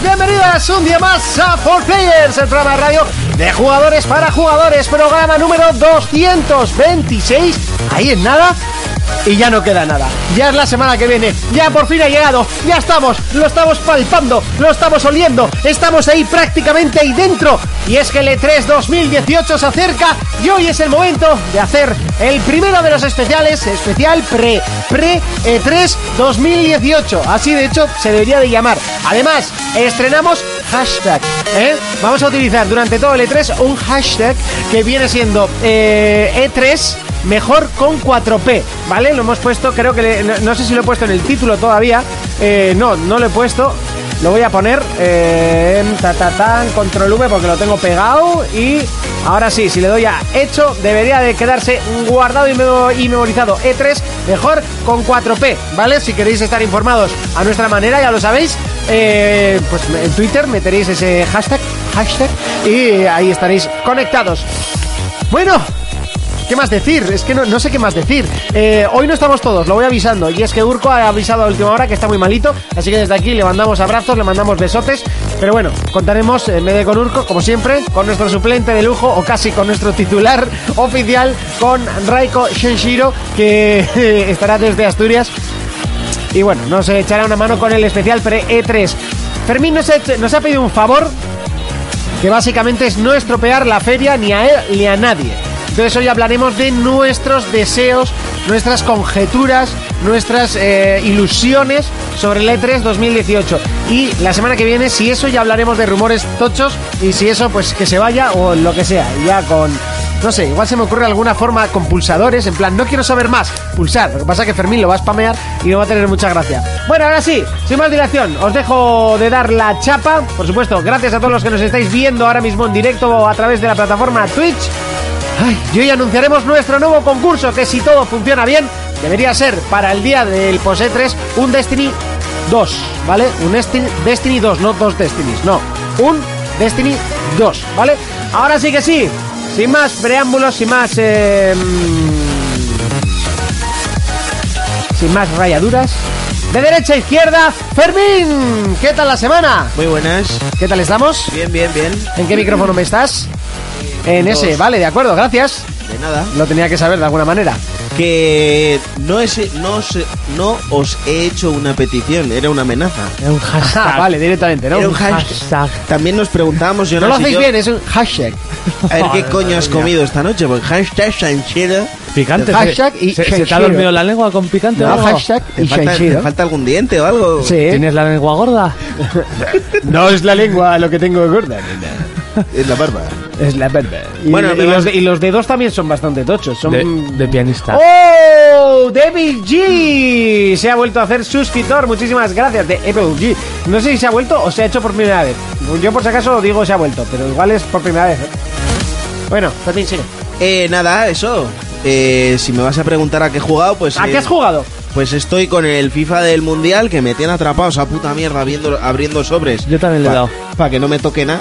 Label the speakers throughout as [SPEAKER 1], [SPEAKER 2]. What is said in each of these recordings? [SPEAKER 1] Bienvenidas un día más a 4Players, el programa de radio de jugadores para jugadores, programa número 226. Ahí en nada. Y ya no queda nada. Ya es la semana que viene. Ya por fin ha llegado. Ya estamos. Lo estamos palpando. Lo estamos oliendo. Estamos ahí prácticamente ahí dentro. Y es que el E E3 2018 se acerca. Y hoy es el momento de hacer el primero de los especiales. Especial pre. Pre eh, E3 2018. Así de hecho se debería de llamar. Además, estrenamos hashtag. ¿eh? Vamos a utilizar durante todo el E3 un hashtag que viene siendo eh, E3 mejor con 4P, ¿vale? Lo hemos puesto, creo que le- no, no sé si lo he puesto en el título todavía. Eh, no, no lo he puesto. Lo voy a poner eh, en tatatán, control V porque lo tengo pegado y ahora sí, si le doy a hecho debería de quedarse guardado y memo- y memorizado E3 mejor con 4P, ¿vale? Si queréis estar informados a nuestra manera, ya lo sabéis, eh, pues en Twitter meteréis ese hashtag, hashtag y ahí estaréis conectados. Bueno, ¿Qué más decir? Es que no, no sé qué más decir. Eh, hoy no estamos todos, lo voy avisando. Y es que Urco ha avisado a última hora que está muy malito. Así que desde aquí le mandamos abrazos, le mandamos besotes. Pero bueno, contaremos eh, en vez de con Urco, como siempre, con nuestro suplente de lujo o casi con nuestro titular oficial, con Raiko Shenshiro, que eh, estará desde Asturias. Y bueno, nos echará una mano con el especial pre-E3. Fermín nos ha hecho- nos ha pedido un favor que básicamente es no estropear la feria ni a él ni a nadie. Entonces hoy hablaremos de nuestros deseos, nuestras conjeturas, nuestras eh, ilusiones sobre el E E3 2018. Y la semana que viene, si eso, ya hablaremos de rumores tochos y si eso, pues que se vaya o lo que sea. Ya con no sé, igual se me ocurre alguna forma con pulsadores, en plan, no quiero saber más, pulsar. Lo que pasa es que Fermín lo va a spamear y no va a tener mucha gracia. Bueno, ahora sí, sin más dilación, os dejo de dar la chapa. Por supuesto, gracias a todos los que nos estáis viendo ahora mismo en directo o a través de la plataforma Twitch. Ay, y hoy anunciaremos nuestro nuevo concurso que si todo funciona bien, debería ser para el día del Pose 3 un Destiny 2, ¿vale? Un Desti- Destiny 2, no dos Destinys, no. Un Destiny 2, ¿vale? Ahora sí que sí, sin más preámbulos, sin más... eh, mm, sin más rayaduras. De derecha a izquierda, Fermín. ¿Qué tal la semana?
[SPEAKER 2] Muy buenas.
[SPEAKER 1] ¿Qué tal estamos?
[SPEAKER 2] Bien, bien, bien.
[SPEAKER 1] ¿En qué micrófono me estás? En
[SPEAKER 2] Dos.
[SPEAKER 1] ese, vale, de acuerdo, gracias.
[SPEAKER 2] De nada.
[SPEAKER 1] Lo tenía que saber de alguna manera.
[SPEAKER 2] Que no, es, no, os, no os he hecho una petición, era una amenaza.
[SPEAKER 3] Era un hashtag.
[SPEAKER 1] Ah, vale, directamente, ¿no?
[SPEAKER 2] Era un hashtag. También nos preguntábamos, yo
[SPEAKER 1] No lo
[SPEAKER 2] sé
[SPEAKER 1] hacéis
[SPEAKER 2] yo,
[SPEAKER 1] bien, es un hashtag.
[SPEAKER 2] A ver qué coño has comido esta noche, porque hashtag Sanchero.
[SPEAKER 3] Picante. se-
[SPEAKER 1] Hashtag y
[SPEAKER 3] se, se te ha
[SPEAKER 1] Shenshiro.
[SPEAKER 3] dormido la lengua con picante.
[SPEAKER 1] No,
[SPEAKER 3] o algo?
[SPEAKER 1] hashtag
[SPEAKER 2] ¿Te
[SPEAKER 1] y
[SPEAKER 2] falta,
[SPEAKER 1] Shenshiro.
[SPEAKER 2] te falta algún diente o algo?
[SPEAKER 1] Sí.
[SPEAKER 3] ¿Tienes la lengua gorda?
[SPEAKER 1] No es la lengua lo que tengo gorda.
[SPEAKER 2] En la barba.
[SPEAKER 1] Es la verdad. Y,
[SPEAKER 2] Bueno,
[SPEAKER 1] y
[SPEAKER 2] me
[SPEAKER 1] los,
[SPEAKER 2] vas-
[SPEAKER 1] y los dedos también son bastante tochos. Son...
[SPEAKER 3] De, de pianista.
[SPEAKER 1] ¡Oh! David G se ha vuelto a hacer suscriptor. Muchísimas gracias de Apple G. No sé si se ha vuelto o se ha hecho por primera vez. Yo por si acaso digo se ha vuelto, pero igual es por primera vez. ¿eh? Bueno, Fermín, sigue.
[SPEAKER 2] Eh, nada, eso. Eh, si me vas a preguntar a qué he jugado, pues.
[SPEAKER 1] ¿A
[SPEAKER 2] eh,
[SPEAKER 1] qué has jugado?
[SPEAKER 2] Pues estoy con el FIFA del Mundial que me tiene atrapado esa puta mierda viendo- abriendo sobres.
[SPEAKER 3] Yo también le he dado.
[SPEAKER 2] Para que no me toque nada.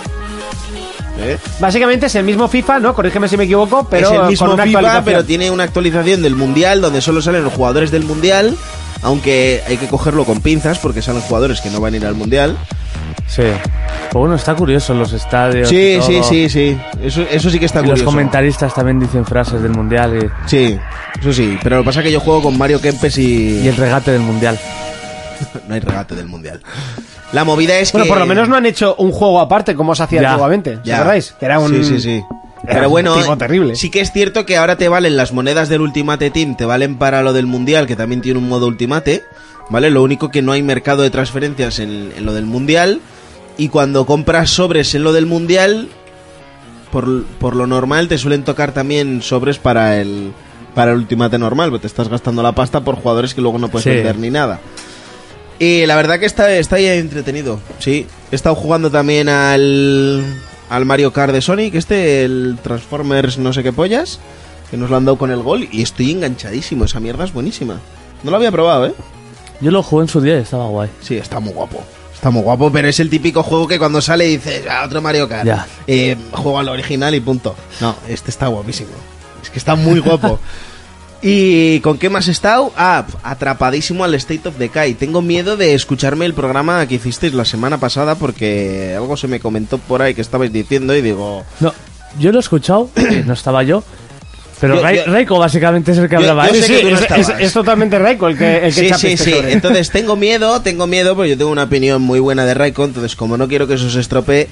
[SPEAKER 2] ¿Eh?
[SPEAKER 1] Básicamente es el mismo FIFA, ¿no? Corrígeme si me equivoco, pero
[SPEAKER 2] es el
[SPEAKER 1] eh, con
[SPEAKER 2] mismo
[SPEAKER 1] una
[SPEAKER 2] FIFA,
[SPEAKER 1] actualización.
[SPEAKER 2] pero tiene una actualización del Mundial donde solo salen los jugadores del Mundial. Aunque hay que cogerlo con pinzas porque salen jugadores que no van a ir al Mundial.
[SPEAKER 3] Sí. Pero Pues bueno, está curioso los estadios. y
[SPEAKER 2] Sí,
[SPEAKER 3] todo.
[SPEAKER 2] sí, sí, sí. Eso, eso sí que está
[SPEAKER 3] Y los
[SPEAKER 2] curioso.
[SPEAKER 3] comentaristas también dicen frases del mundial y,
[SPEAKER 2] Sí, eso sí. Pero lo que pasa es que yo juego con Mario Kempes y...
[SPEAKER 3] y el regate del mundial.
[SPEAKER 2] No hay regate del Mundial. La movida es
[SPEAKER 1] Bueno,
[SPEAKER 2] que...
[SPEAKER 1] por lo menos no han hecho un juego aparte como se hacía
[SPEAKER 3] Ya,
[SPEAKER 1] antiguamente. ¿Os
[SPEAKER 2] Ya.
[SPEAKER 1] acordáis? Que era un...
[SPEAKER 2] Sí, sí, sí.
[SPEAKER 1] era
[SPEAKER 2] Pero
[SPEAKER 1] un
[SPEAKER 2] bueno,
[SPEAKER 1] tipo terrible.
[SPEAKER 2] sí que es cierto que ahora te valen las monedas del Ultimate Team, te valen para lo del Mundial, que también tiene un modo Ultimate, ¿vale? Lo único que no hay mercado de transferencias en, en lo del Mundial, y cuando compras sobres en lo del Mundial, por, por lo normal te suelen tocar también sobres para el, para el Ultimate normal, porque te estás gastando la pasta por jugadores que luego no puedes
[SPEAKER 3] Sí.
[SPEAKER 2] vender ni nada. Y la verdad que está, está ahí entretenido, sí. He estado jugando también al, al Mario Kart de Sonic, este, el Transformers no sé qué pollas, que nos lo han dado con el gol y estoy enganchadísimo, esa mierda es buenísima. No lo había probado, ¿eh?
[SPEAKER 3] Yo lo jugué en su día y estaba guay.
[SPEAKER 2] Sí, está muy guapo. Está muy guapo, pero es el típico juego que cuando sale dices, ah, otro Mario Kart.
[SPEAKER 3] Ya.
[SPEAKER 2] Eh, juego al original y punto. No, este está guapísimo. Es que está muy guapo. ¿Y con qué más he estado? Ah, pf, atrapadísimo al State of Decay. Tengo miedo de escucharme el programa que hicisteis la semana pasada porque algo se me comentó por ahí que estabais diciendo y digo...
[SPEAKER 3] No, yo lo he escuchado, eh, no estaba yo. Pero
[SPEAKER 2] Yo-
[SPEAKER 3] Rai-
[SPEAKER 2] yo-
[SPEAKER 3] Raiko básicamente es el que
[SPEAKER 2] yo-
[SPEAKER 3] hablaba.
[SPEAKER 2] yo
[SPEAKER 3] ¿eh?
[SPEAKER 2] sé que tú no
[SPEAKER 1] es,
[SPEAKER 2] estabas.
[SPEAKER 1] es- es totalmente Raiko el que, el que este
[SPEAKER 2] Sí,
[SPEAKER 1] echa
[SPEAKER 2] sí,
[SPEAKER 1] peste
[SPEAKER 2] sí.
[SPEAKER 1] sobre.
[SPEAKER 2] Entonces tengo miedo, tengo miedo, porque yo tengo una opinión muy buena de Raiko, entonces como no quiero que eso se estropee,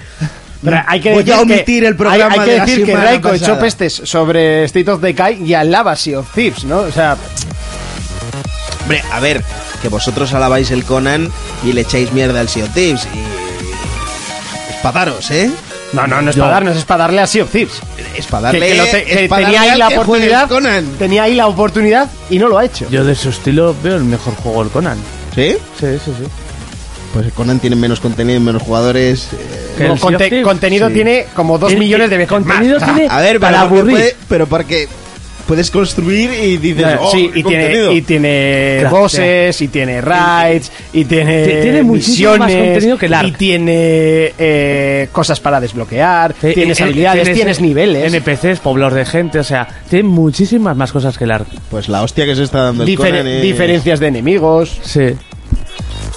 [SPEAKER 1] Pero hay que
[SPEAKER 2] voy
[SPEAKER 1] decir
[SPEAKER 2] a omitir
[SPEAKER 1] que-
[SPEAKER 2] el programa
[SPEAKER 1] hay- hay que
[SPEAKER 2] de la
[SPEAKER 1] decir que este-
[SPEAKER 2] semana
[SPEAKER 1] Raiko echó
[SPEAKER 2] pasada.
[SPEAKER 1] pestes sobre State of Decay y alaba Sea of Thieves, ¿no? O sea,
[SPEAKER 2] Hombre, a ver, que vosotros alabáis el Conan y le echáis mierda al Sea of Thieves y... Es pa' daros, ¿eh?
[SPEAKER 1] no, no, no es
[SPEAKER 3] Yo-
[SPEAKER 1] para darnos, es para darle a Sea of Thieves.
[SPEAKER 2] Es para
[SPEAKER 1] Que-
[SPEAKER 2] darle...
[SPEAKER 1] que lo te-
[SPEAKER 2] es
[SPEAKER 1] que
[SPEAKER 2] pa'
[SPEAKER 1] tenía
[SPEAKER 2] darle
[SPEAKER 1] ahí
[SPEAKER 2] al
[SPEAKER 1] la
[SPEAKER 2] que juegue el
[SPEAKER 1] oportunidad,
[SPEAKER 2] Conan.
[SPEAKER 1] tenía ahí la oportunidad y no lo ha hecho.
[SPEAKER 3] Yo de su estilo veo el mejor juego, el Conan.
[SPEAKER 2] ¿Sí?
[SPEAKER 3] Sí, sí, sí.
[SPEAKER 2] Pues el Conan tiene menos contenido, menos jugadores... eh,
[SPEAKER 1] Como
[SPEAKER 3] Que el Sea of
[SPEAKER 1] conte-
[SPEAKER 3] Thieves,
[SPEAKER 1] contenido
[SPEAKER 2] sí.
[SPEAKER 1] tiene como dos
[SPEAKER 3] El- el
[SPEAKER 1] millones de veces
[SPEAKER 3] contenido
[SPEAKER 1] más. Ah,
[SPEAKER 3] tiene-
[SPEAKER 2] A ver,
[SPEAKER 3] Para
[SPEAKER 2] pero porque,
[SPEAKER 3] aburrir.
[SPEAKER 2] puede- pero porque puedes construir y dices...
[SPEAKER 1] Ya,
[SPEAKER 2] "Oh,
[SPEAKER 1] sí,
[SPEAKER 2] qué
[SPEAKER 1] y tiene,
[SPEAKER 2] contenido".
[SPEAKER 1] y tiene
[SPEAKER 3] Claro,
[SPEAKER 1] bosses, y tiene raids, y tiene.
[SPEAKER 3] Ti- tiene muchísimo más
[SPEAKER 1] misiones,
[SPEAKER 3] contenido que el Ark.
[SPEAKER 1] Y tiene eh, cosas para desbloquear,
[SPEAKER 3] Eh,
[SPEAKER 1] tienes
[SPEAKER 3] eh,
[SPEAKER 1] habilidades, tienes, niveles.
[SPEAKER 3] NPCs, pobladores de gente, o sea, tiene muchísimas más cosas que el ARC.
[SPEAKER 2] Pues la hostia que se está dando el
[SPEAKER 1] difer-
[SPEAKER 2] Conan es- Pues,
[SPEAKER 1] Diferencias de enemigos.
[SPEAKER 3] Sí.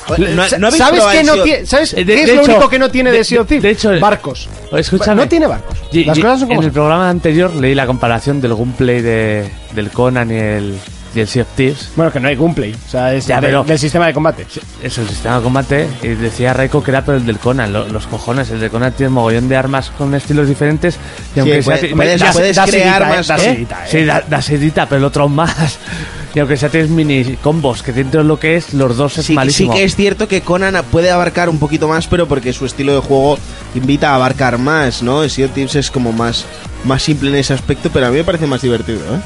[SPEAKER 2] Joder, ¿no-
[SPEAKER 1] Sa-
[SPEAKER 2] no habéis
[SPEAKER 1] ¿Sabes
[SPEAKER 2] probado
[SPEAKER 1] qué
[SPEAKER 2] el
[SPEAKER 1] no
[SPEAKER 2] Sea of-
[SPEAKER 1] tie- ¿Sabes
[SPEAKER 3] Eh, de-
[SPEAKER 1] qué es
[SPEAKER 3] de
[SPEAKER 1] lo
[SPEAKER 3] hecho-
[SPEAKER 1] único que no tiene de,
[SPEAKER 3] de-
[SPEAKER 1] Sea of Thieves?
[SPEAKER 3] de hecho,
[SPEAKER 1] barcos.
[SPEAKER 3] Escúchame.
[SPEAKER 1] No tiene barcos.
[SPEAKER 3] Y-
[SPEAKER 1] Las
[SPEAKER 3] y-
[SPEAKER 1] cosas son como
[SPEAKER 3] en el
[SPEAKER 1] son.
[SPEAKER 3] programa anterior leí la comparación del gameplay de, del Conan y el, y el Sea of Thieves.
[SPEAKER 1] Bueno, que no hay gameplay. O sea, es
[SPEAKER 3] Ya,
[SPEAKER 1] de-
[SPEAKER 3] pero-
[SPEAKER 1] del sistema de combate.
[SPEAKER 3] Es el sistema de combate. Y decía Raiko que era pero el del Conan, lo- los cojones. El del Conan tiene mogollón de armas con estilos diferentes. Y aunque sea.
[SPEAKER 2] puede-
[SPEAKER 3] ti-
[SPEAKER 2] puedes-
[SPEAKER 3] ya-
[SPEAKER 1] pues,
[SPEAKER 2] puedes
[SPEAKER 1] da
[SPEAKER 2] crear
[SPEAKER 1] seguida, eh,
[SPEAKER 2] más...
[SPEAKER 1] da
[SPEAKER 2] ¿eh?
[SPEAKER 1] seguida. eh.
[SPEAKER 3] Sí, da, da sedita, pero el otro aún más. Y aunque sea tienes mini combos, que dentro de lo que es, los dos es
[SPEAKER 2] Sí, sí
[SPEAKER 3] malísimo.
[SPEAKER 2] que es cierto que Conan puede abarcar un poquito más, pero porque su estilo de juego invita a abarcar más, ¿no? El Sea of Thieves es como más, más simple en ese aspecto, pero a mí me parece más divertido, ¿eh?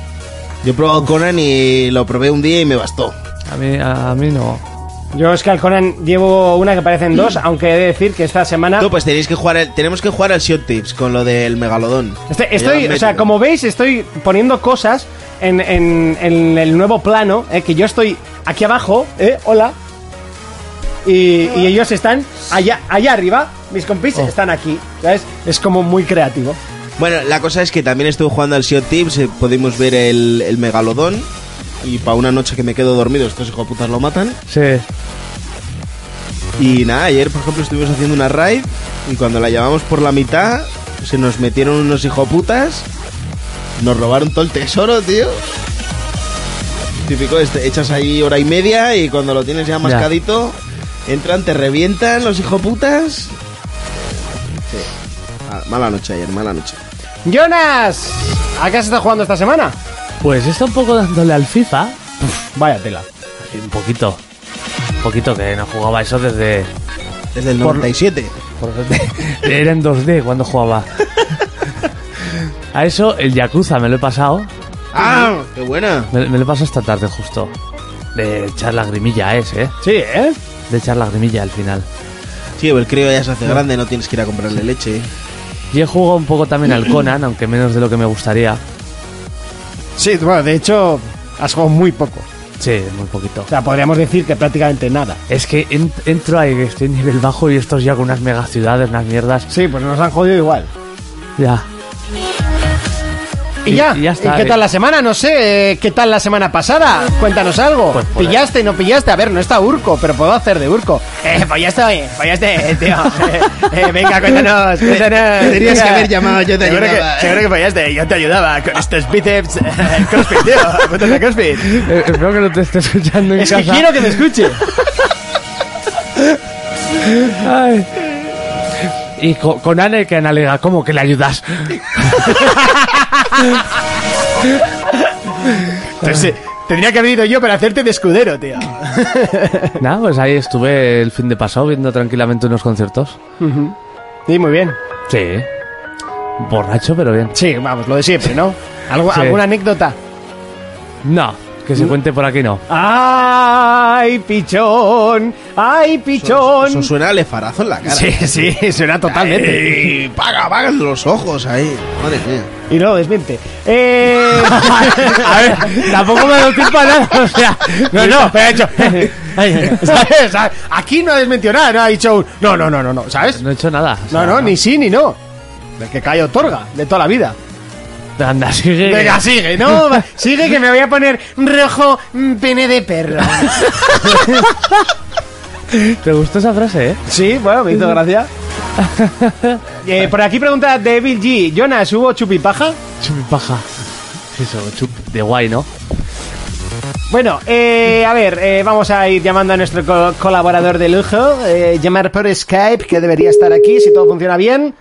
[SPEAKER 2] Yo he probado Conan y lo probé un día y me bastó.
[SPEAKER 3] A, mí, a mí no.
[SPEAKER 1] Yo es que al Conan llevo una que
[SPEAKER 3] Mm.
[SPEAKER 1] parecen dos, aunque he de decir que esta semana.
[SPEAKER 2] No, pues tenéis que jugar al- tenemos que jugar al Sea of Thieves con lo del megalodón.
[SPEAKER 1] Este-
[SPEAKER 2] Que ya
[SPEAKER 1] estoy,
[SPEAKER 2] me-
[SPEAKER 1] o sea, como veis, estoy poniendo cosas en, en- en el nuevo plano, eh, que yo estoy aquí abajo, eh, hola. Y, y ellos están allá, allá arriba, mis compis están aquí, ¿sabes? Es como muy creativo.
[SPEAKER 2] Bueno, la cosa es que también estuve jugando al Sea of Thieves, eh, pudimos ver el, el megalodón y para una noche que me quedo dormido, estos hijos de putas lo matan.
[SPEAKER 3] Sí.
[SPEAKER 2] Y nada, ayer por ejemplo estuvimos haciendo una raid y cuando la llevamos por la mitad se nos metieron unos hijoputas, nos robaron todo el tesoro, tío. Típico, este, echas ahí hora y media y cuando lo tienes ya mascadito, entran, te revientan los hijoputas. Sí. Ah, Mala noche ayer, mala noche.
[SPEAKER 1] Jonas, ¿a qué has estado jugando esta semana?
[SPEAKER 3] Pues está un poco dándole al FIFA.
[SPEAKER 1] Vaya tela.
[SPEAKER 3] Un poquito. Un poquito que no jugaba eso desde.
[SPEAKER 2] Desde el
[SPEAKER 3] Por-
[SPEAKER 2] 97.
[SPEAKER 3] por- era en 2D cuando jugaba. A eso, el Yakuza me lo he pasado.
[SPEAKER 2] ¡Ah! ¡Qué buena!
[SPEAKER 3] Me, me lo he pasado esta tarde justo. De echar la grimilla ese, ¿eh?
[SPEAKER 1] Sí, ¿eh?
[SPEAKER 3] De echar la grimilla al final.
[SPEAKER 2] Sí, el crío ya se hace grande, no tienes que ir a comprarle leche.
[SPEAKER 3] Y he jugado un poco también al Conan, aunque menos de lo que me gustaría.
[SPEAKER 1] Sí, bueno, de hecho, has jugado muy poco.
[SPEAKER 3] Sí, muy poquito.
[SPEAKER 1] O sea, podríamos decir que prácticamente nada.
[SPEAKER 3] Es que en- entro ahí, que estoy en nivel bajo y estos ya con unas megaciudades, unas mierdas.
[SPEAKER 1] Sí, pues nos han jodido igual.
[SPEAKER 3] Ya.
[SPEAKER 1] Y,
[SPEAKER 3] Y-
[SPEAKER 1] ya,
[SPEAKER 3] y ya está,
[SPEAKER 1] ¿Y qué
[SPEAKER 3] eh.
[SPEAKER 1] tal la semana? No sé, eh, ¿qué tal la semana pasada? Cuéntanos algo.
[SPEAKER 3] Pues por ahí.
[SPEAKER 1] ¿Pillaste, no pillaste? A ver, no está Urco, pero puedo hacer de Urco. Eh, pillaste, oye, pillaste, eh, tío. Eh, eh, venga, cuéntanos, cuéntanos.
[SPEAKER 2] Tenías que
[SPEAKER 1] Venga.
[SPEAKER 2] haber llamado, yo te
[SPEAKER 1] seguro
[SPEAKER 2] ayudaba, eh.
[SPEAKER 1] Que, seguro que pillaste, yo te ayudaba con estos bíceps. eh, crossfit, tío, apúntate a crossfit.
[SPEAKER 3] Eh, espero que no te esté escuchando en
[SPEAKER 1] Es que
[SPEAKER 3] casa.
[SPEAKER 1] quiero que me escuche.
[SPEAKER 3] Ay. Y co- con Anne que analega, ¿cómo que le ayudas?
[SPEAKER 1] Entonces, eh, tendría que haber ido yo para hacerte de escudero, tío.
[SPEAKER 3] Nada, pues ahí estuve el fin de pasado viendo tranquilamente unos conciertos.
[SPEAKER 1] Sí, muy bien.
[SPEAKER 3] Sí. Borracho, pero bien.
[SPEAKER 1] Sí, vamos, lo de siempre, ¿no? ¿Algo-
[SPEAKER 3] Sí.
[SPEAKER 1] ¿Alguna anécdota?
[SPEAKER 3] No, que se cuente por aquí no.
[SPEAKER 1] ¡Ay, pichón! ¡Ay, pichón!
[SPEAKER 2] Eso suena a lefarazo en la cara.
[SPEAKER 1] Sí, sí, suena totalmente.
[SPEAKER 2] Y paga, paga los ojos ahí. Madre mía.
[SPEAKER 1] Y no, desmiente. Eh...
[SPEAKER 3] A ver, tampoco me ha dado tiempo a nada. O sea,
[SPEAKER 1] No, no, pero ha hecho... ¿Sabes? ¿Sabes? Aquí no ha desmentido nada, no ha dicho un... No, no, no, no, no, ¿sabes?
[SPEAKER 3] no he hecho nada. o sea,
[SPEAKER 1] No, no, ni sí ni no. El que cae otorga, de toda la vida.
[SPEAKER 3] Anda, sigue.
[SPEAKER 1] Venga, sigue, ¿no? Va, Sigue que me voy a poner rojo mm, pene de perro.
[SPEAKER 3] ¿Te gustó esa frase, eh?
[SPEAKER 1] Sí, bueno, me hizo gracia. Eh, por aquí pregunta Devil G. Jonas, ¿hubo chupipaja?
[SPEAKER 3] Chupipaja. Eso, chup de guay, ¿no?
[SPEAKER 1] Bueno, eh, a ver, eh, vamos a ir llamando a nuestro co- colaborador de lujo. eh, llamar por Skype, que debería estar aquí si todo funciona bien.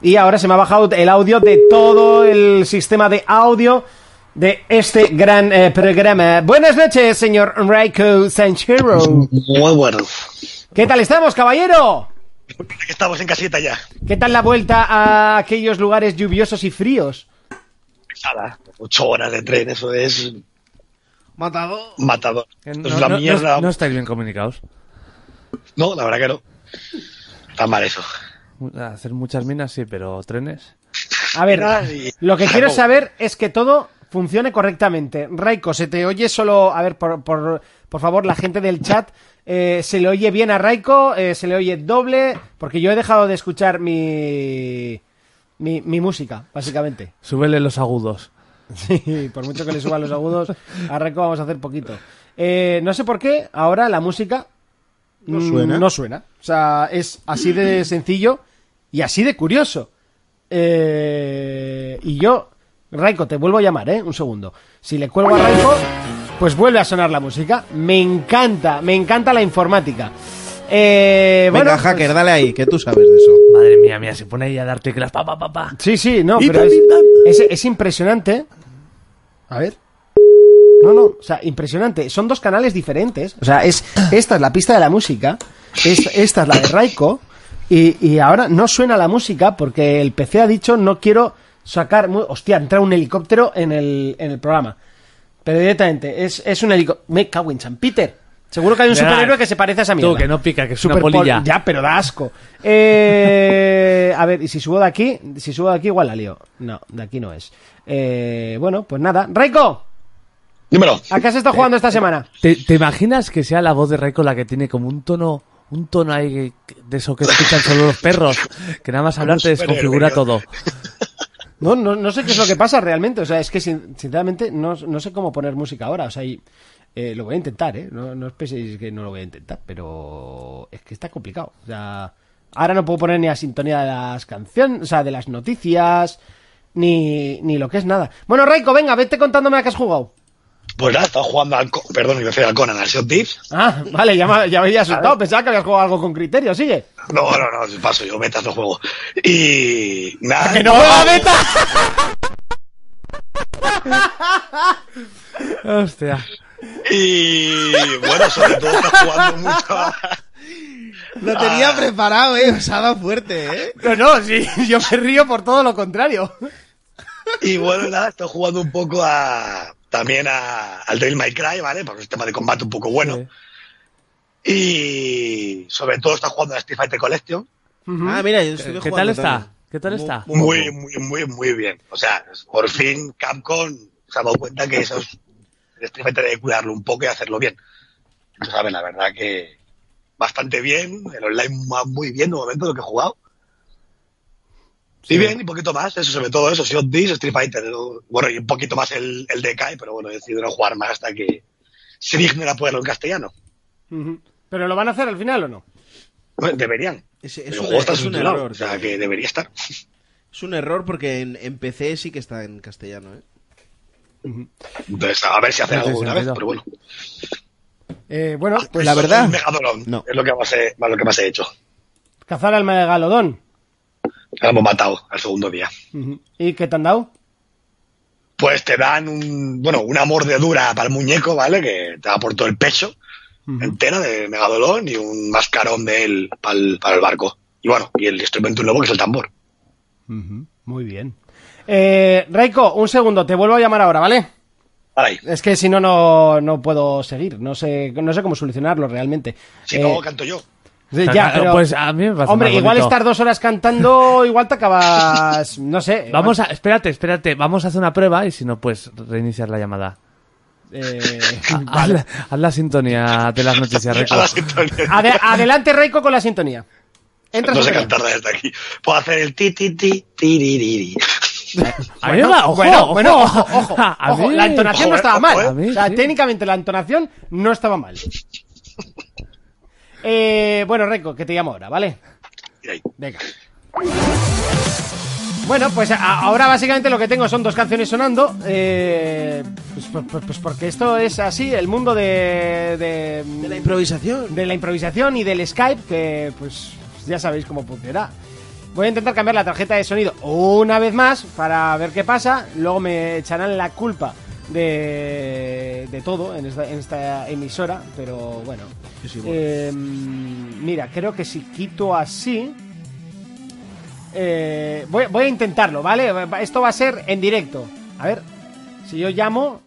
[SPEAKER 1] Y ahora se me ha bajado el audio de todo el sistema de audio de este gran eh, programa. Buenas noches, señor Raiko Sanchero.
[SPEAKER 4] Muy bueno.
[SPEAKER 1] ¿Qué tal estamos, caballero?
[SPEAKER 4] Aquí Estamos en casita ya.
[SPEAKER 1] ¿Qué tal la vuelta a aquellos lugares lluviosos y fríos?
[SPEAKER 4] Pesada. Ocho horas de tren, eso es
[SPEAKER 1] Matado.
[SPEAKER 4] matador.
[SPEAKER 3] Que
[SPEAKER 4] Esto es la mierda.
[SPEAKER 3] no-
[SPEAKER 4] No,
[SPEAKER 3] no estáis bien comunicados.
[SPEAKER 4] la verdad que no. Está mal eso.
[SPEAKER 3] Hacer muchas minas, sí, pero trenes.
[SPEAKER 1] A ver,
[SPEAKER 4] Ay.
[SPEAKER 1] lo que quiero
[SPEAKER 4] Ay.
[SPEAKER 1] saber es que todo funcione correctamente. Raiko, se te oye solo. A ver, por, por, por favor, la gente del chat. eh, se le oye bien a Raiko, eh, se le oye doble. Porque yo he dejado de escuchar mi. Mi, mi música, básicamente.
[SPEAKER 3] Súbele los agudos.
[SPEAKER 1] Sí, por mucho que le suban los agudos, a Raiko vamos a hacer poquito. Eh, no sé por qué, ahora la música
[SPEAKER 2] No
[SPEAKER 1] mm,
[SPEAKER 2] suena.
[SPEAKER 1] no suena. O sea, es así de sencillo y así de curioso. Eh, y yo, Raiko, te vuelvo a llamar, ¿eh? Un segundo. Si le cuelgo a Raiko, pues vuelve a sonar la música. Me encanta, me encanta la informática. Eh,
[SPEAKER 2] Venga,
[SPEAKER 1] bueno,
[SPEAKER 2] hacker, dale ahí, que tú sabes de eso.
[SPEAKER 3] Madre mía, mía, se pone ahí a dar teclas. Pa, pa, pa, pa.
[SPEAKER 1] Sí, sí, no,
[SPEAKER 2] Y
[SPEAKER 1] pero
[SPEAKER 2] pam,
[SPEAKER 1] es,
[SPEAKER 2] y pam.
[SPEAKER 1] es, es impresionante. A ver. No, no, o sea, impresionante. Son dos canales diferentes. O sea, es, esta es la pista de la música, es- esta es la de Raiko, y, y ahora no suena la música porque el PC ha dicho no quiero sacar... mu- Hostia, entra un helicóptero en el, en el programa. Pero directamente, es, es un helicóptero... Me cago en San Peter. Seguro que hay un
[SPEAKER 3] Venga,
[SPEAKER 1] superhéroe que se parece a esa
[SPEAKER 3] tú,
[SPEAKER 1] mierda.
[SPEAKER 3] que no pica, que es una
[SPEAKER 1] Superpol-
[SPEAKER 3] polilla.
[SPEAKER 1] Ya, pero da asco. Eh, a ver, y si subo de aquí, si subo de aquí igual la lío. No, de aquí no es. Eh, bueno, pues nada. Raiko,
[SPEAKER 4] Dímelo.
[SPEAKER 1] ¿a qué has estado jugando esta semana?
[SPEAKER 3] ¿Te, te imaginas que sea la voz de Raiko la que tiene como un tono, un tono ahí que- que- de eso que escuchan solo los perros? Que nada más hablar te desconfigura todo.
[SPEAKER 1] No, no, no sé qué es lo que pasa realmente. O sea, es que sin- sinceramente no, no sé cómo poner música ahora. O sea, y, eh, lo voy a intentar, ¿eh? No, no os penséis que no lo voy a intentar, pero es que está complicado. O sea, ahora no puedo poner ni la sintonía de las canciones, o sea, de las noticias, ni, ni lo que es nada. Bueno, Raiko, venga, vete contándome a qué has jugado.
[SPEAKER 4] Pues nada, estaba jugando al. Co- Perdón, iba a decir al Conan, al Sea of Thieves.
[SPEAKER 1] Ah, vale, ya me, ya me había asustado. Pensaba que habías jugado algo con criterio, sigue.
[SPEAKER 4] No, no, no, paso, yo metas no juego. Y. Nada.
[SPEAKER 1] ¡Que no juega beta!
[SPEAKER 3] Hostia.
[SPEAKER 4] Y. Bueno, sobre todo está jugando mucho. a-
[SPEAKER 2] Lo tenía preparado, eh. Os ha dado fuerte, eh.
[SPEAKER 1] No, no, sí, yo me río por todo lo contrario.
[SPEAKER 4] Y bueno, nada, estoy jugando un poco a. También a, al Devil May Cry, ¿vale? Porque es un tema de combate un poco bueno.
[SPEAKER 3] Sí.
[SPEAKER 4] Y sobre todo está jugando a Street Fighter Collection.
[SPEAKER 2] Ah, mira, yo estuve
[SPEAKER 3] ¿Qué
[SPEAKER 2] jugando
[SPEAKER 3] tal está?
[SPEAKER 2] también.
[SPEAKER 3] ¿Qué tal está?
[SPEAKER 4] Muy, muy, muy, muy bien. O sea, por fin Capcom se ha dado cuenta que eso es. el Street Fighter hay que cuidarlo un poco y hacerlo bien. Pues, saben, la verdad que bastante bien. El online va muy bien de momento lo que he jugado. Y bien, y poquito más, eso, sobre todo eso, Sea of Thieves, Street Fighter, ¿no? bueno, y un poquito más el, el DK, pero bueno, he decidido no jugar más hasta que se dignen a ponerlo en castellano.
[SPEAKER 1] ¿Pero lo van a hacer al final o no?
[SPEAKER 4] Bueno, Deberían.
[SPEAKER 2] Es, es
[SPEAKER 4] El
[SPEAKER 2] un,
[SPEAKER 4] juego está
[SPEAKER 2] es un
[SPEAKER 4] subtitulado,
[SPEAKER 2] error.
[SPEAKER 4] o sea, que debería estar.
[SPEAKER 2] Es un error porque en, en PC sí que está en castellano, eh.
[SPEAKER 4] Entonces, a ver si hacen
[SPEAKER 3] No tiene
[SPEAKER 4] algo una vez,
[SPEAKER 3] sentido.
[SPEAKER 4] pero bueno.
[SPEAKER 1] Eh, bueno,
[SPEAKER 4] Ah,
[SPEAKER 1] pues
[SPEAKER 2] la verdad-
[SPEAKER 4] Un megalodón.
[SPEAKER 2] No.
[SPEAKER 4] Es lo que más he, lo que más he hecho.
[SPEAKER 1] cazar al megalodón.
[SPEAKER 4] Lo hemos matado al segundo día.
[SPEAKER 1] ¿Y qué te han dado?
[SPEAKER 4] Pues te dan un, bueno, una mordedura para el muñeco, ¿vale? Que te da por todo el pecho, entera de megadolón y un mascarón de él para el, para el barco. Y bueno, y el instrumento nuevo que es el tambor.
[SPEAKER 1] Muy bien. Eh, Raiko, un segundo, te vuelvo a llamar ahora, ¿vale?
[SPEAKER 4] Ahora ahí.
[SPEAKER 1] Es que si no, no, no puedo seguir. No sé, no sé cómo solucionarlo realmente.
[SPEAKER 4] Si
[SPEAKER 1] Eh,
[SPEAKER 4] no, canto yo.
[SPEAKER 1] Sí,
[SPEAKER 3] Claro,
[SPEAKER 1] ya,
[SPEAKER 3] claro,
[SPEAKER 1] pero-
[SPEAKER 3] pues a mí me parece
[SPEAKER 1] Hombre,
[SPEAKER 3] más
[SPEAKER 1] igual
[SPEAKER 3] bonito.
[SPEAKER 1] estar dos horas cantando, igual te acabas. No sé.
[SPEAKER 3] Vamos a, espérate, espérate, vamos a hacer una prueba y si no, pues reiniciar la llamada.
[SPEAKER 1] eh,
[SPEAKER 3] Haz, la, haz la sintonía de las noticias, Raiko.
[SPEAKER 4] A la sintonía.
[SPEAKER 1] Ade- adelante, Reiko, con la sintonía. Ah, Entra
[SPEAKER 4] No sé
[SPEAKER 1] sintonía.
[SPEAKER 4] cantar desde aquí. Puedo hacer el ti ti ti ti ri, ri, ri.
[SPEAKER 3] A mí me va- ojo,
[SPEAKER 1] bueno,
[SPEAKER 3] ojo,
[SPEAKER 1] bueno, ojo, ojo,
[SPEAKER 3] A
[SPEAKER 1] ojo,
[SPEAKER 3] mí-
[SPEAKER 1] la entonación no
[SPEAKER 4] Ojo, eh,
[SPEAKER 1] estaba
[SPEAKER 4] ojo,
[SPEAKER 1] mal.
[SPEAKER 4] eh.
[SPEAKER 3] A mí,
[SPEAKER 1] o sea,
[SPEAKER 3] sí.
[SPEAKER 1] técnicamente la entonación no estaba mal. Eh, bueno, Reco, que te llamo ahora, ¿vale?
[SPEAKER 4] Y ahí.
[SPEAKER 1] Venga. Bueno, pues a- ahora básicamente lo que tengo son dos canciones sonando. eh, pues, pues- pues- pues porque esto es así, el mundo de, de,
[SPEAKER 2] De la improvisación.
[SPEAKER 1] de la improvisación y del Skype, que pues ya sabéis cómo funciona. Voy a intentar cambiar la tarjeta de sonido una vez más para ver qué pasa. Luego me echarán la culpa de, de todo en esta, en esta emisora, pero bueno.
[SPEAKER 2] Sí, sí, bueno.
[SPEAKER 1] Eh, mira, creo que si quito así... eh, voy, voy a intentarlo, ¿vale? Esto va a ser en directo. A ver, si yo llamo...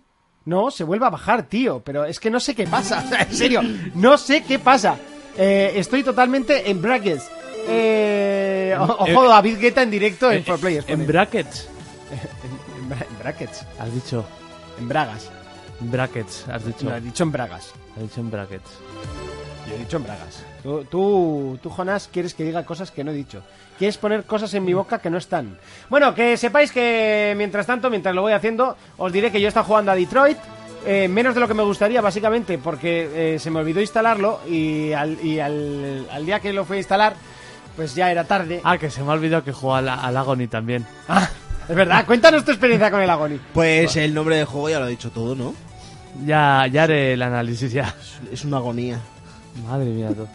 [SPEAKER 1] No, se vuelve a bajar, tío. Pero es que no sé qué pasa. O sea, en serio, no sé qué pasa. Eh, estoy totalmente en brackets. Eh, o- ojo,
[SPEAKER 3] eh,
[SPEAKER 1] David Guetta en directo en
[SPEAKER 3] Eh,
[SPEAKER 1] 4Players.
[SPEAKER 3] En
[SPEAKER 1] pone.
[SPEAKER 3] brackets,
[SPEAKER 1] En- en bra- en brackets.
[SPEAKER 3] has dicho.
[SPEAKER 1] En bragas.
[SPEAKER 3] En brackets, has dicho.
[SPEAKER 1] No, he dicho en bragas.
[SPEAKER 3] Has dicho en brackets.
[SPEAKER 1] Yo he dicho en bragas. Tú, tú, tú, Jonas, quieres que diga cosas que no he dicho. Quieres poner cosas en mi boca que no están. Bueno, que sepáis que mientras tanto, mientras lo voy haciendo, os diré que yo he estado jugando a Detroit. eh, menos de lo que me gustaría, básicamente, porque eh, se me olvidó instalarlo y, al, y al, al día que lo fui a instalar, pues ya era tarde.
[SPEAKER 3] Ah, que se me ha olvidado que jugaba al, al Agony también.
[SPEAKER 1] Ah, es verdad, cuéntanos tu experiencia con el Agony.
[SPEAKER 2] Pues el nombre del juego ya lo ha dicho todo, ¿no?
[SPEAKER 3] Ya, ya haré el análisis ya.
[SPEAKER 2] Es una agonía.
[SPEAKER 3] Madre mía, tú.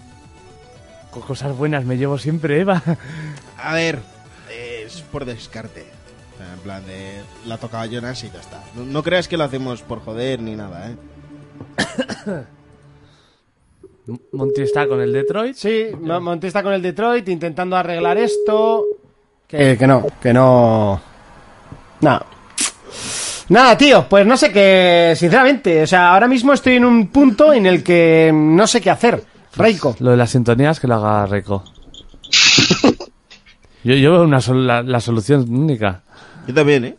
[SPEAKER 3] Con cosas buenas me llevo siempre, Eva.
[SPEAKER 2] A ver, eh, es por descarte. O sea, En plan de. La tocaba Jonas y ya está. No, no creas que lo hacemos por joder ni nada, ¿eh?
[SPEAKER 3] Monty está con el Detroit.
[SPEAKER 1] Sí, Mo- Monti está con el Detroit intentando arreglar esto. Que, que no, que no. Nada. Nada, tío, pues no sé qué, sinceramente, o sea, ahora mismo estoy en un punto en el que no sé qué hacer. Reiko.
[SPEAKER 3] Lo de las sintonías que lo haga Reco. Yo, yo veo una sol- la, la solución única.
[SPEAKER 2] Yo también, ¿eh?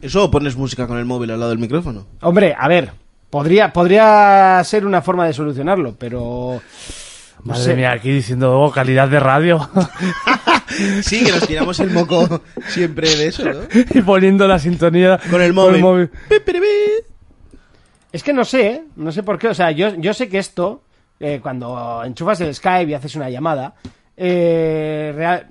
[SPEAKER 2] Eso o pones música con el móvil al lado del micrófono.
[SPEAKER 1] Hombre, a ver, podría, podría ser una forma de solucionarlo, pero... no
[SPEAKER 3] Madre
[SPEAKER 1] sé.
[SPEAKER 3] mía, aquí diciendo oh, calidad de radio
[SPEAKER 2] Sí, que nos tiramos el moco siempre de eso, ¿no?
[SPEAKER 3] y poniendo la sintonía
[SPEAKER 2] Con el móvil. Pi, pi, pi.
[SPEAKER 1] Es que no sé, ¿eh? no sé por qué. O sea, yo, yo sé que esto, eh, cuando enchufas el Skype y haces una llamada, eh, real-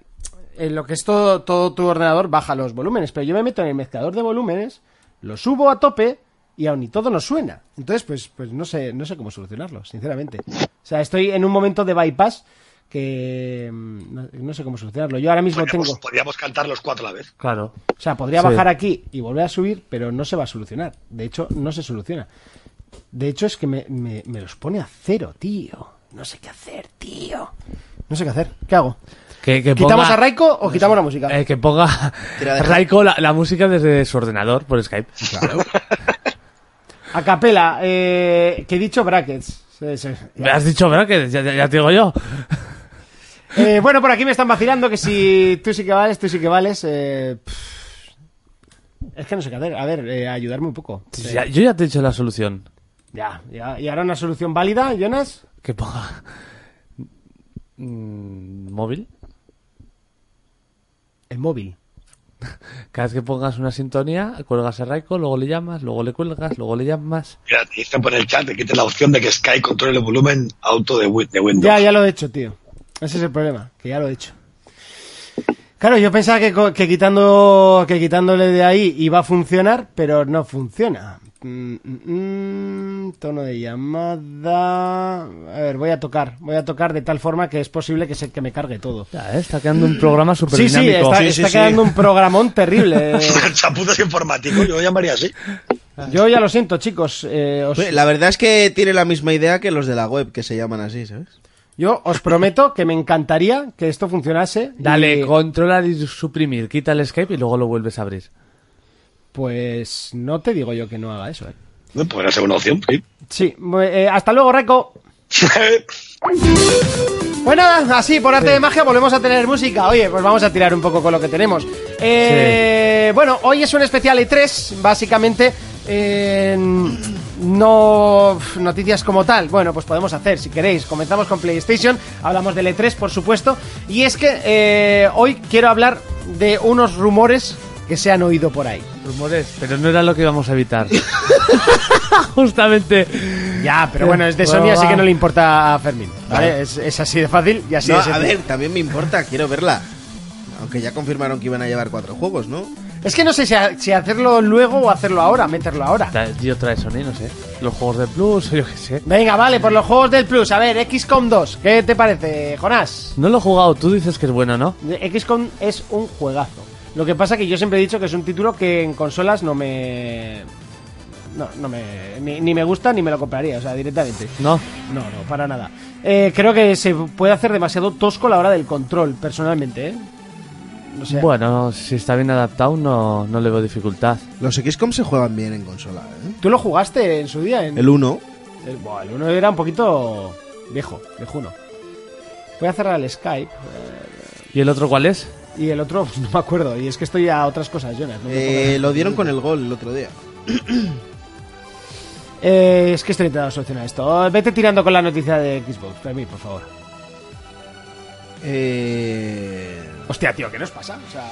[SPEAKER 1] en lo que es todo, todo tu ordenador baja los volúmenes. Pero yo me meto en el mezclador de volúmenes, lo subo a tope y aún y todo no suena. Entonces, pues, pues no sé, no sé cómo solucionarlo, sinceramente. O sea, estoy en un momento de bypass que mm, no, no sé cómo solucionarlo. Yo ahora mismo
[SPEAKER 4] Podríamos,
[SPEAKER 1] tengo.
[SPEAKER 4] podríamos cantar los cuatro a la vez.
[SPEAKER 3] Claro.
[SPEAKER 1] O sea, podría
[SPEAKER 3] Sí.
[SPEAKER 1] bajar aquí y volver a subir, pero no se va a solucionar. De hecho, no se soluciona. De hecho, es que me, me- me los pone a cero, tío. No sé qué hacer, tío. No sé qué hacer. ¿Qué hago?
[SPEAKER 3] Que, que
[SPEAKER 1] ¿Quitamos
[SPEAKER 3] ponga-
[SPEAKER 1] a Raiko o quitamos la música?
[SPEAKER 3] eh, que ponga
[SPEAKER 2] Tira de-
[SPEAKER 3] Raiko la, la música desde su ordenador por Skype.
[SPEAKER 1] A capela, eh, que he dicho brackets. Sí, sí.
[SPEAKER 3] Me has dicho, ¿verdad? Que ya, ya- ya te digo yo.
[SPEAKER 1] Eh, bueno, por aquí me están vacilando que si tú sí que vales, tú sí que vales. eh, pff. es que no sé qué hacer. A ver, eh, ayudarme un poco.
[SPEAKER 3] Ya- yo ya te he dicho la solución.
[SPEAKER 1] Ya, ya. ¿Y ahora una solución válida, Jonas?
[SPEAKER 3] Que ponga. mm, móvil.
[SPEAKER 1] El móvil.
[SPEAKER 3] Cada vez que pongas una sintonía, cuelgas a Raiko, luego le llamas, luego le cuelgas, luego le llamas.
[SPEAKER 4] Mira, te dicen por el chat que quites la opción de que Sky controle el volumen auto de, Win- de Windows.
[SPEAKER 1] Ya, ya lo he hecho, tío. Ese es el problema, que ya lo he hecho. Claro, yo pensaba que, co- que quitando que quitándole de ahí iba a funcionar, pero no funciona. Mm, mm, mm, tono de llamada. A ver, voy a tocar. Voy a tocar de tal forma que es posible que, se, que me cargue todo.
[SPEAKER 3] Ya, ¿eh? Está quedando un programa súper
[SPEAKER 1] Sí, sí,
[SPEAKER 3] dinámico.
[SPEAKER 1] está,
[SPEAKER 2] Sí, sí,
[SPEAKER 1] está
[SPEAKER 2] sí.
[SPEAKER 1] quedando un programón terrible.
[SPEAKER 4] Chaputas informáticos, yo lo llamaría así.
[SPEAKER 1] Yo ya lo siento, chicos. eh, os-
[SPEAKER 2] Oye, Pues, La verdad es que tiene la misma idea que los de la web, que se llaman así, ¿sabes?
[SPEAKER 1] yo os prometo que me encantaría que esto funcionase. y-
[SPEAKER 3] Dale, controlar y suprimir, quita el Skype y luego lo vuelves a abrir.
[SPEAKER 1] Pues no te digo yo que no haga eso, eh.
[SPEAKER 4] No, Podría ser una opción, sí.
[SPEAKER 1] Sí, bu- eh, hasta luego, Reco. Pues nada, así por arte de magia volvemos a tener música. Oye, pues vamos a tirar un poco con lo que tenemos. Eh, Bueno, hoy es un especial E3, básicamente. eh, no pf, noticias como tal. Bueno, pues podemos hacer si queréis. Comenzamos con PlayStation, hablamos del E E3, por supuesto. Y es que eh, hoy quiero hablar de unos rumores que se han oído por ahí.
[SPEAKER 3] Rumores, pero no era lo que íbamos a evitar. Justamente.
[SPEAKER 1] Ya, pero bueno, es de
[SPEAKER 3] Bueno,
[SPEAKER 1] Sony, así
[SPEAKER 3] va.
[SPEAKER 1] que no le importa a Fermín. Pues ¿vale? Es, es así de fácil y así
[SPEAKER 2] No,
[SPEAKER 1] de
[SPEAKER 2] a
[SPEAKER 1] sencillo.
[SPEAKER 2] ver, también me importa, quiero verla. Aunque ya confirmaron que iban a llevar cuatro juegos, ¿no?
[SPEAKER 1] Es que no sé si, ha- si hacerlo luego o hacerlo ahora, meterlo ahora.
[SPEAKER 3] Tra- Tío, trae Sony, no sé. Los juegos de Plus, o yo qué sé.
[SPEAKER 1] Venga, vale, por los juegos del Plus. A ver, XCOM 2, ¿qué te parece, Jonás?
[SPEAKER 3] No lo he jugado, tú dices que es bueno, ¿no?
[SPEAKER 1] XCOM es un juegazo. Lo que pasa que yo siempre he dicho que es un título que en consolas no me... No, no me... Ni, ni me gusta ni me lo compraría, o sea, directamente.
[SPEAKER 3] No.
[SPEAKER 1] No, no, para nada. Eh, creo que se puede hacer demasiado tosco a la hora del control, personalmente, ¿eh? O sea,
[SPEAKER 3] Bueno, si está bien adaptado, no, no le veo dificultad.
[SPEAKER 2] Los XCOM se juegan bien en consola, ¿eh?
[SPEAKER 1] ¿Tú lo jugaste en su día? En...
[SPEAKER 2] El 1.
[SPEAKER 1] El, Eh, buah, el uno era un poquito viejo, viejuno. Voy a cerrar el Skype.
[SPEAKER 3] ¿Y el otro cuál es?
[SPEAKER 1] Y el otro, pues, no me acuerdo. Y es que estoy a otras cosas, Jonas. no me
[SPEAKER 2] Eh,
[SPEAKER 1] acuerdo.
[SPEAKER 2] lo dieron con el gol el otro día.
[SPEAKER 1] Eh, es que estoy intentando solucionar esto. Oh, Vete tirando con la noticia de Xbox, para mí, por favor.
[SPEAKER 2] Eh...
[SPEAKER 1] Hostia, tío, ¿qué nos pasa? O sea...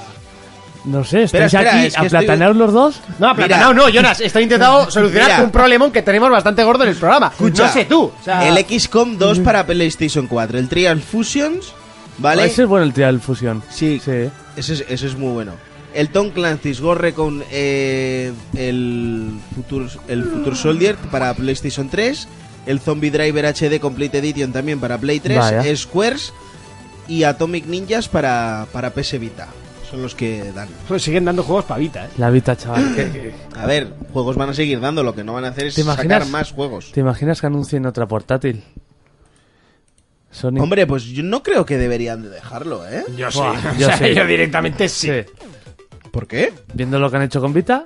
[SPEAKER 3] No sé,
[SPEAKER 2] Espera,
[SPEAKER 3] ¿estáis
[SPEAKER 2] espera,
[SPEAKER 3] aquí
[SPEAKER 2] es que estoy-
[SPEAKER 3] aplatanados los dos?
[SPEAKER 1] No, aplatanao no, Jonas. Estoy intentando solucionar
[SPEAKER 2] Mira.
[SPEAKER 1] un problemón que tenemos bastante gordo en el programa.
[SPEAKER 2] Escucha,
[SPEAKER 1] Pues no sé tú. O sea,
[SPEAKER 2] El XCOM 2 para PlayStation 4. El Trial Fusions, ¿vale?
[SPEAKER 1] Pues
[SPEAKER 3] Ese es bueno el Trial Fusion.
[SPEAKER 2] Sí.
[SPEAKER 3] Sí.
[SPEAKER 2] Ese es, ese es muy bueno. El Tom Clancy's Gorre con eh, el, Future, el Future Soldier para PlayStation 3. El Zombie Driver HD Complete Edition también para Play 3.
[SPEAKER 3] Vaya.
[SPEAKER 2] Squares y Atomic Ninjas para, para PS Vita. Son los que dan.
[SPEAKER 1] pues siguen dando juegos pavita, ¿eh?
[SPEAKER 3] La Vita, chaval. que-
[SPEAKER 2] A ver, juegos van a seguir dando. Lo que no van a hacer es
[SPEAKER 3] ¿Te
[SPEAKER 2] sacar
[SPEAKER 3] imaginas?
[SPEAKER 2] más juegos.
[SPEAKER 3] ¿Te imaginas que anuncien otra portátil? Sony.
[SPEAKER 2] Hombre, pues yo no creo que deberían de dejarlo, ¿eh?
[SPEAKER 1] Yo
[SPEAKER 3] Buah, yo sí.
[SPEAKER 1] yo directamente sí.
[SPEAKER 2] ¿Por qué?
[SPEAKER 3] Viendo lo que han hecho con Vita,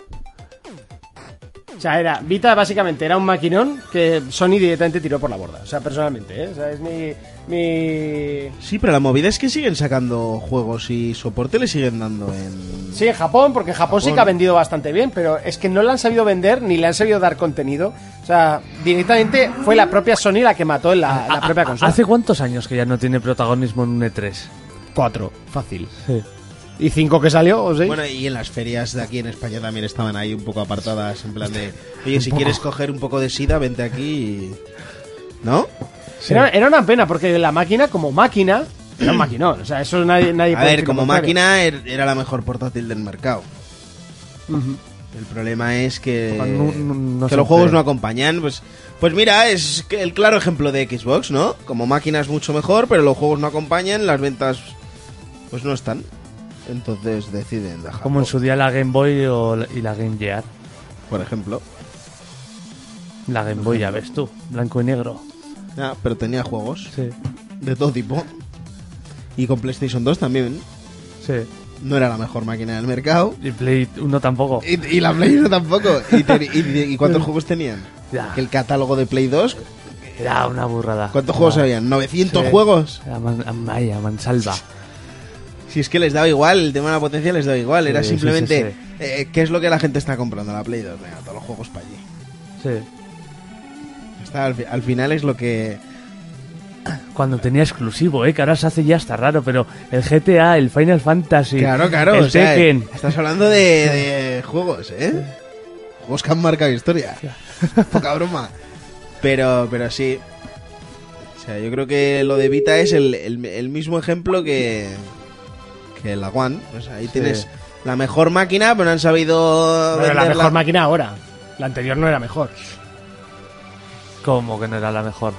[SPEAKER 1] O sea, era, Vita básicamente era un maquinón que Sony directamente tiró por la borda. O sea, personalmente, ¿eh? O sea, es mi. mi...
[SPEAKER 2] Sí, pero la movida es que siguen sacando juegos y soporte le siguen dando en...
[SPEAKER 1] Sí, en Japón, porque en Japón, sí que
[SPEAKER 2] Japón.
[SPEAKER 1] ha vendido bastante bien, pero es que no la han sabido vender ni le han sabido dar contenido. O sea, directamente fue la propia Sony la que mató la, la propia consola.
[SPEAKER 3] ¿hace cuántos años que ya no tiene protagonismo en un E3?
[SPEAKER 1] cuatro, fácil.
[SPEAKER 3] Sí.
[SPEAKER 1] ¿Y cinco que salió? ¿O seis?
[SPEAKER 2] Bueno, y en las ferias de aquí en España también estaban ahí un poco apartadas, en plan de... Oye, si quieres coger un poco de sida, vente aquí y... ¿No?
[SPEAKER 1] era, era una pena, porque la máquina, como máquina, era un maquinón. O sea, eso nadie, nadie
[SPEAKER 2] A
[SPEAKER 1] puede
[SPEAKER 2] ver,
[SPEAKER 1] decir lo
[SPEAKER 2] como
[SPEAKER 1] contrario.
[SPEAKER 2] máquina er- era la mejor portátil del mercado. El problema es que,
[SPEAKER 3] No, no, no
[SPEAKER 2] que los
[SPEAKER 3] siempre.
[SPEAKER 2] juegos no acompañan. Pues, pues mira, es que el claro ejemplo de Xbox, ¿no? Como máquina es mucho mejor, pero los juegos no acompañan, las ventas pues no están. Entonces deciden dejarlo,
[SPEAKER 3] Como en su día la Game Boy o la- y la Game Gear.
[SPEAKER 2] por ejemplo.
[SPEAKER 3] La Game Boy, ya ves tú, blanco y negro.
[SPEAKER 2] Ah, pero tenía juegos
[SPEAKER 3] Sí,
[SPEAKER 2] de todo tipo. Y con PlayStation 2 también.
[SPEAKER 3] sí.
[SPEAKER 2] No era la mejor máquina del mercado.
[SPEAKER 3] Y Play 1 tampoco.
[SPEAKER 2] Y, y la Play 1 tampoco. ¿Y, te- y- y cuántos juegos tenían?
[SPEAKER 3] Ya.
[SPEAKER 2] Que el catálogo de Play 2
[SPEAKER 3] Era una burrada.
[SPEAKER 2] Eh, ¿Cuántos juegos habían? ¿900 juegos?
[SPEAKER 3] Era man- a- vaya, mansalva.
[SPEAKER 2] Si es que les daba igual, el tema de la potencia les daba igual, era
[SPEAKER 3] Sí, sí,
[SPEAKER 2] simplemente
[SPEAKER 3] sí,
[SPEAKER 2] eh, qué es lo que la gente está comprando la Play 2, venga, todos los juegos para allí.
[SPEAKER 3] Sí.
[SPEAKER 2] Está, al, fi- al final es lo que...
[SPEAKER 3] Cuando tenía exclusivo, ¿eh? que ahora se hace ya hasta raro, pero el GTA, el Final Fantasy,
[SPEAKER 2] Claro, claro,
[SPEAKER 3] el
[SPEAKER 2] o sea, eh.
[SPEAKER 3] Tekken.
[SPEAKER 2] estás hablando de, de juegos, ¿eh? Juegos que han marcado historia. Poca broma. Pero, pero sí. O sea, yo creo que lo de Vita es el, el- el mismo ejemplo que, que la One. O sea, ahí tienes la mejor máquina, pero no han sabido...
[SPEAKER 1] Pero la
[SPEAKER 2] venderla.
[SPEAKER 1] mejor máquina ahora. La anterior no era mejor.
[SPEAKER 3] ¿Cómo que no era la mejor?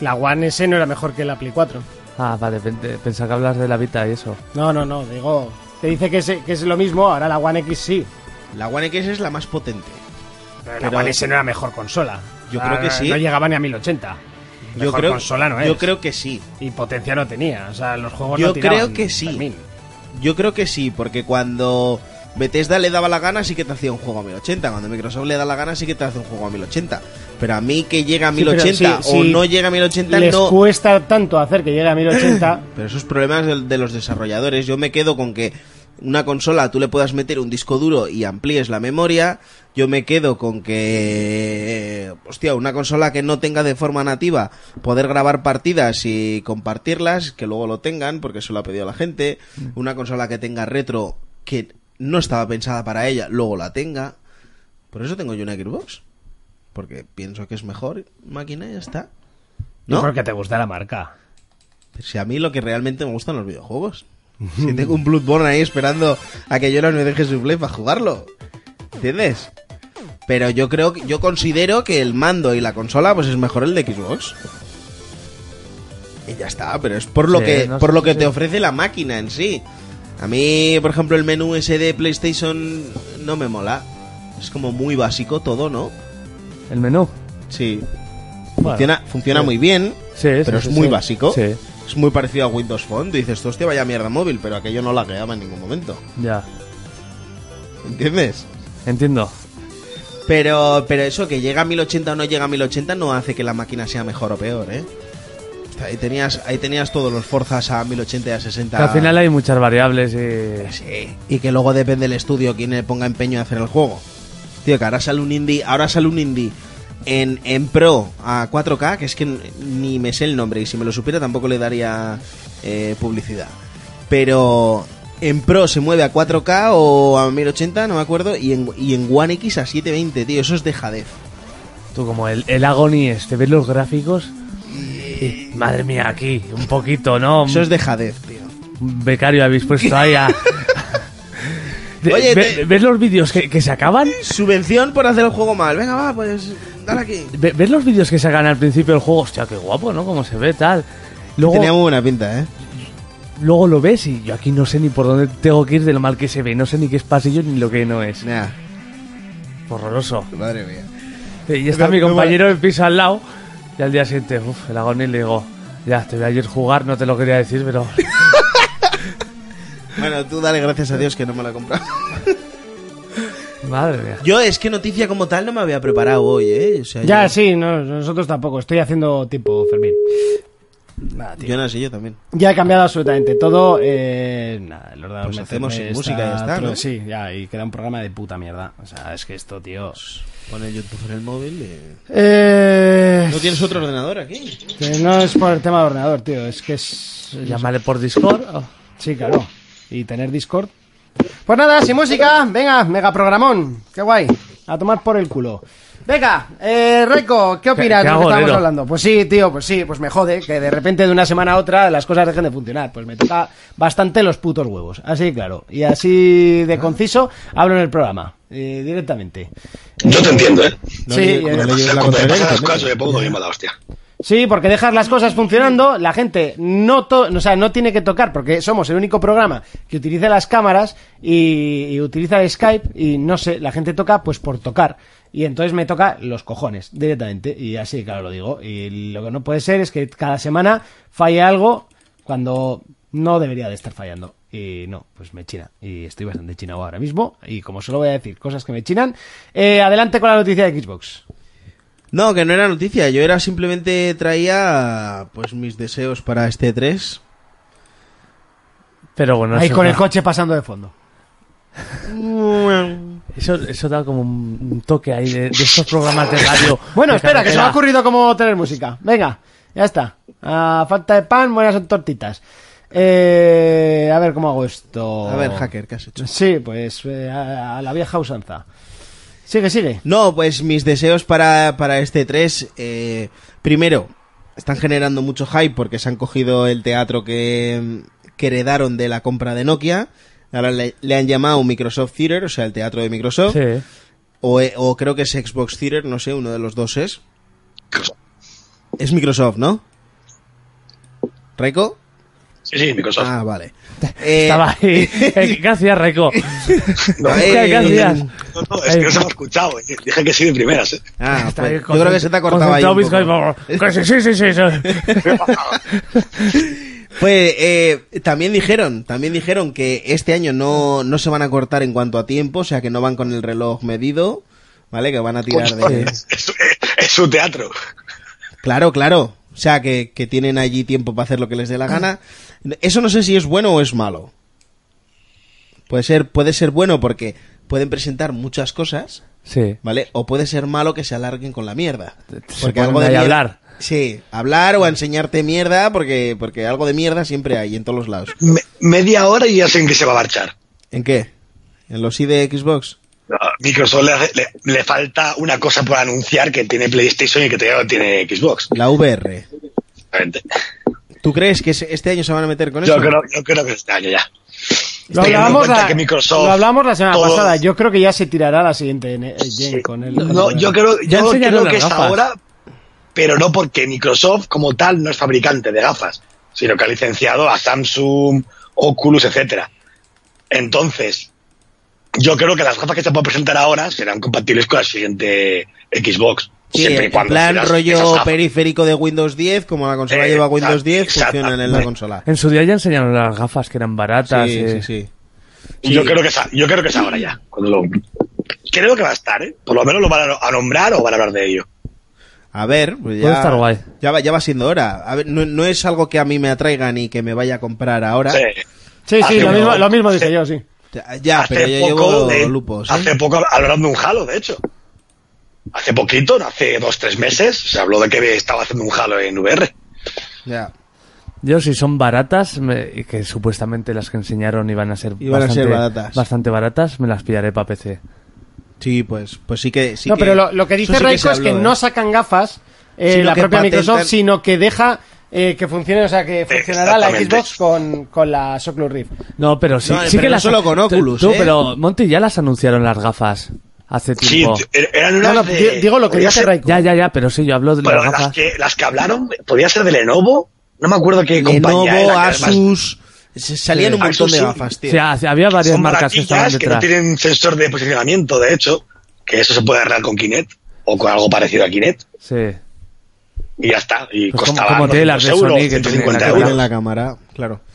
[SPEAKER 1] La One S no era mejor que la Play 4.
[SPEAKER 3] Ah, vale, pen- pensaba que hablas de la Vita y eso.
[SPEAKER 1] No, no, no, digo. Te dice que es, que es lo mismo, ahora la One X sí.
[SPEAKER 2] La One X es la más potente.
[SPEAKER 1] Pero,
[SPEAKER 2] Pero-
[SPEAKER 1] la One S no era mejor consola.
[SPEAKER 2] Yo
[SPEAKER 1] Ah,
[SPEAKER 2] creo que sí.
[SPEAKER 1] No llegaba ni a 1080.
[SPEAKER 2] yo
[SPEAKER 1] Mejor
[SPEAKER 2] creo,
[SPEAKER 1] consola no
[SPEAKER 2] Yo
[SPEAKER 1] es.
[SPEAKER 2] creo que sí.
[SPEAKER 1] Y potencia no tenía. O sea, los juegos
[SPEAKER 2] Yo
[SPEAKER 1] no tiraban,
[SPEAKER 2] creo que sí.
[SPEAKER 1] Fermín.
[SPEAKER 2] Yo creo que sí, porque cuando Bethesda le daba la gana sí que te hacía un juego a 1080. Cuando Microsoft le da la gana sí que te hace un juego a 1080. Pero a mí que llega a
[SPEAKER 1] Sí, pero
[SPEAKER 2] 1080
[SPEAKER 1] sí,
[SPEAKER 2] o
[SPEAKER 1] sí.
[SPEAKER 2] no llega a 1080
[SPEAKER 1] Les
[SPEAKER 2] no...
[SPEAKER 1] cuesta tanto hacer que llegue a 1080.
[SPEAKER 2] Pero esos problemas de, de los desarrolladores, yo me quedo con que una consola tú le puedas meter un disco duro y amplíes la memoria. Yo me quedo con que, hostia, una consola que no tenga de forma nativa poder grabar partidas y compartirlas, que luego lo tengan, porque eso lo ha pedido la gente. Una consola que tenga retro, que no estaba pensada para ella, luego la tenga. Por eso tengo yo una Xbox. Porque pienso que es mejor máquina y ya está.
[SPEAKER 1] No,
[SPEAKER 2] ¿No?
[SPEAKER 1] porque te gusta la marca.
[SPEAKER 2] Pero si a mí lo que realmente me gustan los videojuegos. Si tengo un Bloodborne ahí esperando a que Jonas me deje su play para jugarlo. ¿Entiendes? Pero yo creo que, yo considero que el mando y la consola pues es mejor el de Xbox. Y ya está, pero es por lo
[SPEAKER 3] Sí,
[SPEAKER 2] que
[SPEAKER 3] no
[SPEAKER 2] por
[SPEAKER 3] sé,
[SPEAKER 2] lo que
[SPEAKER 3] sí.
[SPEAKER 2] te ofrece la máquina en sí. A mí, por ejemplo, el menú ese de PlayStation no me mola. Es como muy básico todo, ¿no?
[SPEAKER 3] El menú.
[SPEAKER 2] Sí.
[SPEAKER 1] Bueno,
[SPEAKER 2] Funciona, funciona muy bien,
[SPEAKER 3] Sí, sí,
[SPEAKER 2] pero
[SPEAKER 3] sí,
[SPEAKER 2] es muy
[SPEAKER 3] sí.
[SPEAKER 2] básico.
[SPEAKER 3] Sí,
[SPEAKER 2] Es muy parecido a Windows Phone. Tú dices, hostia, vaya mierda móvil, pero aquello no la quedaba en ningún momento.
[SPEAKER 3] ya.
[SPEAKER 2] ¿Entiendes?
[SPEAKER 3] Entiendo.
[SPEAKER 2] Pero, pero eso, que llega a 1080 o no llega a 1080 no hace que la máquina sea mejor o peor, ¿eh? Hostia, Ahí tenías, ahí tenías todos los forzas a 1080 y a 60.
[SPEAKER 3] Que al final hay muchas variables y.
[SPEAKER 2] Sí. Y que luego depende del estudio quién le ponga empeño a hacer el juego. Tío, que ahora sale un indie, ahora sale un indie en, en pro a 4K, que es que n- ni me sé el nombre, y si me lo supiera tampoco le daría eh, publicidad. Pero en pro se mueve a 4K o a 1080, no me acuerdo, y en, y en One X a 720, tío, eso es de jadez.
[SPEAKER 3] Tú, como el, el Agony este, ¿ves los gráficos? Y, madre mía, aquí, un poquito, ¿no?
[SPEAKER 2] Eso es de jadez, tío.
[SPEAKER 3] Un becario habéis puesto ahí a. De-
[SPEAKER 2] Oye,
[SPEAKER 3] ve-
[SPEAKER 2] te-
[SPEAKER 3] ¿ves los vídeos que, que se acaban?
[SPEAKER 2] Subvención por hacer el juego mal. Venga, va, pues dale aquí.
[SPEAKER 3] Ve- ¿Ves los vídeos que sacan al principio del juego? Hostia, qué guapo, ¿no? Cómo se ve, tal. Luego,
[SPEAKER 2] Tenía muy buena pinta, ¿eh?
[SPEAKER 3] luego lo ves y yo aquí no sé ni por dónde tengo que ir de lo mal que se ve. No sé ni qué es pasillo ni lo que no es.
[SPEAKER 2] Nah,
[SPEAKER 3] Horroroso.
[SPEAKER 2] madre mía.
[SPEAKER 3] Eh, Y está
[SPEAKER 2] Pero
[SPEAKER 3] mi
[SPEAKER 2] no
[SPEAKER 3] compañero en piso al lado. Y al día siguiente, uff, el agoní le digo, ya, te voy a ir a jugar, no te lo quería decir, pero...
[SPEAKER 2] Bueno, tú dale gracias a Dios que no me la he comprado.
[SPEAKER 3] Madre mía.
[SPEAKER 2] Yo es que noticia como tal no me había preparado hoy, ¿eh? O sea,
[SPEAKER 1] Ya,
[SPEAKER 2] yo-
[SPEAKER 1] sí, no, nosotros tampoco. Estoy haciendo tiempo, Fermín. Nada, tío.
[SPEAKER 2] Yo no sé, yo también.
[SPEAKER 1] Ya he cambiado absolutamente todo. Eh, nada, el ordenador
[SPEAKER 2] Pues
[SPEAKER 1] me
[SPEAKER 2] hacemos
[SPEAKER 1] me
[SPEAKER 2] sin música y ya está,
[SPEAKER 1] tru-
[SPEAKER 2] ¿no?
[SPEAKER 1] Sí, ya, y queda un programa de puta mierda. O sea, es que esto, tío.
[SPEAKER 2] Pone YouTube en el móvil y...
[SPEAKER 1] Eh,
[SPEAKER 2] ¿No tienes otro ordenador aquí?
[SPEAKER 1] que no es por el tema de ordenador, tío. Es que es.
[SPEAKER 3] Llámale por Discord. oh.
[SPEAKER 1] Sí, claro. Y tener Discord.
[SPEAKER 5] Pues nada, sin música, venga, megaprogramón. Qué guay.
[SPEAKER 1] A tomar por el culo.
[SPEAKER 5] Venga, eh, Reco, ¿qué opinas
[SPEAKER 3] qué
[SPEAKER 5] de lo que estábamos
[SPEAKER 3] agorero.
[SPEAKER 5] hablando?
[SPEAKER 1] Pues sí, tío, pues sí, pues me jode que de repente de una semana a otra las cosas dejen de funcionar. Pues me toca bastante los putos huevos. Así que claro. Y así de conciso hablo en el programa. eh, directamente.
[SPEAKER 4] Yo te entiendo, ¿eh?
[SPEAKER 1] sí,
[SPEAKER 2] le-
[SPEAKER 1] eh,
[SPEAKER 2] no le lleves la
[SPEAKER 4] Cuando me
[SPEAKER 2] contraria,
[SPEAKER 4] pasan las
[SPEAKER 2] que
[SPEAKER 4] cosas, yo me pongo bien mala hostia.
[SPEAKER 1] Sí, porque dejas las cosas funcionando, la gente no, to- o sea, no tiene que tocar, porque somos el único programa que utiliza las cámaras y, y utiliza el Skype y no sé, la gente toca pues por tocar. Y entonces me toca los cojones directamente. Y así, claro, lo digo. Y lo que no puede ser es que cada semana falle algo cuando no debería de estar fallando. Y no, pues me china. Y estoy bastante chinado ahora mismo. Y como solo voy a decir cosas que me chinan, eh, adelante con la noticia de Xbox.
[SPEAKER 2] No, que no era noticia. Yo era simplemente traía pues mis deseos para este 3.
[SPEAKER 3] Pero bueno,
[SPEAKER 1] Ahí
[SPEAKER 3] eso
[SPEAKER 1] con
[SPEAKER 3] da-
[SPEAKER 1] el coche pasando de fondo.
[SPEAKER 3] Eso, eso da como un un toque ahí de, de estos programas de radio.
[SPEAKER 1] Bueno,
[SPEAKER 3] de
[SPEAKER 1] espera, que se me ha
[SPEAKER 3] carretera.
[SPEAKER 1] ocurrido cómo tener música. Venga, ya está. A falta de pan, buenas son tortitas. Eh, a ver cómo hago esto.
[SPEAKER 2] A ver, hacker, ¿qué has hecho?
[SPEAKER 1] Sí, pues eh, a, a la vieja usanza. Sigue, sigue.
[SPEAKER 2] No, pues mis deseos para, para este 3, eh, primero, están generando mucho hype porque se han cogido el teatro que, que heredaron de la compra de Nokia. Ahora le, le han llamado Microsoft Theater, o sea, el teatro de Microsoft.
[SPEAKER 3] Sí.
[SPEAKER 2] O, eh, o creo que es Xbox Theater, no sé, uno de los dos es. Es Microsoft, ¿no? ¿Reco?
[SPEAKER 4] Sí, sí, Microsoft.
[SPEAKER 2] Ah, vale. Eh,
[SPEAKER 3] Estaba ahí. Eh, Gracias, Reco.
[SPEAKER 4] No,
[SPEAKER 2] eh,
[SPEAKER 3] Hostia, gracias.
[SPEAKER 4] no, no, es que no se me ha escuchado. eh. Dije que sí de primeras, ¿eh?
[SPEAKER 2] ah,
[SPEAKER 3] Está
[SPEAKER 2] pues,
[SPEAKER 3] ahí
[SPEAKER 2] yo creo que se te ha cortado ahí
[SPEAKER 3] concentrado
[SPEAKER 2] un poco.
[SPEAKER 3] bizco- Que Sí, sí, sí, sí, sí.
[SPEAKER 2] Pues eh, también dijeron, también dijeron que este año no, no se van a cortar en cuanto a tiempo, o sea que no van con el reloj medido, ¿vale? Que van a tirar de...
[SPEAKER 4] Es, su- eh, es su teatro.
[SPEAKER 2] Claro, claro. O sea que, que tienen allí tiempo para hacer lo que les dé la gana. Eso no sé si es bueno o es malo. Puede ser, puede ser bueno porque pueden presentar muchas cosas,
[SPEAKER 3] Sí.
[SPEAKER 2] ¿vale? O puede ser malo que se alarguen con la mierda.
[SPEAKER 3] Se ponen ahí a
[SPEAKER 2] mier-
[SPEAKER 3] hablar.
[SPEAKER 2] Sí, hablar o a enseñarte mierda porque, porque algo de mierda siempre hay en todos los lados.
[SPEAKER 4] Me- media hora y ya sé en qué se va a marchar.
[SPEAKER 2] ¿En qué? en los i de Xbox.
[SPEAKER 4] No, Microsoft le, hace- le- le falta una cosa por anunciar que tiene PlayStation y que todavía no tiene Xbox.
[SPEAKER 2] La VR.
[SPEAKER 4] Exactamente.
[SPEAKER 2] ¿Tú crees que se- este año se van a meter con eso?
[SPEAKER 4] Yo creo, yo creo que este año ya.
[SPEAKER 1] Lo
[SPEAKER 4] Teniendo en
[SPEAKER 1] hablábamos,
[SPEAKER 4] cuenta
[SPEAKER 1] la,
[SPEAKER 4] Este que Microsoft
[SPEAKER 1] lo hablábamos la semana
[SPEAKER 4] todo-
[SPEAKER 1] pasada. Yo creo que ya se tirará la siguiente en- eh, Gen con el.
[SPEAKER 4] No, yo creo,
[SPEAKER 3] Ya
[SPEAKER 4] yo
[SPEAKER 3] enseñaron
[SPEAKER 4] creo
[SPEAKER 3] las
[SPEAKER 4] que es
[SPEAKER 3] gafas.
[SPEAKER 4] ahora, pero no porque Microsoft como tal no es fabricante de gafas, sino que ha licenciado a Samsung, Oculus, etcétera. Entonces, yo creo que las gafas que se pueden presentar ahora serán compatibles con la siguiente Xbox.
[SPEAKER 2] Sí,
[SPEAKER 4] siempre y
[SPEAKER 2] en
[SPEAKER 4] cuando
[SPEAKER 2] plan
[SPEAKER 4] sean esas
[SPEAKER 2] rollo
[SPEAKER 4] gafas.
[SPEAKER 2] periférico de Windows 10, como la consola
[SPEAKER 4] Eh,
[SPEAKER 2] lleva Windows
[SPEAKER 4] exact-
[SPEAKER 2] 10, funcionan en la
[SPEAKER 4] exactamente.
[SPEAKER 2] consola.
[SPEAKER 3] En su día ya enseñaron las gafas que eran baratas.
[SPEAKER 2] Sí, sí,
[SPEAKER 3] eh.
[SPEAKER 2] sí.
[SPEAKER 4] Yo creo que es, a- yo creo que es ahora ya. Cuando lo, creo que va a estar, ¿eh? Por lo menos lo van a, a nombrar o van a hablar de ello.
[SPEAKER 2] A ver, pues ya,
[SPEAKER 3] Puede estar guay.
[SPEAKER 2] Ya, va, ya va siendo hora. A ver, no, no es algo que a mí me atraiga ni que me vaya a comprar ahora.
[SPEAKER 4] Sí.
[SPEAKER 1] Sí, sí,
[SPEAKER 4] Hace
[SPEAKER 1] lo
[SPEAKER 4] un-
[SPEAKER 1] mismo, lo mismo dije
[SPEAKER 4] sí.
[SPEAKER 1] yo, sí.
[SPEAKER 2] Ya, Ya, pero yo llevo
[SPEAKER 4] de-
[SPEAKER 2] lupos. ¿eh?
[SPEAKER 4] Hace poco hablaron de un Halo, de hecho. Hace poquito, hace dos, tres meses, se habló de que estaba haciendo un Halo en VR.
[SPEAKER 2] Ya.
[SPEAKER 3] Yo, si son baratas, me- y que supuestamente las que enseñaron iban a ser,
[SPEAKER 2] Iban a
[SPEAKER 3] bastante,
[SPEAKER 2] ser baratas.
[SPEAKER 3] bastante baratas, me las pillaré para PC.
[SPEAKER 2] Sí, pues, pues sí que. sí
[SPEAKER 1] no,
[SPEAKER 2] que-
[SPEAKER 1] pero lo, lo que
[SPEAKER 2] eso
[SPEAKER 1] dice
[SPEAKER 2] sí
[SPEAKER 1] Raiko
[SPEAKER 2] se
[SPEAKER 1] es que
[SPEAKER 2] habló, ¿eh?
[SPEAKER 1] no sacan gafas eh,
[SPEAKER 2] Sino
[SPEAKER 1] la
[SPEAKER 2] que
[SPEAKER 1] propia
[SPEAKER 2] patentan-
[SPEAKER 1] Microsoft, sino que deja eh, que funcione, o sea, que funcionará la
[SPEAKER 4] Exactamente.
[SPEAKER 1] Xbox con, con la Oculus Rift.
[SPEAKER 3] No, pero sí,
[SPEAKER 2] No,
[SPEAKER 3] sí
[SPEAKER 2] pero
[SPEAKER 3] que
[SPEAKER 2] no
[SPEAKER 3] las.
[SPEAKER 2] solo con
[SPEAKER 3] tú-
[SPEAKER 2] Oculus,
[SPEAKER 3] tú,
[SPEAKER 2] ¿eh?
[SPEAKER 3] pero Monty ya las anunciaron las gafas hace
[SPEAKER 4] Sí,
[SPEAKER 3] tiempo.
[SPEAKER 4] tío, er- eran
[SPEAKER 1] No,
[SPEAKER 4] unas
[SPEAKER 1] no,
[SPEAKER 4] de-
[SPEAKER 1] di- digo lo que
[SPEAKER 4] podía
[SPEAKER 1] dice
[SPEAKER 4] ser-
[SPEAKER 1] Raiko.
[SPEAKER 3] ya, ya, ya, pero sí, yo hablo de
[SPEAKER 4] Pero
[SPEAKER 3] las
[SPEAKER 4] las
[SPEAKER 3] gafas.
[SPEAKER 4] que, las que hablaron, podía ser de Lenovo, no me acuerdo qué compañía.
[SPEAKER 2] Lenovo,
[SPEAKER 4] era, que además
[SPEAKER 2] Asus. se- Salían
[SPEAKER 4] Sí.
[SPEAKER 2] un montón
[SPEAKER 4] Asus,
[SPEAKER 2] de
[SPEAKER 4] sí.
[SPEAKER 2] gafas,
[SPEAKER 3] O
[SPEAKER 2] tío.
[SPEAKER 3] sea, había varias
[SPEAKER 4] son
[SPEAKER 3] marcas que estaban
[SPEAKER 4] baratillas que no
[SPEAKER 3] detrás.
[SPEAKER 4] tienen sensor de posicionamiento, de hecho, que eso se puede arreglar con Kinect o con algo parecido a Kinect.
[SPEAKER 3] Sí.
[SPEAKER 4] Y ya está. Y
[SPEAKER 3] Pues como-
[SPEAKER 4] costaba
[SPEAKER 3] como
[SPEAKER 4] 900
[SPEAKER 3] telas de
[SPEAKER 4] euros,
[SPEAKER 3] Sony que tienen
[SPEAKER 4] 150
[SPEAKER 3] la
[SPEAKER 2] Tienen
[SPEAKER 3] cámara.
[SPEAKER 4] euros.
[SPEAKER 2] en la cámara, claro.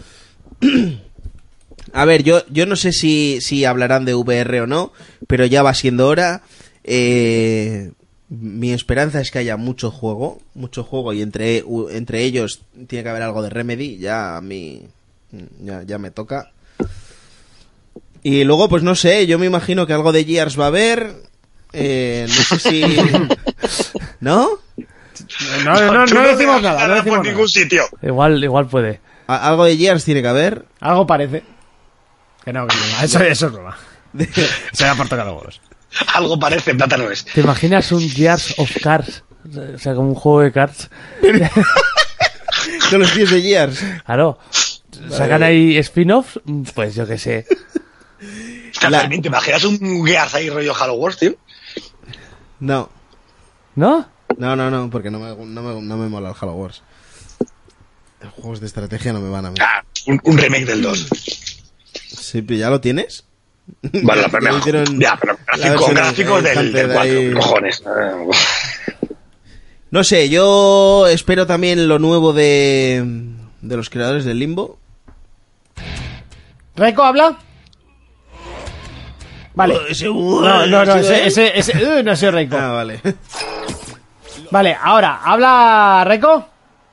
[SPEAKER 2] A ver, yo, yo no sé si, si hablarán de VR o no, pero ya va siendo hora. Eh, mi esperanza es que haya mucho juego, mucho juego, y entre, u- entre ellos tiene que haber algo de Remedy, ya a mí ya, ya me toca. Y luego, pues no sé, yo me imagino que algo de Gears va a haber. eh, no sé si... ¿No?
[SPEAKER 1] No, no, no,
[SPEAKER 4] Tú
[SPEAKER 1] no
[SPEAKER 4] te
[SPEAKER 1] decimos
[SPEAKER 4] dejas
[SPEAKER 1] nada, no
[SPEAKER 4] nada
[SPEAKER 1] decimos
[SPEAKER 4] por
[SPEAKER 1] nada.
[SPEAKER 4] ningún sitio.
[SPEAKER 3] Igual, igual puede.
[SPEAKER 2] A- algo de Gears tiene que haber.
[SPEAKER 1] Algo parece. Que no, que no, eso, eso es broma. Se da por tocar los huevos.
[SPEAKER 4] Algo parece, plata no es.
[SPEAKER 3] ¿Te imaginas un Gears of Cars? O sea, como un juego de cards.
[SPEAKER 2] Con los pies de Gears.
[SPEAKER 3] Claro. Sacan ahí spin-offs, Mm, pues yo qué sé.
[SPEAKER 4] Está
[SPEAKER 2] La-
[SPEAKER 4] bien, ¿Te imaginas un Gears ahí rollo Halo Wars, tío?
[SPEAKER 2] No.
[SPEAKER 3] ¿No?
[SPEAKER 2] No, no, no, porque no me, no me, no me mola el Halo Wars. Los juegos de estrategia no me van a mí.
[SPEAKER 4] Ah, un, un remake del 2.
[SPEAKER 2] Sí, pero ¿Ya lo tienes?
[SPEAKER 4] Vale,
[SPEAKER 2] Ya
[SPEAKER 4] pero mejor.
[SPEAKER 2] hicieron
[SPEAKER 4] Ya, pero
[SPEAKER 2] la
[SPEAKER 4] gráfico-
[SPEAKER 2] versión
[SPEAKER 4] gráficos del,
[SPEAKER 2] enhanced
[SPEAKER 4] del 4.
[SPEAKER 2] ahí.
[SPEAKER 4] Cojones.
[SPEAKER 2] No sé, yo espero también lo nuevo de, de los creadores del Limbo.
[SPEAKER 1] ¿Raiko habla? Vale.
[SPEAKER 2] Oh,
[SPEAKER 1] No, no, no, ese, ese, ese, uh, no ha sido Raiko.
[SPEAKER 2] eh? Ah, vale.
[SPEAKER 1] Vale, ahora, ¿habla Raiko?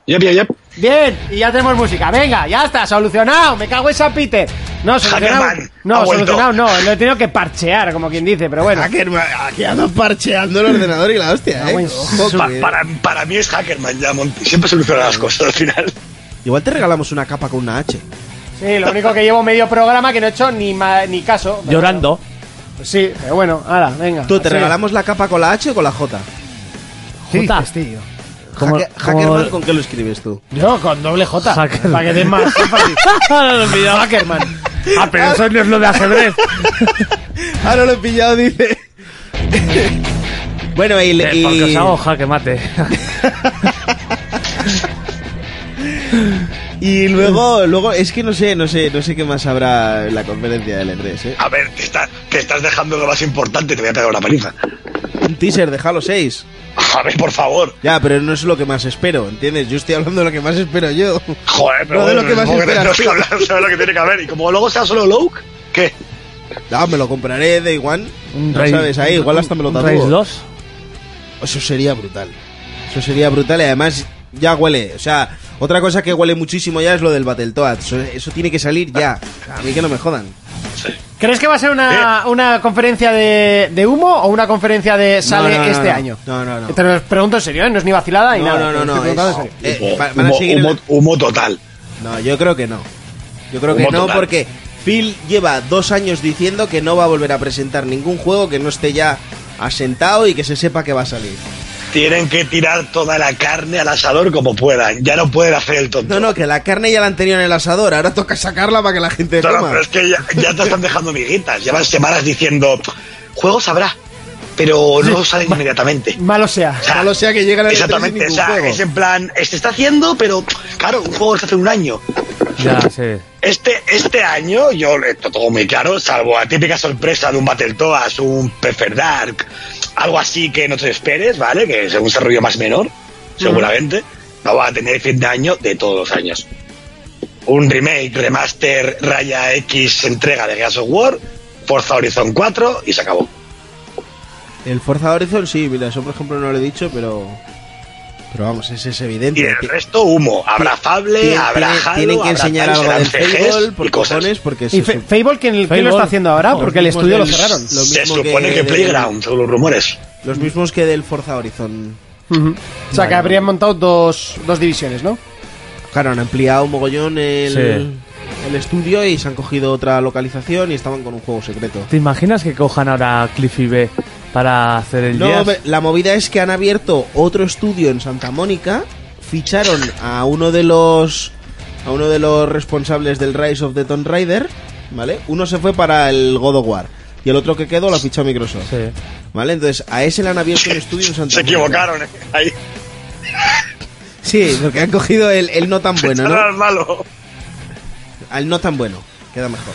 [SPEAKER 4] Yep, yep, yep.
[SPEAKER 1] Bien, y ya tenemos música. Venga, ya está, solucionado. Me cago en San Peter. No, solucionado.
[SPEAKER 4] Hackerman, ha
[SPEAKER 1] No,
[SPEAKER 4] vuelto.
[SPEAKER 1] solucionado, no. Lo he tenido que parchear, como quien dice, pero bueno.
[SPEAKER 2] Hackerman, aquí ando parcheando el ordenador y la hostia,
[SPEAKER 1] Ah,
[SPEAKER 2] eh.
[SPEAKER 1] bueno.
[SPEAKER 2] Ojo,
[SPEAKER 4] Pa-
[SPEAKER 2] cuidado.
[SPEAKER 4] para, para mí es Hackerman ya, Monty. Siempre soluciona las cosas al final.
[SPEAKER 2] Igual te regalamos una capa con una H.
[SPEAKER 1] Sí, lo único que llevo medio programa que no he hecho ni, ma- ni caso. pero
[SPEAKER 3] Llorando.
[SPEAKER 1] bueno. Sí, pero bueno, ahora, venga.
[SPEAKER 2] ¿Tú te
[SPEAKER 1] Sí.
[SPEAKER 2] regalamos la capa con la H o con la J?
[SPEAKER 1] Sí,
[SPEAKER 3] Jota.
[SPEAKER 1] dices, tío.
[SPEAKER 3] Como-
[SPEAKER 2] Hacker-
[SPEAKER 3] como-
[SPEAKER 2] Hackerman, ¿con qué lo escribes tú?
[SPEAKER 1] Yo con doble J.
[SPEAKER 3] Hackerman.
[SPEAKER 1] Para que des más énfasis.
[SPEAKER 3] Ahora lo he pillado.
[SPEAKER 1] Hackerman.
[SPEAKER 3] Ah, pero eso no es lo de ajedrez.
[SPEAKER 2] Ah, no lo he pillado, dice. bueno, y,
[SPEAKER 3] Eh,
[SPEAKER 2] y-
[SPEAKER 3] Porque os hago jaque mate.
[SPEAKER 2] y luego, luego, es que no sé, no sé, no sé qué más habrá en la conferencia del E3, ¿eh?
[SPEAKER 4] A ver, te, está- te estás dejando lo más importante. Te voy a pegar una paliza.
[SPEAKER 2] Un teaser de Halo 6.
[SPEAKER 4] A ver, por favor.
[SPEAKER 2] Ya, pero no es lo que más espero, ¿entiendes? Yo estoy hablando de lo que más espero yo.
[SPEAKER 4] Joder, pero
[SPEAKER 2] No de
[SPEAKER 4] bueno,
[SPEAKER 2] lo que más
[SPEAKER 4] supongo
[SPEAKER 2] esperas
[SPEAKER 4] tenemos que hablar sobre lo que tiene que haber. Y como luego sea solo Luke, ¿qué?
[SPEAKER 2] Ah, me lo compraré de igual.
[SPEAKER 3] Un
[SPEAKER 2] No
[SPEAKER 3] Ray-
[SPEAKER 2] sabes, ahí igual hasta me lo
[SPEAKER 3] un Race
[SPEAKER 2] tatúo.
[SPEAKER 3] 2.
[SPEAKER 2] Eso sería brutal. Eso sería brutal y además ya huele. O sea, otra cosa que huele muchísimo ya es lo del Battletoads. Eso, eso tiene que salir ya. A mí que no me jodan.
[SPEAKER 1] ¿Crees que va a ser
[SPEAKER 2] Eh.
[SPEAKER 1] una, una conferencia de, de humo o una conferencia de sale
[SPEAKER 2] no, no,
[SPEAKER 1] este
[SPEAKER 2] no.
[SPEAKER 1] año?
[SPEAKER 2] No, no, no.
[SPEAKER 1] Te lo pregunto en serio, ¿eh? No es ni vacilada ni
[SPEAKER 2] No,
[SPEAKER 1] nada.
[SPEAKER 2] no, no,
[SPEAKER 1] Te
[SPEAKER 2] no.
[SPEAKER 1] estoy preguntando en
[SPEAKER 2] es-
[SPEAKER 1] serio.
[SPEAKER 2] eh,
[SPEAKER 4] Humo,
[SPEAKER 2] va- van a seguir-
[SPEAKER 4] humo- humo total.
[SPEAKER 2] No, yo creo que no. Yo creo
[SPEAKER 4] Un
[SPEAKER 2] que
[SPEAKER 4] voto
[SPEAKER 2] no
[SPEAKER 4] tal.
[SPEAKER 2] porque Phil lleva dos años diciendo que no va a volver a presentar ningún juego que no esté ya asentado y que se sepa que va a salir.
[SPEAKER 4] Tienen que tirar toda la carne al asador como puedan. Ya no pueden hacer el tonto.
[SPEAKER 2] No, no, que la carne ya la han tenido en el asador, ahora toca sacarla para que la gente
[SPEAKER 4] No, no,
[SPEAKER 2] coma.
[SPEAKER 4] pero es que ya, ya te están dejando miguitas. Llevan semanas diciendo, juegos habrá, pero no salen inmediatamente.
[SPEAKER 1] Malo sea.
[SPEAKER 4] O sea,
[SPEAKER 2] Malo sea que llegue la E3 sin
[SPEAKER 4] Exactamente, o
[SPEAKER 2] ningún
[SPEAKER 4] sea,
[SPEAKER 2] juego.
[SPEAKER 4] es en plan, se está haciendo, pero claro, un juego se hace un año.
[SPEAKER 3] Ya, sí.
[SPEAKER 4] Este, este año, yo esto todo muy claro, salvo la típica sorpresa de un Battletoads, un Pfeffer Dark, algo así que no te esperes, ¿vale? Que es un desarrollo más menor, seguramente. No va a tener fin de año de todos los años. Un remake, remaster, raya X, entrega de Gears of War, Forza Horizon 4 y se acabó.
[SPEAKER 2] El Forza Horizon sí, mira, eso por ejemplo no lo he dicho, pero... Pero vamos, ese es evidente.
[SPEAKER 4] Y el resto humo. Habrá Fable,
[SPEAKER 2] Tienen-
[SPEAKER 4] habrá
[SPEAKER 2] tienen-
[SPEAKER 4] Halo,
[SPEAKER 2] tienen que
[SPEAKER 4] habrá
[SPEAKER 2] enseñar
[SPEAKER 4] tal,
[SPEAKER 2] algo
[SPEAKER 4] serán
[SPEAKER 2] del
[SPEAKER 4] CGs
[SPEAKER 2] Fable
[SPEAKER 4] y
[SPEAKER 2] por
[SPEAKER 4] cosas.
[SPEAKER 2] cojones porque
[SPEAKER 1] Y
[SPEAKER 2] se
[SPEAKER 1] Fa-
[SPEAKER 2] sup-
[SPEAKER 1] Fable, ¿quién, quién
[SPEAKER 3] Fable.
[SPEAKER 1] lo está haciendo ahora?
[SPEAKER 2] No,
[SPEAKER 1] Porque el
[SPEAKER 2] mismo
[SPEAKER 1] estudio lo
[SPEAKER 2] del-
[SPEAKER 1] cerraron.
[SPEAKER 2] lo
[SPEAKER 4] Se
[SPEAKER 2] mismo
[SPEAKER 4] supone que,
[SPEAKER 2] del-
[SPEAKER 4] Playground, son los rumores.
[SPEAKER 2] Los mismos que del Forza Horizon.
[SPEAKER 1] Ujú. O sea, que habrían montado dos, dos divisiones, ¿no?
[SPEAKER 2] Claro, han ampliado un mogollón el, el estudio y se han cogido otra localización y estaban con un juego secreto.
[SPEAKER 3] ¿Te imaginas que cojan ahora Cliffy B para hacer el
[SPEAKER 2] No,
[SPEAKER 3] Jazz?
[SPEAKER 2] me- la movida es que han abierto otro estudio en Santa Mónica, ficharon a uno de los a uno de los responsables del Rise of the Tomb Raider, ¿vale? Uno se fue para el God of War y el otro que quedó lo ha fichado Microsoft,
[SPEAKER 3] Sí.
[SPEAKER 2] ¿vale? Entonces, a ese le han abierto un estudio en Santa
[SPEAKER 4] Se
[SPEAKER 2] Mónica.
[SPEAKER 4] equivocaron, ¿eh? ahí.
[SPEAKER 2] Sí, porque han cogido el, el no tan bueno, ¿no?
[SPEAKER 4] Era malo.
[SPEAKER 2] al no tan bueno, queda mejor.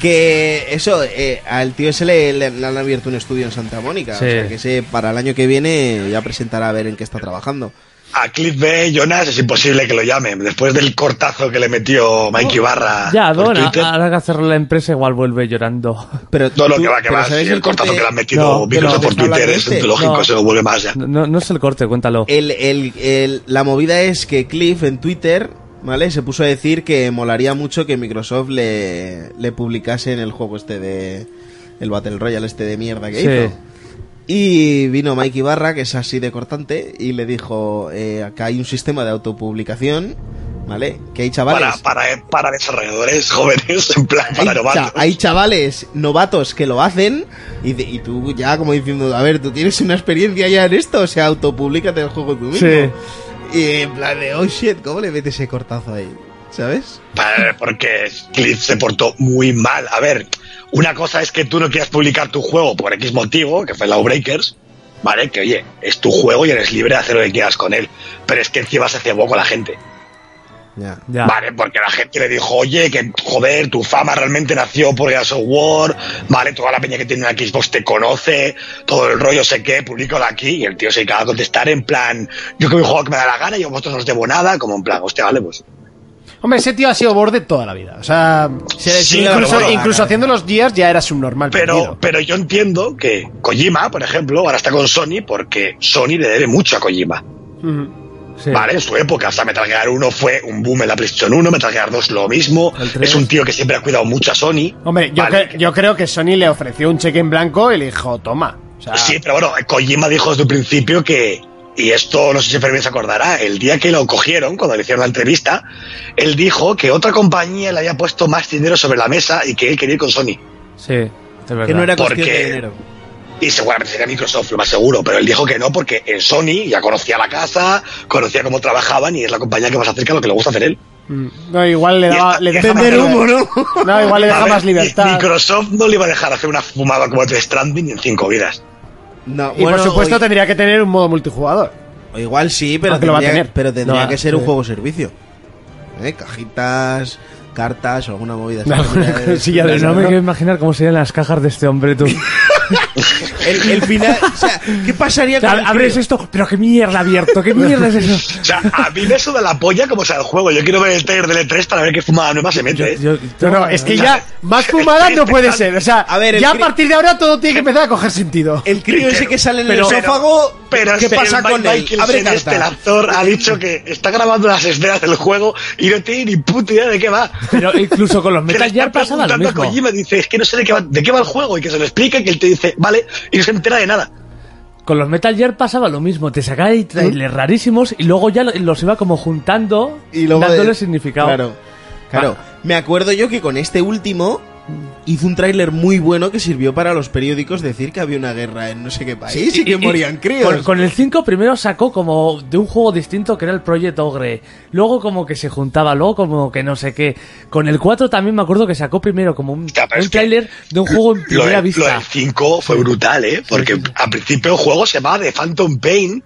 [SPEAKER 2] que eso, eh, al tío ese le, le- le han abierto un estudio en Santa Mónica.
[SPEAKER 3] Sí.
[SPEAKER 2] O sea, que ese para el año que viene ya presentará a ver en qué está trabajando.
[SPEAKER 4] A Cliff B, Jonas, es imposible que lo llamen. Después del cortazo que le metió Mike Barra
[SPEAKER 3] Ya,
[SPEAKER 4] por
[SPEAKER 3] Dona,
[SPEAKER 4] Twitter.
[SPEAKER 3] ahora que ha cerrado la empresa igual vuelve llorando.
[SPEAKER 2] Pero
[SPEAKER 4] No, no,
[SPEAKER 2] tú-
[SPEAKER 4] que va, que
[SPEAKER 2] pero
[SPEAKER 4] va.
[SPEAKER 2] ¿sabes
[SPEAKER 4] sí, el cortazo
[SPEAKER 2] corte?
[SPEAKER 4] que le han metido
[SPEAKER 3] No,
[SPEAKER 4] Microsoft
[SPEAKER 2] que no,
[SPEAKER 4] por
[SPEAKER 2] te está
[SPEAKER 4] Twitter
[SPEAKER 2] hablando
[SPEAKER 4] es
[SPEAKER 2] este.
[SPEAKER 4] lógico,
[SPEAKER 3] No.
[SPEAKER 4] se lo vuelve más ¿eh? ya.
[SPEAKER 3] No, no es el corte, cuéntalo.
[SPEAKER 2] El- el- el- la movida es que Cliff en Twitter, ¿vale? Se puso a decir que molaría mucho que Microsoft le, le publicase en el juego este de... El Battle Royale este de mierda que
[SPEAKER 3] Sí.
[SPEAKER 2] hizo. Y vino Mike Ibarra, que es así de cortante, y le dijo, eh, acá hay un sistema de autopublicación, ¿vale? Que hay
[SPEAKER 4] Para,
[SPEAKER 2] chavales...
[SPEAKER 4] para, para desarrolladores jóvenes, en plan, para
[SPEAKER 2] hay, cha-
[SPEAKER 4] novatos.
[SPEAKER 2] hay chavales novatos que lo hacen y, de- y tú ya como diciendo, a ver, tú tienes una experiencia ya en esto, o sea, autopublicate el juego tú mismo.
[SPEAKER 3] Sí.
[SPEAKER 2] Y en plan de, oh shit, ¿cómo le metes ese cortazo ahí? ¿Sabes?
[SPEAKER 4] Pa- Porque Cliff se portó muy mal. A ver, una cosa es que tú no quieras publicar tu juego por X motivo, que fue Lawbreakers, ¿vale? Que oye, es tu juego y eres libre de hacer lo que quieras con él. Pero es que encima se cebó con la gente.
[SPEAKER 2] Ya.
[SPEAKER 3] Ya.
[SPEAKER 4] Vale, porque la gente le dijo, oye, que joder, tu fama realmente nació por Gears of War, vale, toda la peña que tiene una Xbox te conoce, todo el rollo, sé qué, publico de aquí, y el tío se acaba a contestar en plan, yo que mi juego que me da la gana, yo a vosotros no os debo nada, como en plan, hostia, vale, pues.
[SPEAKER 1] Hombre, ese tío ha sido borde toda la vida. O sea,
[SPEAKER 4] le sigue la
[SPEAKER 1] incluso,
[SPEAKER 4] broma.
[SPEAKER 1] incluso haciendo los días ya era subnormal.
[SPEAKER 4] Pero,
[SPEAKER 1] perdido.
[SPEAKER 4] pero yo entiendo que Kojima, por ejemplo, ahora está con Sony porque Sony le debe mucho a Kojima.
[SPEAKER 1] Ujú.
[SPEAKER 3] Sí.
[SPEAKER 4] Vale, en su época, o sea, Metal Gear 1 fue un boom en la PlayStation 1, Metal Gear 2 lo mismo,
[SPEAKER 3] El tres.
[SPEAKER 4] es un tío que siempre ha cuidado mucho a Sony.
[SPEAKER 1] Hombre, yo,
[SPEAKER 4] Vale,
[SPEAKER 1] cre- yo creo que Sony le ofreció un cheque en blanco y le dijo, toma. O sea,
[SPEAKER 4] Sí, pero bueno, Kojima dijo desde un principio que, y esto no sé si Fermín se acordará, el día que lo cogieron, cuando le hicieron la entrevista, él dijo que otra compañía le había puesto más dinero sobre la mesa y que él quería ir con Sony.
[SPEAKER 3] Sí, de verdad.
[SPEAKER 2] Que no era cuestión
[SPEAKER 4] Porque-
[SPEAKER 2] de dinero.
[SPEAKER 4] Y seguramente sería Microsoft, lo más seguro, pero él dijo que no porque en Sony ya conocía la casa, conocía cómo trabajaban y es la compañía que más acerca a lo que le gusta hacer él.
[SPEAKER 1] mm, no, igual le,
[SPEAKER 4] Y
[SPEAKER 1] daba,
[SPEAKER 4] esta-
[SPEAKER 1] le
[SPEAKER 4] y
[SPEAKER 1] deja
[SPEAKER 4] esta
[SPEAKER 1] más
[SPEAKER 4] manera-
[SPEAKER 1] liber- No, igual le
[SPEAKER 4] A
[SPEAKER 1] deja
[SPEAKER 4] ver,
[SPEAKER 1] más libertad.
[SPEAKER 4] Microsoft no le iba a dejar hacer una fumada como Death Stranding en cinco vidas.
[SPEAKER 2] No,
[SPEAKER 1] Y por supuesto
[SPEAKER 2] o-
[SPEAKER 1] tendría que tener un modo multijugador.
[SPEAKER 2] o igual sí, pero
[SPEAKER 1] Aunque lo va a
[SPEAKER 2] tendría,
[SPEAKER 1] tener.
[SPEAKER 2] pero tendría
[SPEAKER 3] No,
[SPEAKER 2] que ser un
[SPEAKER 3] sí.
[SPEAKER 2] juego servicio. ¿Eh? Cajitas, cartas o alguna movida. así.
[SPEAKER 1] Alguna
[SPEAKER 2] Eh,
[SPEAKER 1] cosilla de-
[SPEAKER 3] No
[SPEAKER 1] No,
[SPEAKER 3] me
[SPEAKER 1] no.
[SPEAKER 3] quiero imaginar cómo serían las cajas de este hombre, tú. O
[SPEAKER 2] el, el final... O sea, ¿qué pasaría
[SPEAKER 3] sea,
[SPEAKER 2] con el
[SPEAKER 3] abres
[SPEAKER 2] tío?
[SPEAKER 3] esto, pero qué mierda abierto, qué mierda es eso.
[SPEAKER 4] O sea, a mí me suda la polla como sea el juego. Yo quiero ver el trailer del E3 para ver qué fumada nueva se mete. ¿eh?
[SPEAKER 3] Yo-
[SPEAKER 1] No, no, es que
[SPEAKER 4] no.
[SPEAKER 1] ya más fumada no puede ser. O sea,
[SPEAKER 2] A ver, el
[SPEAKER 1] ya a
[SPEAKER 2] cri-
[SPEAKER 1] partir de ahora todo tiene que empezar a coger sentido.
[SPEAKER 2] El crío ese
[SPEAKER 4] Pero-
[SPEAKER 2] que sale en
[SPEAKER 4] pero-
[SPEAKER 2] el esófago,
[SPEAKER 4] Pero
[SPEAKER 2] ¿qué
[SPEAKER 4] este
[SPEAKER 2] pasa
[SPEAKER 4] Mike
[SPEAKER 2] con él?
[SPEAKER 4] Michaelsen,
[SPEAKER 2] Abre
[SPEAKER 4] este, el
[SPEAKER 2] carta.
[SPEAKER 4] actor, ha dicho que está grabando las escenas del juego y no tiene ni puta idea de qué va.
[SPEAKER 3] Pero incluso con los
[SPEAKER 4] Que le
[SPEAKER 3] Metal
[SPEAKER 4] está
[SPEAKER 3] Gear pasaba lo
[SPEAKER 4] preguntando a
[SPEAKER 3] mismo.
[SPEAKER 4] Kojima, dice, es que no sé de qué, va, de qué va el juego y que se lo explica que él te dice, vale, y no se entera de nada.
[SPEAKER 3] Con los Metal Gear pasaba lo mismo. Te sacaba ahí trailers rarísimos y luego ya lo- los iba como juntando,
[SPEAKER 2] y luego
[SPEAKER 3] dándole
[SPEAKER 2] de-
[SPEAKER 3] significado.
[SPEAKER 2] Claro, claro.
[SPEAKER 3] Ah,
[SPEAKER 2] Me acuerdo yo que con este último hizo un tráiler muy bueno que sirvió para los periódicos decir que había una guerra en no sé qué país y, que morían críos.
[SPEAKER 3] Con, con el 5 primero sacó como de un juego distinto que era el Project Ogre. Luego como que se juntaba, luego como que no sé qué. Con el 4 también me acuerdo que sacó primero como un,
[SPEAKER 4] Ya, pero
[SPEAKER 3] un
[SPEAKER 4] es que
[SPEAKER 3] tráiler de un juego en
[SPEAKER 4] Lo,
[SPEAKER 3] primera
[SPEAKER 4] del- lo
[SPEAKER 3] vista.
[SPEAKER 4] del 5 fue brutal, ¿eh? Porque al principio el juego se llamaba The Phantom Pain.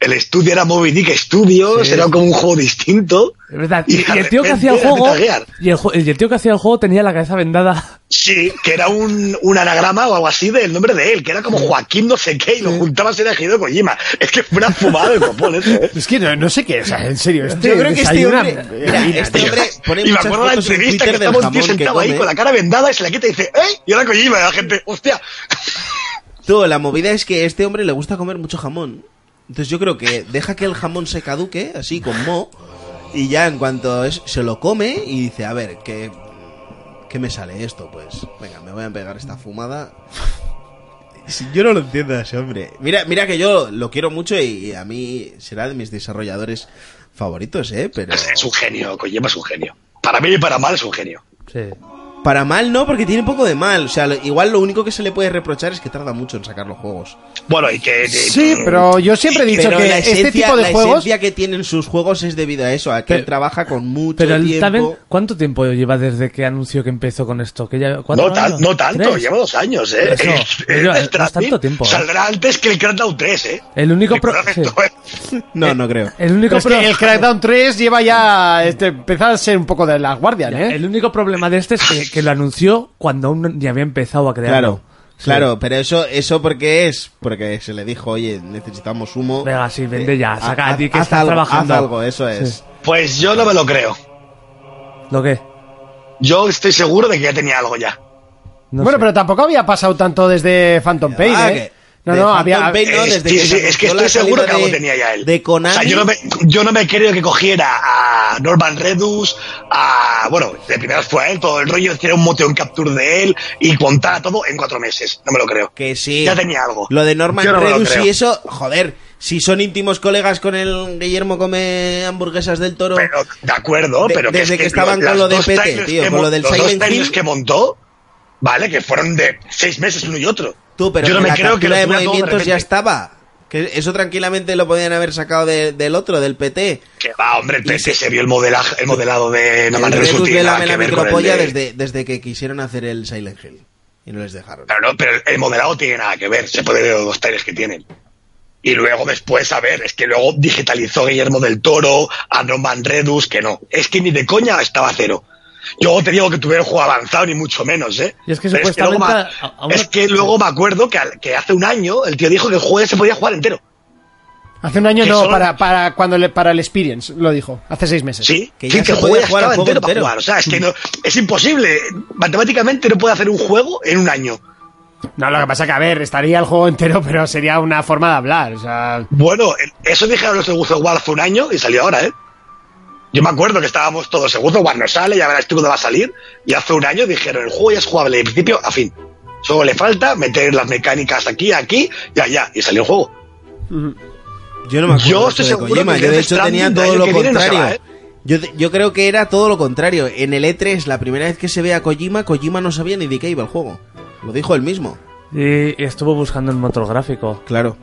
[SPEAKER 4] El estudio era Moby Dick Studios,
[SPEAKER 3] Sí.
[SPEAKER 4] era como un juego distinto.
[SPEAKER 3] Es verdad. Y,
[SPEAKER 4] de
[SPEAKER 3] y el tío que
[SPEAKER 4] repente
[SPEAKER 3] hacía el
[SPEAKER 4] era
[SPEAKER 3] juego
[SPEAKER 4] Metal Gear.
[SPEAKER 3] y el, ju- y el tío que hacía el juego tenía la cabeza vendada.
[SPEAKER 4] Sí, que era un, un anagrama o algo así del nombre de él, que era como Joaquín no sé qué, y lo juntabas en el ejido Kojima. Es que fue una fumada de cojones, ¿eh?
[SPEAKER 1] Es que no, no sé qué, o sea, en serio. Este
[SPEAKER 2] Yo creo que este
[SPEAKER 1] desayuna-
[SPEAKER 2] hombre, mira, este hombre pone
[SPEAKER 4] Y me
[SPEAKER 2] muchas
[SPEAKER 4] acuerdo la
[SPEAKER 2] fotos en
[SPEAKER 4] entrevista que
[SPEAKER 2] Twitter del
[SPEAKER 4] estaba un tío
[SPEAKER 2] jamón que
[SPEAKER 4] sentado ahí
[SPEAKER 2] come.
[SPEAKER 4] con la cara vendada y se la quita y dice, ¡eh! Y era Kojima, y la gente, ¡hostia!
[SPEAKER 2] Todo, la movida es que a este hombre le gusta comer mucho jamón. Entonces yo creo que deja que el jamón se caduque, así, con mo, y ya en cuanto es, se lo come y dice, a ver, ¿qué, ¿qué me sale esto? Pues, venga, me voy a pegar esta fumada. Si yo no lo entiendo a ese hombre. Mira, mira que yo lo quiero mucho y a mí será de mis desarrolladores favoritos, ¿eh? Pero...
[SPEAKER 4] Es, es un genio, Kojima es un genio. Para bien y para mal es un genio.
[SPEAKER 3] Sí.
[SPEAKER 2] Para mal no, porque tiene poco de mal. O sea, lo- igual lo único que se le puede reprochar es que tarda mucho en sacar los juegos.
[SPEAKER 4] Bueno, y que...
[SPEAKER 1] Sí, pero yo siempre he dicho
[SPEAKER 2] Pero
[SPEAKER 1] que
[SPEAKER 2] la esencia,
[SPEAKER 1] este tipo de
[SPEAKER 2] la
[SPEAKER 1] juegos.
[SPEAKER 2] esencia que tienen sus juegos es debido a eso, a que
[SPEAKER 3] Pero-
[SPEAKER 2] él trabaja con mucho
[SPEAKER 3] Pero él
[SPEAKER 2] tiempo.
[SPEAKER 3] también, ¿cuánto tiempo lleva desde que anunció que empezó con esto? ¿Que ya, cuatro
[SPEAKER 4] No, tan-
[SPEAKER 3] años?
[SPEAKER 4] no tanto,
[SPEAKER 3] ¿Tres?
[SPEAKER 4] lleva dos años, ¿eh?
[SPEAKER 3] Eso,
[SPEAKER 4] el,
[SPEAKER 3] no
[SPEAKER 4] el
[SPEAKER 3] es tanto
[SPEAKER 4] Stranding
[SPEAKER 3] tiempo, ¿eh?
[SPEAKER 4] Saldrá antes que el Crackdown 3, ¿eh?
[SPEAKER 3] El único pro-
[SPEAKER 4] Recordad
[SPEAKER 3] sí.
[SPEAKER 4] esto, ¿eh?
[SPEAKER 2] No, no creo.
[SPEAKER 3] El
[SPEAKER 1] Pero
[SPEAKER 3] único,
[SPEAKER 1] es
[SPEAKER 3] pro-
[SPEAKER 1] que el Crackdown 3 lleva ya. Este, empezaba a ser un poco de las guardias, ¿eh?
[SPEAKER 3] el único problema de este es que, que lo anunció cuando aún no- ni había empezado a crearlo.
[SPEAKER 2] Claro. Claro, pero eso, eso porque es, porque se le dijo, oye, necesitamos humo.
[SPEAKER 3] Venga, sí, vende ya,
[SPEAKER 2] Eh,
[SPEAKER 3] saca
[SPEAKER 2] haz-
[SPEAKER 3] a ti que
[SPEAKER 2] haz
[SPEAKER 3] estás
[SPEAKER 2] algo,
[SPEAKER 3] trabajando.
[SPEAKER 2] haz algo, eso es.
[SPEAKER 3] Sí.
[SPEAKER 4] Pues yo no me lo creo.
[SPEAKER 3] ¿Lo qué?
[SPEAKER 4] Yo estoy seguro de que ya tenía algo ya.
[SPEAKER 3] No
[SPEAKER 1] bueno,
[SPEAKER 3] sé.
[SPEAKER 1] pero tampoco había pasado tanto desde Phantom Pain,
[SPEAKER 2] Ah,
[SPEAKER 1] ¿eh?
[SPEAKER 2] que-
[SPEAKER 1] No,
[SPEAKER 2] de
[SPEAKER 1] no,
[SPEAKER 2] Phantom
[SPEAKER 1] había.
[SPEAKER 2] Pain, ¿no?
[SPEAKER 4] Es,
[SPEAKER 2] Desde
[SPEAKER 4] que-
[SPEAKER 2] que se
[SPEAKER 4] es
[SPEAKER 2] anunció
[SPEAKER 4] que estoy
[SPEAKER 2] la
[SPEAKER 4] seguro que
[SPEAKER 2] salida
[SPEAKER 4] algo
[SPEAKER 2] de-
[SPEAKER 4] tenía ya él.
[SPEAKER 2] De Konami.
[SPEAKER 4] O sea, yo no, me, yo no me creo que cogiera a Norman Redus, a. Bueno, de primeras fue a él, todo el rollo, hiciera un motion capture de él y contara todo en cuatro meses. No me lo creo.
[SPEAKER 2] Que sí.
[SPEAKER 4] Ya tenía algo.
[SPEAKER 2] Lo de Norman
[SPEAKER 4] Yo no me lo
[SPEAKER 2] Redus
[SPEAKER 4] creo.
[SPEAKER 2] y eso, joder, si son íntimos colegas con el Guillermo come hamburguesas del toro.
[SPEAKER 4] Pero, de acuerdo,
[SPEAKER 2] De-
[SPEAKER 4] pero
[SPEAKER 2] desde
[SPEAKER 4] es
[SPEAKER 2] que estaban
[SPEAKER 4] las
[SPEAKER 2] con lo de
[SPEAKER 4] dos
[SPEAKER 2] PT,
[SPEAKER 4] trailers
[SPEAKER 2] tío,
[SPEAKER 4] que
[SPEAKER 2] con
[SPEAKER 4] mon-
[SPEAKER 2] lo del
[SPEAKER 4] los
[SPEAKER 2] Silent
[SPEAKER 4] dos trailers
[SPEAKER 2] Hill.
[SPEAKER 4] que montó, ¿vale? Que fueron de seis meses uno y otro.
[SPEAKER 2] Tú, pero
[SPEAKER 4] yo no
[SPEAKER 2] que
[SPEAKER 4] me
[SPEAKER 2] la
[SPEAKER 4] creo que
[SPEAKER 2] captura
[SPEAKER 4] lo
[SPEAKER 2] de
[SPEAKER 4] tuviera todo de
[SPEAKER 2] movimientos ya
[SPEAKER 4] repente.
[SPEAKER 2] estaba. Que eso tranquilamente lo podían haber sacado de- del otro, del PT.
[SPEAKER 4] Que va, hombre, el
[SPEAKER 2] Y se-
[SPEAKER 4] PT se vio el, modelaje, el modelado de
[SPEAKER 2] El
[SPEAKER 4] Norman Redus. no
[SPEAKER 2] Redus
[SPEAKER 4] tiene
[SPEAKER 2] de la
[SPEAKER 4] nada que
[SPEAKER 2] Mela
[SPEAKER 4] ver con el
[SPEAKER 2] Micropolla
[SPEAKER 4] de-
[SPEAKER 2] desde, desde que quisieron hacer el Silent Hill. Y no les dejaron.
[SPEAKER 4] Pero no, pero el modelado tiene nada que ver. Se puede ver los dos trailers que tienen. Y luego después, a ver, es que luego digitalizó Guillermo del Toro, a Norman Redus, que no. Es que ni de coña estaba a cero. Yo no te digo que tuviera el juego avanzado, ni mucho menos, ¿eh?
[SPEAKER 3] Y es que
[SPEAKER 4] Pero
[SPEAKER 3] supuestamente
[SPEAKER 4] luego
[SPEAKER 3] a-
[SPEAKER 4] me-
[SPEAKER 3] a una-
[SPEAKER 4] es que luego me acuerdo que, al- que hace un año el tío dijo que el juego se podía jugar entero.
[SPEAKER 1] Hace un año
[SPEAKER 4] que
[SPEAKER 1] no,
[SPEAKER 4] solo-
[SPEAKER 1] para, para, cuando le, para el Experience, lo dijo. Hace seis meses.
[SPEAKER 4] Sí,
[SPEAKER 2] Que
[SPEAKER 4] sí,
[SPEAKER 2] ya
[SPEAKER 4] que
[SPEAKER 2] se
[SPEAKER 4] el
[SPEAKER 2] podía
[SPEAKER 4] juego ya
[SPEAKER 2] jugar al
[SPEAKER 4] estaba
[SPEAKER 2] juego
[SPEAKER 4] entero para
[SPEAKER 2] entero.
[SPEAKER 4] jugar. O sea, es que no, es imposible. Matemáticamente no puede hacer un juego en un año.
[SPEAKER 1] No, lo que pasa que, a ver, estaría el juego entero, pero sería una forma de hablar. O sea,
[SPEAKER 4] Bueno, eso dijeron los de Gusto War hace un año y salió ahora, ¿eh? Yo me acuerdo que estábamos todos seguros, War no sale, ya verás tú cuándo va a salir. Y hace un año dijeron, el juego ya es jugable de principio a fin. Solo le falta meter las mecánicas aquí, aquí y allá. Y salió el juego.
[SPEAKER 2] Yo no me acuerdo
[SPEAKER 4] Yo
[SPEAKER 2] de
[SPEAKER 4] estoy
[SPEAKER 2] eso de
[SPEAKER 4] seguro
[SPEAKER 2] Kojima,
[SPEAKER 4] que
[SPEAKER 2] yo de
[SPEAKER 4] Death
[SPEAKER 2] hecho
[SPEAKER 4] Stranding
[SPEAKER 2] tenía
[SPEAKER 4] del
[SPEAKER 2] todo
[SPEAKER 4] año
[SPEAKER 2] lo
[SPEAKER 4] que viene no se
[SPEAKER 2] contrario.
[SPEAKER 4] va, ¿eh?
[SPEAKER 2] yo, te- yo creo que era todo lo contrario. En el E3, la primera vez que se ve a Kojima, Kojima no sabía ni de qué iba el juego. Lo dijo él mismo.
[SPEAKER 3] Y, y estuvo buscando el motor gráfico.
[SPEAKER 2] Claro.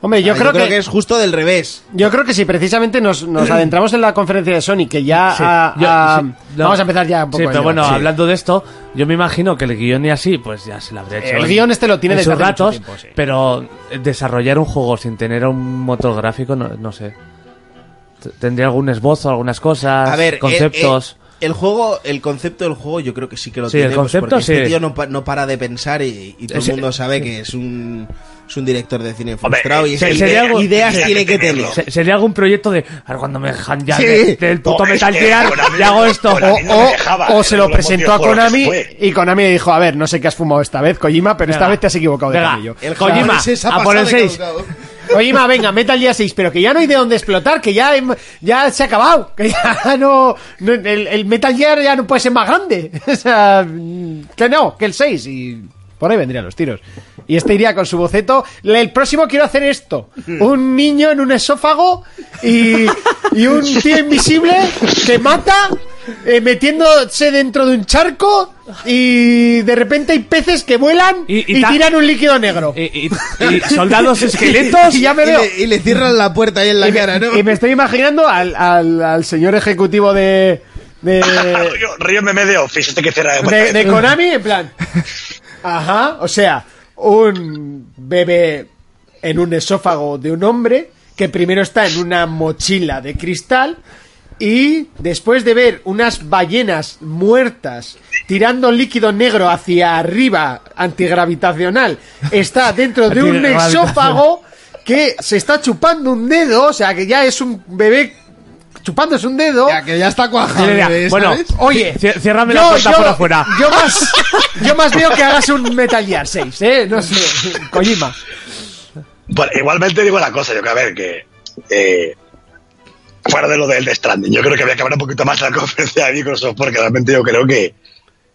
[SPEAKER 1] hombre, yo,
[SPEAKER 2] Ah,
[SPEAKER 1] creo, que,
[SPEAKER 2] es justo del revés.
[SPEAKER 1] Yo creo que si precisamente nos, nos adentramos en la conferencia de Sony, que ya.
[SPEAKER 3] Sí,
[SPEAKER 1] ah,
[SPEAKER 3] yo-
[SPEAKER 1] ah,
[SPEAKER 3] sí, no.
[SPEAKER 1] Vamos a empezar ya un poco.
[SPEAKER 3] Sí,
[SPEAKER 1] el
[SPEAKER 3] pero
[SPEAKER 1] debate,
[SPEAKER 3] bueno,
[SPEAKER 1] sí.
[SPEAKER 3] hablando de esto, yo me imagino que el guión y así, pues ya se lo habría hecho.
[SPEAKER 1] El
[SPEAKER 3] en-
[SPEAKER 1] guión este lo tiene
[SPEAKER 3] en
[SPEAKER 1] desde
[SPEAKER 3] sus
[SPEAKER 1] hace mucho
[SPEAKER 3] ratos,
[SPEAKER 1] tiempo, sí.
[SPEAKER 3] pero desarrollar un juego sin tener un motor gráfico, no, no sé. T- Tendría algún esbozo, algunas cosas,
[SPEAKER 2] A ver, eh,
[SPEAKER 3] conceptos.
[SPEAKER 2] eh, El, juego, el concepto del juego, yo creo que sí que lo
[SPEAKER 3] Sí, el
[SPEAKER 2] tenemos,
[SPEAKER 3] concepto
[SPEAKER 2] porque este
[SPEAKER 3] sí.
[SPEAKER 2] tío no, pa- no para de pensar y, y todo
[SPEAKER 3] Ese-
[SPEAKER 2] el mundo sabe que es un, es un director de cine
[SPEAKER 4] Hombre,
[SPEAKER 2] frustrado y
[SPEAKER 4] se-
[SPEAKER 2] ide-
[SPEAKER 3] sería algo-
[SPEAKER 2] ideas
[SPEAKER 4] sería
[SPEAKER 2] tiene
[SPEAKER 4] que
[SPEAKER 2] que tener.
[SPEAKER 4] tenerlo.
[SPEAKER 3] Se- Sería algún proyecto de. A ver, cuando me dejan ya
[SPEAKER 2] Sí.
[SPEAKER 3] de- del puto
[SPEAKER 4] No, es
[SPEAKER 3] Metal
[SPEAKER 4] que
[SPEAKER 3] Gear,
[SPEAKER 4] Konami
[SPEAKER 3] ya hago
[SPEAKER 4] no-
[SPEAKER 3] esto.
[SPEAKER 4] Konami
[SPEAKER 3] O-
[SPEAKER 4] no
[SPEAKER 1] o,
[SPEAKER 4] me dejaba,
[SPEAKER 1] o
[SPEAKER 4] eh,
[SPEAKER 1] se
[SPEAKER 4] no
[SPEAKER 1] lo
[SPEAKER 4] lo
[SPEAKER 1] presentó a
[SPEAKER 4] motivó, lo que se
[SPEAKER 1] Konami
[SPEAKER 4] fue.
[SPEAKER 1] y Konami le dijo, a ver, no sé qué has fumado esta vez, Kojima, pero esta
[SPEAKER 3] Venga.
[SPEAKER 1] vez te has equivocado de
[SPEAKER 3] Venga,
[SPEAKER 1] camello.
[SPEAKER 3] el Kojima, a por el 6.
[SPEAKER 1] Kojima, venga, Metal Gear 6, pero que ya no hay de dónde explotar, que ya, hem- ya se ha acabado, que ya no... no- el, el Metal Gear ya no puede ser más grande. O sea, mm, que no, que el 6 y... Por ahí vendrían los tiros. Y este iría con su boceto. Le- El próximo quiero hacer esto.
[SPEAKER 3] Hmm.
[SPEAKER 1] Un niño en un esófago y, y un tío invisible que mata eh, metiéndose dentro de un charco y de repente hay peces que vuelan
[SPEAKER 3] Y-
[SPEAKER 1] y,
[SPEAKER 3] y ta-
[SPEAKER 1] tiran un líquido negro.
[SPEAKER 3] Y, y- Eh, y soldados esqueletos.
[SPEAKER 1] Y ya me
[SPEAKER 2] y,
[SPEAKER 1] veo.
[SPEAKER 2] le, y le cierran la puerta ahí en la
[SPEAKER 1] Y me-
[SPEAKER 2] cara, ¿no?
[SPEAKER 1] y me estoy imaginando al, al- al señor ejecutivo de. de.
[SPEAKER 4] Río- Ah, Río meme de Office, este que cierra Eh, de puerta.
[SPEAKER 1] de- de Konami, en plan. Ajá, o sea, un bebé en un esófago de un hombre que primero está en una mochila de cristal y después de ver unas ballenas muertas tirando líquido negro hacia arriba antigravitacional, está dentro de un
[SPEAKER 3] Antigravitacional.
[SPEAKER 1] esófago que se está chupando un dedo, o sea que ya es un bebé chupándose un dedo.
[SPEAKER 2] Ya, que ya está cuajado.
[SPEAKER 3] Yo le diría,
[SPEAKER 2] ¿eh?
[SPEAKER 3] bueno,
[SPEAKER 2] ¿sabes?
[SPEAKER 1] Oye,
[SPEAKER 3] Cier- ciérrame la puerta por afuera.
[SPEAKER 1] Yo más, yo más veo que hagas un Metal Gear 6, ¿eh? No sé, Kojima.
[SPEAKER 4] Bueno, igualmente digo la cosa, yo que a ver, que. eh, fuera de lo del de Stranding, yo creo que había que hablar un poquito más de la conferencia de Microsoft, porque realmente yo creo que.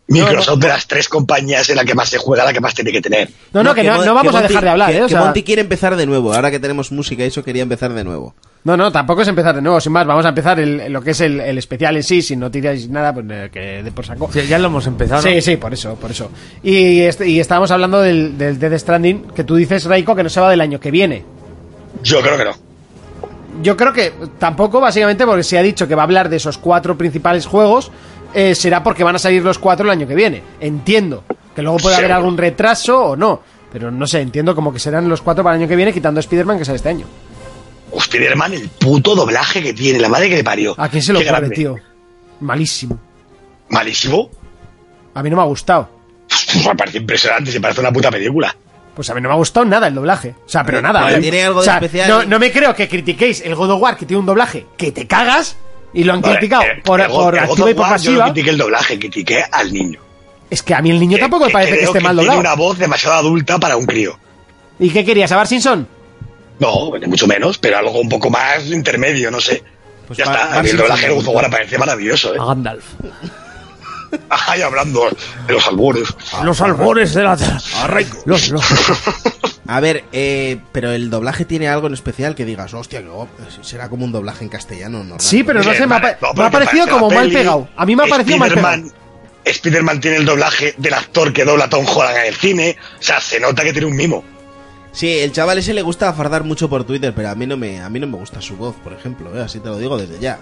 [SPEAKER 4] Microsoft de las tres compañías es la que más se juega, la que más tiene que tener.
[SPEAKER 1] No, no, que, no,
[SPEAKER 2] Mon-
[SPEAKER 1] no vamos a
[SPEAKER 2] Monty-
[SPEAKER 1] dejar de hablar,
[SPEAKER 2] que-
[SPEAKER 1] ¿eh? O
[SPEAKER 2] que
[SPEAKER 1] sea,
[SPEAKER 2] Monty quiere empezar de nuevo. Ahora que tenemos música y eso, quería empezar de nuevo.
[SPEAKER 1] no, no, tampoco es empezar de nuevo, sin más. Vamos a empezar el- lo que es el, el especial en sí, si no tiráis nada, pues eh, que de por saco.
[SPEAKER 3] Sí, ya lo hemos empezado. ¿no?
[SPEAKER 1] Sí, sí, por eso, por eso. Y, est- y estábamos hablando del, del Death Stranding, que tú dices, Raiko, que no se va del año que viene.
[SPEAKER 4] Yo creo que no.
[SPEAKER 1] Yo creo que tampoco, básicamente, porque se ha dicho que va a hablar de esos cuatro principales juegos, eh, será porque van a salir los cuatro el año que viene. Entiendo. Que luego puede haber
[SPEAKER 4] Seguro.
[SPEAKER 1] algún retraso o no. Pero no sé, entiendo como que serán los cuatro para el año que viene, quitando Spider-Man que sale este año.
[SPEAKER 4] Spider-Man, el puto doblaje que tiene, la madre que le parió.
[SPEAKER 1] ¿A quién se lo
[SPEAKER 4] Qué
[SPEAKER 1] jode,
[SPEAKER 4] grande.
[SPEAKER 1] tío? Malísimo.
[SPEAKER 4] Malísimo.
[SPEAKER 1] A mí no me ha gustado.
[SPEAKER 4] Me parece impresionante, se parece una puta película.
[SPEAKER 1] Pues a mí no me ha gustado nada el doblaje. O sea, pero
[SPEAKER 2] Pero-
[SPEAKER 1] nada.
[SPEAKER 2] pero
[SPEAKER 1] eh.
[SPEAKER 2] tiene algo de
[SPEAKER 1] O sea,
[SPEAKER 2] especial.
[SPEAKER 1] No, no me creo que critiquéis el God of War que tiene un doblaje que te cagas y lo han
[SPEAKER 4] Joder,
[SPEAKER 1] criticado
[SPEAKER 4] el-
[SPEAKER 1] por,
[SPEAKER 4] eh, el God-
[SPEAKER 1] por
[SPEAKER 4] el God
[SPEAKER 1] activa y
[SPEAKER 4] of
[SPEAKER 1] por
[SPEAKER 4] War, Yo no
[SPEAKER 1] pasiva.
[SPEAKER 4] critiqué el doblaje, critiqué al niño.
[SPEAKER 1] Es que a mí el niño tampoco me parece que,
[SPEAKER 4] creo
[SPEAKER 1] esté mal
[SPEAKER 4] Tiene
[SPEAKER 1] doblado.
[SPEAKER 4] una voz demasiado adulta para un crío.
[SPEAKER 1] ¿Y qué querías? ¿A Bar Simpson?
[SPEAKER 4] No, ni mucho menos, pero algo un poco más intermedio, no sé.
[SPEAKER 1] Pues
[SPEAKER 4] ya
[SPEAKER 2] va-
[SPEAKER 4] está,
[SPEAKER 2] va
[SPEAKER 4] a mí el
[SPEAKER 2] sin
[SPEAKER 4] doblaje de
[SPEAKER 2] sentido.
[SPEAKER 4] Uzo Guara parece maravilloso, ¿eh?
[SPEAKER 3] A Gandalf.
[SPEAKER 4] Ay, hablando de los albores.
[SPEAKER 1] Ah,
[SPEAKER 3] Los albores de la. Los, los-
[SPEAKER 2] A ver, eh, pero el doblaje tiene algo en especial que digas, hostia, no, será como un doblaje en castellano, normal.
[SPEAKER 1] Sí, pero no
[SPEAKER 4] Mire,
[SPEAKER 1] sé, me ha,
[SPEAKER 4] vale,
[SPEAKER 1] pa-
[SPEAKER 4] no,
[SPEAKER 1] me ha
[SPEAKER 4] porque
[SPEAKER 1] parecido
[SPEAKER 4] parece la
[SPEAKER 1] como mal
[SPEAKER 4] peli,
[SPEAKER 1] pegado. A mí me ha parecido mal
[SPEAKER 4] Spiderman-
[SPEAKER 1] pegado.
[SPEAKER 4] Spiderman tiene el doblaje del actor que dobla a Tom Holland en el cine. O sea, se nota que tiene un mimo.
[SPEAKER 2] Sí, el chaval ese le gusta fardar mucho por Twitter, pero a mí no me, a mí no me gusta su voz, por ejemplo, ¿eh? así te lo digo desde ya.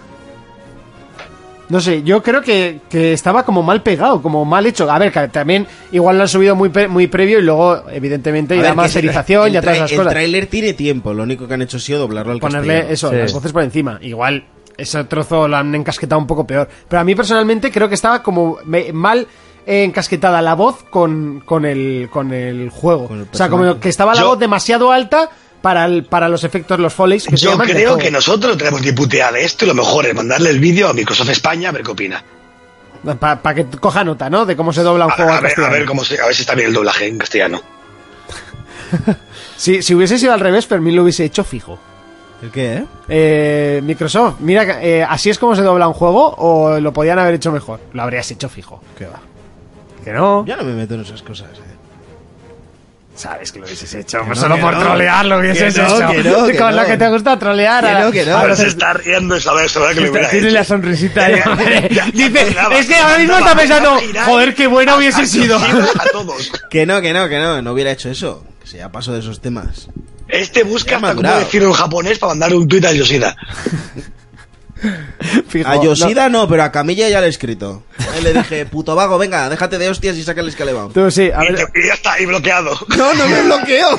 [SPEAKER 1] No sé, yo creo que, que estaba como mal pegado, como mal hecho. A ver, que también igual lo han subido muy, pre- muy previo y luego, evidentemente,
[SPEAKER 2] A
[SPEAKER 1] la
[SPEAKER 2] ver, que
[SPEAKER 1] masterización
[SPEAKER 2] el
[SPEAKER 1] y a todas
[SPEAKER 2] tra-
[SPEAKER 1] esas
[SPEAKER 2] El
[SPEAKER 1] cosas.
[SPEAKER 2] tráiler tiene tiempo, lo único que han hecho ha sido doblarlo al
[SPEAKER 1] Ponerle
[SPEAKER 2] castellano.
[SPEAKER 1] eso,
[SPEAKER 3] Sí.
[SPEAKER 1] las voces por encima. Igual ese trozo lo han encasquetado un poco peor. Pero a mí personalmente creo que estaba como me- mal eh, encasquetada la voz con, con, el, con el juego.
[SPEAKER 2] Con el
[SPEAKER 1] o sea,
[SPEAKER 2] personaje.
[SPEAKER 1] como que estaba la
[SPEAKER 4] Yo-
[SPEAKER 1] voz demasiado alta para, el- para los efectos, los follies. Que se
[SPEAKER 4] Yo
[SPEAKER 1] llaman del
[SPEAKER 4] creo
[SPEAKER 1] juego.
[SPEAKER 4] que nosotros no tenemos ni puta idea de esto y lo mejor es mandarle el vídeo a Microsoft España a ver qué opina.
[SPEAKER 1] Para que coja nota, ¿no? De cómo se dobla un
[SPEAKER 4] A,
[SPEAKER 1] juego
[SPEAKER 4] a
[SPEAKER 1] al
[SPEAKER 4] ver, a
[SPEAKER 1] castellano.
[SPEAKER 4] ver cómo se- a ver si está bien el doblaje en castellano.
[SPEAKER 1] Si, si hubiese sido al revés, Fermín lo hubiese hecho fijo.
[SPEAKER 2] ¿El qué, eh?
[SPEAKER 1] Eh, Microsoft, mira, eh, ¿así es como se dobla un juego o lo podían haber hecho mejor? Lo habrías hecho fijo.
[SPEAKER 2] ¿Qué va?
[SPEAKER 1] Que no.
[SPEAKER 2] Yo no me meto en esas cosas, eh.
[SPEAKER 1] Sabes que lo hubieses hecho. pues
[SPEAKER 2] no,
[SPEAKER 1] solo
[SPEAKER 2] que
[SPEAKER 1] por
[SPEAKER 2] no.
[SPEAKER 1] trolear lo hubieses
[SPEAKER 2] Que no,
[SPEAKER 1] hecho.
[SPEAKER 2] que no, que
[SPEAKER 1] Con
[SPEAKER 2] no.
[SPEAKER 1] lo que te gusta trolear.
[SPEAKER 2] Que
[SPEAKER 1] a-
[SPEAKER 2] no, que no.
[SPEAKER 1] a
[SPEAKER 4] Ahora
[SPEAKER 1] veces-
[SPEAKER 4] se está riendo esa vez, ¿verdad? Que le hubiera
[SPEAKER 3] tiene
[SPEAKER 4] hecho.
[SPEAKER 3] la sonrisita. de-
[SPEAKER 1] Dice,
[SPEAKER 4] Ya, ya,
[SPEAKER 1] es que
[SPEAKER 4] ya,
[SPEAKER 1] ahora
[SPEAKER 4] ya,
[SPEAKER 1] mismo
[SPEAKER 4] ya,
[SPEAKER 1] está
[SPEAKER 4] ya,
[SPEAKER 1] pensando,
[SPEAKER 4] ya, ya,
[SPEAKER 1] joder, qué buena
[SPEAKER 4] ya,
[SPEAKER 1] hubiese
[SPEAKER 4] ya,
[SPEAKER 1] sido.
[SPEAKER 4] ya, A todos.
[SPEAKER 2] Que no, que no, que no, no hubiera hecho eso. Que se ya paso de esos temas.
[SPEAKER 4] Este busca
[SPEAKER 2] Ya
[SPEAKER 4] hasta cómo
[SPEAKER 2] madurado.
[SPEAKER 4] decirlo en japonés para mandarle un tuit a Yoshida.
[SPEAKER 1] Fijo,
[SPEAKER 2] A
[SPEAKER 1] no.
[SPEAKER 2] Yoshida no, pero a Camilla ya le he escrito. Ahí le dije, puto vago, venga, déjate de hostias y saca el escalebao.
[SPEAKER 1] Tú sí, a
[SPEAKER 4] Y,
[SPEAKER 1] ver,
[SPEAKER 4] te- y ya está, y bloqueado.
[SPEAKER 2] No, no me bloqueo.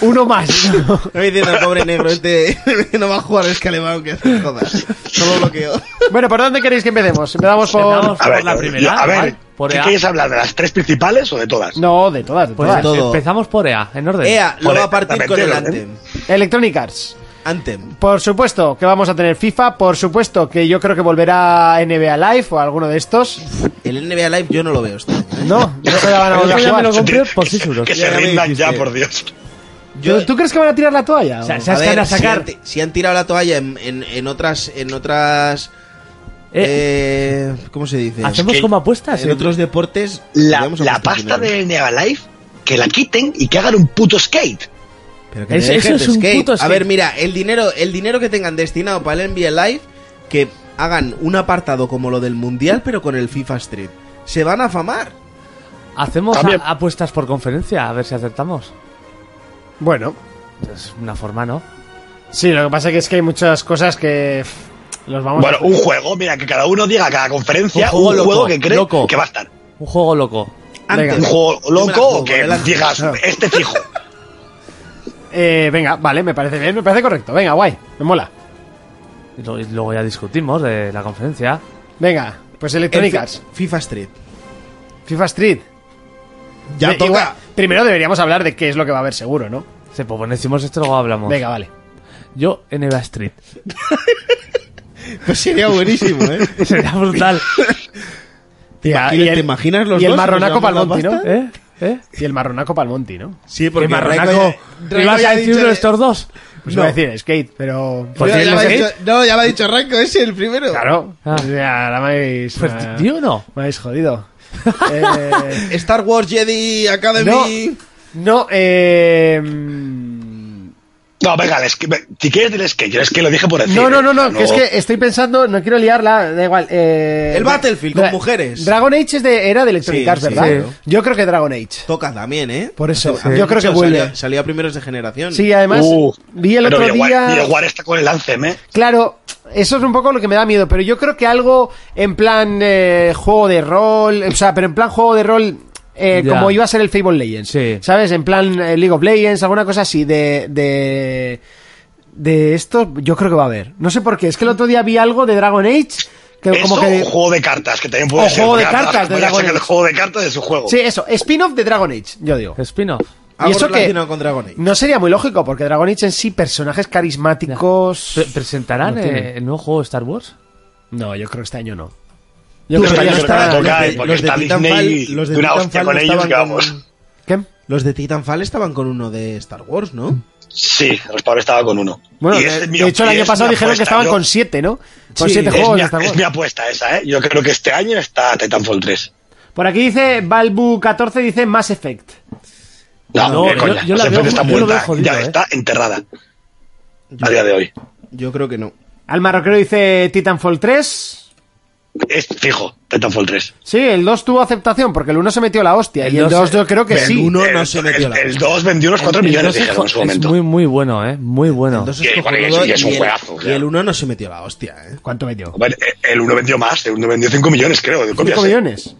[SPEAKER 1] uno más. ¿no?
[SPEAKER 2] Me diciendo, pobre negro, este no va a jugar escalebao, que se joda. Solo bloqueo.
[SPEAKER 1] Bueno, ¿por dónde queréis que empecemos? Empezamos por...
[SPEAKER 3] Empezamos. Por la
[SPEAKER 4] yo-
[SPEAKER 3] primera,
[SPEAKER 4] yo- a ver,
[SPEAKER 3] igual, por
[SPEAKER 4] ¿qué
[SPEAKER 3] EA.
[SPEAKER 4] quieres hablar? ¿De las tres principales o de todas?
[SPEAKER 1] No, de todas, de
[SPEAKER 3] Pues
[SPEAKER 1] todas.
[SPEAKER 2] todo.
[SPEAKER 3] empezamos por EA, en orden.
[SPEAKER 2] Ea, lo
[SPEAKER 4] Por
[SPEAKER 2] va a
[SPEAKER 4] el-
[SPEAKER 2] partir
[SPEAKER 4] la
[SPEAKER 2] con el
[SPEAKER 4] mentira, ¿eh?
[SPEAKER 2] Anthem.
[SPEAKER 1] Electronic Arts.
[SPEAKER 2] Anthem.
[SPEAKER 1] Por supuesto que vamos a tener FIFA, por supuesto que yo creo que volverá NBA Live o alguno de estos.
[SPEAKER 2] El NBA Live yo no lo veo. este año, ¿eh?
[SPEAKER 1] No, no se la van a
[SPEAKER 3] El otro
[SPEAKER 1] volver a
[SPEAKER 3] día me lo
[SPEAKER 1] jugar.
[SPEAKER 3] compré por 6 euros.
[SPEAKER 4] pues Que
[SPEAKER 2] Ya
[SPEAKER 4] se
[SPEAKER 2] me
[SPEAKER 4] rindan ya,
[SPEAKER 2] dijiste.
[SPEAKER 4] por Dios.
[SPEAKER 1] ¿Tú, tú crees que van a tirar la toalla? o?
[SPEAKER 3] O sea,
[SPEAKER 2] A
[SPEAKER 3] ¿sabes qué
[SPEAKER 2] ver,
[SPEAKER 3] van a
[SPEAKER 2] si
[SPEAKER 3] sacar?
[SPEAKER 2] han ti- Si han, tirado la toalla en, en- en otras. En otras
[SPEAKER 3] Eh,
[SPEAKER 2] eh, ¿Cómo se dice?
[SPEAKER 3] ¿Hacemos
[SPEAKER 4] que-
[SPEAKER 3] como apuestas?
[SPEAKER 2] En
[SPEAKER 3] eh.
[SPEAKER 2] otros deportes.
[SPEAKER 4] La,
[SPEAKER 2] digamos,
[SPEAKER 4] la
[SPEAKER 1] este
[SPEAKER 2] apuestas
[SPEAKER 4] pasta
[SPEAKER 2] dinero.
[SPEAKER 4] de NBA Live, que la quiten y que hagan un puto skate.
[SPEAKER 2] Pero que
[SPEAKER 3] Es-
[SPEAKER 2] te dejen
[SPEAKER 3] eso es
[SPEAKER 2] de
[SPEAKER 3] un
[SPEAKER 2] skate.
[SPEAKER 3] puto
[SPEAKER 2] A
[SPEAKER 3] skate.
[SPEAKER 2] ver, mira, el dinero, el dinero que tengan destinado para el NBA Live, que hagan un apartado como lo del Mundial, pero con el FIFA Street. Se van a afamar.
[SPEAKER 3] Hacemos a-
[SPEAKER 4] También.
[SPEAKER 3] apuestas por conferencia, a ver si acertamos.
[SPEAKER 1] Bueno,
[SPEAKER 3] Es una forma, ¿no?
[SPEAKER 1] sí, lo que pasa que es que hay muchas cosas que pff, los vamos
[SPEAKER 4] Bueno,
[SPEAKER 1] a...
[SPEAKER 4] un juego, mira, que cada uno diga a cada conferencia
[SPEAKER 3] Un juego
[SPEAKER 4] un
[SPEAKER 3] loco,
[SPEAKER 4] juego que cree
[SPEAKER 3] loco.
[SPEAKER 4] que va a estar.
[SPEAKER 3] Un juego loco.
[SPEAKER 2] Antes.
[SPEAKER 4] Un juego
[SPEAKER 2] Yo me la
[SPEAKER 4] loco
[SPEAKER 2] juego,
[SPEAKER 4] o que
[SPEAKER 2] adelante.
[SPEAKER 4] digas, este fijo.
[SPEAKER 1] Eh, venga, vale, me parece bien, me parece correcto. Venga, guay, me mola.
[SPEAKER 3] Y lo- y luego ya discutimos de la conferencia.
[SPEAKER 1] Venga, pues
[SPEAKER 2] El
[SPEAKER 1] Electronic
[SPEAKER 2] fi-
[SPEAKER 1] Arts,
[SPEAKER 2] FIFA Street.
[SPEAKER 1] FIFA Street.
[SPEAKER 2] Ya
[SPEAKER 1] Ve-
[SPEAKER 2] toca.
[SPEAKER 1] igual, primero deberíamos hablar de qué es lo que va a haber seguro, ¿no?
[SPEAKER 3] Se pues bueno, decimos esto y luego hablamos.
[SPEAKER 1] Venga, vale.
[SPEAKER 3] Yo, NBA Street.
[SPEAKER 2] Pues sería buenísimo, ¿eh?
[SPEAKER 3] Sería brutal.
[SPEAKER 1] Tía,
[SPEAKER 2] Imagina- ¿te imaginas los
[SPEAKER 1] y el
[SPEAKER 2] dos
[SPEAKER 1] marronaco
[SPEAKER 2] nos
[SPEAKER 1] para el
[SPEAKER 2] damos
[SPEAKER 1] Monty,
[SPEAKER 2] la
[SPEAKER 1] ¿no?
[SPEAKER 2] pasta?
[SPEAKER 3] ¿Eh? ¿Eh?
[SPEAKER 1] Y el marronaco para el Monty, ¿no?
[SPEAKER 2] Sí,
[SPEAKER 3] ¿Qué
[SPEAKER 2] porque
[SPEAKER 3] marronaco?
[SPEAKER 2] Renko
[SPEAKER 3] ¿Ibas
[SPEAKER 2] ya
[SPEAKER 3] a
[SPEAKER 2] ha
[SPEAKER 3] decir
[SPEAKER 2] dicho
[SPEAKER 3] uno de
[SPEAKER 2] de-
[SPEAKER 3] estos dos?
[SPEAKER 1] Pues iba a
[SPEAKER 2] No.
[SPEAKER 1] decir skate, pero...
[SPEAKER 3] Pues
[SPEAKER 2] no,
[SPEAKER 3] sí,
[SPEAKER 2] ya
[SPEAKER 3] lo
[SPEAKER 2] lo ha
[SPEAKER 3] sé.
[SPEAKER 2] dicho, no, ya lo ha dicho Renko, es el primero.
[SPEAKER 1] Claro.
[SPEAKER 3] Ah.
[SPEAKER 1] O sea, ahora me habéis...
[SPEAKER 3] Pues,
[SPEAKER 1] me-
[SPEAKER 3] tío, no.
[SPEAKER 1] me habéis jodido. Eh,
[SPEAKER 2] Star Wars Jedi Academy.
[SPEAKER 1] no, eh... mm,
[SPEAKER 4] No, venga, el skate, si quieres del skate, yo es que lo dije por decir.
[SPEAKER 1] No, no, no,
[SPEAKER 4] ¿eh?
[SPEAKER 1] no, que es que estoy pensando, no quiero liarla, da igual. eh,
[SPEAKER 2] El Battlefield con
[SPEAKER 1] Dra-
[SPEAKER 2] mujeres.
[SPEAKER 1] Dragon Age es de, era de Electronic
[SPEAKER 2] Sí,
[SPEAKER 1] Arts,
[SPEAKER 2] sí,
[SPEAKER 1] ¿verdad?
[SPEAKER 3] claro.
[SPEAKER 1] Yo creo que Dragon Age.
[SPEAKER 2] Toca también, ¿eh?
[SPEAKER 1] Por eso,
[SPEAKER 2] Hace- hace
[SPEAKER 1] yo creo que
[SPEAKER 2] mucho,
[SPEAKER 1] vuelve.
[SPEAKER 2] Salía, salía primeros de generación.
[SPEAKER 1] Sí, además,
[SPEAKER 4] Uh,
[SPEAKER 1] vi el
[SPEAKER 4] pero
[SPEAKER 1] otro
[SPEAKER 4] Bioware-
[SPEAKER 1] día...
[SPEAKER 4] Bioware está con el Anthem, ¿eh?
[SPEAKER 1] Claro, eso es un poco lo que me da miedo, pero yo creo que algo en plan eh, juego de rol, o sea, pero en plan juego de rol eh,
[SPEAKER 3] Ya.
[SPEAKER 1] como iba a ser el Fable Legends,
[SPEAKER 3] Sí.
[SPEAKER 1] ¿sabes? En plan eh, League of Legends, alguna cosa así de, de de esto, yo creo que va a haber. No sé por qué, es que el otro día vi algo de Dragon Age que
[SPEAKER 4] Eso
[SPEAKER 1] como
[SPEAKER 4] o
[SPEAKER 1] que
[SPEAKER 4] juego de cartas, que también puede
[SPEAKER 1] O
[SPEAKER 4] ser.
[SPEAKER 1] juego de
[SPEAKER 4] porque
[SPEAKER 1] cartas
[SPEAKER 4] ahora
[SPEAKER 1] de
[SPEAKER 4] voy a
[SPEAKER 1] Dragon
[SPEAKER 4] sacar el
[SPEAKER 1] Age.
[SPEAKER 4] juego de cartas de su juego.
[SPEAKER 1] Sí, eso, spin-off de Dragon Age, yo digo.
[SPEAKER 3] Spin-off.
[SPEAKER 2] Algo
[SPEAKER 1] y eso que-
[SPEAKER 2] relacionado con Dragon Age.
[SPEAKER 1] No sería muy lógico porque Dragon Age en sí personajes carismáticos
[SPEAKER 3] Pre- ¿Presentarán
[SPEAKER 1] No
[SPEAKER 3] eh,
[SPEAKER 1] tiene.
[SPEAKER 3] el nuevo juego de Star Wars?
[SPEAKER 1] No, yo creo que este año no.
[SPEAKER 2] Yo
[SPEAKER 4] creo que
[SPEAKER 2] ya
[SPEAKER 4] yo creo que
[SPEAKER 2] está-
[SPEAKER 4] la toca,
[SPEAKER 2] los
[SPEAKER 4] eh,
[SPEAKER 2] de-
[SPEAKER 4] porque
[SPEAKER 2] los de
[SPEAKER 4] está
[SPEAKER 2] Titanfall-
[SPEAKER 4] Disney
[SPEAKER 2] los de
[SPEAKER 4] de una
[SPEAKER 2] Titanfall
[SPEAKER 4] hostia con
[SPEAKER 2] no
[SPEAKER 4] ellos,
[SPEAKER 2] estaban
[SPEAKER 4] que vamos.
[SPEAKER 2] con-
[SPEAKER 1] ¿Qué?
[SPEAKER 2] Los de Titanfall estaban con uno de Star Wars, ¿no?
[SPEAKER 4] Sí, el Pablo estaba con uno.
[SPEAKER 1] Bueno,
[SPEAKER 4] Y
[SPEAKER 1] de,
[SPEAKER 4] es mi-
[SPEAKER 1] de hecho el
[SPEAKER 4] y
[SPEAKER 1] año
[SPEAKER 4] es
[SPEAKER 1] pasado
[SPEAKER 4] mi
[SPEAKER 1] dijeron que
[SPEAKER 4] apuesta,
[SPEAKER 1] estaban
[SPEAKER 4] yo-
[SPEAKER 1] con siete, ¿no? Con
[SPEAKER 2] Sí,
[SPEAKER 1] siete
[SPEAKER 2] es
[SPEAKER 1] juegos
[SPEAKER 4] es,
[SPEAKER 1] de
[SPEAKER 4] mi,
[SPEAKER 1] Star
[SPEAKER 4] es
[SPEAKER 1] Wars.
[SPEAKER 4] mi apuesta esa, ¿eh? Yo creo que este año está Titanfall 3.
[SPEAKER 1] Por aquí dice Balbu14, dice Mass Effect.
[SPEAKER 4] No,
[SPEAKER 3] No,
[SPEAKER 4] qué
[SPEAKER 3] yo-
[SPEAKER 4] coña.
[SPEAKER 3] yo la
[SPEAKER 4] Mass
[SPEAKER 3] veo-
[SPEAKER 4] Effect está
[SPEAKER 3] yo lo veo
[SPEAKER 4] muerta.
[SPEAKER 3] jodido,
[SPEAKER 4] ya
[SPEAKER 3] ¿eh?
[SPEAKER 4] está enterrada. A día de hoy.
[SPEAKER 2] Yo creo que no.
[SPEAKER 1] Al marroquero dice Titanfall 3.
[SPEAKER 4] Es fijo, Titanfall 3.
[SPEAKER 1] Sí, el 2 tuvo aceptación porque el 1 se metió la hostia.
[SPEAKER 3] El
[SPEAKER 1] y el
[SPEAKER 3] dos-
[SPEAKER 1] 2 yo creo que
[SPEAKER 2] el
[SPEAKER 1] sí.
[SPEAKER 2] uno- No, no
[SPEAKER 4] El-
[SPEAKER 2] se metió
[SPEAKER 4] el,
[SPEAKER 2] la-
[SPEAKER 4] el 2 vendió unos 4
[SPEAKER 3] El- el
[SPEAKER 4] millones,
[SPEAKER 3] dos es
[SPEAKER 4] dijeron
[SPEAKER 3] jo-
[SPEAKER 4] en su momento.
[SPEAKER 3] Es muy, muy bueno, ¿eh? Muy bueno.
[SPEAKER 2] Entonces
[SPEAKER 4] Y-
[SPEAKER 2] es
[SPEAKER 4] bueno, y es-
[SPEAKER 2] cojonudo
[SPEAKER 4] y es un
[SPEAKER 2] el-
[SPEAKER 4] juegazo, o sea.
[SPEAKER 2] y el uno no se metió la hostia, ¿eh?
[SPEAKER 1] ¿Cuánto metió?
[SPEAKER 4] Bueno, el- El 1 vendió más, el 1 vendió 5 millones, creo, de
[SPEAKER 1] 5
[SPEAKER 4] copias. ¿eh?
[SPEAKER 1] millones.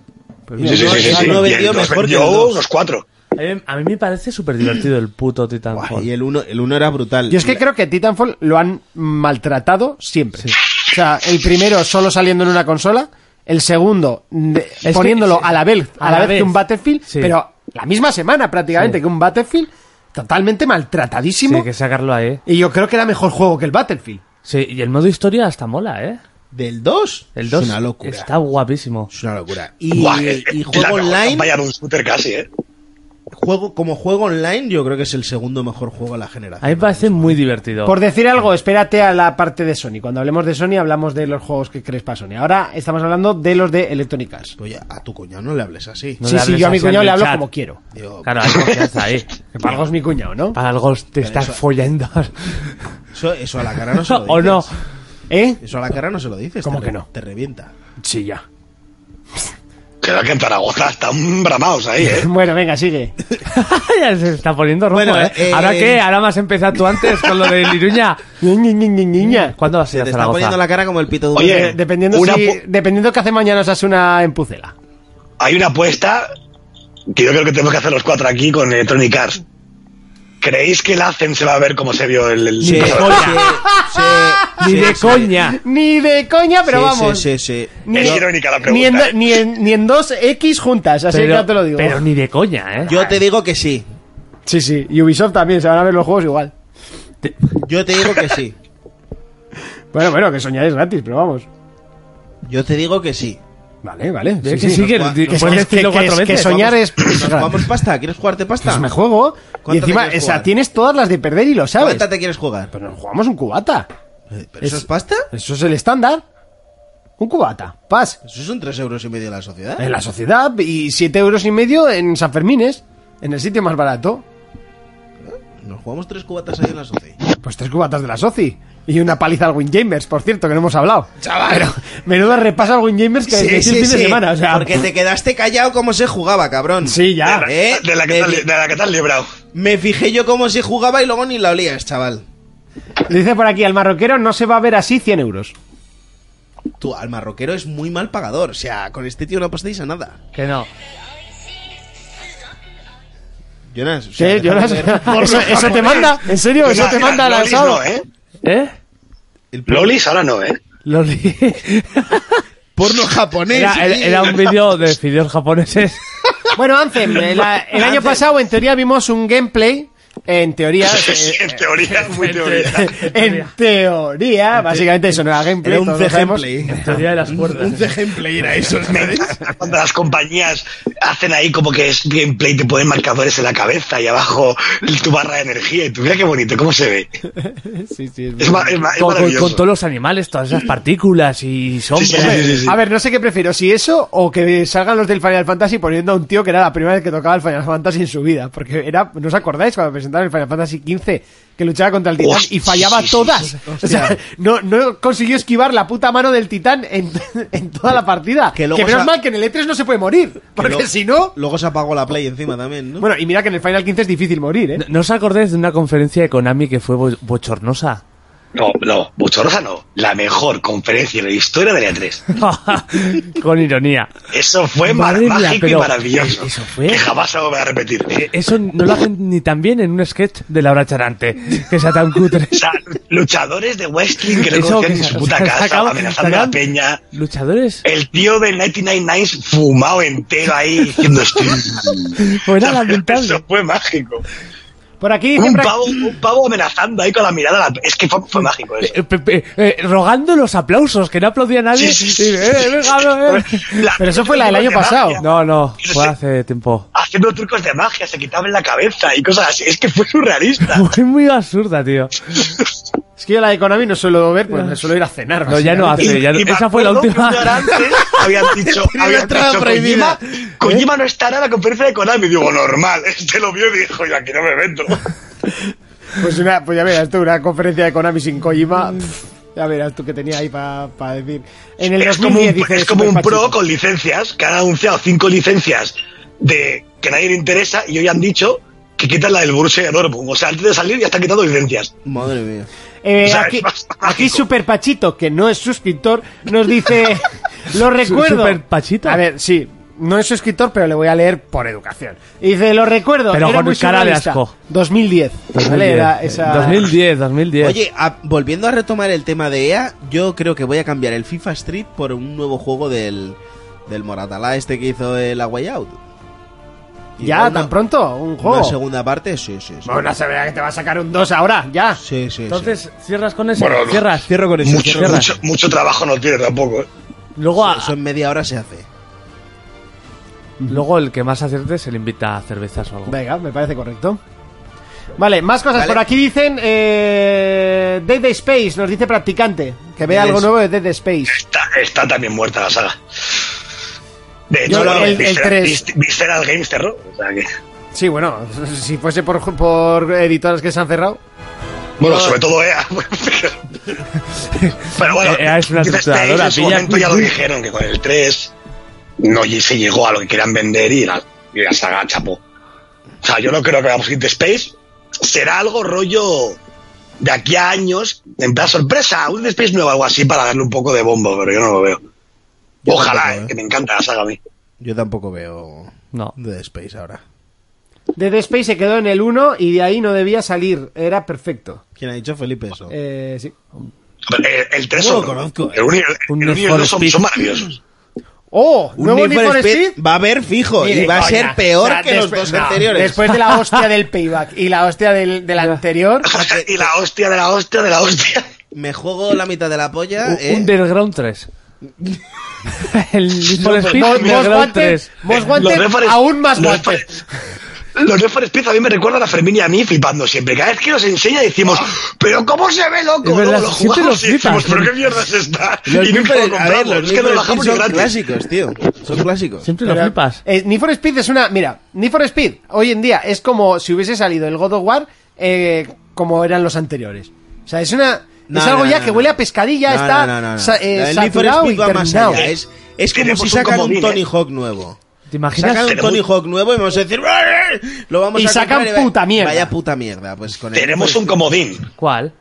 [SPEAKER 1] Pues mira,
[SPEAKER 4] Sí, sí, sí, sí,
[SPEAKER 2] El
[SPEAKER 4] sí.
[SPEAKER 2] uno
[SPEAKER 4] Y
[SPEAKER 2] vendió
[SPEAKER 4] el 2
[SPEAKER 2] mejor que
[SPEAKER 4] vendió
[SPEAKER 2] el dos.
[SPEAKER 4] unos 4.
[SPEAKER 3] A mí, a mí me parece súper divertido el puto Titanfall.
[SPEAKER 2] Buah, y el uno, el uno era brutal.
[SPEAKER 1] Yo es que creo que Titanfall lo han maltratado siempre. O sea, el primero solo saliendo en una consola, el segundo mm, de-
[SPEAKER 3] que-
[SPEAKER 1] poniéndolo
[SPEAKER 3] sí.
[SPEAKER 1] a la vez, a la vez, que un Battlefield,
[SPEAKER 3] Sí.
[SPEAKER 1] pero la misma semana prácticamente
[SPEAKER 3] Sí.
[SPEAKER 1] que un Battlefield, totalmente maltratadísimo.
[SPEAKER 3] Sí, que sacarlo ahí. ¿eh?
[SPEAKER 1] Y yo creo que era mejor juego que el Battlefield.
[SPEAKER 3] Sí, y el modo historia hasta mola, ¿eh?
[SPEAKER 2] ¿Del 2?
[SPEAKER 3] El 2
[SPEAKER 2] Es una locura.
[SPEAKER 3] está guapísimo.
[SPEAKER 2] Es una locura. Y,
[SPEAKER 4] Buah,
[SPEAKER 2] y
[SPEAKER 4] eh, eh, la
[SPEAKER 2] juego
[SPEAKER 4] mejor
[SPEAKER 2] online,
[SPEAKER 4] campaña de un shooter casi, ¿eh?
[SPEAKER 2] juego, como juego online, yo creo que es el segundo mejor juego de la generación.
[SPEAKER 3] A mí me parece muy divertido.
[SPEAKER 1] Por decir algo, espérate a la parte de Sony. Cuando hablemos de Sony, hablamos de los juegos que crees para Sony. Ahora estamos hablando de los de Electronic Arts.
[SPEAKER 2] Oye, Pues a tu cuñado no le hables así.
[SPEAKER 3] No
[SPEAKER 1] sí,
[SPEAKER 3] le
[SPEAKER 1] sí,
[SPEAKER 3] hables
[SPEAKER 1] yo a mi
[SPEAKER 3] así al
[SPEAKER 1] cuñado le
[SPEAKER 3] del
[SPEAKER 1] hablo
[SPEAKER 3] chat.
[SPEAKER 1] como quiero.
[SPEAKER 2] Digo,
[SPEAKER 3] Claro, hay confianza ahí.
[SPEAKER 1] Que para algo es mi cuñado, ¿no?
[SPEAKER 3] Para algo te estás follando.
[SPEAKER 2] eso, eso a la cara no se lo dices.
[SPEAKER 3] o no.
[SPEAKER 1] ¿Eh?
[SPEAKER 2] Eso a la cara no se lo dices.
[SPEAKER 1] ¿Cómo
[SPEAKER 2] te
[SPEAKER 1] que
[SPEAKER 2] re-
[SPEAKER 1] no?
[SPEAKER 2] Te revienta.
[SPEAKER 1] Sí, ya.
[SPEAKER 4] Creo que en Zaragoza están bramados ahí, ¿eh?
[SPEAKER 1] Bueno, venga, sigue.
[SPEAKER 3] ya se está poniendo rojo,
[SPEAKER 2] Bueno,
[SPEAKER 3] ¿eh?
[SPEAKER 2] eh,
[SPEAKER 3] ¿Ahora qué? ¿Ahora más empezado tú antes con lo de Liruña?
[SPEAKER 1] Niña, niña, niña.
[SPEAKER 3] ¿Cuándo vas a
[SPEAKER 2] Se
[SPEAKER 3] ir a
[SPEAKER 2] te está
[SPEAKER 3] Zaragoza?
[SPEAKER 2] poniendo la cara como el pito de un
[SPEAKER 4] Oye,
[SPEAKER 2] bebé.
[SPEAKER 1] Eh, Dependiendo,
[SPEAKER 4] Una
[SPEAKER 1] si-
[SPEAKER 4] pu-
[SPEAKER 1] dependiendo qué hace mañana Osasuna en Pucela.
[SPEAKER 4] Hay una apuesta que yo creo que tenemos que hacer los cuatro aquí con Electronic Arts. ¿Creéis que el hacen se va a ver como se vio el... el-
[SPEAKER 2] Sí, sí, sí,
[SPEAKER 3] Ni de
[SPEAKER 2] sí.
[SPEAKER 3] coña.
[SPEAKER 1] Ni de coña, pero
[SPEAKER 2] Sí,
[SPEAKER 1] vamos.
[SPEAKER 2] Sí, sí, sí.
[SPEAKER 1] Ni,
[SPEAKER 4] Es irónica la
[SPEAKER 1] ni en,
[SPEAKER 4] pregunta,
[SPEAKER 1] do-
[SPEAKER 4] ¿eh?
[SPEAKER 1] ni, en, ni en dos X juntas, así que ya te lo digo.
[SPEAKER 3] pero ni de coña, ¿eh?
[SPEAKER 2] Yo te digo que sí.
[SPEAKER 1] Sí, sí. Y Ubisoft también, se van a ver los juegos igual.
[SPEAKER 2] Yo te digo que sí.
[SPEAKER 1] Bueno, bueno, que soñar es gratis, pero vamos.
[SPEAKER 2] Yo te digo que sí.
[SPEAKER 1] Vale, vale.
[SPEAKER 3] Ve
[SPEAKER 1] sí,
[SPEAKER 3] que
[SPEAKER 1] sí.
[SPEAKER 3] sí, que
[SPEAKER 2] Nos
[SPEAKER 3] di-
[SPEAKER 1] Es que-
[SPEAKER 3] puedes
[SPEAKER 1] es que-
[SPEAKER 3] decirlo
[SPEAKER 1] que-
[SPEAKER 3] cuatro
[SPEAKER 1] es que
[SPEAKER 3] veces.
[SPEAKER 1] soñar
[SPEAKER 2] Vamos-
[SPEAKER 1] es.
[SPEAKER 2] Nos jugamos pasta. ¿Quieres jugarte pasta?
[SPEAKER 1] Pues me juego. Y
[SPEAKER 2] ¿Cuánto
[SPEAKER 1] encima,
[SPEAKER 2] te quieres
[SPEAKER 1] o sea,
[SPEAKER 2] jugar?
[SPEAKER 1] tienes todas las de perder y lo sabes.
[SPEAKER 2] ¿Cuánta te quieres jugar?
[SPEAKER 1] Pero nos jugamos un cubata.
[SPEAKER 2] Eh, ¿Pero eso es pasta?
[SPEAKER 1] Eso es el estándar. Un cubata. Paz.
[SPEAKER 2] Eso son tres euros y medio de la sociedad.
[SPEAKER 1] En la sociedad y siete euros y medio en San Fermines. En el sitio más barato.
[SPEAKER 2] Nos jugamos tres cubatas ahí en las 12.
[SPEAKER 1] Pues tres cubatas de la Soci. Y una paliza al Windjamers, por cierto, que no hemos hablado.
[SPEAKER 2] Chaval.
[SPEAKER 1] Pero, menuda repasa al Windjamers que que hice el fin de semana. O sea,
[SPEAKER 2] Porque te quedaste callado como se jugaba, cabrón.
[SPEAKER 1] Sí, ya.
[SPEAKER 2] ¿Eh?
[SPEAKER 4] De la que
[SPEAKER 2] me,
[SPEAKER 4] te has li- de la que te has librado.
[SPEAKER 2] me fijé yo cómo se jugaba y luego ni la olías, chaval.
[SPEAKER 1] Dice por aquí, al marroquero no se va a ver así 100 euros.
[SPEAKER 2] Tú, al marroquero es muy mal pagador. O sea, con este tío no apostéis a nada.
[SPEAKER 3] Que no.
[SPEAKER 2] Jonas, o sea,
[SPEAKER 1] ¿Qué,
[SPEAKER 2] déjame
[SPEAKER 1] Jonas?
[SPEAKER 2] ver.
[SPEAKER 1] ¿Eso, eso te manda? ¿En serio? ¿Eso
[SPEAKER 4] Mira,
[SPEAKER 1] te
[SPEAKER 4] mira,
[SPEAKER 1] manda al
[SPEAKER 4] Lolis
[SPEAKER 1] asado?
[SPEAKER 4] no, ¿eh?
[SPEAKER 3] ¿Eh?
[SPEAKER 2] El por-
[SPEAKER 4] Lolis ahora no, ¿eh?
[SPEAKER 3] Loli.
[SPEAKER 2] porno japonés.
[SPEAKER 3] Era, era- era un vídeo de fideos japoneses.
[SPEAKER 1] Bueno, Anthem, eh, la- el año pasado en teoría vimos un gameplay. En teoría. eh,
[SPEAKER 4] en teoría, muy teoría.
[SPEAKER 1] en teoría, básicamente eso no era gameplay.
[SPEAKER 2] Era un
[SPEAKER 1] todos lo sabemos.
[SPEAKER 2] cegemplay.
[SPEAKER 3] Teoría de las cuerdas.
[SPEAKER 2] Un cegemplay era eso, ¿sabes?
[SPEAKER 4] Cuando las compañías hacen ahí como que es gameplay, te ponen marcadores en la cabeza y abajo tu barra de energía. Y tú, mira qué bonito, cómo se ve.
[SPEAKER 1] Sí, sí, es
[SPEAKER 4] Es, ma- es ma- es
[SPEAKER 3] Con, con-
[SPEAKER 4] maravilloso.
[SPEAKER 3] con todos los animales, todas esas partículas y sombras.
[SPEAKER 4] Sí, sí, sí, sí.
[SPEAKER 1] A ver, no sé qué prefiero, si eso o que salgan los del Final Fantasy poniendo a un tío que era la primera vez que tocaba el Final Fantasy en su vida. Porque era, ¿no os acordáis cuando presentaron el Final Fantasy XV que luchaba contra el titán y
[SPEAKER 4] Hostia,
[SPEAKER 1] fallaba
[SPEAKER 4] sí, sí,
[SPEAKER 1] todas?
[SPEAKER 4] sí.
[SPEAKER 1] O sea, no, no consiguió esquivar la puta mano del titán en, en toda la partida.
[SPEAKER 2] Que
[SPEAKER 1] Que,
[SPEAKER 2] luego
[SPEAKER 1] menos
[SPEAKER 2] sa-
[SPEAKER 1] mal que en el E3 no se puede morir. Porque
[SPEAKER 2] luego-
[SPEAKER 1] si no.
[SPEAKER 2] Luego se apagó la play encima también, ¿no?
[SPEAKER 1] Bueno, y mira que en el Final 15 es difícil morir, ¿eh?
[SPEAKER 3] ¿No- ¿No os acordáis de una conferencia de Konami que fue bo- bochornosa?
[SPEAKER 4] No, no, Bochorrosa no. La mejor conferencia de la historia de la 3.
[SPEAKER 3] Con ironía.
[SPEAKER 4] Eso fue mar-
[SPEAKER 3] Madre mía,
[SPEAKER 4] mágico
[SPEAKER 3] pero
[SPEAKER 4] y maravilloso.
[SPEAKER 3] eso fue- Eh,
[SPEAKER 4] Que jamás se va a repetir.
[SPEAKER 3] Eso no lo hacen ni tan bien en un sketch de Laura Charante, que sea tan cutre.
[SPEAKER 4] O sea, luchadores de wrestling que no
[SPEAKER 3] Eso
[SPEAKER 4] conocían
[SPEAKER 3] que
[SPEAKER 4] ni su
[SPEAKER 3] sa-
[SPEAKER 4] puta
[SPEAKER 3] sa-
[SPEAKER 4] casa,
[SPEAKER 3] sacaban-
[SPEAKER 4] amenazando a la
[SPEAKER 3] sacaban-
[SPEAKER 4] peña.
[SPEAKER 3] Luchadores.
[SPEAKER 4] El tío de 99 Nines fumado entero ahí diciendo esto.
[SPEAKER 3] Pues era lamentable.
[SPEAKER 4] Eso fue mágico.
[SPEAKER 1] Por aquí
[SPEAKER 4] Un
[SPEAKER 1] dice por aquí-
[SPEAKER 4] pavo, un pavo amenazando ahí con la mirada. a la- Es que fue, fue mágico eso.
[SPEAKER 3] Eh, pe- pe- eh, rogando los aplausos, que no aplaudía nadie.
[SPEAKER 4] Sí, sí,
[SPEAKER 3] Y, eh, venga, eh.
[SPEAKER 4] La-
[SPEAKER 1] Pero eso fue la del año
[SPEAKER 4] de
[SPEAKER 1] pasado.
[SPEAKER 4] magia.
[SPEAKER 3] No, no,
[SPEAKER 4] Eso
[SPEAKER 3] fue
[SPEAKER 4] sí.
[SPEAKER 3] hace tiempo.
[SPEAKER 4] Haciendo trucos de magia, se quitaban la cabeza y cosas así. Es que fue surrealista.
[SPEAKER 3] Fue muy absurda, tío.
[SPEAKER 1] Es que yo la de Konami no suelo ver, pues me suelo ir a cenar.
[SPEAKER 3] No, ya no
[SPEAKER 1] básicamente.
[SPEAKER 3] hace. ya no-
[SPEAKER 4] Y me
[SPEAKER 3] esa fue la
[SPEAKER 4] acuerdo que
[SPEAKER 3] última.
[SPEAKER 4] un día antes habían dicho,
[SPEAKER 2] Tiene una
[SPEAKER 4] habían
[SPEAKER 2] entrada
[SPEAKER 4] dicho
[SPEAKER 2] prohibida.
[SPEAKER 4] Kojima, Kojima no estará en la conferencia de Konami. Digo, normal. Este lo vio y dijo, yo aquí no me meto.
[SPEAKER 1] Pues, una, pues ya verás tú, una conferencia de Konami sin Kojima.
[SPEAKER 4] Mm.
[SPEAKER 1] pff, ya verás tú que tenía ahí para decir. En el
[SPEAKER 4] es
[SPEAKER 1] 2010
[SPEAKER 4] como un,
[SPEAKER 1] dice,
[SPEAKER 4] es como un
[SPEAKER 1] "Super
[SPEAKER 4] pro
[SPEAKER 1] Pachito".
[SPEAKER 4] con licencias que han anunciado cinco licencias de que nadie le interesa y hoy han dicho que quitan la del Borussia Dortmund. O sea, antes de salir ya están quitando licencias.
[SPEAKER 2] Madre mía.
[SPEAKER 1] Eh,
[SPEAKER 4] o sea,
[SPEAKER 1] aquí,
[SPEAKER 4] es más
[SPEAKER 1] aquí
[SPEAKER 4] mágico.
[SPEAKER 1] Super Pachito, que no es suscriptor, nos dice. Lo recuerdo.
[SPEAKER 3] Super Pachito?
[SPEAKER 1] A ver, sí. No es suscriptor, pero le voy a leer por educación. Y dice, lo recuerdo.
[SPEAKER 3] Pero
[SPEAKER 1] era
[SPEAKER 3] con
[SPEAKER 1] muy
[SPEAKER 3] cara de
[SPEAKER 1] surrealista".
[SPEAKER 3] asco.
[SPEAKER 1] 2010. ¿vale?
[SPEAKER 4] eh,
[SPEAKER 1] Era esa...
[SPEAKER 3] 2010, 2010.
[SPEAKER 2] Oye, a- volviendo a retomar el tema de EA, yo creo que voy a cambiar el FIFA Street por un nuevo juego del, del Moratalá, este que hizo el A Way Out.
[SPEAKER 1] Ya,
[SPEAKER 2] Igual
[SPEAKER 1] tan
[SPEAKER 2] una-
[SPEAKER 1] pronto, un
[SPEAKER 2] Una
[SPEAKER 1] juego.
[SPEAKER 2] segunda parte, sí, sí. sí.
[SPEAKER 1] Bueno, se verá que te va a sacar un 2 ahora, ya.
[SPEAKER 2] Sí, sí,
[SPEAKER 3] Entonces,
[SPEAKER 2] sí.
[SPEAKER 3] cierras con eso.
[SPEAKER 4] Bueno, no.
[SPEAKER 3] cierras. Cierro
[SPEAKER 2] Pues
[SPEAKER 3] con
[SPEAKER 4] Mucho, mucho, mucho trabajo no tiene tampoco. ¿eh?
[SPEAKER 3] Luego, a-
[SPEAKER 2] Eso en media hora se hace.
[SPEAKER 3] luego el que más acierte se le invita a cervezas o algo.
[SPEAKER 1] Venga, me parece correcto. Vale, más cosas.
[SPEAKER 2] Vale.
[SPEAKER 1] Por aquí dicen. Eh, Dead Space, nos dice practicante. Que vea
[SPEAKER 2] Dead
[SPEAKER 1] algo
[SPEAKER 2] Space.
[SPEAKER 1] nuevo de Dead Space.
[SPEAKER 4] Está, está también muerta la saga. De
[SPEAKER 1] Yo
[SPEAKER 4] hecho,
[SPEAKER 1] lo- el- el
[SPEAKER 4] Visceral-
[SPEAKER 1] tres.
[SPEAKER 4] Vis- Visceral Games cerró. O sea que-
[SPEAKER 1] Sí, bueno, si fuese por, por editoras que se han cerrado.
[SPEAKER 4] Bueno, sobre todo EA. pues, Pero bueno,
[SPEAKER 3] EA es una
[SPEAKER 4] Dead Space
[SPEAKER 3] trituradora,
[SPEAKER 4] En su
[SPEAKER 3] pilla.
[SPEAKER 4] momento ya lo dijeron que con el 3 no lle- se llegó a lo que querían vender y la, y la saga chapó. O sea, yo no creo que veamos Dead Space. Será algo rollo de aquí a años, en plan sorpresa, un Dead Space nuevo, algo así, para darle un poco de bombo, pero yo no lo veo.
[SPEAKER 2] Yo
[SPEAKER 4] Ojalá,
[SPEAKER 2] tampoco,
[SPEAKER 4] eh,
[SPEAKER 2] eh.
[SPEAKER 4] que me encanta la saga a mí.
[SPEAKER 2] Yo tampoco veo
[SPEAKER 3] No.
[SPEAKER 2] The Space ahora.
[SPEAKER 1] Dead Space se quedó en el 1 y de ahí no debía salir. Era perfecto.
[SPEAKER 2] ¿Quién ha dicho Felipe eso?
[SPEAKER 1] Eh, sí.
[SPEAKER 4] El, el 3
[SPEAKER 2] No lo
[SPEAKER 4] son-
[SPEAKER 2] conozco, eh.
[SPEAKER 4] El 1 y
[SPEAKER 3] Un
[SPEAKER 4] el- el
[SPEAKER 3] Need
[SPEAKER 4] uno y el
[SPEAKER 3] for
[SPEAKER 4] 2 son,
[SPEAKER 3] Speed.
[SPEAKER 4] son maravillosos.
[SPEAKER 1] ¡Oh!
[SPEAKER 2] Un
[SPEAKER 1] ¿Nuevo Need for Speed?
[SPEAKER 2] va a haber fijo y
[SPEAKER 1] Mire,
[SPEAKER 2] va a
[SPEAKER 1] coña,
[SPEAKER 2] ser peor
[SPEAKER 1] o sea,
[SPEAKER 2] que los
[SPEAKER 1] despe-
[SPEAKER 2] dos
[SPEAKER 1] no,
[SPEAKER 2] anteriores.
[SPEAKER 1] Después de la hostia del payback y la hostia del, del anterior.
[SPEAKER 4] y la hostia de la hostia de la hostia.
[SPEAKER 2] Me juego la mitad de la
[SPEAKER 4] Ah,
[SPEAKER 2] polla.
[SPEAKER 3] Un
[SPEAKER 2] eh.
[SPEAKER 3] Underground 3. el Need for Speed
[SPEAKER 1] Most Most
[SPEAKER 3] Underground
[SPEAKER 1] Wanted,
[SPEAKER 3] 3.
[SPEAKER 1] Most
[SPEAKER 4] Los
[SPEAKER 1] Wanted,
[SPEAKER 4] Need for Speed-
[SPEAKER 1] aún más
[SPEAKER 4] los
[SPEAKER 1] Wanted.
[SPEAKER 4] Need for- Los Need for Speed a mí me recuerdan a Fermín y a mí flipando siempre. Cada vez que nos enseña decimos, pero ¿cómo se ve loco?
[SPEAKER 3] Es verdad,
[SPEAKER 4] Luego lo
[SPEAKER 3] siempre
[SPEAKER 4] jugamos
[SPEAKER 3] los
[SPEAKER 4] y decimos,
[SPEAKER 3] flipas.
[SPEAKER 4] pero ¿qué mierda es esta?
[SPEAKER 2] Los
[SPEAKER 4] y
[SPEAKER 2] Need
[SPEAKER 4] nunca
[SPEAKER 2] for-
[SPEAKER 4] lo
[SPEAKER 2] a ver,
[SPEAKER 4] compramos.
[SPEAKER 2] los
[SPEAKER 4] es que
[SPEAKER 2] Need for
[SPEAKER 4] nos bajamos
[SPEAKER 2] Speed
[SPEAKER 4] y
[SPEAKER 2] son
[SPEAKER 4] gratis.
[SPEAKER 2] clásicos, tío. Son clásicos.
[SPEAKER 3] Siempre lo
[SPEAKER 1] Pero,
[SPEAKER 3] flipas.
[SPEAKER 1] eh, Need for Speed es una. Mira, Need for Speed hoy en día es como si hubiese salido el God of War eh, como eran los anteriores. O sea, es una.
[SPEAKER 2] No,
[SPEAKER 1] es algo
[SPEAKER 2] no,
[SPEAKER 1] ya
[SPEAKER 2] no,
[SPEAKER 1] que
[SPEAKER 2] no.
[SPEAKER 1] huele a pescadilla,
[SPEAKER 2] No,
[SPEAKER 1] está
[SPEAKER 2] no, no, no.
[SPEAKER 1] sa- eh,
[SPEAKER 2] El Need for
[SPEAKER 1] saturado
[SPEAKER 2] Speed
[SPEAKER 1] y
[SPEAKER 2] va más
[SPEAKER 1] terminado. Eh,
[SPEAKER 2] allá. eh, Es, es como
[SPEAKER 4] Tenemos
[SPEAKER 2] si
[SPEAKER 4] un
[SPEAKER 2] sacan un
[SPEAKER 4] comodín,
[SPEAKER 2] Tony
[SPEAKER 4] ¿eh?
[SPEAKER 2] Hawk nuevo.
[SPEAKER 3] ¿Te imaginas?
[SPEAKER 2] Sacan un
[SPEAKER 4] Tenemos
[SPEAKER 2] Tony
[SPEAKER 4] un-
[SPEAKER 2] Hawk nuevo y vamos a decir "Arr", lo vamos
[SPEAKER 1] Y
[SPEAKER 2] a
[SPEAKER 1] sacan
[SPEAKER 2] comprar va-
[SPEAKER 1] puta mierda.
[SPEAKER 2] Vaya puta mierda, pues con el-
[SPEAKER 4] Tenemos un comodín.
[SPEAKER 3] ¿Cuál?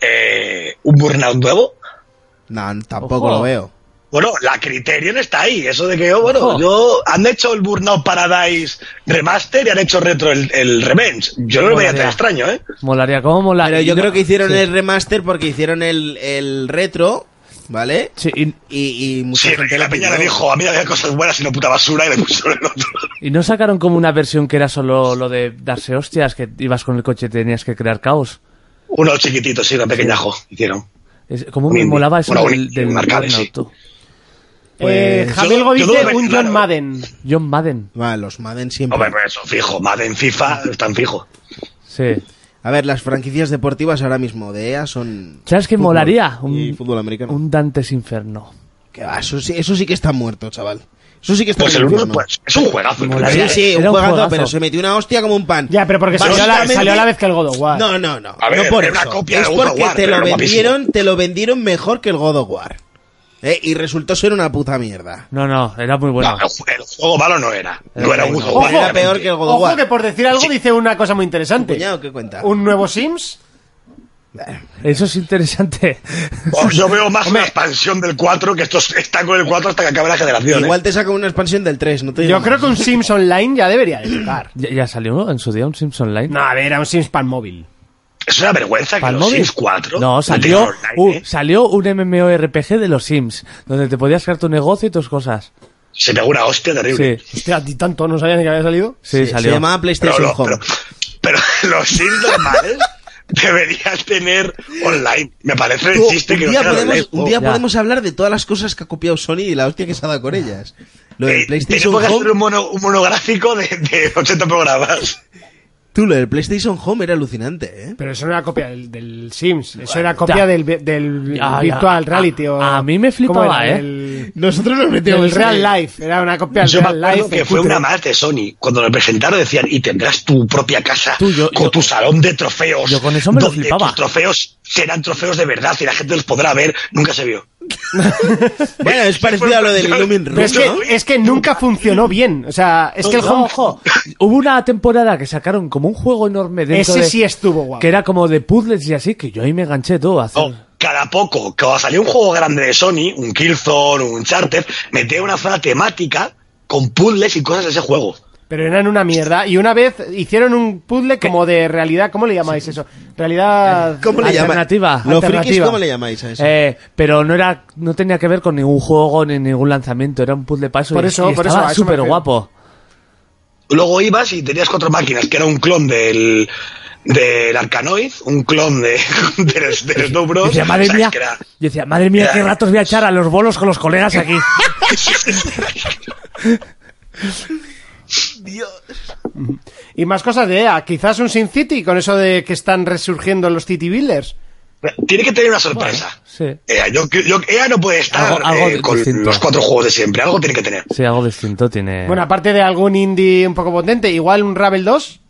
[SPEAKER 4] Eh, ¿Un burnout nuevo?
[SPEAKER 2] No, tampoco
[SPEAKER 3] Ojo.
[SPEAKER 2] lo veo.
[SPEAKER 4] Bueno, la Criterion está ahí. Eso de que, oh, bueno,
[SPEAKER 3] Ojo.
[SPEAKER 4] yo han hecho el Burnout Paradise Remaster y han hecho retro el, el Revenge. Yo no lo veía
[SPEAKER 3] Molaría.
[SPEAKER 4] tan extraño, ¿eh?
[SPEAKER 3] Molaría, ¿cómo
[SPEAKER 1] Ah,
[SPEAKER 3] molaría?
[SPEAKER 2] Pero yo creo que hicieron
[SPEAKER 3] Sí.
[SPEAKER 2] el remaster porque hicieron el, el retro, ¿vale?
[SPEAKER 3] Sí, y,
[SPEAKER 2] Y, y mucha
[SPEAKER 4] Sí,
[SPEAKER 2] gente
[SPEAKER 4] la
[SPEAKER 2] lo
[SPEAKER 4] peña le
[SPEAKER 2] pidió.
[SPEAKER 4] dijo, a mí había cosas buenas y no puta basura y le pusieron el otro.
[SPEAKER 3] y no sacaron como una versión que era solo lo de darse hostias, que ibas con el coche y tenías que crear caos.
[SPEAKER 4] Uno chiquitito, sí, una pequeña jo, hicieron.
[SPEAKER 3] Es, como
[SPEAKER 4] Un
[SPEAKER 3] me
[SPEAKER 4] indie.
[SPEAKER 3] molaba eso
[SPEAKER 4] Bueno, un
[SPEAKER 3] del,
[SPEAKER 4] indie,
[SPEAKER 3] del
[SPEAKER 4] un arcade,
[SPEAKER 3] Burnout,
[SPEAKER 4] sí.
[SPEAKER 3] tú.
[SPEAKER 1] Eh,
[SPEAKER 3] Pues,
[SPEAKER 1] Javier
[SPEAKER 4] yo-
[SPEAKER 1] Go
[SPEAKER 4] yo
[SPEAKER 1] dice
[SPEAKER 4] dudo que-
[SPEAKER 1] un John
[SPEAKER 4] claro.
[SPEAKER 1] Madden.
[SPEAKER 3] John Madden,
[SPEAKER 2] Ah, los Madden siempre.
[SPEAKER 4] Hombre, pues eso, fijo. Madden, FIFA, están fijo.
[SPEAKER 3] sí.
[SPEAKER 2] A ver, las franquicias deportivas ahora mismo de EA son.
[SPEAKER 3] ¿Sabes qué
[SPEAKER 2] fútbol
[SPEAKER 3] molaría? Un-
[SPEAKER 2] y fútbol americano.
[SPEAKER 3] Un Dantes Inferno.
[SPEAKER 2] Que va, eso, sí, eso sí que está muerto, chaval. Eso sí que está
[SPEAKER 4] Pues el uno,
[SPEAKER 2] muerto.
[SPEAKER 4] pues, es un juegazo. el
[SPEAKER 3] Molaría.
[SPEAKER 2] Sí,
[SPEAKER 4] primero.
[SPEAKER 2] sí, un
[SPEAKER 3] Era un
[SPEAKER 2] juegazo,
[SPEAKER 3] juegazo.
[SPEAKER 2] pero se metió una hostia como un pan.
[SPEAKER 1] Ya, pero porque salió a, la,
[SPEAKER 2] Básicamente-
[SPEAKER 1] salió a la vez que el God of War.
[SPEAKER 2] No, no, no.
[SPEAKER 4] A ver,
[SPEAKER 2] no por
[SPEAKER 4] era una
[SPEAKER 2] eso.
[SPEAKER 4] copia de
[SPEAKER 2] es
[SPEAKER 4] God of
[SPEAKER 2] porque
[SPEAKER 4] War,
[SPEAKER 2] te
[SPEAKER 4] pero
[SPEAKER 2] lo
[SPEAKER 4] era
[SPEAKER 2] vendieron, te lo vendieron mejor que el God of War. Eh, Y resultó ser una puta mierda.
[SPEAKER 3] No, no, era muy bueno.
[SPEAKER 4] No, el, ju- el juego malo no era. No era un juego
[SPEAKER 1] Ojo,
[SPEAKER 4] malo.
[SPEAKER 2] era peor que el God of
[SPEAKER 1] Ojo
[SPEAKER 2] War.
[SPEAKER 1] que por decir algo dice una cosa muy interesante.
[SPEAKER 2] Cuñado, ¿qué cuenta?
[SPEAKER 1] Un nuevo Sims.
[SPEAKER 3] Eso es interesante.
[SPEAKER 4] Pues yo veo más una expansión del 4 que estos están con el 4 hasta que acabe la generación. ¿eh?
[SPEAKER 2] Igual te saca una expansión del 3, no te digo
[SPEAKER 1] Yo
[SPEAKER 2] más.
[SPEAKER 1] creo que un Sims online ya debería de tocar.
[SPEAKER 3] ¿Ya, ya salió ¿no? en su día un Sims Online?
[SPEAKER 1] No, a ver, era un Sims para el móvil.
[SPEAKER 4] Es una vergüenza que
[SPEAKER 3] ¿Pal
[SPEAKER 4] los
[SPEAKER 3] móvil?
[SPEAKER 4] Sims 4
[SPEAKER 3] No,
[SPEAKER 4] tengan
[SPEAKER 3] salió,
[SPEAKER 4] online,
[SPEAKER 3] uh,
[SPEAKER 4] ¿eh?
[SPEAKER 3] salió un MMORPG de los Sims, donde te podías crear tu negocio y tus cosas.
[SPEAKER 4] se pegó una hostia
[SPEAKER 3] Sí,
[SPEAKER 4] terrible.
[SPEAKER 3] sí,
[SPEAKER 1] Hostia, a ti tanto no sabía ni que había salido.
[SPEAKER 2] Se
[SPEAKER 3] salió.
[SPEAKER 2] llamaba
[SPEAKER 4] Pero,
[SPEAKER 2] PlayStation
[SPEAKER 4] lo-
[SPEAKER 2] Home.
[SPEAKER 4] pero- pero los Sims normales deberían tener online. Me parece el
[SPEAKER 2] Tú,
[SPEAKER 4] chiste
[SPEAKER 2] un
[SPEAKER 4] que no
[SPEAKER 2] día,
[SPEAKER 4] tengan
[SPEAKER 2] podemos,
[SPEAKER 4] online.
[SPEAKER 2] un día
[SPEAKER 3] Ya.
[SPEAKER 2] podemos hablar de todas las cosas que ha copiado Sony y la hostia que se ha dado con ellas. Lo del
[SPEAKER 4] Eh,
[SPEAKER 2] PlayStation
[SPEAKER 4] tenemos que hacer
[SPEAKER 2] Home,
[SPEAKER 4] un, mono- un monográfico de, de 80 programas.
[SPEAKER 2] tú, lo del PlayStation Home era alucinante, ¿eh?
[SPEAKER 1] Pero eso no era copia del, del Sims, eso era copia
[SPEAKER 3] ya.
[SPEAKER 1] del, vi- del
[SPEAKER 3] Ya, ya.
[SPEAKER 1] Virtual Reality.
[SPEAKER 3] A-
[SPEAKER 1] o-
[SPEAKER 3] a mí me
[SPEAKER 1] ¿cómo
[SPEAKER 3] flipaba,
[SPEAKER 1] era?
[SPEAKER 3] ¿eh?
[SPEAKER 1] Del-
[SPEAKER 2] Nosotros nos
[SPEAKER 1] del Real Life, era una copia del
[SPEAKER 4] Yo me
[SPEAKER 1] Real
[SPEAKER 4] acuerdo
[SPEAKER 1] Life.
[SPEAKER 4] que fue
[SPEAKER 1] cutre.
[SPEAKER 4] una más de Sony. Cuando lo presentaron decían, y tendrás tu propia casa
[SPEAKER 3] Tú, yo-
[SPEAKER 4] con
[SPEAKER 3] yo-
[SPEAKER 4] tu salón de trofeos.
[SPEAKER 3] Yo con eso me lo
[SPEAKER 4] donde
[SPEAKER 3] flipaba.
[SPEAKER 4] Tus trofeos serán trofeos de verdad y la gente los podrá ver. Nunca se vio.
[SPEAKER 2] Bueno, es parecido a lo del Illumin
[SPEAKER 1] Pero es
[SPEAKER 2] Room, ¿no?
[SPEAKER 1] que, es que nunca funcionó bien. O sea, es que el
[SPEAKER 3] No,
[SPEAKER 1] home.
[SPEAKER 3] ojo, Hubo una temporada que sacaron como un juego enorme dentro
[SPEAKER 1] Ese
[SPEAKER 3] de-
[SPEAKER 1] sí estuvo guapo.
[SPEAKER 3] Que era como de puzzles y así, que yo ahí me enganché todo. a hacer-
[SPEAKER 4] No, cada poco, cuando salía un juego grande de Sony, un Killzone, un Charter, metía una zona temática con puzzles y cosas de ese juego.
[SPEAKER 1] Pero eran una mierda. Y una vez hicieron un puzzle como de realidad. ¿Cómo le llamáis eso? Realidad.
[SPEAKER 2] ¿Cómo le llamáis?
[SPEAKER 3] Alternativa.
[SPEAKER 2] Los
[SPEAKER 1] Alternativa.
[SPEAKER 2] frikis, ¿cómo le llamáis a eso?
[SPEAKER 3] Eh, pero no era no tenía que ver con ningún juego ni ningún lanzamiento, era un puzzle para eso
[SPEAKER 1] Por
[SPEAKER 3] y-
[SPEAKER 1] eso,
[SPEAKER 3] y
[SPEAKER 1] por eso,
[SPEAKER 3] estaba
[SPEAKER 1] a eso me
[SPEAKER 3] súper guapo.
[SPEAKER 4] Luego ibas y tenías cuatro máquinas, que era un clon del del Arcanoid, un clon de, del, del Snow
[SPEAKER 3] Yo
[SPEAKER 4] Bros.
[SPEAKER 3] decía, madre
[SPEAKER 4] O sea, es
[SPEAKER 3] mía,
[SPEAKER 4] que era-
[SPEAKER 3] yo decía, madre mía,
[SPEAKER 4] era-
[SPEAKER 3] qué ratos voy a echar a los bolos con los colegas aquí.
[SPEAKER 1] Y más cosas de EA. Quizás un Sin City con eso de que están resurgiendo los City Builders.
[SPEAKER 4] Tiene que tener una sorpresa.
[SPEAKER 3] sí.
[SPEAKER 4] Ea, yo, yo- ella no puede estar
[SPEAKER 3] Algo- algo
[SPEAKER 4] eh, con
[SPEAKER 3] distinto.
[SPEAKER 4] los cuatro juegos de siempre, algo tiene que tener.
[SPEAKER 3] Sí, algo distinto tiene.
[SPEAKER 1] Bueno, aparte de algún indie un poco potente, igual un Ravel 2.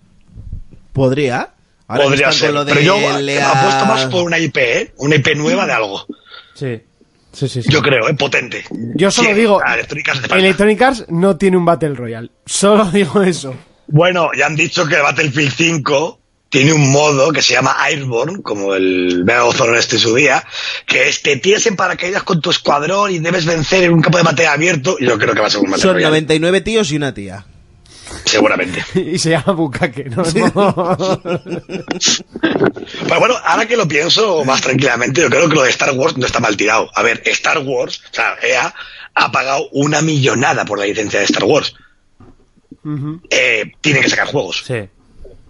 [SPEAKER 2] Podría. Ahora que
[SPEAKER 4] Podría
[SPEAKER 2] están con
[SPEAKER 4] ser,
[SPEAKER 2] lo
[SPEAKER 4] pero yo
[SPEAKER 2] del
[SPEAKER 4] me
[SPEAKER 2] EA
[SPEAKER 4] apuesto más por una IP, ¿eh? una IP nueva de algo.
[SPEAKER 3] sí. Sí, sí, sí.
[SPEAKER 4] Yo creo, ¿eh? potente. Ah,
[SPEAKER 1] Yo solo digo.
[SPEAKER 4] a Electronic Arts le falta.
[SPEAKER 1] Electronic Arts no tiene un Battle Royale. Solo digo eso.
[SPEAKER 4] Bueno, ya han dicho que el Battlefield 5 tiene un modo que se llama Airborne, como el Veo este en su día, que es te tiras en paracaídas con tu escuadrón y debes vencer en un campo de batalla abierto. Yo creo que va a ser un Battle
[SPEAKER 2] Son
[SPEAKER 4] Royale,
[SPEAKER 2] 99 tíos y una tía.
[SPEAKER 4] seguramente.
[SPEAKER 1] Y se llama Bukake, ¿no?
[SPEAKER 4] Pero bueno, ahora que lo pienso más tranquilamente, yo creo que lo de Star Wars no está mal tirado. A ver, Star Wars, o sea, EA ha pagado una millonada por la licencia de Star Wars. Eh, tiene que sacar juegos,
[SPEAKER 3] Sí.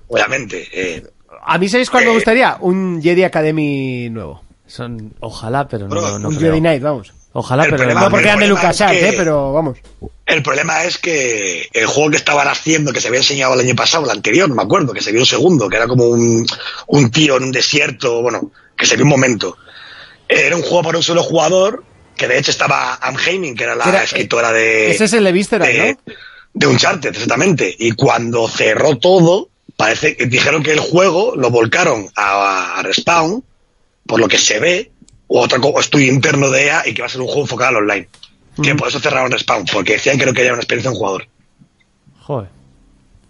[SPEAKER 4] obviamente. eh.
[SPEAKER 1] A mí, ¿sabéis cuál me gustaría? Un Jedi Academy nuevo.
[SPEAKER 3] Son, ojalá, pero no,
[SPEAKER 4] Bro,
[SPEAKER 3] no
[SPEAKER 1] un
[SPEAKER 3] creo.
[SPEAKER 1] Jedi Knight, vamos.
[SPEAKER 3] Ojalá,
[SPEAKER 4] El
[SPEAKER 3] pero
[SPEAKER 4] problema-
[SPEAKER 1] No,
[SPEAKER 3] no.
[SPEAKER 1] porque eran de
[SPEAKER 4] problema es
[SPEAKER 1] LucasArts,
[SPEAKER 4] que-
[SPEAKER 1] ¿eh? Pero vamos.
[SPEAKER 4] El problema es que el juego que estaban haciendo, que se había enseñado el año pasado, el anterior, no me acuerdo, que se vio un segundo, que era como un, un tío en un desierto, bueno, que se vio un momento. Era un juego para un solo jugador, que de hecho estaba Anne Heining, que era la
[SPEAKER 1] Era-
[SPEAKER 4] escritora de...
[SPEAKER 1] Ese es el de Visceral,
[SPEAKER 4] Eh, de,
[SPEAKER 1] ¿no?
[SPEAKER 4] de Uncharted, exactamente. Y cuando cerró todo, parece que dijeron que el juego lo volcaron a, a Respawn, por lo que se ve, u otro co- estudio interno de EA y que va a ser un juego enfocado al online. Que por eso cerraron Respawn, porque decían que no querían una experiencia en jugador.
[SPEAKER 2] Eh.
[SPEAKER 3] Joder.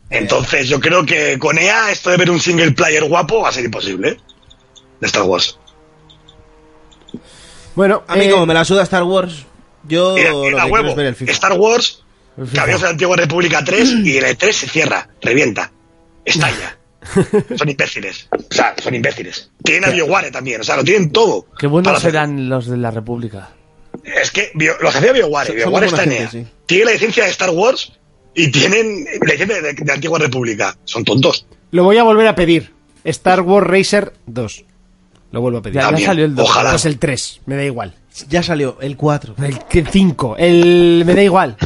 [SPEAKER 4] Entonces yo creo que con EA esto de ver un single player guapo va a ser imposible. ¿eh? De Star Wars.
[SPEAKER 1] Bueno,
[SPEAKER 2] A mí como
[SPEAKER 1] eh,
[SPEAKER 2] me la suda Star Wars, yo
[SPEAKER 4] Mira,
[SPEAKER 2] lo que
[SPEAKER 4] mira,
[SPEAKER 2] quiero
[SPEAKER 4] Eh, huevo,
[SPEAKER 2] es ver el FIFA.
[SPEAKER 4] Star Wars,
[SPEAKER 3] El FIFA.
[SPEAKER 4] Camiones de la Antigua República 3 y el E3 se cierra, revienta, estalla. son imbéciles. O sea, son imbéciles. Tienen a BioWare también, o sea, lo tienen todo.
[SPEAKER 3] Qué buenos
[SPEAKER 4] Para hacer-
[SPEAKER 3] serán los de la República.
[SPEAKER 4] Es que Bio- los hacía BioWare.
[SPEAKER 2] Son-
[SPEAKER 4] BioWare
[SPEAKER 2] son
[SPEAKER 4] está en
[SPEAKER 2] buena
[SPEAKER 4] EA.
[SPEAKER 2] gente, sí.
[SPEAKER 4] Tiene la licencia de Star Wars y tienen la licencia de, de Antigua República. Son tontos.
[SPEAKER 1] lo voy a volver a pedir. Star Wars Racer 2. Lo vuelvo a pedir.
[SPEAKER 3] Ya, ya
[SPEAKER 4] También,
[SPEAKER 3] salió el 2.
[SPEAKER 4] ojalá.
[SPEAKER 1] Pues el 3, me da igual.
[SPEAKER 2] Ya salió el 4.
[SPEAKER 1] El 5, el me da igual.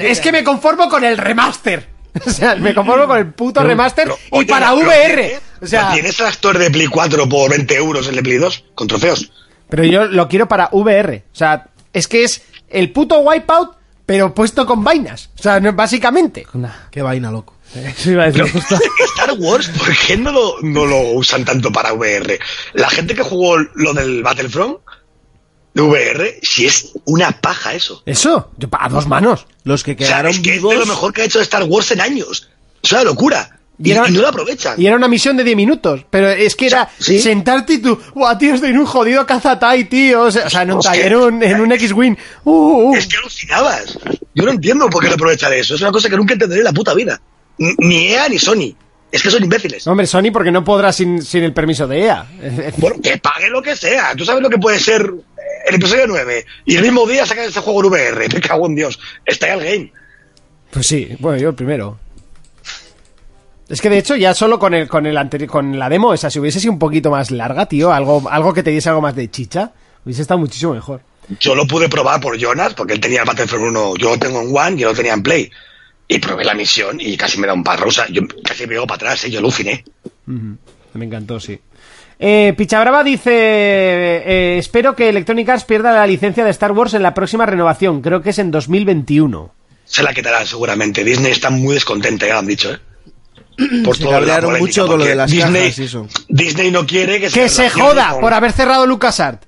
[SPEAKER 1] Es que, me conformo con el remaster. O sea, me conformo con el puto remaster
[SPEAKER 4] Pero,
[SPEAKER 1] y
[SPEAKER 4] oye,
[SPEAKER 1] para
[SPEAKER 4] ¿lo
[SPEAKER 1] VR.
[SPEAKER 4] tienes?
[SPEAKER 1] O sea,
[SPEAKER 4] ¿Lo ¿Tienes el actor de Play 4 por 20 euros el de Play 2 con trofeos?
[SPEAKER 1] pero yo lo quiero para VR. O sea, es que es el puto Wipeout, pero puesto con vainas. O sea, no- básicamente.
[SPEAKER 3] Nah,
[SPEAKER 2] Qué vaina, loco.
[SPEAKER 3] Eso iba a decir justo.
[SPEAKER 4] Star Wars, ¿por qué no lo, no lo usan tanto para VR? La gente que jugó lo del Battlefront de VR, si es una paja eso.
[SPEAKER 1] Eso, yo pa- a dos manos.
[SPEAKER 2] Los que
[SPEAKER 4] O sea,
[SPEAKER 2] quedaron
[SPEAKER 4] es que
[SPEAKER 2] vivos...
[SPEAKER 4] es de lo mejor que ha hecho Star Wars en años. Es una locura.
[SPEAKER 1] Y
[SPEAKER 4] Y,
[SPEAKER 1] era-
[SPEAKER 4] y no lo aprovechan.
[SPEAKER 1] Y era una misión de 10 minutos. Pero es que era
[SPEAKER 4] Sí.
[SPEAKER 1] sentarte y tú, ¡buah, tío, estoy en un jodido cazatai, tío! O sea, o sea, en un,
[SPEAKER 4] Es
[SPEAKER 1] ta-
[SPEAKER 4] que-
[SPEAKER 1] en un, en un X-Wing. Uh, uh, uh.
[SPEAKER 4] Es que alucinabas. Yo no entiendo por qué no aprovechan eso. Es una cosa que nunca entenderé en la puta vida. N- Ni EA ni Sony. Es que son imbéciles.
[SPEAKER 1] No, hombre, Sony, porque no podrá sin, sin el permiso de E EA.
[SPEAKER 4] Bueno, que pague lo que sea. Tú sabes lo que puede ser eh, el episodio 9. Y el mismo día sacan ese juego en VR. Me cago en Dios. Está ya el game.
[SPEAKER 1] Pues sí, bueno, yo el primero. Es que de hecho ya solo con el con el anteri- con la demo esa si hubiese sido un poquito más larga, tío, algo algo que te diese algo más de chicha, hubiese estado muchísimo mejor.
[SPEAKER 4] Yo lo pude probar por Jonas, porque él tenía el Battlefront 1, yo lo tengo en One y él lo tenía en Play. Y probé la misión y casi me da un parro. O sea, yo casi me veo para atrás, ¿eh? yo aluciné.
[SPEAKER 1] Me encantó, sí. Eh, Pichabrava dice, eh, espero que Electronic Arts pierda la licencia de Star Wars en la próxima renovación, creo que es en 2021.
[SPEAKER 4] Se la quitarán seguramente. Disney está muy descontenta, ya lo han dicho, ¿eh? Por
[SPEAKER 2] Se
[SPEAKER 4] toda la
[SPEAKER 2] cabrearon
[SPEAKER 4] polémica,
[SPEAKER 2] Mm, mucho con lo
[SPEAKER 4] porque
[SPEAKER 2] de las
[SPEAKER 4] Disney,
[SPEAKER 2] cajas y eso.
[SPEAKER 4] Disney no quiere que,
[SPEAKER 1] Que se
[SPEAKER 4] relacione
[SPEAKER 1] joda
[SPEAKER 4] con-
[SPEAKER 1] por haber cerrado LucasArts.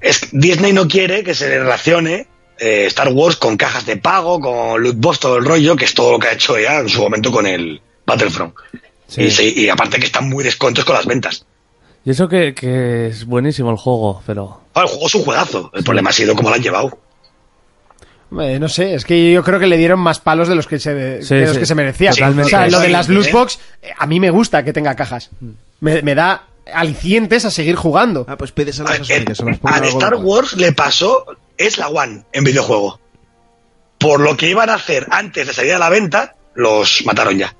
[SPEAKER 4] es- Disney no quiere que se relacione eh, Star Wars con cajas de pago, con loot box, todo el rollo, que es todo lo que ha hecho ya en su momento con el Battlefront. Y, se- y aparte que están muy descontos con las ventas.
[SPEAKER 3] Y eso que, que es buenísimo el juego, pero.
[SPEAKER 4] Ah, el juego es un juegazo. El problema ha sido cómo lo han llevado.
[SPEAKER 1] Eh, no sé, es que yo creo que le dieron más palos de los que se, de
[SPEAKER 3] Sí,
[SPEAKER 1] los
[SPEAKER 3] sí.
[SPEAKER 1] que se merecía.
[SPEAKER 3] Totalmente.
[SPEAKER 1] O sea, lo de las
[SPEAKER 4] Sí,
[SPEAKER 1] loot
[SPEAKER 4] ¿eh?
[SPEAKER 1] box, eh, a mí me gusta que tenga cajas. Me, me da alicientes a seguir jugando.
[SPEAKER 2] Ah, pues pides a
[SPEAKER 4] Eh, A-
[SPEAKER 2] las personas que se las pongan
[SPEAKER 4] al
[SPEAKER 2] algo
[SPEAKER 4] Star
[SPEAKER 2] loco.
[SPEAKER 4] Wars le pasó, es la One en videojuego. Por lo que iban a hacer antes de salir a la venta, los mataron ya.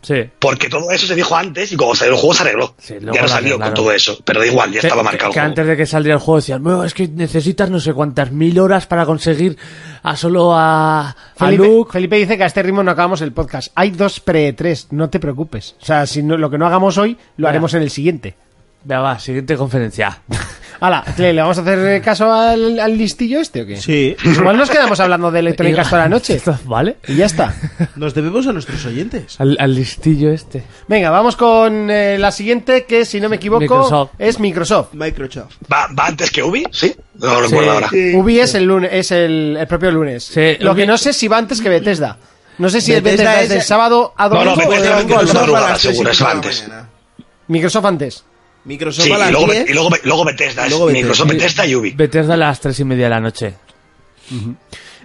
[SPEAKER 3] Sí.
[SPEAKER 4] Porque todo eso se dijo antes y cuando salió el juego se arregló.
[SPEAKER 3] Sí, luego
[SPEAKER 4] ya
[SPEAKER 3] lo
[SPEAKER 4] no salió
[SPEAKER 3] arreglaron.
[SPEAKER 4] con todo eso, pero da igual, ya
[SPEAKER 3] Que-
[SPEAKER 4] estaba
[SPEAKER 3] que-
[SPEAKER 4] marcado. el
[SPEAKER 3] Que
[SPEAKER 4] juego.
[SPEAKER 3] antes de que saliera el juego decían, no, es que necesitas no sé cuántas mil horas para conseguir a solo a, a
[SPEAKER 1] Felipe,
[SPEAKER 3] Luke.
[SPEAKER 1] Felipe dice que a este ritmo no acabamos el podcast. Hay dos pre-3, no te preocupes. O sea, si no- lo que no hagamos hoy, lo
[SPEAKER 3] Ya.
[SPEAKER 1] haremos en el siguiente.
[SPEAKER 3] Venga, va, siguiente conferencia.
[SPEAKER 1] Hala, ¿le, le vamos a hacer eh, caso al, al listillo este o qué?
[SPEAKER 2] Sí.
[SPEAKER 1] Igual nos quedamos hablando de Electronic Arts toda la noche.
[SPEAKER 3] ¿Vale?
[SPEAKER 1] Y ya está.
[SPEAKER 2] Nos debemos a nuestros oyentes.
[SPEAKER 3] Al, al listillo este.
[SPEAKER 1] Venga, vamos con eh, la siguiente, que si no me equivoco,
[SPEAKER 3] Microsoft.
[SPEAKER 1] es Microsoft.
[SPEAKER 2] Microsoft.
[SPEAKER 4] ¿Va, va antes que Ubi? Sí, no lo recuerdo ahora.
[SPEAKER 1] Ubi es el lunes, es el, el propio lunes.
[SPEAKER 3] Sí,
[SPEAKER 1] lo
[SPEAKER 3] Ubi-
[SPEAKER 1] que no sé si va antes que Bethesda. No sé si
[SPEAKER 2] Bethesda
[SPEAKER 1] Bethesda, es
[SPEAKER 2] es-
[SPEAKER 1] del sábado a
[SPEAKER 4] No,
[SPEAKER 1] domingo
[SPEAKER 4] no,
[SPEAKER 1] o de
[SPEAKER 4] Bethesda
[SPEAKER 1] domingo
[SPEAKER 4] tiene
[SPEAKER 1] al
[SPEAKER 4] su
[SPEAKER 1] sábado.
[SPEAKER 4] madrugada,
[SPEAKER 2] las tres y
[SPEAKER 4] seguro, es
[SPEAKER 2] pico de la
[SPEAKER 4] antes.
[SPEAKER 2] mañana.
[SPEAKER 1] Microsoft antes.
[SPEAKER 2] Microsoft
[SPEAKER 4] Sí,
[SPEAKER 2] a
[SPEAKER 4] y
[SPEAKER 2] las
[SPEAKER 4] luego,
[SPEAKER 2] 10.
[SPEAKER 4] y luego- luego Bethesda, es
[SPEAKER 2] Luego Bethesda.
[SPEAKER 4] Microsoft Bethesda y Ubi.
[SPEAKER 3] Bethesda a las tres y media de la noche.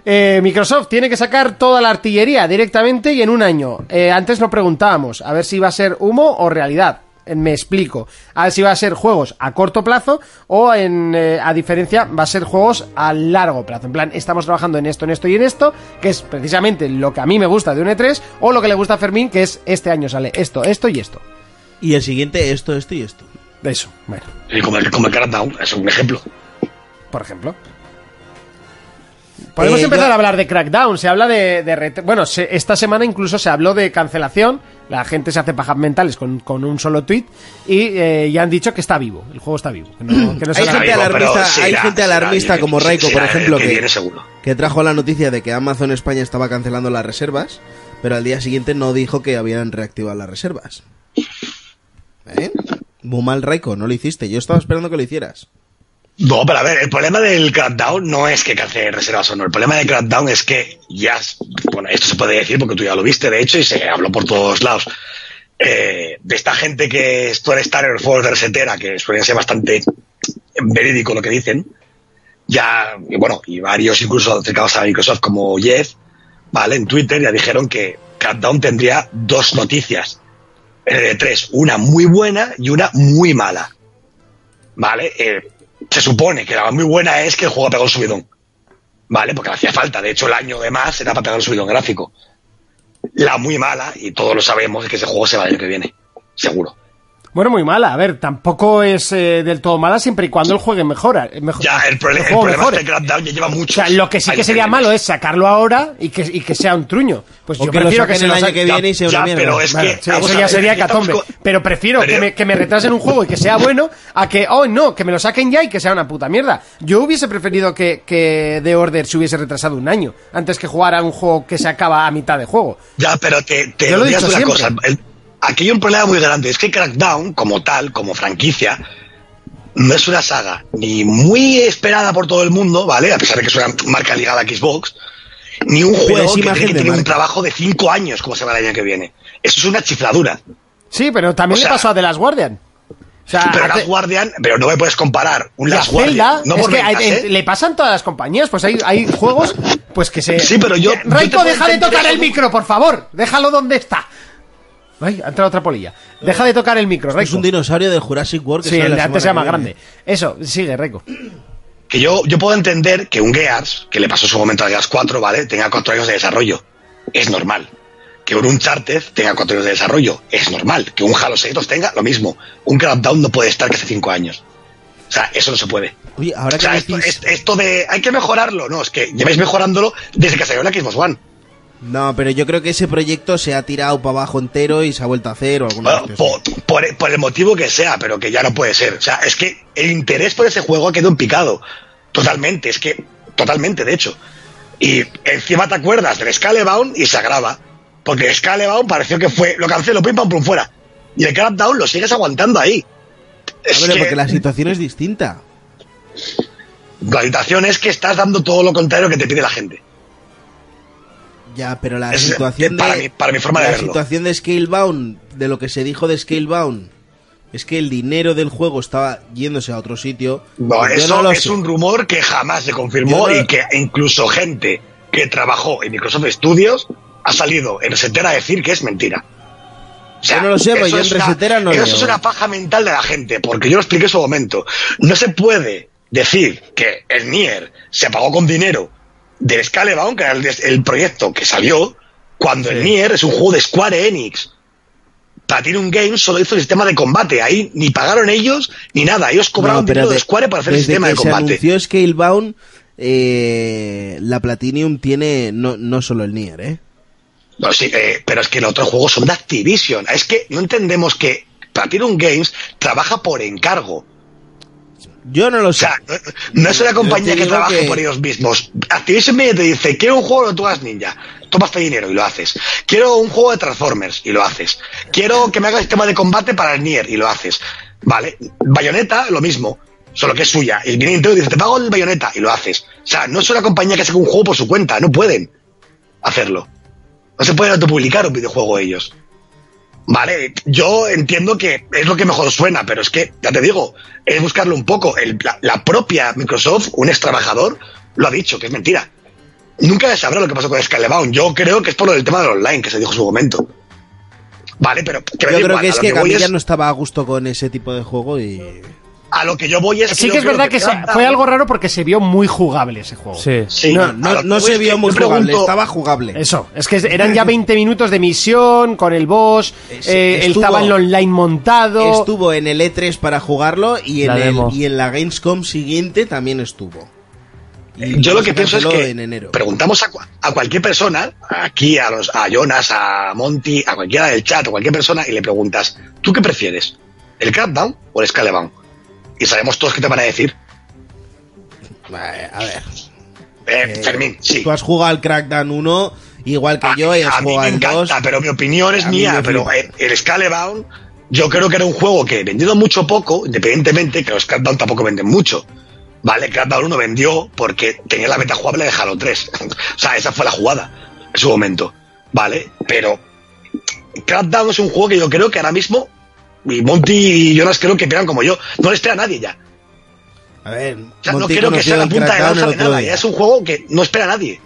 [SPEAKER 1] Eh, Microsoft tiene que sacar toda la artillería directamente y en un año. Eh, antes lo preguntábamos, a ver si iba a ser humo o realidad. Eh, Me explico. A ver si va a ser juegos a corto plazo o, en, eh, a diferencia, va a ser juegos a largo plazo. En plan, estamos trabajando en esto, en esto y en esto, que es precisamente lo que a mí me gusta de un E3 o lo que le gusta a Fermín, que es este año sale esto, esto y esto.
[SPEAKER 2] Y el siguiente, esto, esto y esto.
[SPEAKER 1] Eso, bueno,
[SPEAKER 4] Y como el, como el Crackdown, es un ejemplo.
[SPEAKER 1] por ejemplo. Podemos
[SPEAKER 2] Eh,
[SPEAKER 1] empezar
[SPEAKER 2] yo-
[SPEAKER 1] a hablar de Crackdown. Se habla de. de ret- bueno, se- esta semana incluso se habló de cancelación. La gente se hace pajas mentales con, con un solo tweet. Y eh, ya han dicho que está vivo. El juego está vivo. que no- que no se
[SPEAKER 2] Hay
[SPEAKER 1] lo
[SPEAKER 4] Ahora
[SPEAKER 2] gente
[SPEAKER 1] han-
[SPEAKER 4] mismo,
[SPEAKER 2] alarmista-
[SPEAKER 4] pero
[SPEAKER 2] hay gente alarmista
[SPEAKER 4] será-
[SPEAKER 2] como Raiko, por
[SPEAKER 4] será el
[SPEAKER 2] ejemplo,
[SPEAKER 4] que
[SPEAKER 2] que-
[SPEAKER 4] viene seguro.
[SPEAKER 2] Que trajo la noticia de que Amazon España estaba cancelando las reservas. pero al día siguiente no dijo que habían reactivado las reservas. ¿Eh? Muy mal, Raiko, no lo hiciste. Yo estaba esperando que lo hicieras.
[SPEAKER 4] No, pero a ver, el problema del crackdown no es que cancelen reservas o no. El problema del crackdown es que ya, bueno, esto se puede decir porque tú ya lo viste, de hecho, y se habló por todos lados. Eh, de esta gente que suele estar en los juegos de resetera, que suelen ser bastante verídico lo que dicen, ya, y bueno, y varios incluso acercados a Microsoft como Jeff, ¿vale? En Twitter ya dijeron que Crackdown tendría dos noticias, eh, de tres, una muy buena y una muy mala, ¿vale? Eh, se supone que la muy buena es que el juego ha pegado un subidón. ¿Vale? Porque le hacía falta. De hecho, el año de más era para pegar un subidón gráfico. La muy mala, y todos lo sabemos, es que ese juego se va el año que viene. Seguro.
[SPEAKER 1] Bueno, muy mala. A ver, tampoco es eh, del todo mala siempre y cuando el juego mejora. eh, mejo-
[SPEAKER 4] Ya, el, prole- el
[SPEAKER 1] juego
[SPEAKER 4] problema
[SPEAKER 1] mejore.
[SPEAKER 4] es que Crackdown ya lleva
[SPEAKER 1] O
[SPEAKER 4] mucho.
[SPEAKER 1] sea, lo que sí que sería malo es sacarlo ahora y que, y que sea un truño. Pues
[SPEAKER 2] O
[SPEAKER 1] yo
[SPEAKER 2] que lo
[SPEAKER 1] prefiero
[SPEAKER 2] saquen
[SPEAKER 1] que se
[SPEAKER 2] el
[SPEAKER 1] lo
[SPEAKER 2] año
[SPEAKER 1] sa-
[SPEAKER 2] que
[SPEAKER 1] Ya,
[SPEAKER 2] viene y se
[SPEAKER 4] ya,
[SPEAKER 2] una mierda.
[SPEAKER 4] pero es
[SPEAKER 1] Vale,
[SPEAKER 4] que.
[SPEAKER 1] sí,
[SPEAKER 4] vamos
[SPEAKER 1] eso
[SPEAKER 4] a
[SPEAKER 1] ya
[SPEAKER 4] ver,
[SPEAKER 1] sería
[SPEAKER 4] estamos
[SPEAKER 1] catombe.
[SPEAKER 4] con-
[SPEAKER 1] Pero prefiero
[SPEAKER 4] Pero
[SPEAKER 1] que,
[SPEAKER 4] yo-
[SPEAKER 1] me, que me retrasen un juego y que sea bueno a que, oh no, que me lo saquen ya y que sea una puta mierda. Yo hubiese preferido que, que The Order se hubiese retrasado un año antes que jugar a un juego que se acaba a mitad de juego.
[SPEAKER 4] Ya, pero te, te
[SPEAKER 1] Yo lo he
[SPEAKER 4] olvidas
[SPEAKER 1] dicho
[SPEAKER 4] de una cosa.
[SPEAKER 1] siempre.
[SPEAKER 4] El- aquí hay un problema muy grande. Es que Crackdown, como tal, como franquicia, no es una saga ni muy esperada por todo el mundo, ¿vale? A pesar de que es una marca ligada a Xbox, ni un
[SPEAKER 2] es
[SPEAKER 4] juego que
[SPEAKER 2] imagen
[SPEAKER 4] tiene que
[SPEAKER 2] de
[SPEAKER 4] tener un
[SPEAKER 2] marca.
[SPEAKER 4] trabajo de cinco años, como se va el año que viene. Eso es una chifladura.
[SPEAKER 1] Sí, pero también
[SPEAKER 4] O
[SPEAKER 1] le
[SPEAKER 4] sea-
[SPEAKER 1] pasó a The Last Guardian. O sea,
[SPEAKER 4] pero
[SPEAKER 1] a
[SPEAKER 4] Last
[SPEAKER 1] The-
[SPEAKER 4] Guardian, pero no me puedes comparar un
[SPEAKER 1] Ah, la
[SPEAKER 4] Last Guardian.
[SPEAKER 1] Zelda,
[SPEAKER 4] No
[SPEAKER 1] es
[SPEAKER 4] por
[SPEAKER 1] que
[SPEAKER 4] ventas,
[SPEAKER 1] hay-
[SPEAKER 4] ¿eh?
[SPEAKER 1] le pasan todas las compañías, pues hay, hay juegos pues que se...
[SPEAKER 4] Sí, pero yo-
[SPEAKER 1] Ya,
[SPEAKER 4] yo te
[SPEAKER 1] Raiko,
[SPEAKER 4] puedo
[SPEAKER 1] deja de
[SPEAKER 4] entender
[SPEAKER 1] tocar
[SPEAKER 4] eso
[SPEAKER 1] el
[SPEAKER 4] como-
[SPEAKER 1] micro, por favor. Déjalo donde está. Ay, ha entrado otra polilla. Deja de tocar el micro,
[SPEAKER 2] Es
[SPEAKER 1] Raiko.
[SPEAKER 2] un dinosaurio de Jurassic World que
[SPEAKER 1] Sí,
[SPEAKER 2] sale
[SPEAKER 1] el
[SPEAKER 2] la
[SPEAKER 1] de antes
[SPEAKER 2] semana
[SPEAKER 1] era más
[SPEAKER 2] que viene.
[SPEAKER 1] grande. Eso, sigue, Reco.
[SPEAKER 4] que yo, yo puedo entender que un Gears, que le pasó su momento a Gears 4, ¿vale? Tenga cuatro años de desarrollo. Es normal. Que un Uncharted tenga cuatro años de desarrollo. Es normal. Que un Halo 6 los tenga, lo mismo. Un Crackdown no puede estar que hace cinco años. O sea, eso no se puede.
[SPEAKER 2] Oye, ahora
[SPEAKER 4] O
[SPEAKER 2] que
[SPEAKER 4] sea, esto,
[SPEAKER 2] decís...
[SPEAKER 4] es- esto de hay que mejorarlo, no, es que lleváis mejorándolo desde que salió la Xbox One.
[SPEAKER 2] No, pero yo creo que ese proyecto se ha tirado para abajo entero y se ha vuelto a hacer o alguna cosa
[SPEAKER 4] Bueno, po- por, el- por el motivo que sea, pero que ya no puede ser. O sea, es que el interés por ese juego ha quedado en picado. Totalmente, es que, totalmente, de hecho. Y encima te acuerdas del Scalebound y se agrava. Porque Scalebound pareció que fue, lo canceló, pim pam pum fuera. Y el Crackdown lo sigues aguantando ahí. Es
[SPEAKER 2] Hombre,
[SPEAKER 4] que
[SPEAKER 2] porque la situación es distinta.
[SPEAKER 4] la habitación es que estás dando todo lo contrario que te pide la gente.
[SPEAKER 2] Ya, pero la
[SPEAKER 4] Es-
[SPEAKER 2] situación
[SPEAKER 4] para
[SPEAKER 2] de...
[SPEAKER 4] mi- para mi forma de
[SPEAKER 2] la
[SPEAKER 4] verlo.
[SPEAKER 2] situación de Scalebound, de lo que se dijo de Scalebound, es que el dinero del juego estaba yéndose a otro sitio.
[SPEAKER 4] No,
[SPEAKER 2] Yo
[SPEAKER 4] eso
[SPEAKER 2] no lo
[SPEAKER 4] es
[SPEAKER 2] sé.
[SPEAKER 4] un rumor que jamás se
[SPEAKER 2] Yo
[SPEAKER 4] confirmó
[SPEAKER 2] no-
[SPEAKER 4] y que incluso gente que trabajó en Microsoft Studios ha salido en Resetera a decir que es mentira. O
[SPEAKER 2] Yo no lo sé, pero
[SPEAKER 4] eso
[SPEAKER 2] yo
[SPEAKER 4] es
[SPEAKER 2] en
[SPEAKER 4] una-
[SPEAKER 2] Resetera no
[SPEAKER 4] Eso
[SPEAKER 2] leo.
[SPEAKER 4] es una paja mental de la gente, porque yo lo expliqué en su momento. No se puede decir que el Nier se pagó con dinero del Scalebound, que era el, el proyecto que salió, cuando el Nier es un juego de Square Enix. Platinum Games solo hizo el sistema de combate. Ahí ni pagaron ellos ni nada. Ellos cobraron
[SPEAKER 2] No, pero
[SPEAKER 4] dinero de,
[SPEAKER 2] de-
[SPEAKER 4] Square para hacer el
[SPEAKER 2] desde
[SPEAKER 4] sistema
[SPEAKER 2] que
[SPEAKER 4] de combate.
[SPEAKER 2] Se anunció Scalebound, eh, la Platinum tiene no, no solo el Nier, ¿eh?
[SPEAKER 4] No, sí, eh, pero es que los otros juegos son de Activision. Es que no entendemos que Platinum Games trabaja por encargo.
[SPEAKER 2] Yo no lo
[SPEAKER 4] O
[SPEAKER 2] sé.
[SPEAKER 4] sea, no, no es una
[SPEAKER 2] Yo te
[SPEAKER 4] compañía que
[SPEAKER 2] digo
[SPEAKER 4] trabaje
[SPEAKER 2] que-
[SPEAKER 4] por ellos mismos. Activision Media te dice, quiero un juego de Tortugas Ninja. Toma este dinero y lo haces. Quiero un juego de Transformers y lo haces. Quiero que me haga el sistema de combate para el Nier y lo haces. Vale. Bayonetta, lo mismo. Solo que es suya. Y viene Nintendo y dice, te pago el Bayonetta y lo haces. O sea, no es una compañía que saque un juego por su cuenta. No pueden hacerlo. No se pueden autopublicar un videojuego ellos. Vale, yo entiendo que es lo que mejor suena, pero es que, ya te digo, es buscarlo un poco. El- la, la propia Microsoft, un ex trabajador, lo ha dicho, que es mentira. Nunca se sabrá lo que pasó con Scalebound. Yo creo que es por lo del tema del online que se dijo en su momento. Vale, pero que me
[SPEAKER 2] Yo
[SPEAKER 4] da
[SPEAKER 2] creo
[SPEAKER 4] igual,
[SPEAKER 2] que
[SPEAKER 4] a
[SPEAKER 2] es
[SPEAKER 4] lo
[SPEAKER 2] que
[SPEAKER 4] voy
[SPEAKER 2] Camilla
[SPEAKER 4] es-
[SPEAKER 2] no estaba a gusto con ese tipo de juego y...
[SPEAKER 4] A lo que yo voy es.
[SPEAKER 1] Sí
[SPEAKER 4] yo
[SPEAKER 1] que es
[SPEAKER 4] creo
[SPEAKER 1] verdad que se-
[SPEAKER 4] Crackdown-
[SPEAKER 1] fue algo raro porque se vio muy jugable ese
[SPEAKER 4] Oh.
[SPEAKER 1] juego.
[SPEAKER 3] Sí.
[SPEAKER 4] Sí,
[SPEAKER 2] no,
[SPEAKER 4] a
[SPEAKER 2] no,
[SPEAKER 4] lo que
[SPEAKER 2] no
[SPEAKER 4] voy
[SPEAKER 2] se
[SPEAKER 4] es que
[SPEAKER 2] vio muy
[SPEAKER 4] yo
[SPEAKER 2] jugable,
[SPEAKER 4] pregunto-
[SPEAKER 2] estaba jugable.
[SPEAKER 1] Eso, es que eran ya 20 minutos de misión con el boss,
[SPEAKER 2] Sí,
[SPEAKER 1] eh, él
[SPEAKER 2] estuvo-
[SPEAKER 1] estaba en lo online montado.
[SPEAKER 2] Estuvo en el E3 para jugarlo y en,
[SPEAKER 3] La
[SPEAKER 2] el-
[SPEAKER 3] demo.
[SPEAKER 2] y en la Gamescom siguiente también estuvo. Y
[SPEAKER 4] Yo lo que
[SPEAKER 2] se
[SPEAKER 4] pienso es
[SPEAKER 2] canceló
[SPEAKER 4] que
[SPEAKER 2] en enero.
[SPEAKER 4] preguntamos a, cua- a cualquier persona, aquí a, los, a Jonas, a Monty, a cualquiera del chat, a cualquier persona, y le preguntas, ¿tú qué prefieres? ¿El Crackdown o el Scalebound? Y sabemos todos qué te van a decir.
[SPEAKER 2] Vale, a ver,
[SPEAKER 4] Eh, Fermín, sí.
[SPEAKER 2] tú has jugado al Crackdown 1 Igual que
[SPEAKER 4] A-
[SPEAKER 2] Pues yo, ellas
[SPEAKER 4] a mí me
[SPEAKER 2] juegan dos.
[SPEAKER 4] encanta, pero mi opinión es
[SPEAKER 2] A mí
[SPEAKER 4] mía.
[SPEAKER 2] me
[SPEAKER 4] Pero
[SPEAKER 2] flipa.
[SPEAKER 4] eh, el Scalebound, yo creo que era un juego que vendido mucho poco, independientemente que los Scalebound tampoco venden mucho. Vale, Scalebound 1 vendió porque tenía la beta jugable de Halo 3. o sea, esa fue la jugada en su momento. Vale, pero Crackdown es un juego que yo creo que ahora mismo, y Monty y Jonas creo que piensan como yo, no les espera a nadie ya.
[SPEAKER 2] A ver,
[SPEAKER 4] O sea,
[SPEAKER 2] Monty
[SPEAKER 4] no creo que
[SPEAKER 2] conoció
[SPEAKER 4] sea la
[SPEAKER 2] el
[SPEAKER 4] punta de
[SPEAKER 2] Crackdown
[SPEAKER 4] lanza
[SPEAKER 2] el
[SPEAKER 4] de
[SPEAKER 2] otro
[SPEAKER 4] nada.
[SPEAKER 2] día.
[SPEAKER 4] ya es un juego que no espera a nadie.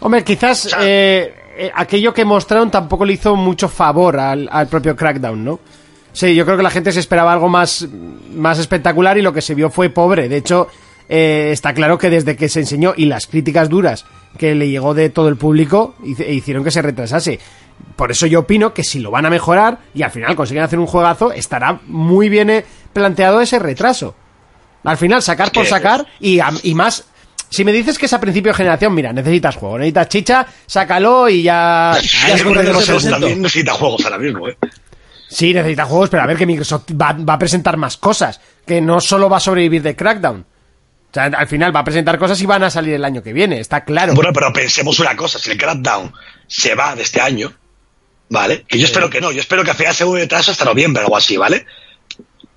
[SPEAKER 1] Hombre, quizás
[SPEAKER 4] sea-
[SPEAKER 1] eh, eh, aquello que mostraron tampoco le hizo mucho favor al, al propio Crackdown, ¿no? Sí, yo creo que la gente se esperaba algo más, más espectacular y lo que se vio fue pobre. De hecho, eh, está claro que desde que se enseñó y las críticas duras que le llegó de todo el público hice- hicieron que se retrasase. Por eso yo opino que si lo van a mejorar y al final consiguen hacer un juegazo, estará muy bien eh, planteado ese retraso. Al final, sacar por
[SPEAKER 4] que-
[SPEAKER 1] sacar y, a- y más. Si me dices que es a principio de generación, mira, necesitas juego, necesitas chicha, sácalo y
[SPEAKER 2] Ah,
[SPEAKER 1] ya. ya
[SPEAKER 4] Ya
[SPEAKER 1] se
[SPEAKER 4] creo que
[SPEAKER 1] comprende por
[SPEAKER 2] Microsoft
[SPEAKER 4] Microsoft
[SPEAKER 1] segundo.
[SPEAKER 4] también necesita juegos ahora mismo, ¿eh?
[SPEAKER 1] Sí, necesitas juegos, pero a ver que Microsoft va, va a presentar más cosas. Que no solo va a sobrevivir de Crackdown. O sea, al final va a presentar cosas y van a salir el año que viene, está claro.
[SPEAKER 4] Bueno, pero pensemos una cosa, si el Crackdown se va de este año, ¿vale? Que yo espero que no, yo espero que al final se un retraso hasta noviembre o algo así, ¿vale?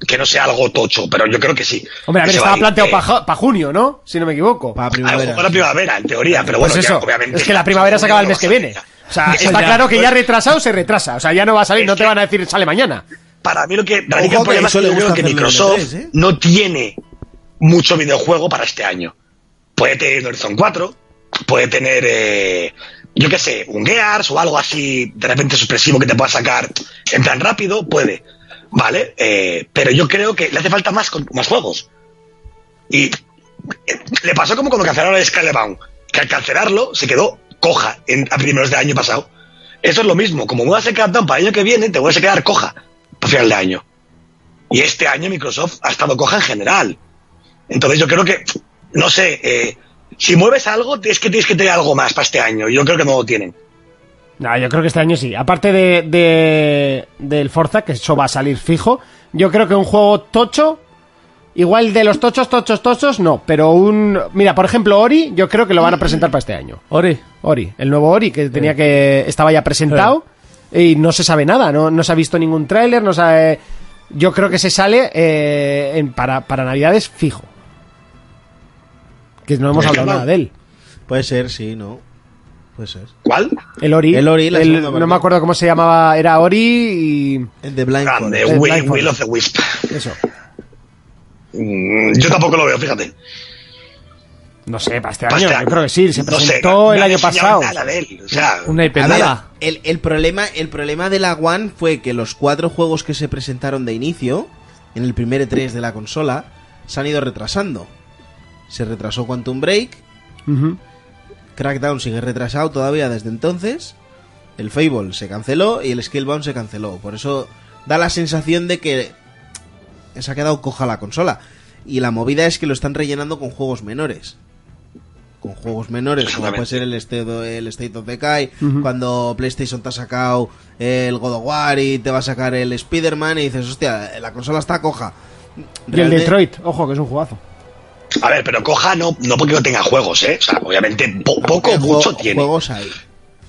[SPEAKER 4] Que no sea algo tocho, pero yo creo que sí.
[SPEAKER 1] Hombre, a
[SPEAKER 4] Que
[SPEAKER 1] ver,
[SPEAKER 4] se va
[SPEAKER 1] estaba
[SPEAKER 4] ir,
[SPEAKER 1] planteado
[SPEAKER 4] eh,
[SPEAKER 1] para junio, ¿no? Si no me equivoco.
[SPEAKER 2] Pa'
[SPEAKER 4] a lo
[SPEAKER 2] primavera.
[SPEAKER 4] mejor la primavera, en teoría, pero
[SPEAKER 1] Pues
[SPEAKER 4] bueno, ya,
[SPEAKER 1] eso,
[SPEAKER 4] obviamente.
[SPEAKER 1] es que la primavera se acaba el mes que viene. O sea, está claro
[SPEAKER 4] pues,
[SPEAKER 1] que ya retrasado se retrasa. O sea, ya no va a salir,
[SPEAKER 4] Es
[SPEAKER 1] no te
[SPEAKER 4] que-
[SPEAKER 1] van a decir sale mañana.
[SPEAKER 4] Para mí lo que radica el
[SPEAKER 2] que
[SPEAKER 4] problema es
[SPEAKER 2] eso
[SPEAKER 4] que
[SPEAKER 2] le
[SPEAKER 4] yo creo
[SPEAKER 2] gusta
[SPEAKER 4] que
[SPEAKER 2] hacer en
[SPEAKER 4] Microsoft
[SPEAKER 2] E3, ¿eh?
[SPEAKER 4] no tiene mucho videojuego para este año. Puede tener Horizon 4, puede tener, eh, yo qué sé, un Gears o algo así de repente supresivo que te pueda sacar en plan rápido, puede. ¿Vale? Eh, pero yo creo que le hace falta más, con- más juegos. Y eh, le pasó como cuando cancelaron el Scalebound, que al cancelarlo se quedó coja en, a primeros del año pasado. Eso es lo mismo, como mudas el Crackdown para el año que viene, te vuelves a quedar coja para final de año. Y este año Microsoft ha estado coja en general. Entonces yo creo que, no sé, eh, si mueves algo, es que tienes que tener algo más para este año. Yo creo que no lo tienen.
[SPEAKER 1] No, yo creo que este año sí. Aparte de, de- del Forza, que eso va a salir fijo, yo creo que un juego tocho, igual de los tochos, tochos, tochos, no. Pero un... Mira, por ejemplo, Ori, yo creo que lo van a presentar para este año.
[SPEAKER 3] Ori,
[SPEAKER 1] Ori, el nuevo Ori, que tenía que... Estaba ya presentado y no se sabe nada, no, no se ha visto ningún tráiler, no sabe... Yo creo que se sale eh, en- para, para Navidades fijo. Que no hemos
[SPEAKER 4] Pues
[SPEAKER 1] hablado
[SPEAKER 4] claro.
[SPEAKER 1] nada de él.
[SPEAKER 2] Puede ser, sí, ¿no? Puede ser.
[SPEAKER 4] ¿Cuál?
[SPEAKER 1] El Ori.
[SPEAKER 2] El Ori, la segunda parte.
[SPEAKER 1] no me acuerdo cómo se llamaba. Era Ori y...
[SPEAKER 2] El de Blind
[SPEAKER 4] Grande,
[SPEAKER 2] Forest.
[SPEAKER 1] el
[SPEAKER 4] Will,
[SPEAKER 1] Blindfold.
[SPEAKER 4] Ah, Will of the Wisp.
[SPEAKER 1] Eso.
[SPEAKER 4] Mm, Yo tampoco lo veo, fíjate.
[SPEAKER 1] No sé, para este
[SPEAKER 4] Para
[SPEAKER 1] año.
[SPEAKER 4] este
[SPEAKER 1] yo
[SPEAKER 4] año.
[SPEAKER 1] creo que sí. Se
[SPEAKER 4] No sé,
[SPEAKER 1] presentó
[SPEAKER 4] no
[SPEAKER 1] el
[SPEAKER 4] han
[SPEAKER 1] año
[SPEAKER 4] enseñado
[SPEAKER 1] pasado.
[SPEAKER 4] nada de él, o sea,
[SPEAKER 3] una IP
[SPEAKER 2] A ver,
[SPEAKER 3] nueva.
[SPEAKER 2] el, el problema, el problema de la One fue que los cuatro juegos que se presentaron de inicio, en el primer E3 de la consola, se han ido retrasando. Se retrasó Quantum Break,
[SPEAKER 1] Ujú.
[SPEAKER 2] Crackdown sigue retrasado todavía desde entonces, el Fable se canceló y el Scalebound se canceló. Por eso da la sensación de que se ha quedado coja la consola. Y la movida es que lo están rellenando con juegos menores. Con juegos menores, como puede ser el State, el State of Decay, cuando PlayStation te ha sacado el God of War y te va a sacar el Spider-Man y dices, hostia, la consola está coja.
[SPEAKER 1] Y el
[SPEAKER 2] Realme-
[SPEAKER 1] Detroit. Ojo, que es un jugazo.
[SPEAKER 4] A ver, pero coja no, no porque no tenga juegos, ¿eh? O sea, obviamente po- poco o
[SPEAKER 2] juego-
[SPEAKER 4] mucho tiene.
[SPEAKER 2] Juegos hay.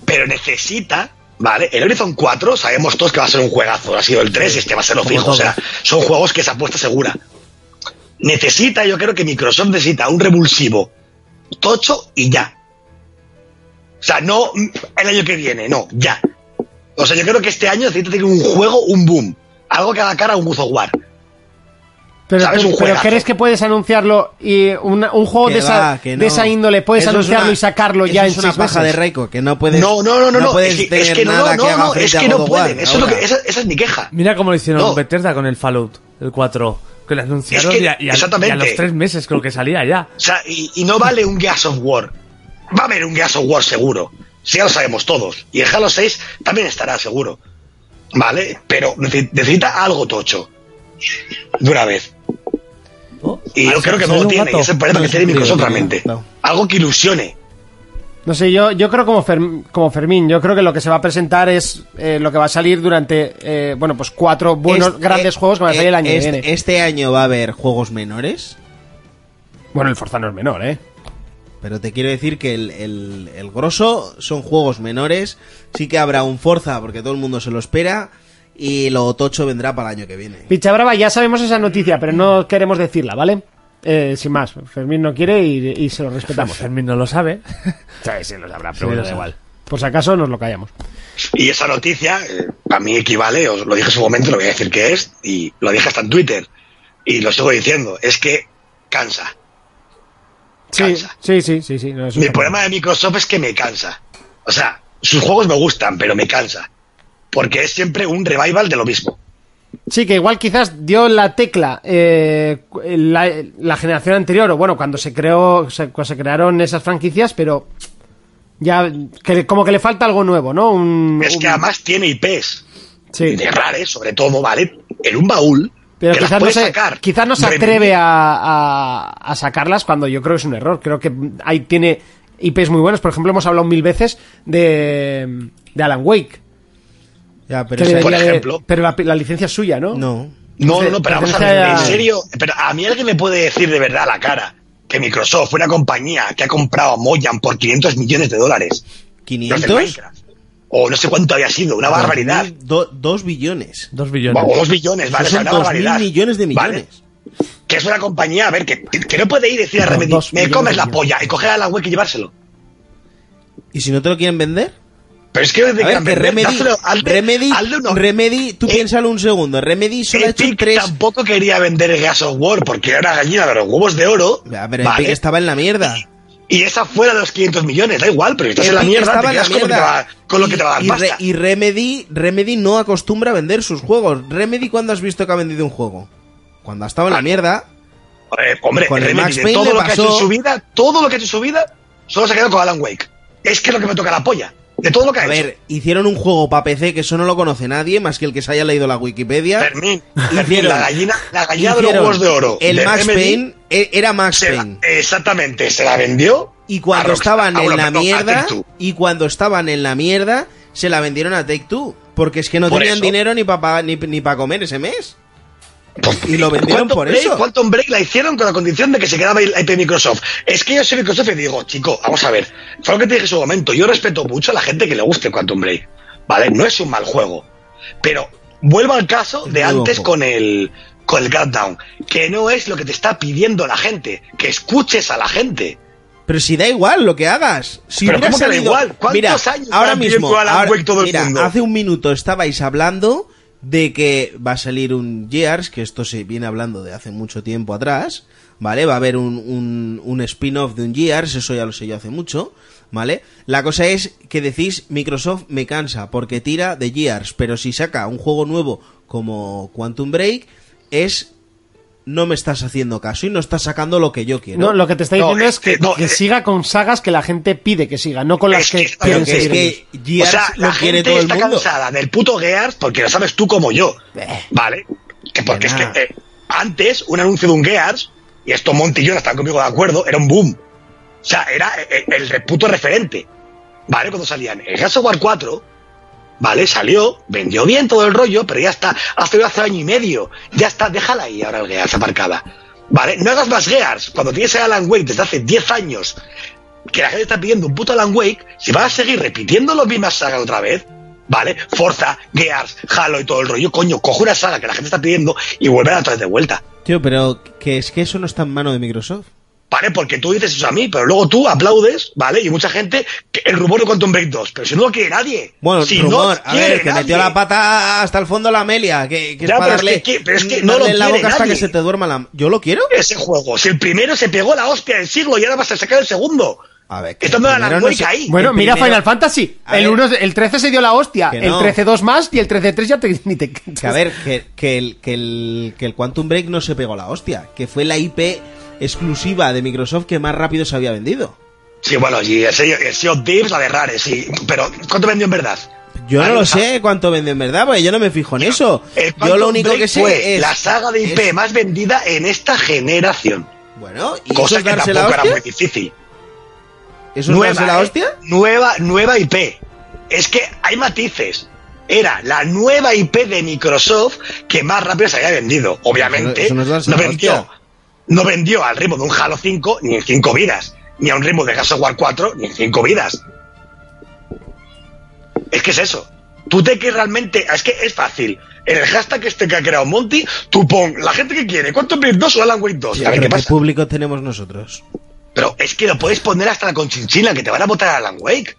[SPEAKER 4] pero necesita, ¿vale? El Horizon 4 sabemos todos que va a ser un juegazo, ha sido el 3 y este va a ser lo fijo, o sea, son juegos que es apuesta segura. Necesita, yo creo que Microsoft necesita un revulsivo tocho y ya. O sea, no mm, el año que viene, no, ya. O sea, yo creo que este año necesita tener un juego, un boom. Algo que haga cara a un God of War.
[SPEAKER 1] Pero, eh,
[SPEAKER 4] ¿Sabes?
[SPEAKER 1] pero-
[SPEAKER 4] Un
[SPEAKER 1] pero
[SPEAKER 4] juegazo.
[SPEAKER 1] ¿crees que puedes anunciarlo y una- un juego
[SPEAKER 2] Que
[SPEAKER 1] de, esa,
[SPEAKER 2] va, que no.
[SPEAKER 1] de esa índole puedes
[SPEAKER 2] Eso es
[SPEAKER 1] anunciarlo
[SPEAKER 2] una-
[SPEAKER 1] y sacarlo
[SPEAKER 2] eso
[SPEAKER 1] ya en
[SPEAKER 2] es una
[SPEAKER 1] seis
[SPEAKER 2] paja
[SPEAKER 1] meses?
[SPEAKER 2] de Reiko, que no puedes.
[SPEAKER 4] no, no, no, no, no.
[SPEAKER 2] puedes
[SPEAKER 4] es, que,
[SPEAKER 2] tener
[SPEAKER 4] es que no,
[SPEAKER 2] nada
[SPEAKER 4] no,
[SPEAKER 2] que haga
[SPEAKER 4] no, es
[SPEAKER 2] frente a
[SPEAKER 4] que
[SPEAKER 2] God
[SPEAKER 4] no
[SPEAKER 2] of War
[SPEAKER 4] pueden. Eso es lo
[SPEAKER 2] ahora.
[SPEAKER 4] que, esa, esa es mi queja.
[SPEAKER 3] Mira cómo lo hicieron
[SPEAKER 4] No.
[SPEAKER 3] Bethesda con el Fallout, el 4. Que lo anunciaron
[SPEAKER 4] Es que-
[SPEAKER 3] y, a, y a-
[SPEAKER 4] exactamente.
[SPEAKER 3] y a los tres meses creo que salía ya.
[SPEAKER 4] O sea, y, y no vale un Gas of War. Va a haber un Gas of War seguro. Si ya lo sabemos todos. Y el Halo 6 también estará seguro. ¿Vale? Pero nece- necesita algo tocho. De una vez.
[SPEAKER 3] Oh,
[SPEAKER 4] Y yo
[SPEAKER 3] ah,
[SPEAKER 4] creo que
[SPEAKER 3] salió
[SPEAKER 4] no lo
[SPEAKER 3] un
[SPEAKER 4] tiene.
[SPEAKER 3] gato.
[SPEAKER 4] Y es el problema
[SPEAKER 2] No,
[SPEAKER 4] que
[SPEAKER 2] es
[SPEAKER 4] tiene
[SPEAKER 2] un crío,
[SPEAKER 4] Microsoft
[SPEAKER 2] no,
[SPEAKER 4] realmente.
[SPEAKER 2] no.
[SPEAKER 4] Algo que ilusione.
[SPEAKER 1] No sé, yo, yo creo como, Ferm- como Fermín, yo creo que lo que se va a presentar es eh, lo que va a salir durante, eh, bueno, pues cuatro buenos,
[SPEAKER 4] eh,
[SPEAKER 2] Este-
[SPEAKER 1] grandes juegos que van a salir el año
[SPEAKER 2] este,
[SPEAKER 1] que viene.
[SPEAKER 2] este año va a haber juegos menores.
[SPEAKER 1] Bueno, el Forza no es menor, ¿eh?
[SPEAKER 2] Pero te quiero decir que el, el- el grosso son juegos menores. Sí que habrá un Forza porque todo el mundo se lo espera. Y lo tocho vendrá para el año que viene.
[SPEAKER 1] Picha Brava, ya sabemos esa noticia, pero no queremos decirla, ¿vale? Eh, sin más, Fermín no quiere y, y se lo respetamos.
[SPEAKER 3] Fermín no lo sabe.
[SPEAKER 1] Sí, sí, lo sabrá,
[SPEAKER 3] Sí,
[SPEAKER 1] bueno,
[SPEAKER 3] lo sabe.
[SPEAKER 1] Por si acaso nos lo callamos.
[SPEAKER 4] Y esa noticia eh, a mí equivale, os lo dije en su momento, lo voy a decir que es, y lo dije hasta en Twitter, y lo sigo diciendo, es que cansa.
[SPEAKER 1] Sí,
[SPEAKER 4] Cansa.
[SPEAKER 1] sí, sí, sí, sí. no, es un
[SPEAKER 4] Mi
[SPEAKER 1] capullo.
[SPEAKER 4] problema de Microsoft es que me cansa. O sea, sus juegos me gustan, pero me cansa. Porque es siempre un revival de lo mismo.
[SPEAKER 1] Sí, que igual quizás dio la tecla eh, cu- la, la generación anterior, o bueno, cuando se creó, se- cuando se crearon esas franquicias, pero ya que, como que le falta algo nuevo, ¿no? Un-
[SPEAKER 4] Es
[SPEAKER 1] un-
[SPEAKER 4] que además tiene IPs
[SPEAKER 1] sí.
[SPEAKER 4] de rares, sobre todo, ¿vale? En un baúl.
[SPEAKER 1] Pero
[SPEAKER 4] que las
[SPEAKER 1] quizás no,
[SPEAKER 4] puedes
[SPEAKER 1] se,
[SPEAKER 4] sacar.
[SPEAKER 1] quizás no se
[SPEAKER 4] Remake.
[SPEAKER 1] atreve a, a- a sacarlas cuando yo creo que es un error. Creo que ahí tiene IPs muy buenos. Por ejemplo, hemos hablado mil veces de, de Alan Wake.
[SPEAKER 2] Ya,
[SPEAKER 1] que
[SPEAKER 2] pero esa-
[SPEAKER 4] Por
[SPEAKER 1] debería de-
[SPEAKER 4] ejemplo.
[SPEAKER 1] pero la, la licencia es suya, ¿no?
[SPEAKER 2] No.
[SPEAKER 4] No, no,
[SPEAKER 1] Entonces,
[SPEAKER 4] no, pero vamos a
[SPEAKER 1] pertenece
[SPEAKER 4] ver,
[SPEAKER 1] a-
[SPEAKER 4] en serio, pero a mí alguien me puede decir de verdad a la cara que Microsoft, una compañía que ha comprado a Moyan por 500 millones de dólares, no es el
[SPEAKER 2] 500.
[SPEAKER 4] Minecraft, o no sé cuánto había sido, una barbaridad,
[SPEAKER 2] Do- dos billones.
[SPEAKER 3] Dos
[SPEAKER 4] o
[SPEAKER 3] billones.
[SPEAKER 4] dos billones, vale,
[SPEAKER 2] Eso son
[SPEAKER 4] o sea, una
[SPEAKER 2] dos mil
[SPEAKER 4] barbaridad.
[SPEAKER 2] millones de
[SPEAKER 4] ¿vale?
[SPEAKER 2] millones.
[SPEAKER 4] Que es una compañía, a ver, que, que no puede ir y decir a
[SPEAKER 1] No,
[SPEAKER 4] Remedy,
[SPEAKER 1] dos
[SPEAKER 4] me
[SPEAKER 1] millones
[SPEAKER 4] comes
[SPEAKER 1] de
[SPEAKER 4] la
[SPEAKER 1] millones.
[SPEAKER 4] polla y coger a la web y llevárselo.
[SPEAKER 2] ¿Y si no te lo quieren vender?
[SPEAKER 4] Pero es que desde
[SPEAKER 2] A ver, que Remedy, Remedy, Remedy, tú
[SPEAKER 4] Eh,
[SPEAKER 2] piénsalo un segundo. Remedy solo ha hecho
[SPEAKER 4] Epic
[SPEAKER 2] tres.
[SPEAKER 4] tampoco quería vender el Gas of War porque era una gallina de los huevos de oro.
[SPEAKER 2] Ya, pero
[SPEAKER 4] ¿vale?
[SPEAKER 2] Epic estaba en la mierda.
[SPEAKER 4] Y esa fuera de los 500 millones, da igual, pero estás en la
[SPEAKER 2] Epic
[SPEAKER 4] mierda,
[SPEAKER 2] estaba en
[SPEAKER 4] te
[SPEAKER 2] la
[SPEAKER 4] quedas con lo que te
[SPEAKER 2] mierda.
[SPEAKER 4] va, con lo que
[SPEAKER 2] Y-
[SPEAKER 4] te va a dar
[SPEAKER 2] y, Re-
[SPEAKER 4] pasta.
[SPEAKER 2] y Remedy, Remedy no acostumbra a vender sus juegos. Remedy, ¿cuándo has visto que ha vendido un juego? Cuando ha estado en la mierda.
[SPEAKER 4] Eh, hombre,
[SPEAKER 2] con el
[SPEAKER 4] Remedy,
[SPEAKER 2] Max
[SPEAKER 4] de
[SPEAKER 2] Payne le
[SPEAKER 4] todo lo que ha hecho
[SPEAKER 2] pasó-
[SPEAKER 4] en su vida, todo lo que ha hecho en su vida, solo se ha quedado con Alan Wake. Es que es lo que me toca la polla. De todo lo que ha
[SPEAKER 2] A
[SPEAKER 4] hecho.
[SPEAKER 2] ver, hicieron un juego para PC que eso no lo conoce nadie más que el que se haya leído la Wikipedia.
[SPEAKER 4] Fermín, Fermín,
[SPEAKER 2] Hicieron-
[SPEAKER 4] la gallina, la gallina de los
[SPEAKER 2] Hicieron
[SPEAKER 4] huevos de oro.
[SPEAKER 2] El
[SPEAKER 4] de
[SPEAKER 2] Max
[SPEAKER 4] Remedy,
[SPEAKER 2] Payne e- era Max
[SPEAKER 4] se la-
[SPEAKER 2] Payne.
[SPEAKER 4] exactamente, se la vendió.
[SPEAKER 2] Y cuando
[SPEAKER 4] a Rockstar-
[SPEAKER 2] estaban
[SPEAKER 4] ah,
[SPEAKER 2] en
[SPEAKER 4] bueno,
[SPEAKER 2] la
[SPEAKER 4] perdón, a
[SPEAKER 2] mierda,
[SPEAKER 4] Take-Two.
[SPEAKER 2] y cuando estaban en la mierda, se la vendieron a Take Two. Porque es que no
[SPEAKER 4] Por
[SPEAKER 2] tenían
[SPEAKER 4] eso.
[SPEAKER 2] dinero ni para ni, ni pa comer ese mes.
[SPEAKER 4] Pues,
[SPEAKER 2] Y lo vendieron
[SPEAKER 4] Quantum
[SPEAKER 2] por
[SPEAKER 4] Break-
[SPEAKER 2] eso.
[SPEAKER 4] Quantum Break la hicieron con la condición de que se quedaba el IP Microsoft. Es que yo soy Microsoft y digo, chico, vamos a ver. Fue lo que te dije en su momento. Yo respeto mucho a la gente que le guste Quantum Break. ¿Vale? No es un mal juego. Pero vuelvo al caso de
[SPEAKER 2] muy
[SPEAKER 4] antes
[SPEAKER 2] ojo.
[SPEAKER 4] con el con el Countdown. Que no es lo que te está pidiendo la gente. Que escuches a la gente.
[SPEAKER 2] Pero si da igual lo que hagas. Si
[SPEAKER 4] Pero
[SPEAKER 2] hubiera
[SPEAKER 4] ¿cómo que da
[SPEAKER 2] salido-
[SPEAKER 4] igual? ¿Cuántos
[SPEAKER 2] Mira,
[SPEAKER 4] años
[SPEAKER 2] ahora
[SPEAKER 4] llevan
[SPEAKER 2] mismo,
[SPEAKER 4] pidiendo Alan
[SPEAKER 2] ahora-
[SPEAKER 4] Wake todo el
[SPEAKER 2] mira,
[SPEAKER 4] mundo?
[SPEAKER 2] hace un minuto estabais hablando de que va a salir un Gears, que esto se viene hablando de hace mucho tiempo atrás, ¿vale? Va a haber un, un- un spin-off de un Gears, eso ya lo sé yo hace mucho, ¿vale? La cosa es que decís, Microsoft me cansa porque tira de Gears, pero si saca un juego nuevo como Quantum Break, es... No me estás haciendo caso y no estás sacando lo que yo quiero.
[SPEAKER 1] No, lo que te está
[SPEAKER 4] No,
[SPEAKER 1] diciendo es que,
[SPEAKER 4] este, no,
[SPEAKER 1] que
[SPEAKER 4] eh,
[SPEAKER 1] siga con sagas que la gente pide que siga, no con las
[SPEAKER 4] Es
[SPEAKER 1] que,
[SPEAKER 4] que-
[SPEAKER 1] quieren
[SPEAKER 2] Pero que es
[SPEAKER 1] seguir ellos.
[SPEAKER 2] que Gears
[SPEAKER 4] o sea,
[SPEAKER 2] lo
[SPEAKER 4] la
[SPEAKER 2] quiere
[SPEAKER 4] gente
[SPEAKER 2] todo el
[SPEAKER 4] está
[SPEAKER 2] mundo. Eh.
[SPEAKER 4] cansada del puto Gears porque lo sabes tú como yo. ¿Vale? Que porque es
[SPEAKER 2] nada.
[SPEAKER 4] que eh, antes un anuncio de un Gears, y esto Monty y yo no están conmigo de acuerdo, era un boom. O sea, era eh, el, re- puto referente. ¿Vale? Cuando salían. El Gears of War 4, ¿vale? Salió, vendió bien todo el rollo, pero ya está. Hace, hace año y medio. Ya está, déjala ahí ahora el Gears aparcada. ¿Vale? No hagas más Gears. Cuando tienes a Alan Wake desde hace 10 años que la gente está pidiendo un puto Alan Wake, si vas a seguir repitiendo las mismas sagas otra vez, ¿vale? Forza, Gears, Halo y todo el rollo, coño, coge una saga que la gente está pidiendo y vuelve a traer de vuelta.
[SPEAKER 2] Tío, pero que es que eso no está en mano de Microsoft.
[SPEAKER 4] ¿Vale? Porque tú dices eso a mí, pero luego tú aplaudes, ¿ale? Y mucha gente, que el rumor de Quantum Break 2, pero si no lo quiere nadie.
[SPEAKER 2] Bueno,
[SPEAKER 4] si no
[SPEAKER 2] rumor, a
[SPEAKER 4] quiere
[SPEAKER 2] ver, que metió
[SPEAKER 4] nadie.
[SPEAKER 2] la pata hasta el fondo la Amelia, que, que
[SPEAKER 4] Ya,
[SPEAKER 2] es para
[SPEAKER 4] pero es
[SPEAKER 2] darle,
[SPEAKER 4] que- que- pero es que no lo
[SPEAKER 2] darle en la
[SPEAKER 4] quiere
[SPEAKER 2] boca hasta
[SPEAKER 4] nadie.
[SPEAKER 2] que se te duerma la... ¿Yo lo quiero?
[SPEAKER 4] Ese juego, si el primero se pegó la hostia del siglo y ahora vas a sacar el segundo.
[SPEAKER 2] A ver, que
[SPEAKER 4] Estando
[SPEAKER 2] el
[SPEAKER 4] Alan
[SPEAKER 2] primero no
[SPEAKER 4] Wake
[SPEAKER 2] se-
[SPEAKER 4] ahí.
[SPEAKER 1] Bueno,
[SPEAKER 2] El
[SPEAKER 1] mira
[SPEAKER 2] primero-
[SPEAKER 1] Final Fantasy.
[SPEAKER 2] A
[SPEAKER 1] El,
[SPEAKER 2] ver.
[SPEAKER 1] uno, el 13 se dio la hostia,
[SPEAKER 2] Que
[SPEAKER 1] el
[SPEAKER 2] no.
[SPEAKER 1] 13-2 más y el 13-3 ya te, ni te
[SPEAKER 2] Que a ver, que, que el, que, el, que el Quantum Break no se pegó la hostia, que fue la IP exclusiva de Microsoft que más rápido se había vendido.
[SPEAKER 4] Sí, bueno, y el Sea el Sea of Thieves, la de Rare, eh, sí. Pero, ¿cuánto vendió en verdad?
[SPEAKER 2] Yo no
[SPEAKER 4] Ahí
[SPEAKER 2] lo
[SPEAKER 4] está.
[SPEAKER 2] sé cuánto vende en verdad, porque yo no me fijo en eso.
[SPEAKER 4] ah. El
[SPEAKER 2] Yo
[SPEAKER 4] Quantum
[SPEAKER 2] lo único
[SPEAKER 4] Break
[SPEAKER 2] que sé
[SPEAKER 4] fue
[SPEAKER 2] es...
[SPEAKER 4] la saga de IP
[SPEAKER 2] es-
[SPEAKER 4] más vendida en esta generación.
[SPEAKER 2] Bueno, ¿y eso
[SPEAKER 4] Cosa
[SPEAKER 2] es
[SPEAKER 4] que
[SPEAKER 2] darse la
[SPEAKER 4] tampoco era
[SPEAKER 2] hostia?
[SPEAKER 4] muy difícil.
[SPEAKER 2] ¿Eso es darse la
[SPEAKER 4] ¿eh?
[SPEAKER 2] hostia?
[SPEAKER 4] nueva, nueva IP. Es que hay matices. Era la nueva IP de Microsoft que más rápido se había vendido. Obviamente,
[SPEAKER 2] Eso no
[SPEAKER 4] no,
[SPEAKER 2] es darse la
[SPEAKER 4] vendió.
[SPEAKER 2] hostia.
[SPEAKER 4] No vendió al ritmo de un Halo 5 ni en 5 vidas. ni a un ritmo de Gas War 4, ni en 5 vidas. Es que es eso. Tú te que realmente. Es que es fácil. En el hashtag este que ha creado Monty, tú pon la gente que quiere. ¿Cuánto Break 2 o Alan Wake 2? a ver
[SPEAKER 2] Pero
[SPEAKER 4] qué
[SPEAKER 2] ¿qué
[SPEAKER 4] pasa.
[SPEAKER 2] público tenemos nosotros?
[SPEAKER 4] Pero es que lo puedes poner hasta la conchinchina, que te van a votar a Alan Wake.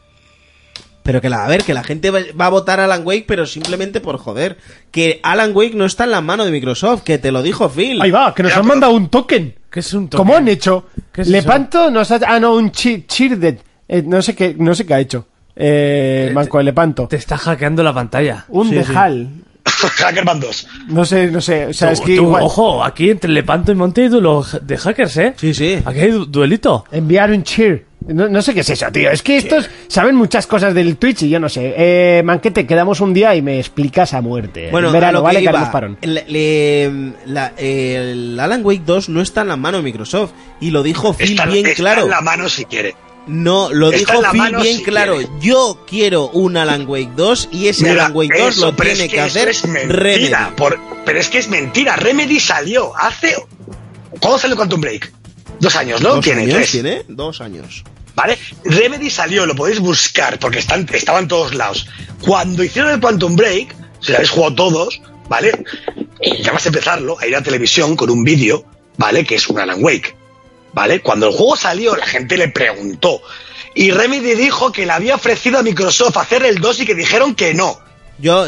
[SPEAKER 2] Pero que la, a ver, que la gente va, va a votar a Alan Wake, pero simplemente por joder. Que Alan Wake no está en la mano de Microsoft, que te lo dijo Phil.
[SPEAKER 1] Ahí va, que nos
[SPEAKER 4] Ya,
[SPEAKER 1] han
[SPEAKER 4] pero-
[SPEAKER 1] mandado un token.
[SPEAKER 3] ¿Qué es un token?
[SPEAKER 1] ¿Cómo han hecho?
[SPEAKER 3] ¿Qué es
[SPEAKER 1] Lepanto nos ha... Ah, no, un chi- Chirded. Eh, no, sé qué, no sé qué ha hecho. Eh, el Marco de Lepanto.
[SPEAKER 3] Te está hackeando la pantalla.
[SPEAKER 1] Un dejal.
[SPEAKER 4] Hackerman 2.
[SPEAKER 1] No sé, no sé. O sea, es
[SPEAKER 3] Tú-
[SPEAKER 1] que
[SPEAKER 3] tú,
[SPEAKER 1] igual...
[SPEAKER 3] Ojo, aquí entre Lepanto y Monte hay duelo de hackers, ¿eh?
[SPEAKER 2] Sí, sí.
[SPEAKER 3] Aquí hay du- duelito.
[SPEAKER 1] Enviar un cheer. No, no sé qué es eso, tío. Es que estos saben muchas cosas del Twitch y yo no sé. Eh, Manquete, quedamos un día y me explicas a muerte.
[SPEAKER 2] Bueno,
[SPEAKER 1] En
[SPEAKER 2] a
[SPEAKER 1] verano,
[SPEAKER 2] lo que
[SPEAKER 1] vale,
[SPEAKER 2] iba,
[SPEAKER 1] Carlos Parón.
[SPEAKER 2] el- le- la- el Alan Wake 2 no está en la mano de Microsoft. Y lo dijo Phil
[SPEAKER 4] Está,
[SPEAKER 2] bien
[SPEAKER 4] está
[SPEAKER 2] claro.
[SPEAKER 4] en la mano si quiere.
[SPEAKER 2] No, lo
[SPEAKER 4] Está
[SPEAKER 2] dijo
[SPEAKER 4] en la
[SPEAKER 2] Phil
[SPEAKER 4] mano
[SPEAKER 2] bien
[SPEAKER 4] si
[SPEAKER 2] claro.
[SPEAKER 4] quiere.
[SPEAKER 2] Yo quiero un Alan Wake 2 y ese
[SPEAKER 4] Mira,
[SPEAKER 2] Alan Wake 2
[SPEAKER 4] eso,
[SPEAKER 2] lo
[SPEAKER 4] pero
[SPEAKER 2] tiene
[SPEAKER 4] es
[SPEAKER 2] que,
[SPEAKER 4] eso
[SPEAKER 2] hacer
[SPEAKER 4] es
[SPEAKER 2] Remedy.
[SPEAKER 4] mentira, por- pero es que es mentira. Remedy salió hace. ¿Cuándo salió Quantum Break? Dos años, ¿no?
[SPEAKER 2] Dos
[SPEAKER 4] tiene
[SPEAKER 2] años
[SPEAKER 4] tres.
[SPEAKER 2] tiene, dos años.
[SPEAKER 4] ¿Vale? Remedy salió, lo podéis buscar, porque están, estaban todos lados. Cuando hicieron el Quantum Break, si lo habéis jugado todos, ¿vale? Eh, Ya vas a empezarlo a ir a televisión con un vídeo, ¿vale? Que es un Alan Wake. ¿Vale? Cuando el juego salió, la gente le preguntó. Y Remedy dijo que le había ofrecido a Microsoft hacer el 2 y que dijeron que no.
[SPEAKER 2] Yo,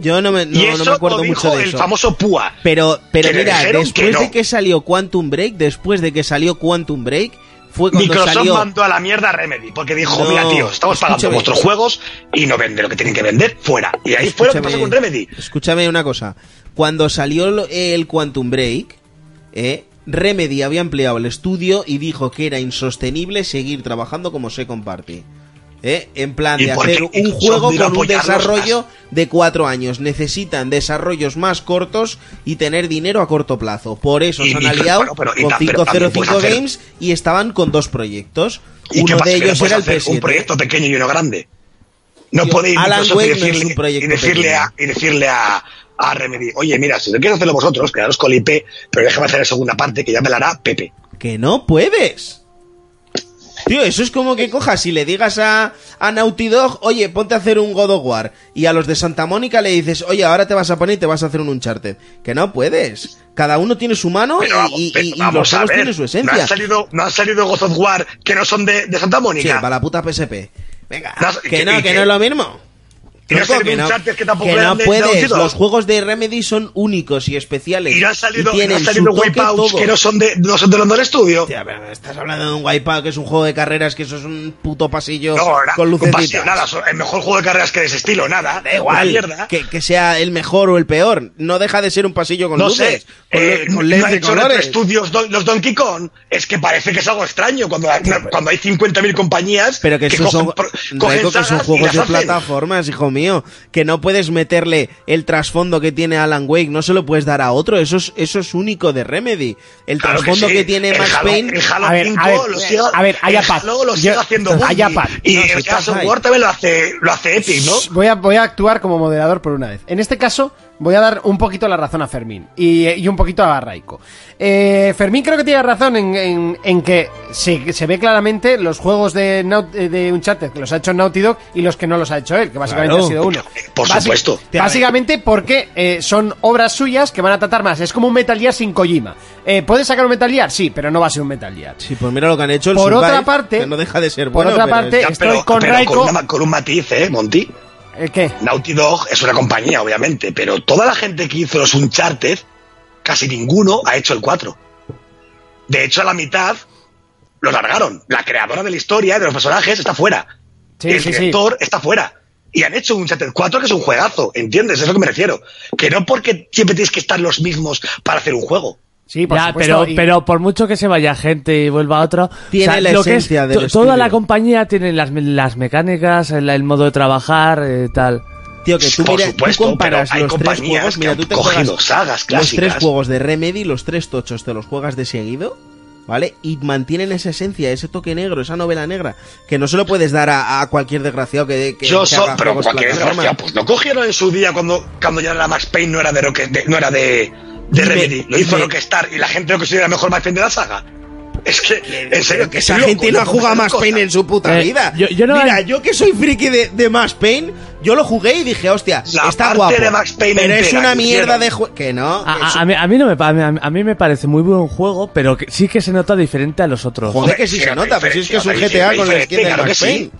[SPEAKER 2] yo no me, no-
[SPEAKER 4] y
[SPEAKER 2] no
[SPEAKER 4] eso
[SPEAKER 2] me acuerdo
[SPEAKER 4] lo dijo
[SPEAKER 2] mucho de
[SPEAKER 4] el
[SPEAKER 2] eso.
[SPEAKER 4] famoso Púa.
[SPEAKER 2] Pero, pero
[SPEAKER 4] Que le
[SPEAKER 2] mira,
[SPEAKER 4] dijeron
[SPEAKER 2] después
[SPEAKER 4] que no.
[SPEAKER 2] de que salió Quantum Break, después de que salió Quantum Break, fue cuando
[SPEAKER 4] Microsoft
[SPEAKER 2] salió.
[SPEAKER 4] mandó a la mierda a Remedy porque dijo,
[SPEAKER 2] No,
[SPEAKER 4] mira tío, estamos pagando
[SPEAKER 2] escúchame.
[SPEAKER 4] vuestros juegos y no vende lo que tienen que vender, fuera. Y ahí fue lo que pasó con Remedy.
[SPEAKER 2] escúchame una cosa. Cuando salió lo- el Quantum Break, eh, Remedy había ampliado el estudio y dijo que era insostenible seguir trabajando como Second Party. Eh, en plan
[SPEAKER 4] ¿Y
[SPEAKER 2] de
[SPEAKER 4] por qué
[SPEAKER 2] hacer un
[SPEAKER 4] Microsoft
[SPEAKER 2] juego
[SPEAKER 4] vino a
[SPEAKER 2] con un
[SPEAKER 4] apoyarnos
[SPEAKER 2] desarrollo de cuatro años. Necesitan desarrollos más cortos y tener dinero a corto plazo. Por eso
[SPEAKER 4] Y
[SPEAKER 2] se han
[SPEAKER 4] Microsoft-
[SPEAKER 2] aliado
[SPEAKER 4] bueno, pero- y
[SPEAKER 2] con
[SPEAKER 4] ta- pero también
[SPEAKER 2] 505
[SPEAKER 4] puedes hacer-
[SPEAKER 2] Games y estaban con dos proyectos.
[SPEAKER 4] ¿Y qué
[SPEAKER 2] Uno
[SPEAKER 4] pasa?
[SPEAKER 2] de
[SPEAKER 4] ¿Que no
[SPEAKER 2] ellos
[SPEAKER 4] puedes
[SPEAKER 2] era el
[SPEAKER 4] hacer
[SPEAKER 2] PS7.
[SPEAKER 4] Un proyecto pequeño y uno grande. No
[SPEAKER 2] Tío,
[SPEAKER 4] podéis
[SPEAKER 2] Alan
[SPEAKER 4] Microsoft,
[SPEAKER 2] Wake
[SPEAKER 4] y
[SPEAKER 2] no es un
[SPEAKER 4] decirle,
[SPEAKER 2] proyecto
[SPEAKER 4] y decirle,
[SPEAKER 2] pequeño.
[SPEAKER 4] a, y decirle a, a Remedy, oye, mira, si lo quieres hacerlo vosotros, quedaros con la IP, pero déjame hacer la segunda parte que ya me la hará Pepe.
[SPEAKER 2] Que no puedes. Tío, eso es como que cojas y le digas a, a Naughty Dog, oye, ponte a hacer un God of War. Y a los de Santa Mónica le dices, oye, ahora te vas a poner y te vas a hacer un Uncharted. Que no puedes. Cada uno tiene su mano
[SPEAKER 4] Pero
[SPEAKER 2] y-
[SPEAKER 4] vamos,
[SPEAKER 2] y,
[SPEAKER 4] pero
[SPEAKER 2] y- y
[SPEAKER 4] vamos
[SPEAKER 2] los
[SPEAKER 4] a
[SPEAKER 2] juegos
[SPEAKER 4] ver,
[SPEAKER 2] tienen su
[SPEAKER 4] No
[SPEAKER 2] esencia.
[SPEAKER 4] han salido, no han salido God of War que no son de, de Santa
[SPEAKER 2] Sí,
[SPEAKER 4] Mónica.
[SPEAKER 2] para la puta PSP. Venga,
[SPEAKER 4] No, y
[SPEAKER 2] que
[SPEAKER 4] que-
[SPEAKER 2] no, que
[SPEAKER 4] y que-
[SPEAKER 2] no es lo mismo.
[SPEAKER 4] y no
[SPEAKER 2] Tronco,
[SPEAKER 4] salió
[SPEAKER 2] que
[SPEAKER 4] un
[SPEAKER 2] no,
[SPEAKER 4] Uncharted que tampoco
[SPEAKER 2] que
[SPEAKER 4] eran
[SPEAKER 2] no
[SPEAKER 4] de
[SPEAKER 2] puedes.
[SPEAKER 4] Naughty Dog.
[SPEAKER 2] Los juegos de Remedy son únicos y especiales.
[SPEAKER 4] y no han salido,
[SPEAKER 2] tienen
[SPEAKER 4] no han
[SPEAKER 2] su
[SPEAKER 4] salido
[SPEAKER 2] toque
[SPEAKER 4] Wipeouts
[SPEAKER 2] todo.
[SPEAKER 4] que no son de, no son de London Studio.
[SPEAKER 2] Hostia, pero estás hablando de un Wipeout que es un juego de carreras, que eso es un puto pasillo
[SPEAKER 4] No, nada,
[SPEAKER 2] con
[SPEAKER 4] con
[SPEAKER 2] lucecitas.
[SPEAKER 4] pasión, nada, so- el mejor juego de carreras que de ese estilo, nada,
[SPEAKER 2] Da igual
[SPEAKER 4] una mierda.
[SPEAKER 2] que, que sea el mejor o el peor. No deja de ser un pasillo con
[SPEAKER 4] no
[SPEAKER 2] luces,
[SPEAKER 4] sé,
[SPEAKER 2] con,
[SPEAKER 4] eh,
[SPEAKER 2] con
[SPEAKER 4] no
[SPEAKER 2] LEDs
[SPEAKER 4] ha
[SPEAKER 2] de
[SPEAKER 4] hecho Retro
[SPEAKER 2] colores.
[SPEAKER 4] Studios don- los Donkey Kong, es que parece que es algo extraño cuando, cuando hay 50.000 compañías
[SPEAKER 2] Pero que, esos
[SPEAKER 4] cogen
[SPEAKER 2] son,
[SPEAKER 4] pro- cogen
[SPEAKER 2] Raico, que son
[SPEAKER 4] sagas y
[SPEAKER 2] juegos
[SPEAKER 4] las
[SPEAKER 2] de
[SPEAKER 4] hacen.
[SPEAKER 2] plataformas, hijo mío. Que no puedes meterle el trasfondo que tiene Alan Wake, no se lo puedes dar a otro. Eso es, eso es único de Remedy. El
[SPEAKER 4] Claro
[SPEAKER 2] trasfondo que,
[SPEAKER 4] sí.
[SPEAKER 2] tiene
[SPEAKER 4] El
[SPEAKER 2] Max
[SPEAKER 4] Halo-
[SPEAKER 2] Payne.
[SPEAKER 4] El Halo
[SPEAKER 1] A ver,
[SPEAKER 4] 5
[SPEAKER 1] a ver,
[SPEAKER 4] lo sigue,
[SPEAKER 1] a ver, haya
[SPEAKER 4] el
[SPEAKER 1] paz.
[SPEAKER 4] Halo lo sigue
[SPEAKER 1] Yo-
[SPEAKER 4] haciendo
[SPEAKER 1] haya
[SPEAKER 4] Bungie.
[SPEAKER 1] paz.
[SPEAKER 4] Y
[SPEAKER 2] No, si
[SPEAKER 4] el
[SPEAKER 2] estás
[SPEAKER 4] Gears of
[SPEAKER 2] ahí.
[SPEAKER 4] War también lo hace, lo hace Epic, ¿no?
[SPEAKER 1] Voy a, voy a actuar como moderador por una vez. En este caso, voy a dar un poquito la razón a Fermín y, eh, y un poquito a Raico. Eh, Fermín creo que tiene razón en, en- en que se, se ve claramente los juegos de, Nau- eh, de Uncharted que los ha hecho Naughty Dog y los que no los ha hecho él, que básicamente
[SPEAKER 2] Claro.
[SPEAKER 1] ha sido uno.
[SPEAKER 4] Por supuesto.
[SPEAKER 1] Básicamente porque eh, son obras suyas que van a tratar más. Es como un Metal Gear sin Kojima. Eh, ¿Puedes sacar un Metal Gear? Sí, pero no va a ser un Metal Gear.
[SPEAKER 2] Sí, pues mira lo que han hecho. El
[SPEAKER 1] Por otra
[SPEAKER 2] Survive,
[SPEAKER 1] parte-
[SPEAKER 2] que no deja de ser
[SPEAKER 1] por
[SPEAKER 2] bueno,
[SPEAKER 1] otra
[SPEAKER 2] pero
[SPEAKER 1] parte-
[SPEAKER 2] es-
[SPEAKER 4] Ya,
[SPEAKER 1] estoy
[SPEAKER 4] pero-
[SPEAKER 1] con
[SPEAKER 4] pero
[SPEAKER 1] Raiko.
[SPEAKER 4] una ma- con un matiz, ¿eh, Monty?
[SPEAKER 1] ¿El qué?
[SPEAKER 4] Naughty Dog es una compañía, obviamente, pero toda la gente que hizo los Uncharted, casi ninguno ha hecho el 4. De hecho, a la mitad lo largaron. La creadora de la historia, de los personajes, está fuera.
[SPEAKER 1] Sí,
[SPEAKER 4] el
[SPEAKER 1] sí, sí.
[SPEAKER 4] director está fuera. Y han hecho un Uncharted 4 que es un juegazo, ¿entiendes? Es a lo que me refiero. Que no porque siempre tienes que estar los mismos para hacer un juego.
[SPEAKER 1] Sí, por
[SPEAKER 3] Ya,
[SPEAKER 1] supuesto,
[SPEAKER 3] pero,
[SPEAKER 1] y-
[SPEAKER 3] pero por mucho que se vaya gente y vuelva otro,
[SPEAKER 2] Tiene la
[SPEAKER 3] lo que es
[SPEAKER 2] esencia del
[SPEAKER 3] to- Toda
[SPEAKER 2] estudio.
[SPEAKER 3] la compañía tiene las, me- las mecánicas, el, el modo de trabajar, eh, tal.
[SPEAKER 2] Tío, que tú,
[SPEAKER 4] Por
[SPEAKER 2] mira, tú
[SPEAKER 4] supuesto,
[SPEAKER 2] comparas
[SPEAKER 4] pero hay
[SPEAKER 2] los tres
[SPEAKER 4] compañías
[SPEAKER 2] juegos,
[SPEAKER 4] que
[SPEAKER 2] mira,
[SPEAKER 4] han
[SPEAKER 2] tú te
[SPEAKER 4] cogido
[SPEAKER 2] juegas
[SPEAKER 4] sagas
[SPEAKER 2] los
[SPEAKER 4] clásicas.
[SPEAKER 2] tres juegos de Remedy, los tres tochos, te los juegas de seguido, ¿vale? Y mantienen esa esencia, ese toque negro, esa novela negra, que no se lo puedes dar a, a cualquier desgraciado que, que,
[SPEAKER 4] Yo
[SPEAKER 2] que
[SPEAKER 4] soy,
[SPEAKER 2] haga
[SPEAKER 4] pero
[SPEAKER 2] juegos
[SPEAKER 4] cualquier
[SPEAKER 2] plataforma.
[SPEAKER 4] desgraciado, pues lo cogieron en su día cuando, cuando ya era Max Payne, no era de Rocket, de- no era de, de
[SPEAKER 2] Dime,
[SPEAKER 4] Remedy, lo hizo
[SPEAKER 2] dime.
[SPEAKER 4] Rockstar y la gente lo considera el mejor Max Payne de la saga. Es que, en serio,
[SPEAKER 2] Pero que esa
[SPEAKER 4] tío,
[SPEAKER 2] gente no ha
[SPEAKER 4] con-
[SPEAKER 2] jugado más
[SPEAKER 4] cosas.
[SPEAKER 2] Pain en su puta
[SPEAKER 3] Eh,
[SPEAKER 2] vida.
[SPEAKER 3] yo- yo no-
[SPEAKER 2] Mira, yo que soy friki de, de Max Payne, yo lo jugué y dije, hostia,
[SPEAKER 4] La
[SPEAKER 2] está
[SPEAKER 4] parte
[SPEAKER 2] guapo.
[SPEAKER 4] de Max Payne
[SPEAKER 2] pero es
[SPEAKER 4] entera
[SPEAKER 2] una
[SPEAKER 4] que
[SPEAKER 2] mierda
[SPEAKER 4] hicieron.
[SPEAKER 2] de juego. Que no.
[SPEAKER 3] A,
[SPEAKER 2] es-
[SPEAKER 3] a- a mí, a mí no me, pa- a, mí, a mí me parece muy buen juego, pero que, sí que se nota diferente a los otros.
[SPEAKER 2] Joder, que sí se
[SPEAKER 4] Pero
[SPEAKER 2] nota, pero si es que es un
[SPEAKER 4] diferencia,
[SPEAKER 2] GTA con la skin
[SPEAKER 4] diferencia,
[SPEAKER 2] de
[SPEAKER 4] claro
[SPEAKER 2] Max
[SPEAKER 4] que sí.
[SPEAKER 2] Payne.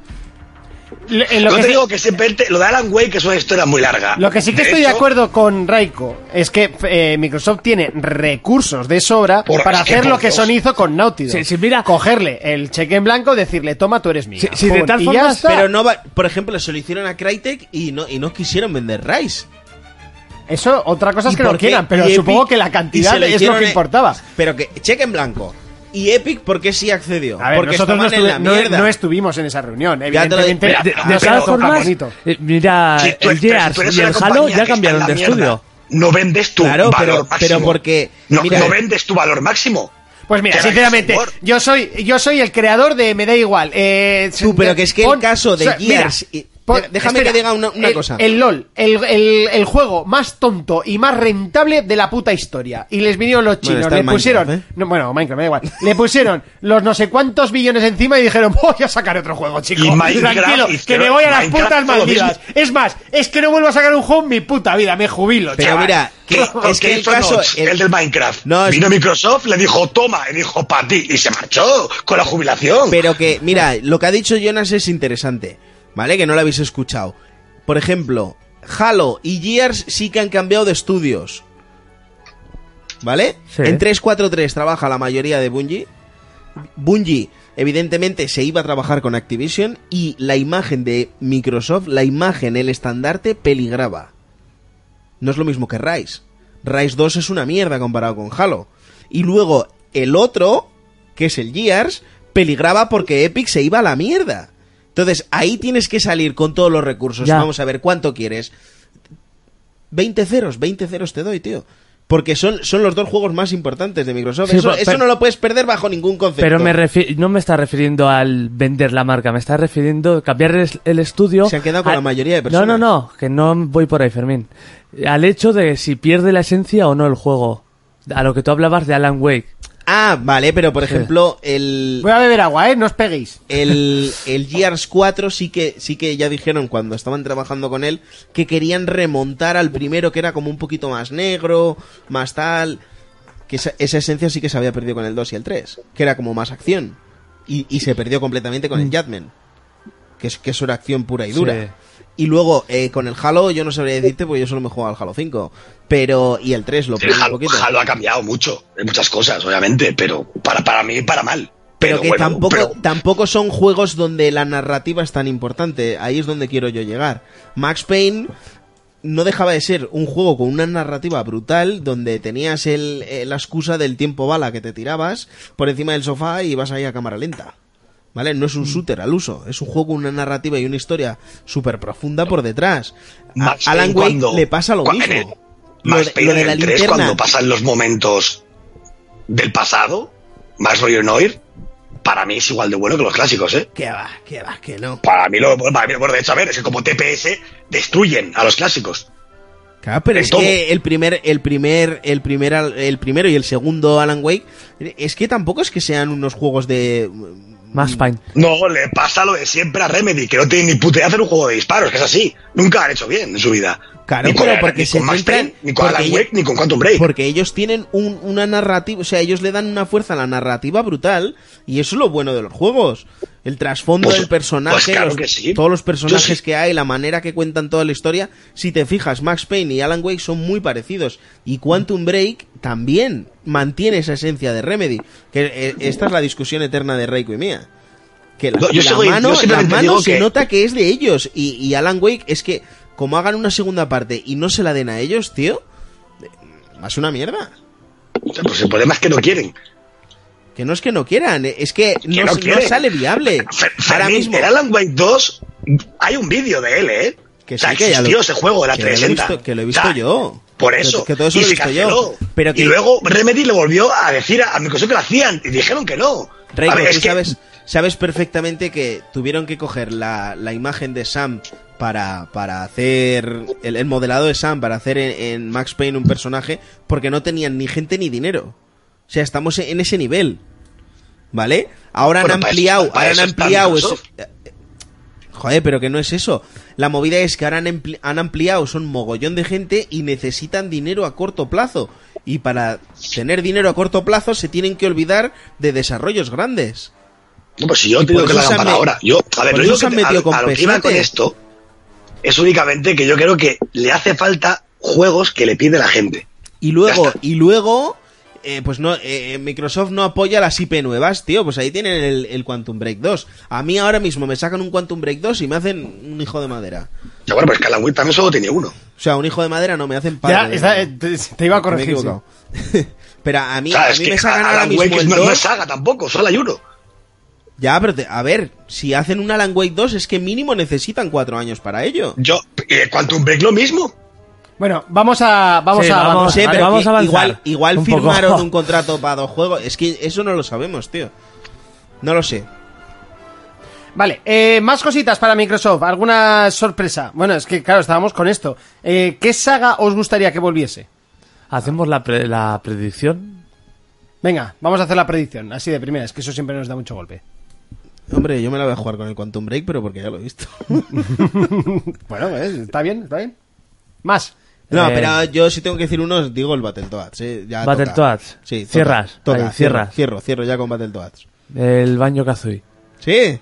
[SPEAKER 1] Lo- en lo
[SPEAKER 4] Yo
[SPEAKER 1] que
[SPEAKER 4] te
[SPEAKER 1] sí-
[SPEAKER 4] digo que simplemente lo de Alan Wake que es una historia muy larga.
[SPEAKER 1] Lo que sí que estoy de
[SPEAKER 4] hecho,
[SPEAKER 1] acuerdo con Raiko es que eh, Microsoft tiene recursos de sobra
[SPEAKER 4] Por-
[SPEAKER 1] para
[SPEAKER 4] es que
[SPEAKER 1] hacer
[SPEAKER 4] por
[SPEAKER 1] lo que
[SPEAKER 4] Dios.
[SPEAKER 1] Sony hizo con Naughty Dog.
[SPEAKER 3] Sí, sí, mira.
[SPEAKER 1] Cogerle el cheque en blanco, decirle, toma, tú eres mía.
[SPEAKER 3] Sí, sí, de
[SPEAKER 1] Pum,
[SPEAKER 3] tal
[SPEAKER 1] y
[SPEAKER 3] forma-
[SPEAKER 1] ya está.
[SPEAKER 2] Pero no va- por ejemplo, se lo hicieron a Crytek y no, y no quisieron vender Rise.
[SPEAKER 1] Eso, otra cosa es
[SPEAKER 2] ¿Y
[SPEAKER 1] que lo
[SPEAKER 2] por qué?
[SPEAKER 1] quieran, pero
[SPEAKER 2] Y Epic-
[SPEAKER 1] supongo que la
[SPEAKER 2] y
[SPEAKER 1] cantidad
[SPEAKER 2] se
[SPEAKER 1] es lo
[SPEAKER 2] hicieron,
[SPEAKER 1] que
[SPEAKER 2] eh,
[SPEAKER 1] importaba.
[SPEAKER 2] Pero que cheque en blanco. ¿Y Epic por qué sí accedió?
[SPEAKER 1] A ver,
[SPEAKER 2] Porque
[SPEAKER 1] nosotros no,
[SPEAKER 2] estaban en
[SPEAKER 1] estuvi-
[SPEAKER 2] la
[SPEAKER 1] no- e-
[SPEAKER 2] mierda.
[SPEAKER 1] no estuvimos en esa reunión,
[SPEAKER 2] Ya te lo-
[SPEAKER 1] evidentemente.
[SPEAKER 3] Mira,
[SPEAKER 4] Mira,
[SPEAKER 3] de, de
[SPEAKER 4] Ah, pero-
[SPEAKER 1] no
[SPEAKER 4] pero-
[SPEAKER 1] estaba
[SPEAKER 3] todas
[SPEAKER 1] todo tan
[SPEAKER 3] formas,
[SPEAKER 1] bonito.
[SPEAKER 3] eh, mira,
[SPEAKER 1] Ah,
[SPEAKER 4] si tú-
[SPEAKER 3] el
[SPEAKER 4] pero si tú
[SPEAKER 3] Gears
[SPEAKER 4] eres
[SPEAKER 3] y
[SPEAKER 4] una
[SPEAKER 3] el Halo
[SPEAKER 4] compañía
[SPEAKER 3] ya
[SPEAKER 4] que
[SPEAKER 3] cambiaron
[SPEAKER 4] está
[SPEAKER 3] de
[SPEAKER 4] en la mierda,
[SPEAKER 3] estudio.
[SPEAKER 4] No vendes tu
[SPEAKER 2] Claro,
[SPEAKER 4] valor
[SPEAKER 2] pero-
[SPEAKER 4] máximo.
[SPEAKER 2] pero porque-
[SPEAKER 4] No,
[SPEAKER 2] mira-
[SPEAKER 4] no vendes tu valor máximo.
[SPEAKER 1] Pues mira,
[SPEAKER 4] Te hagas
[SPEAKER 1] sinceramente,
[SPEAKER 4] favor.
[SPEAKER 1] yo soy, yo soy el creador de Me da igual. Eh,
[SPEAKER 2] Tú, pero que es que el caso de
[SPEAKER 1] o sea, mira,
[SPEAKER 2] Gears y-
[SPEAKER 1] pon-
[SPEAKER 2] de- déjame que diga una- una
[SPEAKER 1] el-
[SPEAKER 2] cosa.
[SPEAKER 1] El LOL, el, el- el juego más tonto y más rentable de la puta historia. Y les vinieron los chinos,
[SPEAKER 2] está el
[SPEAKER 1] le pusieron.
[SPEAKER 2] Minecraft, ¿eh?
[SPEAKER 1] no, bueno, Minecraft, me da igual. Le pusieron los no sé cuántos billones encima y dijeron, voy a sacar otro juego, chico.
[SPEAKER 4] Y Minecraft,
[SPEAKER 1] Tranquilo,
[SPEAKER 4] y
[SPEAKER 1] que
[SPEAKER 4] creo-
[SPEAKER 1] me voy a las
[SPEAKER 4] Minecraft
[SPEAKER 1] putas
[SPEAKER 4] fue lo mismo.
[SPEAKER 1] Maldivas. Es más, es que no vuelvo a sacar un juego en mi puta vida, me jubilo,
[SPEAKER 2] Pero
[SPEAKER 1] chaval.
[SPEAKER 2] mira, que-
[SPEAKER 4] ¿Qué-
[SPEAKER 2] es
[SPEAKER 4] qué
[SPEAKER 2] que el
[SPEAKER 4] hizo
[SPEAKER 2] caso.
[SPEAKER 4] Notch,
[SPEAKER 2] el-
[SPEAKER 4] el del Minecraft.
[SPEAKER 2] No, es-
[SPEAKER 4] Vino Microsoft, le dijo toma, y dijo para ti, y se marchó con la jubilación.
[SPEAKER 2] Pero que, mira, lo que ha dicho Jonas es interesante, ¿vale? Que no lo habéis escuchado. Por ejemplo, Halo y Gears sí que han cambiado de estudios. ¿Vale?
[SPEAKER 3] Sí.
[SPEAKER 2] En 343 trabaja la mayoría de Bungie. Bungie, evidentemente, se iba a trabajar con Activision y la imagen de Microsoft, la imagen, el estandarte, peligraba. No es lo mismo que Rise. Rise 2 es una mierda comparado con Halo. Y luego el otro, que es el Gears, peligraba porque Epic se iba a la mierda. Entonces ahí tienes que salir con todos los recursos.
[SPEAKER 3] Ya.
[SPEAKER 2] Vamos a ver cuánto quieres. 20 ceros, 20 ceros te doy, tío. Porque son, son los dos juegos más importantes de Microsoft.
[SPEAKER 3] Sí,
[SPEAKER 2] eso,
[SPEAKER 3] pero-
[SPEAKER 2] eso
[SPEAKER 3] pero-
[SPEAKER 2] no lo puedes perder bajo ningún concepto.
[SPEAKER 3] Pero me refi- no me está refiriendo al vender la marca, me está refiriendo cambiar el, el estudio.
[SPEAKER 2] Se han quedado con
[SPEAKER 3] al-
[SPEAKER 2] la mayoría de
[SPEAKER 3] No,
[SPEAKER 2] personas.
[SPEAKER 3] no, no, que no voy por ahí, Fermín. Al hecho de si pierde la esencia o no el juego. A lo que tú hablabas de Alan Wake.
[SPEAKER 2] Ah, vale, pero por
[SPEAKER 3] Sí.
[SPEAKER 2] ejemplo, el,
[SPEAKER 1] Voy a beber agua, ¿eh? No os peguéis.
[SPEAKER 2] El, el Gears 4 sí que, sí que ya dijeron cuando estaban trabajando con él que querían remontar al primero que era como un poquito más negro, más tal. Que esa, esa esencia sí que se había perdido con el 2 y el 3, que era como más acción. Y, y se perdió completamente con el Jadman, que, es, que eso era acción pura y dura.
[SPEAKER 3] Sí.
[SPEAKER 2] Y luego eh, con el Halo, yo no sabría decirte porque yo solo me he jugado al Halo 5. Pero, y el 3 lo
[SPEAKER 4] El
[SPEAKER 2] perdí un
[SPEAKER 4] Halo,
[SPEAKER 2] poquito.
[SPEAKER 4] Halo ha cambiado mucho, en muchas cosas, obviamente, pero para, para mí, para mal.
[SPEAKER 2] Pero,
[SPEAKER 4] Pero,
[SPEAKER 2] que
[SPEAKER 4] bueno,
[SPEAKER 2] tampoco,
[SPEAKER 4] pero-
[SPEAKER 2] tampoco son juegos donde la narrativa es tan importante. Ahí es donde quiero yo llegar. Max Payne no dejaba de ser un juego con una narrativa brutal donde tenías el, eh, la excusa del tiempo bala que te tirabas por encima del sofá y vas ahí a cámara lenta. ¿Vale? No
[SPEAKER 4] Mm.
[SPEAKER 2] es un shooter al uso, es un juego con una narrativa y una historia súper profunda por detrás. A-
[SPEAKER 4] Max
[SPEAKER 2] Alan
[SPEAKER 4] Payne
[SPEAKER 2] Wake
[SPEAKER 4] cuando-
[SPEAKER 2] le pasa lo
[SPEAKER 4] cua-
[SPEAKER 2] mismo.
[SPEAKER 4] en el- Max
[SPEAKER 2] de-
[SPEAKER 4] Payne
[SPEAKER 2] de
[SPEAKER 4] en el 3, cuando pasan los momentos del pasado, Max Roger Noir, para mí es igual de bueno que los clásicos, ¿eh?
[SPEAKER 2] Que va, que va, que no.
[SPEAKER 4] Para mí lo para mí lo bueno, de hecho, a ver, es que como TPS destruyen a los clásicos.
[SPEAKER 2] Claro, pero
[SPEAKER 4] En
[SPEAKER 2] es
[SPEAKER 4] todo.
[SPEAKER 2] que el primer, el primer, el primer, al- el primero y el segundo Alan Wake, es que tampoco es que sean unos juegos de Mm.
[SPEAKER 3] Más Pine.
[SPEAKER 4] No, le pasa lo de siempre a Remedy, que no tiene ni puta idea de hacer un juego de disparos, que es así. Nunca lo han hecho bien en su vida.
[SPEAKER 2] Claro,
[SPEAKER 4] ni con,
[SPEAKER 2] pero porque
[SPEAKER 4] ni
[SPEAKER 2] se
[SPEAKER 4] con Max
[SPEAKER 2] centran-
[SPEAKER 4] Payne, ni con
[SPEAKER 2] porque
[SPEAKER 4] Alan
[SPEAKER 2] yo-
[SPEAKER 4] Wake, ni con Quantum Break.
[SPEAKER 2] porque ellos tienen un- una narrativa, o sea, ellos le dan una fuerza a la narrativa brutal y eso es lo bueno de los juegos, el trasfondo
[SPEAKER 4] Pues-
[SPEAKER 2] del personaje,
[SPEAKER 4] pues claro
[SPEAKER 2] los-
[SPEAKER 4] que sí.
[SPEAKER 2] todos los
[SPEAKER 4] Yo
[SPEAKER 2] personajes
[SPEAKER 4] sí.
[SPEAKER 2] que hay, la manera que cuentan toda la historia. Si te fijas, Max Payne y Alan Wake son muy parecidos y Quantum Break también mantiene esa esencia de Remedy, que eh, esta es la discusión eterna de Reiko y mía. que la,
[SPEAKER 4] No,
[SPEAKER 2] la
[SPEAKER 4] yo sigo- yo
[SPEAKER 2] mano, la
[SPEAKER 4] simplemente
[SPEAKER 2] mano
[SPEAKER 4] digo
[SPEAKER 2] se
[SPEAKER 4] que-
[SPEAKER 2] nota que es de ellos. Y, y Alan Wake es que, como hagan una segunda parte y no se la den a ellos, tío, es una mierda.
[SPEAKER 4] O sea, pues el problema es que no quieren.
[SPEAKER 2] Que no es que no quieran, eh, es que no,
[SPEAKER 4] no
[SPEAKER 2] no
[SPEAKER 4] quieren.
[SPEAKER 2] sale viable.
[SPEAKER 4] Fer-
[SPEAKER 2] Ahora
[SPEAKER 4] Fermín,
[SPEAKER 2] mismo.
[SPEAKER 4] El Alan Wake 2, hay un vídeo de él, ¿eh?
[SPEAKER 2] Que
[SPEAKER 4] o sea,
[SPEAKER 2] sí, que ya lo-
[SPEAKER 4] existió ese juego de la
[SPEAKER 2] que lo he
[SPEAKER 4] 360.
[SPEAKER 2] visto- que lo he
[SPEAKER 4] O
[SPEAKER 2] visto
[SPEAKER 4] sea,
[SPEAKER 2] yo.
[SPEAKER 4] Por
[SPEAKER 2] Que-
[SPEAKER 4] eso.
[SPEAKER 2] que todo eso
[SPEAKER 4] y
[SPEAKER 2] lo he
[SPEAKER 4] se
[SPEAKER 2] visto yo.
[SPEAKER 4] canceló.
[SPEAKER 2] Pero que-
[SPEAKER 4] Y luego Remedy le volvió a decir a, a Microsoft que lo hacían y dijeron que no.
[SPEAKER 2] Reiko,
[SPEAKER 4] A ver,
[SPEAKER 2] tú
[SPEAKER 4] es que-
[SPEAKER 2] sabes, sabes perfectamente que tuvieron que coger la, la imagen de Sam para, para hacer el, el modelado de Sam, para hacer en, en Max Payne un personaje, porque no tenían ni gente ni dinero. O sea, estamos en ese nivel. ¿Vale? Ahora
[SPEAKER 4] Bueno,
[SPEAKER 2] han
[SPEAKER 4] para eso-
[SPEAKER 2] ampliado,
[SPEAKER 4] para
[SPEAKER 2] ahora han
[SPEAKER 4] eso está
[SPEAKER 2] ampliado.
[SPEAKER 4] Microsoft.
[SPEAKER 2] ese- Joder, pero que no es eso. La movida es que ahora han, empli- han ampliado, son mogollón de gente y necesitan dinero a corto plazo. Y para tener dinero a corto plazo se tienen que olvidar de desarrollos grandes.
[SPEAKER 4] No, pues si yo
[SPEAKER 2] Y
[SPEAKER 4] te digo
[SPEAKER 2] por
[SPEAKER 4] que la
[SPEAKER 2] eso
[SPEAKER 4] hagan
[SPEAKER 2] se han
[SPEAKER 4] para
[SPEAKER 2] me-
[SPEAKER 4] ahora. Yo, a ver,
[SPEAKER 2] por eso
[SPEAKER 4] lo digo
[SPEAKER 2] se
[SPEAKER 4] que
[SPEAKER 2] han
[SPEAKER 4] te- a,
[SPEAKER 2] metido con
[SPEAKER 4] a lo que iba
[SPEAKER 2] pesete.
[SPEAKER 4] con esto es únicamente que yo creo que le hace falta juegos que le pide la gente.
[SPEAKER 2] Y luego,
[SPEAKER 4] Ya está.
[SPEAKER 2] y luego, eh, pues no, eh, Microsoft no apoya las IP nuevas, tío. Pues ahí tienen el, el Quantum Break 2. A mí ahora mismo me sacan un Quantum Break 2 y me hacen un hijo de madera.
[SPEAKER 4] O sea, bueno, pues que la Wii también solo tenía uno.
[SPEAKER 2] O sea, un hijo de madera no, me hacen padre.
[SPEAKER 1] Ya, está, eh,
[SPEAKER 2] Me
[SPEAKER 1] te, te iba a
[SPEAKER 2] he
[SPEAKER 1] corregir. sí.
[SPEAKER 2] equivocado. Pero a mí,
[SPEAKER 4] o sea,
[SPEAKER 2] a
[SPEAKER 4] es
[SPEAKER 2] mí
[SPEAKER 4] que
[SPEAKER 2] me sacan
[SPEAKER 4] a-
[SPEAKER 2] ahora
[SPEAKER 4] Alan Wake
[SPEAKER 2] mismo el
[SPEAKER 4] no, no es
[SPEAKER 2] 2.
[SPEAKER 4] saga tampoco, solo hay uno.
[SPEAKER 2] Ya, pero te- a ver, si hacen un Alan Wake 2 es que mínimo necesitan cuatro años para ello.
[SPEAKER 4] Yo, eh, Quantum Break lo mismo.
[SPEAKER 1] Bueno, vamos a. Vamos
[SPEAKER 3] Sí,
[SPEAKER 1] a
[SPEAKER 3] vamos.
[SPEAKER 2] No sé,
[SPEAKER 3] vale,
[SPEAKER 2] pero
[SPEAKER 3] vamos
[SPEAKER 2] que
[SPEAKER 3] a avanzar
[SPEAKER 2] igual, igual
[SPEAKER 3] un poco.
[SPEAKER 2] firmaron un contrato para dos juegos. Es que eso no lo sabemos, tío. No lo sé.
[SPEAKER 1] Vale, eh, más cositas para Microsoft. ¿Alguna sorpresa? Bueno, es que, claro, estábamos con esto. Eh, ¿Qué saga os gustaría que volviese?
[SPEAKER 3] Hacemos la, pre- la predicción.
[SPEAKER 1] Venga, vamos a hacer la predicción, así de primera, es que eso siempre nos da mucho golpe.
[SPEAKER 2] Hombre, yo me la voy a jugar con el Quantum Break, pero porque ya lo he visto.
[SPEAKER 1] Bueno, pues, está bien, está bien. Más.
[SPEAKER 2] No,
[SPEAKER 3] Eh.
[SPEAKER 2] pero yo si tengo que decir uno, digo el Battletoads. eh, ya toca.
[SPEAKER 3] Battletoads.
[SPEAKER 2] Sí, toca,
[SPEAKER 3] Cierras,
[SPEAKER 2] toca,
[SPEAKER 3] ahí,
[SPEAKER 2] cierro,
[SPEAKER 3] cierras.
[SPEAKER 2] Cierro, cierro ya con Battletoads.
[SPEAKER 3] El baño Kazooy.
[SPEAKER 2] Sí.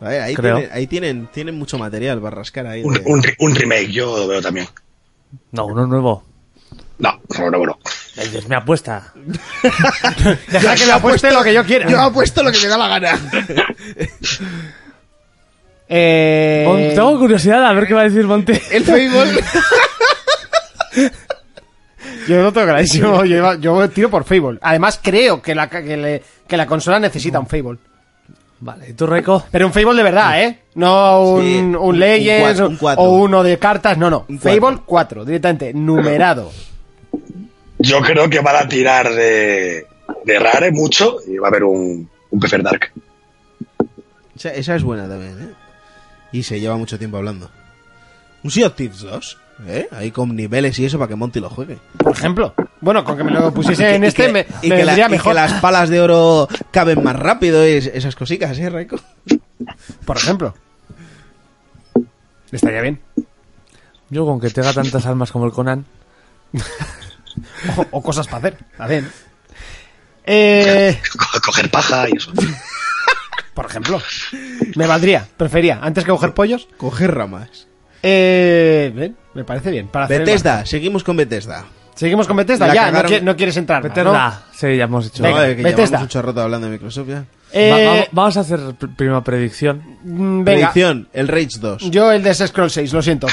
[SPEAKER 2] A ver, ahí,
[SPEAKER 3] Creo.
[SPEAKER 2] tienen, ahí tienen, tienen mucho material para rascar ahí.
[SPEAKER 4] Un,
[SPEAKER 2] de-
[SPEAKER 4] un re- un remake, yo lo veo también.
[SPEAKER 3] No, uno nuevo.
[SPEAKER 4] No, no, no, no.
[SPEAKER 3] Es mi apuesta.
[SPEAKER 1] Deja que me apueste lo que yo quiera.
[SPEAKER 2] Yo apuesto lo que me da la gana.
[SPEAKER 1] Eh,
[SPEAKER 3] Mon- Tengo curiosidad a ver qué va a decir Monte.
[SPEAKER 2] El Fable.
[SPEAKER 1] Yo no tengo clarísimo, yo, iba- yo tiro por Fable. Además, creo que la, que, le- que la consola necesita un Fable.
[SPEAKER 3] Vale, ¿y tú, Reco?
[SPEAKER 1] Pero un Fable de verdad, ¿eh? No un,
[SPEAKER 2] Sí,
[SPEAKER 1] un
[SPEAKER 2] un
[SPEAKER 1] Legends
[SPEAKER 2] cuatro, un cuatro.
[SPEAKER 1] o uno de cartas, no, no.
[SPEAKER 2] Un cuatro.
[SPEAKER 1] Fable 4, directamente, numerado.
[SPEAKER 4] Yo creo que van a tirar de, de Rare eh, mucho y va a haber un, un Prefer Dark.
[SPEAKER 2] Esa, esa es buena también, ¿eh? Y se lleva mucho tiempo hablando. Un Sea of Thieves 2, ¿eh? Ahí con niveles y eso para que Monty lo juegue.
[SPEAKER 1] Por ejemplo. Bueno, con que me lo pusiese en este, me,
[SPEAKER 2] y
[SPEAKER 1] me
[SPEAKER 2] que la-
[SPEAKER 1] vendría
[SPEAKER 2] y que
[SPEAKER 1] mejor.
[SPEAKER 2] las palas de oro caben más rápido y es- esas cositas, ¿eh, Raiko?
[SPEAKER 1] Por ejemplo. Estaría bien.
[SPEAKER 3] Yo con que tenga tantas armas como el Conan.
[SPEAKER 1] O, o cosas para hacer. A ver. Eh,
[SPEAKER 4] Co- Coger paja y eso.
[SPEAKER 1] por ejemplo. Me valdría, prefería. Antes que coger pollos.
[SPEAKER 2] Coger ramas.
[SPEAKER 1] Eh, bien, me parece bien. Para hacer el
[SPEAKER 2] Bethesda, seguimos con Bethesda.
[SPEAKER 1] bar. Seguimos con Bethesda.
[SPEAKER 2] La
[SPEAKER 1] ya, no,
[SPEAKER 2] cagaron.
[SPEAKER 1] qui- no quieres entrar. más, ¿no?
[SPEAKER 3] Ah, sí, ya hemos hecho.
[SPEAKER 1] Venga,
[SPEAKER 2] Joder, que llevamos
[SPEAKER 1] Bethesda.
[SPEAKER 2] mucho rato hablando de Microsoft ya.
[SPEAKER 1] Eh,
[SPEAKER 3] Va- vamos- vamos a hacer pr- primera predicción.
[SPEAKER 1] mm, venga.
[SPEAKER 2] Predicción, el Rage 2.
[SPEAKER 1] Yo el de ese Scroll 6, lo siento.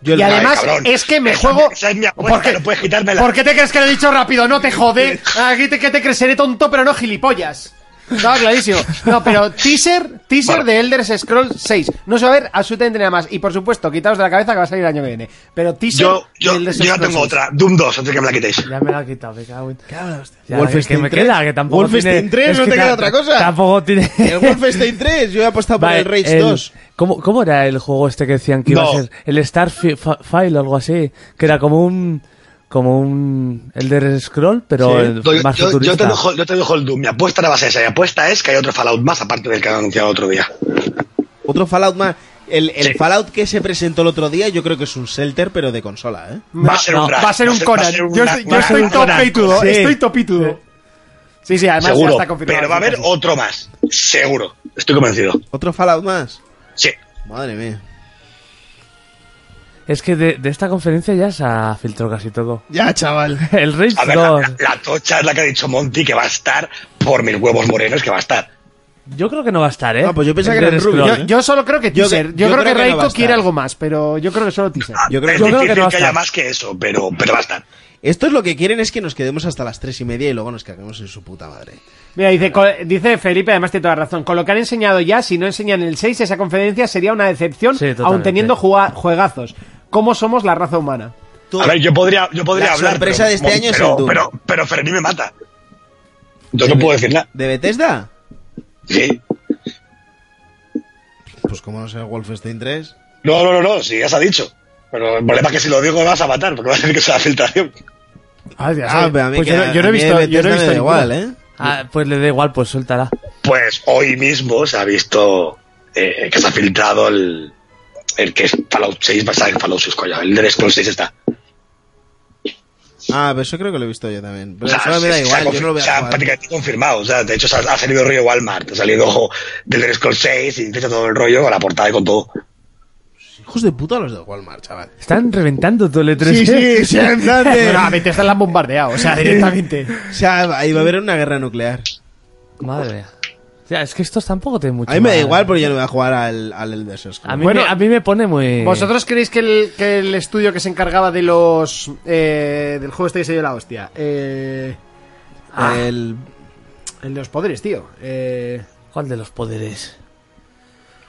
[SPEAKER 2] Yo
[SPEAKER 1] y
[SPEAKER 2] el-
[SPEAKER 1] además,
[SPEAKER 4] Ay, cabrón.
[SPEAKER 1] es que me
[SPEAKER 4] Esa-
[SPEAKER 1] juego.
[SPEAKER 4] esa es mi apuesta, no puedes quitármela.
[SPEAKER 1] ¿Por qué te crees que lo he dicho rápido? No te jode. Aquí te, que te crees, seré tonto, pero no gilipollas. Estaba clarísimo. No, pero teaser, teaser de Elder Scrolls 6. No se va a ver absolutamente nada más. Y por supuesto, quitaos de la cabeza que va a salir el año que viene. Pero teaser
[SPEAKER 4] Yo, yo,
[SPEAKER 1] de Elder
[SPEAKER 4] yo ya
[SPEAKER 1] Scroll
[SPEAKER 4] tengo
[SPEAKER 1] 6.
[SPEAKER 4] otra. Doom 2, antes que me la quitéis.
[SPEAKER 3] Ya me la he quitado, me cago en- Ya,
[SPEAKER 2] Wolfenstein
[SPEAKER 3] que me
[SPEAKER 2] 3.
[SPEAKER 3] queda, que tampoco
[SPEAKER 2] Wolfenstein
[SPEAKER 3] tiene...
[SPEAKER 2] 3,
[SPEAKER 3] es
[SPEAKER 2] no
[SPEAKER 3] que
[SPEAKER 2] te queda
[SPEAKER 3] ta-
[SPEAKER 2] otra cosa.
[SPEAKER 3] Tampoco tiene...
[SPEAKER 2] El Wolfenstein 3, yo he apostado por
[SPEAKER 3] Vale,
[SPEAKER 2] el Rage
[SPEAKER 3] el-
[SPEAKER 2] 2.
[SPEAKER 3] ¿cómo, cómo era el juego este que decían que iba
[SPEAKER 4] No.
[SPEAKER 3] a ser? El Starfile o algo así. Que era como un... Como un Elder Scroll,
[SPEAKER 2] Sí.
[SPEAKER 3] pero el-
[SPEAKER 4] No, yo,
[SPEAKER 3] más
[SPEAKER 4] yo- yo
[SPEAKER 3] futurista.
[SPEAKER 4] te dejo, yo te dejo el Doom. Mi apuesta era base esa. Mi apuesta es que hay otro Fallout más, aparte del que han anunciado el otro día.
[SPEAKER 2] Otro Fallout más. El, el
[SPEAKER 4] Sí.
[SPEAKER 2] Fallout que se presentó el otro día, yo creo que es un Shelter, pero de consola, ¿eh?
[SPEAKER 4] Va a ser
[SPEAKER 3] no,
[SPEAKER 4] un Rage,
[SPEAKER 1] Va a ser un Conan.
[SPEAKER 4] ser
[SPEAKER 1] yo
[SPEAKER 4] una-
[SPEAKER 1] estoy, yo
[SPEAKER 4] va a ser
[SPEAKER 1] estoy
[SPEAKER 4] un
[SPEAKER 1] topitudo.
[SPEAKER 3] Sí.
[SPEAKER 1] Estoy topitudo. Sí, sí, además ya
[SPEAKER 4] Seguro.
[SPEAKER 1] está confirmado.
[SPEAKER 4] Pero va a haber otro más. Seguro. Estoy convencido.
[SPEAKER 2] Otro Fallout más.
[SPEAKER 4] Sí.
[SPEAKER 2] Madre mía.
[SPEAKER 3] Es que de, de esta conferencia ya se ha filtrado casi todo.
[SPEAKER 2] Ya, chaval.
[SPEAKER 3] El Rage
[SPEAKER 4] A ver, la,
[SPEAKER 3] 2.
[SPEAKER 4] la- la tocha es la que ha dicho Monty que va a estar por mis huevos morenos que va a estar.
[SPEAKER 3] Yo creo que no va a estar, ¿eh?
[SPEAKER 2] Ah, pues yo pensaba que
[SPEAKER 3] Elder
[SPEAKER 2] era el Rubius,
[SPEAKER 3] Scroll.
[SPEAKER 1] Yo, yo solo creo que
[SPEAKER 2] Yo-
[SPEAKER 1] teaser. Yo,
[SPEAKER 2] yo
[SPEAKER 1] creo, que,
[SPEAKER 2] no va a
[SPEAKER 1] Reiko
[SPEAKER 2] estar.
[SPEAKER 1] quiere algo más, pero yo creo que solo teaser.
[SPEAKER 2] Yo creo-
[SPEAKER 4] es
[SPEAKER 2] yo
[SPEAKER 3] creo que
[SPEAKER 4] difícil
[SPEAKER 3] no va a
[SPEAKER 4] haya
[SPEAKER 3] estar.
[SPEAKER 4] más que eso, pero, pero va a estar.
[SPEAKER 2] Estos lo que quieren es que nos quedemos hasta las tres y media y luego nos caguemos en su puta madre.
[SPEAKER 1] Mira, dice, co- dice Felipe, además tiene toda la razón. Con lo que han enseñado ya, si no enseñan el 6, esa conferencia sería una decepción,
[SPEAKER 3] Sí, totalmente.
[SPEAKER 1] aun teniendo juga- juegazos. ¿Cómo somos la raza humana?
[SPEAKER 2] Tú-
[SPEAKER 4] A ver, yo podría, yo podría
[SPEAKER 2] La
[SPEAKER 4] hablar.
[SPEAKER 2] sorpresa
[SPEAKER 4] pero-
[SPEAKER 2] de este año es
[SPEAKER 4] pero-
[SPEAKER 2] el Doom.
[SPEAKER 4] Pero, pero Fermín me mata. Yo no puedo decir nada.
[SPEAKER 2] ¿De Bethesda?
[SPEAKER 4] Sí.
[SPEAKER 2] Pues como no sea Wolfenstein 3.
[SPEAKER 4] No, no, no, no, sí, ya se ha dicho. Pero el problema es que si lo digo me vas a matar, porque vas a decir que es una filtración.
[SPEAKER 1] Ah,
[SPEAKER 2] pero a mí
[SPEAKER 1] pues
[SPEAKER 2] que-
[SPEAKER 1] yo, no- yo no
[SPEAKER 2] a
[SPEAKER 1] he
[SPEAKER 2] mí de
[SPEAKER 1] visto, yo no he
[SPEAKER 2] Bethesda
[SPEAKER 1] visto
[SPEAKER 2] me da
[SPEAKER 1] ninguno.
[SPEAKER 2] igual, ¿eh?
[SPEAKER 3] Ah, pues le da igual, pues suéltala.
[SPEAKER 4] Pues hoy mismo se ha visto eh, que se ha filtrado el, el que es Fallout 6 basado en Fallout 6, coño, el de Scroll 6 está.
[SPEAKER 2] Ah, pero eso creo que lo he visto yo también. Pero
[SPEAKER 4] O sea,
[SPEAKER 2] eso me da
[SPEAKER 4] se- se ha
[SPEAKER 2] igual, yo
[SPEAKER 4] confi-
[SPEAKER 2] no lo voy a
[SPEAKER 4] se ha
[SPEAKER 2] jugar.
[SPEAKER 4] prácticamente confirmado. O sea, de hecho, se ha, ha salido el rollo Walmart, ha salido del Elder Scrolls 6 y de hecho todo el rollo con la portada y con todo.
[SPEAKER 2] Hijos de puta los de Walmart, chaval.
[SPEAKER 3] Están reventando todo el E E3.
[SPEAKER 2] Sí, sí, sí, andate.
[SPEAKER 1] No, no, Bethesda la han bombardeado, o sea, directamente.
[SPEAKER 2] O sea, ahí va a haber una guerra nuclear.
[SPEAKER 3] Madre mía. O sea, es que estos tampoco tienen mucho.
[SPEAKER 2] A mí me da
[SPEAKER 3] más.
[SPEAKER 2] igual, pues. pero yo no voy a jugar al, al Elder Scrolls.
[SPEAKER 3] A mí,
[SPEAKER 1] Bueno,
[SPEAKER 3] me, a mí me pone muy.
[SPEAKER 1] ¿Vosotros creéis que el, que el estudio que se encargaba de los. eh, del juego este que se dio la hostia? Eh,
[SPEAKER 2] El-
[SPEAKER 1] el de los poderes, tío. Eh,
[SPEAKER 3] ¿Cuál de los poderes?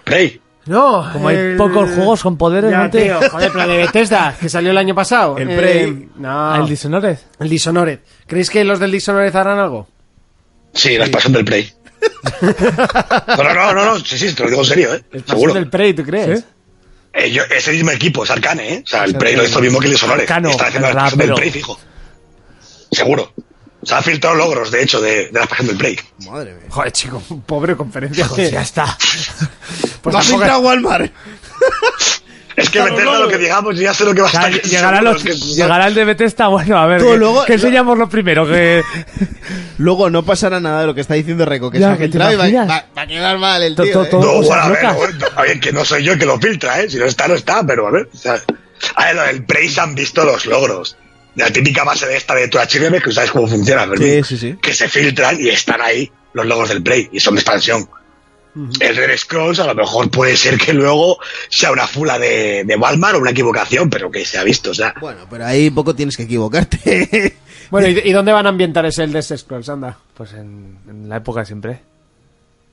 [SPEAKER 4] Play.
[SPEAKER 1] no,
[SPEAKER 3] Como hay
[SPEAKER 1] el-
[SPEAKER 3] pocos juegos con poderes,
[SPEAKER 1] Ya,
[SPEAKER 3] ¿no, tío?
[SPEAKER 1] tío, joder, pero de Bethesda, que salió el año pasado.
[SPEAKER 2] El
[SPEAKER 1] Eh,
[SPEAKER 2] Prey.
[SPEAKER 1] no,
[SPEAKER 3] Ah, el
[SPEAKER 1] el,
[SPEAKER 3] Dishonored.
[SPEAKER 1] Dishonored. ¿Creéis que los del Dishonored harán algo?
[SPEAKER 4] Sí, la expansión del Play. no, no, no, no, no, sí, sí, te lo digo en serio, ¿eh? Seguro.
[SPEAKER 1] del Prey, ¿tú crees?
[SPEAKER 3] ¿Sí?
[SPEAKER 4] Eh, yo- es el mismo equipo, es Arcane, ¿eh? O sea, el
[SPEAKER 3] Es
[SPEAKER 4] Prey lo
[SPEAKER 3] Arcane.
[SPEAKER 4] hizo lo mismo que el Dishonored.
[SPEAKER 3] Arcano,
[SPEAKER 4] Está haciendo la
[SPEAKER 3] verdad, pero-
[SPEAKER 4] expansión del Play, fijo. Seguro. Se han filtrado logros, de hecho, de, de la expansión del Play.
[SPEAKER 2] Madre mía.
[SPEAKER 1] Joder, chico, pobre conferencia.
[SPEAKER 3] Pues ya está.
[SPEAKER 1] Pues
[SPEAKER 2] ¡Lo ha
[SPEAKER 1] tampoco-
[SPEAKER 2] filtrado Walmart!
[SPEAKER 4] Es que meterlo lo que digamos, ya sé lo que va a
[SPEAKER 3] O sea,
[SPEAKER 4] estar.
[SPEAKER 3] llegará,
[SPEAKER 4] seguro,
[SPEAKER 3] los,
[SPEAKER 4] es que-
[SPEAKER 3] llegará el de Bethesda. Bueno, a ver.
[SPEAKER 2] Tú,
[SPEAKER 3] ¿qué-
[SPEAKER 2] luego-
[SPEAKER 3] ¿Qué enseñamos lo primero? Que
[SPEAKER 2] Luego no pasará nada de lo que está diciendo Reco, que
[SPEAKER 3] Ya,
[SPEAKER 2] se ha
[SPEAKER 3] ¿te
[SPEAKER 2] filtrado y va,
[SPEAKER 3] imaginas?
[SPEAKER 2] va- va a quedar mal el
[SPEAKER 3] To-
[SPEAKER 2] tío.
[SPEAKER 3] to-
[SPEAKER 2] ¿eh?
[SPEAKER 3] to-
[SPEAKER 4] No,
[SPEAKER 3] cosas
[SPEAKER 4] bueno, a ver,
[SPEAKER 3] locas.
[SPEAKER 4] bueno, a ver, que no soy yo el que lo filtra, ¿eh? Si no está, no está, pero a ver. o sea, a ver, lo del Prey se han visto los logros. La típica base de esta de tu HM, que sabes cómo funciona,
[SPEAKER 2] Sí,
[SPEAKER 4] Fermín.
[SPEAKER 2] sí, sí.
[SPEAKER 4] Que se filtran y están ahí los logos del Prey y son de expansión. El Red Scrolls a lo mejor puede ser que luego sea una fula de, de Walmart o una equivocación, pero que se ha visto, o sea.
[SPEAKER 2] Bueno, pero ahí poco tienes que equivocarte.
[SPEAKER 1] Bueno, ¿y, y dónde van a ambientar ese el de Scrolls? Anda.
[SPEAKER 3] Pues en, en la época de siempre.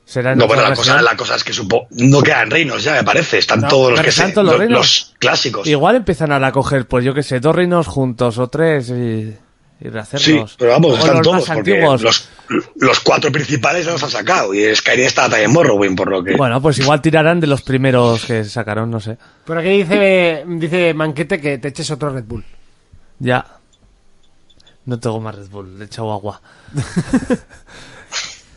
[SPEAKER 3] Será en
[SPEAKER 4] No,
[SPEAKER 3] otra
[SPEAKER 4] bueno, la
[SPEAKER 3] versión.
[SPEAKER 4] cosa, la cosa es que supo, no quedan reinos ya, me parece. Están
[SPEAKER 3] No,
[SPEAKER 4] todos los
[SPEAKER 3] pero
[SPEAKER 4] que se,
[SPEAKER 3] están todos los reinos.
[SPEAKER 4] los clásicos.
[SPEAKER 3] Igual empiezan ahora a coger, pues yo que sé, dos reinos juntos o tres y, y
[SPEAKER 4] Sí,
[SPEAKER 3] rehacerlos.
[SPEAKER 4] pero
[SPEAKER 3] O
[SPEAKER 4] vamos, están
[SPEAKER 3] los
[SPEAKER 4] todos,
[SPEAKER 3] más
[SPEAKER 4] porque
[SPEAKER 3] antiguos.
[SPEAKER 4] los, los cuatro principales ya los han sacado, y Skyrim está también en Morrowind, por lo que...
[SPEAKER 3] Bueno, pues igual tirarán de los primeros que sacaron, no sé.
[SPEAKER 1] Por aquí dice, dice Manquete que te eches otro Red Bull.
[SPEAKER 3] Ya. No tengo más Red Bull, le he echado agua.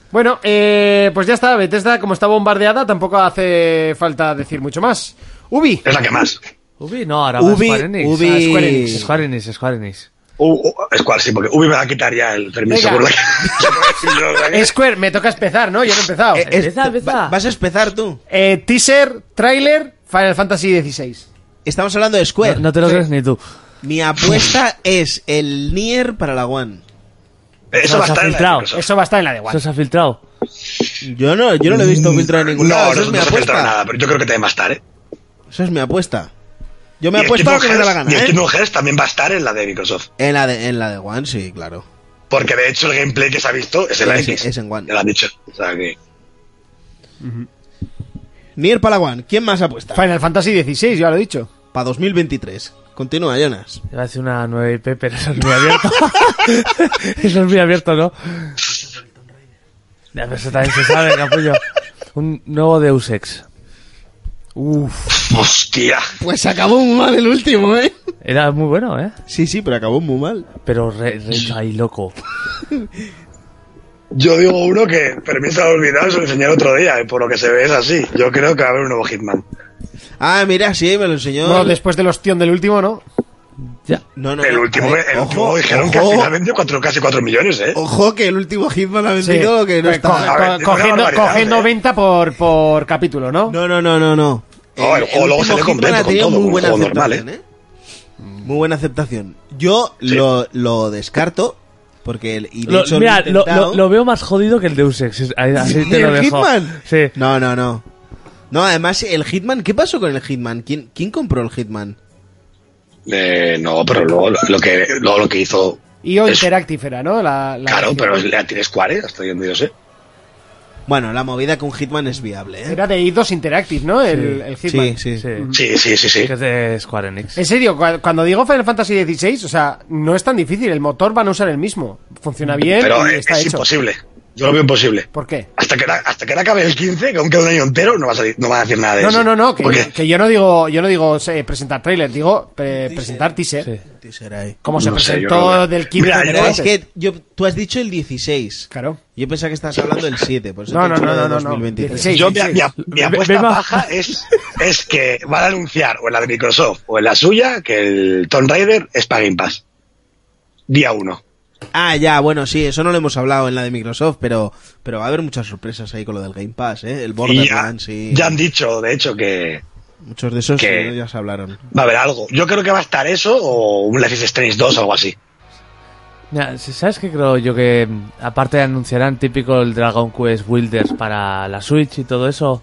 [SPEAKER 1] Bueno, eh, pues ya está. Bethesda, como está bombardeada, tampoco hace falta decir mucho más. Ubi.
[SPEAKER 4] Es la que más.
[SPEAKER 3] Ubi, no, ahora va
[SPEAKER 2] Ubi-
[SPEAKER 3] Square Enix.
[SPEAKER 2] Ubi-
[SPEAKER 3] Ah, Square Enix. Square Enix, Square Enix.
[SPEAKER 4] U- U- es cual, sí, porque Ubi me va a quitar ya el permiso.
[SPEAKER 1] Venga.
[SPEAKER 4] por la-
[SPEAKER 1] Square, me toca empezar, ¿no? Yo no he empezado.
[SPEAKER 2] Eh, es-
[SPEAKER 3] Empieza, empieza.
[SPEAKER 2] va- ¿Vas a empezar tú?
[SPEAKER 1] Eh, teaser, tráiler, Final Fantasy XVI.
[SPEAKER 2] Estamos hablando de Square.
[SPEAKER 3] No, no te lo crees ni tú.
[SPEAKER 2] Mi apuesta es el Nier para la One.
[SPEAKER 4] Eso
[SPEAKER 3] No,
[SPEAKER 4] va a
[SPEAKER 3] se ha
[SPEAKER 4] estar en la
[SPEAKER 3] filtrado.
[SPEAKER 4] Microsoft.
[SPEAKER 1] Eso va a estar en la de
[SPEAKER 3] Eso
[SPEAKER 1] One.
[SPEAKER 3] se ha filtrado.
[SPEAKER 2] Yo no, yo no lo he visto filtrado en ningún
[SPEAKER 4] No,
[SPEAKER 2] lado.
[SPEAKER 4] no,
[SPEAKER 2] Esa es
[SPEAKER 4] no
[SPEAKER 2] mi
[SPEAKER 4] se ha filtrado
[SPEAKER 2] apuesta.
[SPEAKER 4] nada, pero yo creo que también va a estar, ¿eh?
[SPEAKER 2] Esa es mi apuesta. Yo me
[SPEAKER 4] Y el
[SPEAKER 2] apuesto a lo que me
[SPEAKER 4] Kingdom
[SPEAKER 2] da la
[SPEAKER 4] Hearts-
[SPEAKER 2] gana,
[SPEAKER 4] Y el
[SPEAKER 2] ¿eh?
[SPEAKER 4] Kingdom Hearts también va a estar en la de Microsoft.
[SPEAKER 2] En la de, en la de One, sí, claro.
[SPEAKER 4] Porque de hecho el gameplay que se ha visto es en la
[SPEAKER 2] Es-
[SPEAKER 4] X.
[SPEAKER 2] es en One.
[SPEAKER 4] Ya lo han dicho. O sea que...
[SPEAKER 2] Nier para la One. ¿Quién más apuesta?
[SPEAKER 1] Final Fantasy XVI, ya lo he dicho.
[SPEAKER 2] Para 2023. Continúa, Jonas.
[SPEAKER 3] Iba a decir una 9 IP, pero eso es muy abierto. eso es muy abierto, ¿no? Ya, pero eso también se sabe, capullo. Un nuevo Deus Ex.
[SPEAKER 4] Hostia.
[SPEAKER 2] Pues acabó muy mal el último, ¿eh?
[SPEAKER 3] Era muy bueno, ¿eh?
[SPEAKER 2] Sí, sí, pero acabó muy mal.
[SPEAKER 3] Pero re, re ahí loco.
[SPEAKER 4] Yo digo uno que permiso ha olvidado, se lo enseñé el otro día, y por lo que se ve es así. Yo creo que va a haber un nuevo Hitman.
[SPEAKER 2] Ah, mira, sí, me lo enseñó.
[SPEAKER 1] Bueno, después del ostión del último, ¿no?
[SPEAKER 3] Ya.
[SPEAKER 2] No, no,
[SPEAKER 4] El
[SPEAKER 2] no.
[SPEAKER 4] último,
[SPEAKER 2] A ver,
[SPEAKER 4] el
[SPEAKER 2] ojo,
[SPEAKER 4] último dijeron que
[SPEAKER 2] ojo,
[SPEAKER 4] finalmente cuatro, casi 4 millones, ¿eh?
[SPEAKER 2] Ojo que el último Hitman ha vendido que no
[SPEAKER 1] Eh, co-
[SPEAKER 4] A
[SPEAKER 2] está.
[SPEAKER 4] ver,
[SPEAKER 1] co-
[SPEAKER 4] es una
[SPEAKER 1] cogiendo
[SPEAKER 4] barbaridad,
[SPEAKER 1] cogiendo
[SPEAKER 4] eh.
[SPEAKER 1] 90 por, por capítulo, ¿no?
[SPEAKER 2] No, no, no, no, no.
[SPEAKER 4] No, el juego luego salió completo
[SPEAKER 2] ha
[SPEAKER 4] con
[SPEAKER 2] tenido
[SPEAKER 4] todo,
[SPEAKER 2] muy
[SPEAKER 4] un
[SPEAKER 2] buena
[SPEAKER 4] juego normal,
[SPEAKER 2] aceptación, ¿eh? Muy buena aceptación. Yo lo, lo descarto porque el, y de
[SPEAKER 3] Lo-
[SPEAKER 2] hecho lo he
[SPEAKER 3] mira, lo,
[SPEAKER 2] intentado.
[SPEAKER 3] lo- lo veo más jodido que el Deus Ex. Ahí- Así te
[SPEAKER 2] ¿Y
[SPEAKER 3] lo
[SPEAKER 2] el
[SPEAKER 3] dejo.
[SPEAKER 2] Hitman?
[SPEAKER 3] Sí.
[SPEAKER 2] No, no, no. No, además, el Hitman, ¿qué pasó con el Hitman? ¿Quién, quién compró el Hitman?
[SPEAKER 4] Eh, no, pero luego lo, lo que, luego lo que hizo.
[SPEAKER 1] Y o
[SPEAKER 4] es-
[SPEAKER 1] Interactive era, ¿no? La, la-
[SPEAKER 4] Claro, pero es- la tienes Square, hasta donde yo sé.
[SPEAKER 2] Bueno, la movida con Hitman es viable, ¿eh?
[SPEAKER 1] Era de Eidos Interactive, ¿no? El, el Hitman.
[SPEAKER 2] sí, Mm. sí,
[SPEAKER 3] Sí.
[SPEAKER 4] Sí, sí, sí, sí.
[SPEAKER 3] Que es de Square Enix.
[SPEAKER 1] En serio, cua- cuando digo Final Fantasy XVI, o sea, no es tan difícil. El motor van a usar el mismo. Funciona bien
[SPEAKER 4] Pero
[SPEAKER 1] y
[SPEAKER 4] es,
[SPEAKER 1] está
[SPEAKER 4] es
[SPEAKER 1] hecho.
[SPEAKER 4] imposible. Yo lo veo imposible.
[SPEAKER 1] ¿Por qué?
[SPEAKER 4] Hasta que, no- hasta que no acabe el 15, que aún queda un año entero, no va a, salir, no va a decir nada de
[SPEAKER 1] No,
[SPEAKER 4] eso.
[SPEAKER 1] no, no, no, que,
[SPEAKER 4] Porque
[SPEAKER 1] que yo no digo, yo no digo eh, presentar trailer, digo eh, presentar teaser.
[SPEAKER 3] Sí.
[SPEAKER 2] Teaser ahí.
[SPEAKER 1] Como se
[SPEAKER 4] No sé, yo
[SPEAKER 1] presentó
[SPEAKER 4] no veo.
[SPEAKER 1] del 15
[SPEAKER 4] Mira,
[SPEAKER 1] de
[SPEAKER 4] yo-
[SPEAKER 2] Pero
[SPEAKER 1] antes.
[SPEAKER 2] es que yo, tú has dicho el 16.
[SPEAKER 1] Claro.
[SPEAKER 2] Yo pensaba que estabas hablando del 7. Por eso
[SPEAKER 1] No,
[SPEAKER 2] te he
[SPEAKER 1] no,
[SPEAKER 2] dicho
[SPEAKER 1] no,
[SPEAKER 2] lo de
[SPEAKER 1] no, no, no.
[SPEAKER 2] 2023.
[SPEAKER 1] 16.
[SPEAKER 4] yo, mi, mi- mi
[SPEAKER 3] Ve-
[SPEAKER 4] apuesta
[SPEAKER 3] ve más.
[SPEAKER 4] baja es, es que van a anunciar, o en la de Microsoft, o en la suya, que el Tomb Raider es para Game Pass. Día 1.
[SPEAKER 2] Ah, ya, bueno, sí, eso no lo hemos hablado en la de Microsoft, pero, pero va a haber muchas sorpresas ahí con lo del Game Pass, ¿eh? El
[SPEAKER 4] Y ya,
[SPEAKER 2] Borderlands y
[SPEAKER 4] ya han dicho, de hecho, que
[SPEAKER 2] muchos de esos
[SPEAKER 4] ¿Qué?
[SPEAKER 2] eh, ya se hablaron.
[SPEAKER 4] va a haber algo. Yo creo que va a estar eso o un Life is Strange 2 o algo así.
[SPEAKER 3] Mira, ¿Sabes qué creo yo que mm, aparte anunciarán típico el Dragon Quest Wilders para la Switch y todo eso?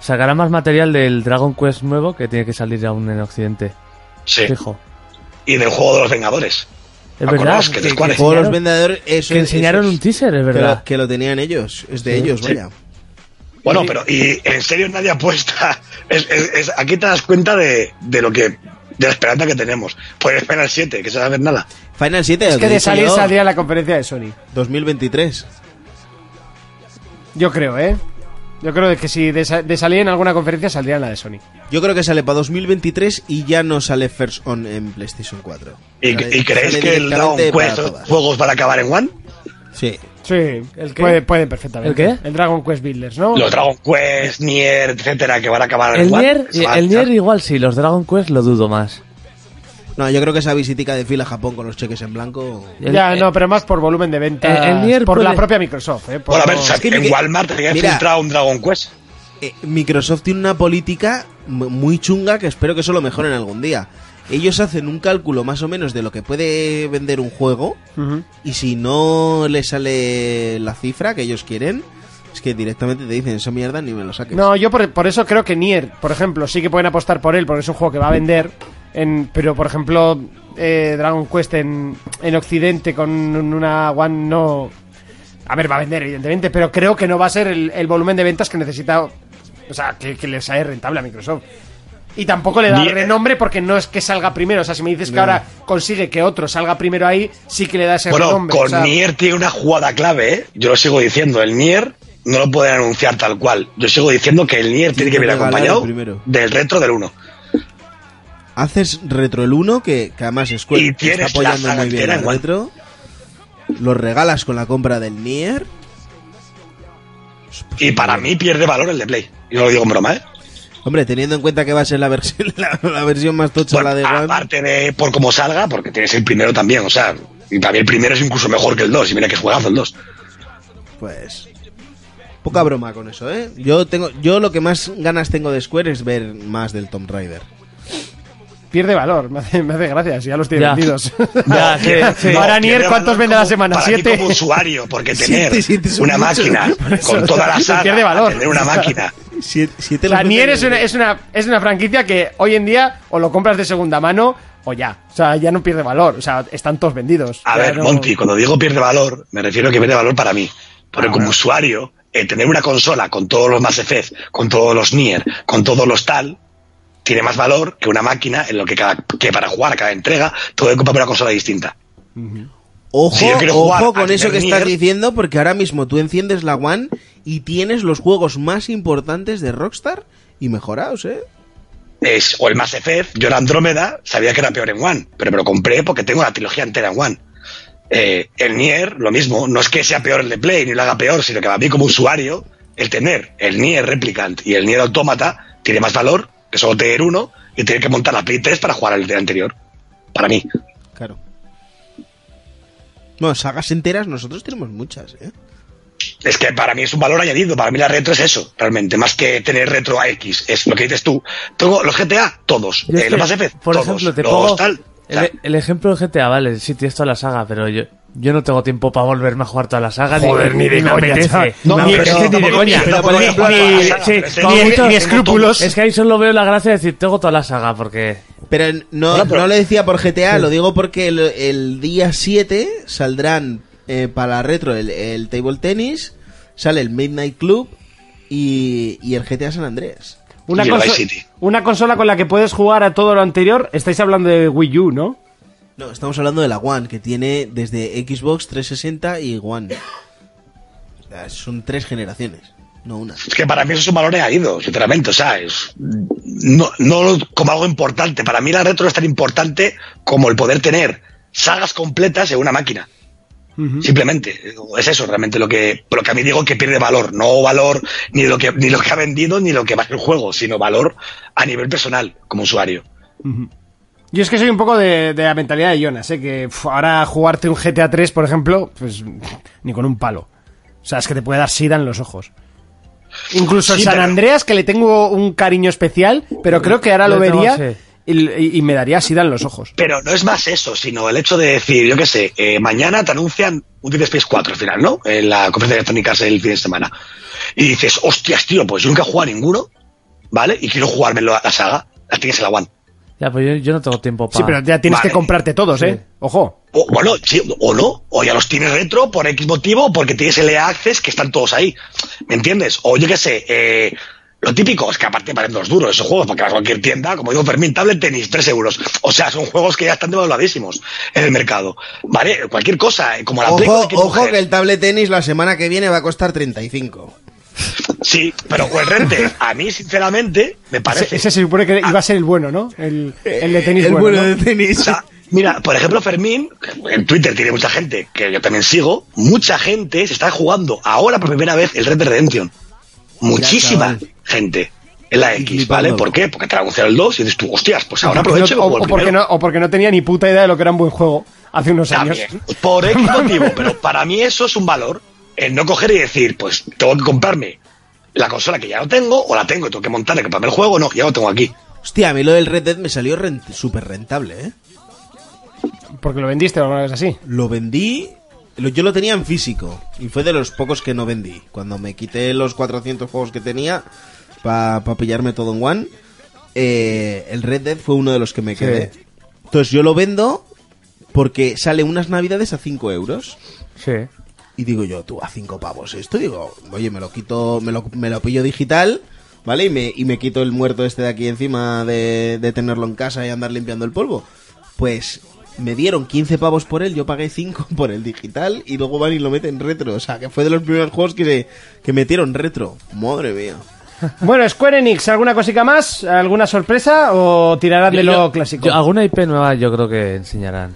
[SPEAKER 3] Sacarán más material del Dragon Quest nuevo que tiene que salir aún en Occidente.
[SPEAKER 4] Sí.
[SPEAKER 3] Fijo.
[SPEAKER 4] Y del juego de los Vengadores.
[SPEAKER 3] Es
[SPEAKER 4] Acordaos
[SPEAKER 3] verdad.
[SPEAKER 4] que de Square
[SPEAKER 2] El juego de los
[SPEAKER 3] enseñaron-
[SPEAKER 2] vendedores, eso
[SPEAKER 3] que
[SPEAKER 2] es-
[SPEAKER 3] enseñaron
[SPEAKER 2] eso
[SPEAKER 3] un
[SPEAKER 2] es-
[SPEAKER 3] teaser, es
[SPEAKER 2] que lo-
[SPEAKER 3] verdad.
[SPEAKER 2] Que, lo tenían ellos, es de ellos,
[SPEAKER 4] sí.
[SPEAKER 2] vaya.
[SPEAKER 4] Bueno, pero y en serio nadie apuesta. Es, es- es- aquí te das cuenta de, de lo que de la esperanza que tenemos. Puedes esperar el 7, que se va a ver nada.
[SPEAKER 2] Final 7,
[SPEAKER 1] Es
[SPEAKER 2] lo
[SPEAKER 1] que
[SPEAKER 2] he
[SPEAKER 1] de
[SPEAKER 2] dicho
[SPEAKER 1] salir
[SPEAKER 2] yo,
[SPEAKER 1] saldría la conferencia de Sony.
[SPEAKER 2] 2023.
[SPEAKER 1] Yo creo, ¿eh? Yo creo que si de, sa- de salir en alguna conferencia saldría en la de Sony.
[SPEAKER 2] Yo creo que sale para 2023 y ya no sale First On en PlayStation 4.
[SPEAKER 4] ¿Y,
[SPEAKER 2] Sale-
[SPEAKER 4] y creéis
[SPEAKER 2] sale
[SPEAKER 4] que el Dragon
[SPEAKER 2] directamente para
[SPEAKER 4] Quest
[SPEAKER 2] todas.
[SPEAKER 4] juegos van a acabar en One?
[SPEAKER 2] Sí.
[SPEAKER 1] Sí,
[SPEAKER 3] ¿El qué?
[SPEAKER 1] puede- pueden perfectamente.
[SPEAKER 3] ¿El qué?
[SPEAKER 1] El Dragon Quest Builders, ¿no?
[SPEAKER 4] Los Dragon Quest, Nier, etcétera, que van a acabar en
[SPEAKER 3] El
[SPEAKER 4] One.
[SPEAKER 3] Nier,
[SPEAKER 4] se va a
[SPEAKER 3] el
[SPEAKER 4] lanzar.
[SPEAKER 3] Nier igual sí, los Dragon Quest lo dudo más.
[SPEAKER 2] No, yo creo que esa visitica de fila a Japón con los cheques en blanco.
[SPEAKER 3] El- Eh,
[SPEAKER 1] ya, no, pero más por volumen de ventas.
[SPEAKER 3] el- el Nier
[SPEAKER 1] por la
[SPEAKER 3] puede-
[SPEAKER 1] propia Microsoft, ¿eh? Por
[SPEAKER 4] Bueno, a ver,
[SPEAKER 1] no-
[SPEAKER 4] sa-
[SPEAKER 2] es que
[SPEAKER 4] en
[SPEAKER 2] lo que-
[SPEAKER 4] Walmart había
[SPEAKER 2] Mira.
[SPEAKER 4] filtrado un Dragon Quest.
[SPEAKER 2] Eh, Microsoft tiene una política mu- muy chunga que espero que eso lo mejoren algún día. Ellos hacen un cálculo más o menos de lo que puede vender un juego
[SPEAKER 1] Ujú.
[SPEAKER 2] y si no le sale la cifra que ellos quieren, es que directamente te dicen esa mierda ni me lo saques.
[SPEAKER 1] No, yo por, por eso creo que Nier, por ejemplo, sí que pueden apostar por él porque es un juego que va a vender. En, pero, por ejemplo, eh, Dragon Quest en, en Occidente con un- una One no. A ver, va a vender, evidentemente, pero creo que no va a ser el, el volumen de ventas que necesita. O sea, que, que le sale rentable a Microsoft. Y tampoco le da
[SPEAKER 4] Nier- eh.
[SPEAKER 1] renombre porque no es que salga primero. O sea, si me dices que ahora consigue que otro salga primero ahí, sí que le da ese
[SPEAKER 4] Bueno,
[SPEAKER 1] renombre.
[SPEAKER 4] con
[SPEAKER 1] o sea,
[SPEAKER 4] Nier tiene una jugada clave, ¿eh? Yo lo sigo diciendo, el Nier no lo pueden anunciar tal cual. Yo sigo diciendo que el Nier tiene que
[SPEAKER 2] que
[SPEAKER 4] venir
[SPEAKER 2] regalar el
[SPEAKER 4] acompañado
[SPEAKER 2] primero.
[SPEAKER 4] del retro del 1.
[SPEAKER 2] Haces retro el 1, que, que además es
[SPEAKER 4] Y
[SPEAKER 2] está
[SPEAKER 4] tienes la
[SPEAKER 2] apoyando
[SPEAKER 4] saga
[SPEAKER 2] muy bien
[SPEAKER 4] entera
[SPEAKER 2] el
[SPEAKER 4] igual.
[SPEAKER 2] retro. Lo regalas con la compra del Nier.
[SPEAKER 4] Y para mí pierde valor el de Play. Y no lo digo en broma, ¿eh?
[SPEAKER 2] Hombre, teniendo en cuenta que va a ser la versión, la, la versión más tocha
[SPEAKER 4] Bueno,
[SPEAKER 2] la de One.
[SPEAKER 4] aparte de por cómo salga, porque tienes el primero también, o sea, y para mí el primero es incluso mejor que el 2, y mira que juegazo el 2.
[SPEAKER 2] Pues poca broma con eso, ¿eh? Yo tengo yo lo que más ganas tengo de Square es ver más del Tomb Raider.
[SPEAKER 1] pierde valor. Me hace, me hace gracia, si ya los tiene
[SPEAKER 3] Ya.
[SPEAKER 1] vendidos.
[SPEAKER 3] Ya, sí, sí.
[SPEAKER 1] Ahora Nier, ¿cuántos vende
[SPEAKER 4] vende
[SPEAKER 1] a la semana?
[SPEAKER 4] Para mí
[SPEAKER 1] ¿Siete?
[SPEAKER 4] como usuario, porque tener
[SPEAKER 2] Siete, siete son
[SPEAKER 4] una
[SPEAKER 2] muchos.
[SPEAKER 4] máquina
[SPEAKER 2] Por eso,
[SPEAKER 4] con toda la
[SPEAKER 1] se
[SPEAKER 4] saga,
[SPEAKER 1] pierde valor.
[SPEAKER 4] tener una máquina
[SPEAKER 2] Siete, siete
[SPEAKER 1] O sea,
[SPEAKER 2] los
[SPEAKER 1] Nier
[SPEAKER 2] venden
[SPEAKER 1] es una,
[SPEAKER 2] en-
[SPEAKER 1] es, una, es una franquicia que hoy en día o lo compras de segunda mano o ya. O sea, ya no pierde valor. O sea, están todos vendidos.
[SPEAKER 4] A
[SPEAKER 1] Ya
[SPEAKER 4] ver,
[SPEAKER 1] no-
[SPEAKER 4] Monty, cuando digo pierde valor, me refiero a que pierde valor para mí. Porque como usuario, eh, tener una consola con todos los Mass Effect, con todos los Nier, con todos los tal, tiene más valor que una máquina en lo que, cada, que para jugar a cada entrega tuve que comprar una consola distinta.
[SPEAKER 2] Ojo,
[SPEAKER 4] Si yo quiero jugar
[SPEAKER 2] ojo con
[SPEAKER 4] al
[SPEAKER 2] eso que
[SPEAKER 4] primer
[SPEAKER 2] estás
[SPEAKER 4] Nier-
[SPEAKER 2] diciendo porque ahora mismo tú enciendes la One y tienes los juegos más importantes de Rockstar y mejorados, ¿eh?
[SPEAKER 4] Es, o el Mass Effect, yo en Andrómeda sabía que era peor en One, pero me lo compré porque tengo la trilogía entera en One. Eh, el Nier, lo mismo, no es que sea peor el de Play ni lo haga peor, sino que a mí como usuario, el tener el Nier Replicant y el Nier Automata tiene más valor que solo tener uno y tener que montar la Play 3 para jugar al del anterior. Para mí.
[SPEAKER 2] Claro. Bueno, sagas enteras nosotros tenemos muchas, ¿eh?
[SPEAKER 4] Es que para mí es un valor añadido, para mí la retro es eso, realmente, más que tener retro a X, es lo que dices tú. Tengo los GTA, todos.
[SPEAKER 3] Yo es
[SPEAKER 4] Eh,
[SPEAKER 3] que,
[SPEAKER 4] los Mass Effect,
[SPEAKER 3] por
[SPEAKER 4] todos.
[SPEAKER 3] ejemplo, te
[SPEAKER 4] los
[SPEAKER 3] pongo
[SPEAKER 4] tal,
[SPEAKER 3] el,
[SPEAKER 4] tal.
[SPEAKER 3] el ejemplo de GTA, vale, sí, tienes toda la saga, pero yo, yo no tengo tiempo para volverme a jugar toda la saga.
[SPEAKER 1] Joder, ni de
[SPEAKER 3] me
[SPEAKER 1] coña,
[SPEAKER 3] apetece.
[SPEAKER 1] chaval.
[SPEAKER 3] No,
[SPEAKER 4] No,
[SPEAKER 3] ni,
[SPEAKER 4] pero
[SPEAKER 3] es que ni de
[SPEAKER 4] tampoco-
[SPEAKER 3] coña.
[SPEAKER 4] pero por
[SPEAKER 3] Ni-
[SPEAKER 4] ejemplo,
[SPEAKER 3] ni-
[SPEAKER 4] la saga,
[SPEAKER 3] sí,
[SPEAKER 4] pero es
[SPEAKER 3] como
[SPEAKER 1] ni-
[SPEAKER 3] mucho-
[SPEAKER 1] ni escrúpulos.
[SPEAKER 3] Es que ahí solo veo la gracia de decir, tengo toda la saga, porque...
[SPEAKER 2] Pero no,
[SPEAKER 4] Bueno, pero-
[SPEAKER 2] no lo decía por GTA, lo digo porque el, el día 7 saldrán eh, para retro el, el table tennis, sale el Midnight Club y, y el GTA San Andrés.
[SPEAKER 1] Una,
[SPEAKER 4] Y el
[SPEAKER 1] conso-
[SPEAKER 4] Vice City.
[SPEAKER 1] una consola con la que puedes jugar a todo lo anterior. Estáis hablando de Wii U, ¿no?
[SPEAKER 2] No, estamos hablando de la One, que tiene desde Xbox 360 y One. sea, son tres generaciones, no una.
[SPEAKER 4] Es que para mí esos son valores ido, sinceramente. O sea, es- no, no lo- como algo importante. Para mí la retro es tan importante como el poder tener sagas completas en una máquina. Simplemente, es eso realmente lo que, lo que a mí digo que pierde valor, no valor ni lo que, ni lo que ha vendido ni lo que va el juego, sino valor a nivel personal como usuario.
[SPEAKER 1] Yo es que soy un poco de, de la mentalidad de Jonas, ¿eh? que pf, ahora jugarte un GTA 3, por ejemplo, pues ni con un palo. O sea, es que te puede dar sida en los ojos. Incluso el
[SPEAKER 4] Sí,
[SPEAKER 1] San
[SPEAKER 4] pero-
[SPEAKER 1] Andreas, que le tengo un cariño especial, pero creo que ahora lo
[SPEAKER 3] Yo tengo
[SPEAKER 1] vería
[SPEAKER 3] ese.
[SPEAKER 1] y, y- y me daría sida en los ojos.
[SPEAKER 4] Pero no es más eso, sino el hecho de decir, yo qué sé, eh, mañana te anuncian un Dead Space 4 al final, ¿no? En la conferencia de electrónicas el fin de semana. Y dices, hostias, tío, pues yo nunca he jugado a ninguno, ¿vale? Y quiero jugarme la, la saga, la tienes en la One.
[SPEAKER 3] Ya, pues yo, yo no tengo tiempo para.
[SPEAKER 1] Sí, pero ya tienes
[SPEAKER 4] Vale.
[SPEAKER 1] que comprarte todos, ¿eh?
[SPEAKER 3] Sí.
[SPEAKER 1] Ojo.
[SPEAKER 4] O, bueno, sí, o no, o ya los tienes retro por X motivo, porque tienes el EA Access que están todos ahí. ¿Me entiendes? O yo qué sé, eh, lo típico es que aparte parecen dos duros esos juegos, porque vas a cualquier tienda, como digo Fermín, tablet tenis, 3 euros. O sea, son juegos que ya están devaluadísimos en el mercado. ¿Vale? Cualquier cosa, eh, como la Play
[SPEAKER 2] Ojo,
[SPEAKER 4] cualquier
[SPEAKER 2] ojo
[SPEAKER 4] mujer.
[SPEAKER 2] que el tablet tenis la semana que viene va a costar 35.
[SPEAKER 4] Sí, pero o el rente, a mí sinceramente me
[SPEAKER 1] Ese,
[SPEAKER 4] parece... Ah. Eh,
[SPEAKER 1] ese se supone que iba a ser el bueno, ¿no? El, el de tenis
[SPEAKER 2] El
[SPEAKER 1] bueno.
[SPEAKER 2] bueno
[SPEAKER 1] ¿no?
[SPEAKER 2] de tenis.
[SPEAKER 4] O sea, mira, por ejemplo, Fermín, que en Twitter tiene mucha gente, que yo también sigo, mucha gente se está jugando ahora por primera vez el Red Dead Redemption. Muchísima
[SPEAKER 2] chaval.
[SPEAKER 4] gente en la X, ¿vale?
[SPEAKER 2] flipándolo.
[SPEAKER 4] ¿Por qué? Porque te la anunciaron el 2 y dices tú, hostias, pues ahora
[SPEAKER 1] Porque no-
[SPEAKER 4] aprovecho y
[SPEAKER 1] o,
[SPEAKER 4] juego el
[SPEAKER 1] o porque
[SPEAKER 4] primero.
[SPEAKER 1] no, o porque no tenía ni puta idea de lo que era un buen juego hace unos años.
[SPEAKER 4] También, por X motivo, pero para mí eso es un valor. El no coger y decir, pues tengo que comprarme la consola que ya no tengo, o la tengo y tengo que montarla, que para el juego, no, ya lo tengo aquí.
[SPEAKER 2] Hostia, a mí lo del Red Dead me salió rent- súper rentable, ¿eh?
[SPEAKER 1] Porque lo vendiste o alguna cosa así.
[SPEAKER 2] Lo vendí. lo- Yo lo tenía en físico y fue de los pocos que no vendí. Cuando me quité los 400 juegos que tenía para pillarme todo en One, eh, el Red Dead fue uno de los que me quedé. Entonces yo lo vendo porque sale unas navidades a 5 euros.
[SPEAKER 3] Sí.
[SPEAKER 2] Y digo yo, tú, a 5 pavos esto. Digo, oye, me lo quito, me lo, me lo pillo digital, ¿vale? Y me, y me quito el muerto este de aquí encima de, de tenerlo en casa y andar limpiando el polvo. Pues me dieron 15 pavos por él, yo pagué 5 por el digital y luego van y lo meten retro. O sea, que fue de los primeros juegos que, se- que metieron retro. Madre mía.
[SPEAKER 1] Bueno, Square Enix, ¿alguna cosica más? ¿Alguna sorpresa? ¿O tirarán de
[SPEAKER 3] Yo-
[SPEAKER 1] lo
[SPEAKER 3] yo-
[SPEAKER 1] clásico?
[SPEAKER 3] yo- alguna IP nueva yo creo que enseñarán.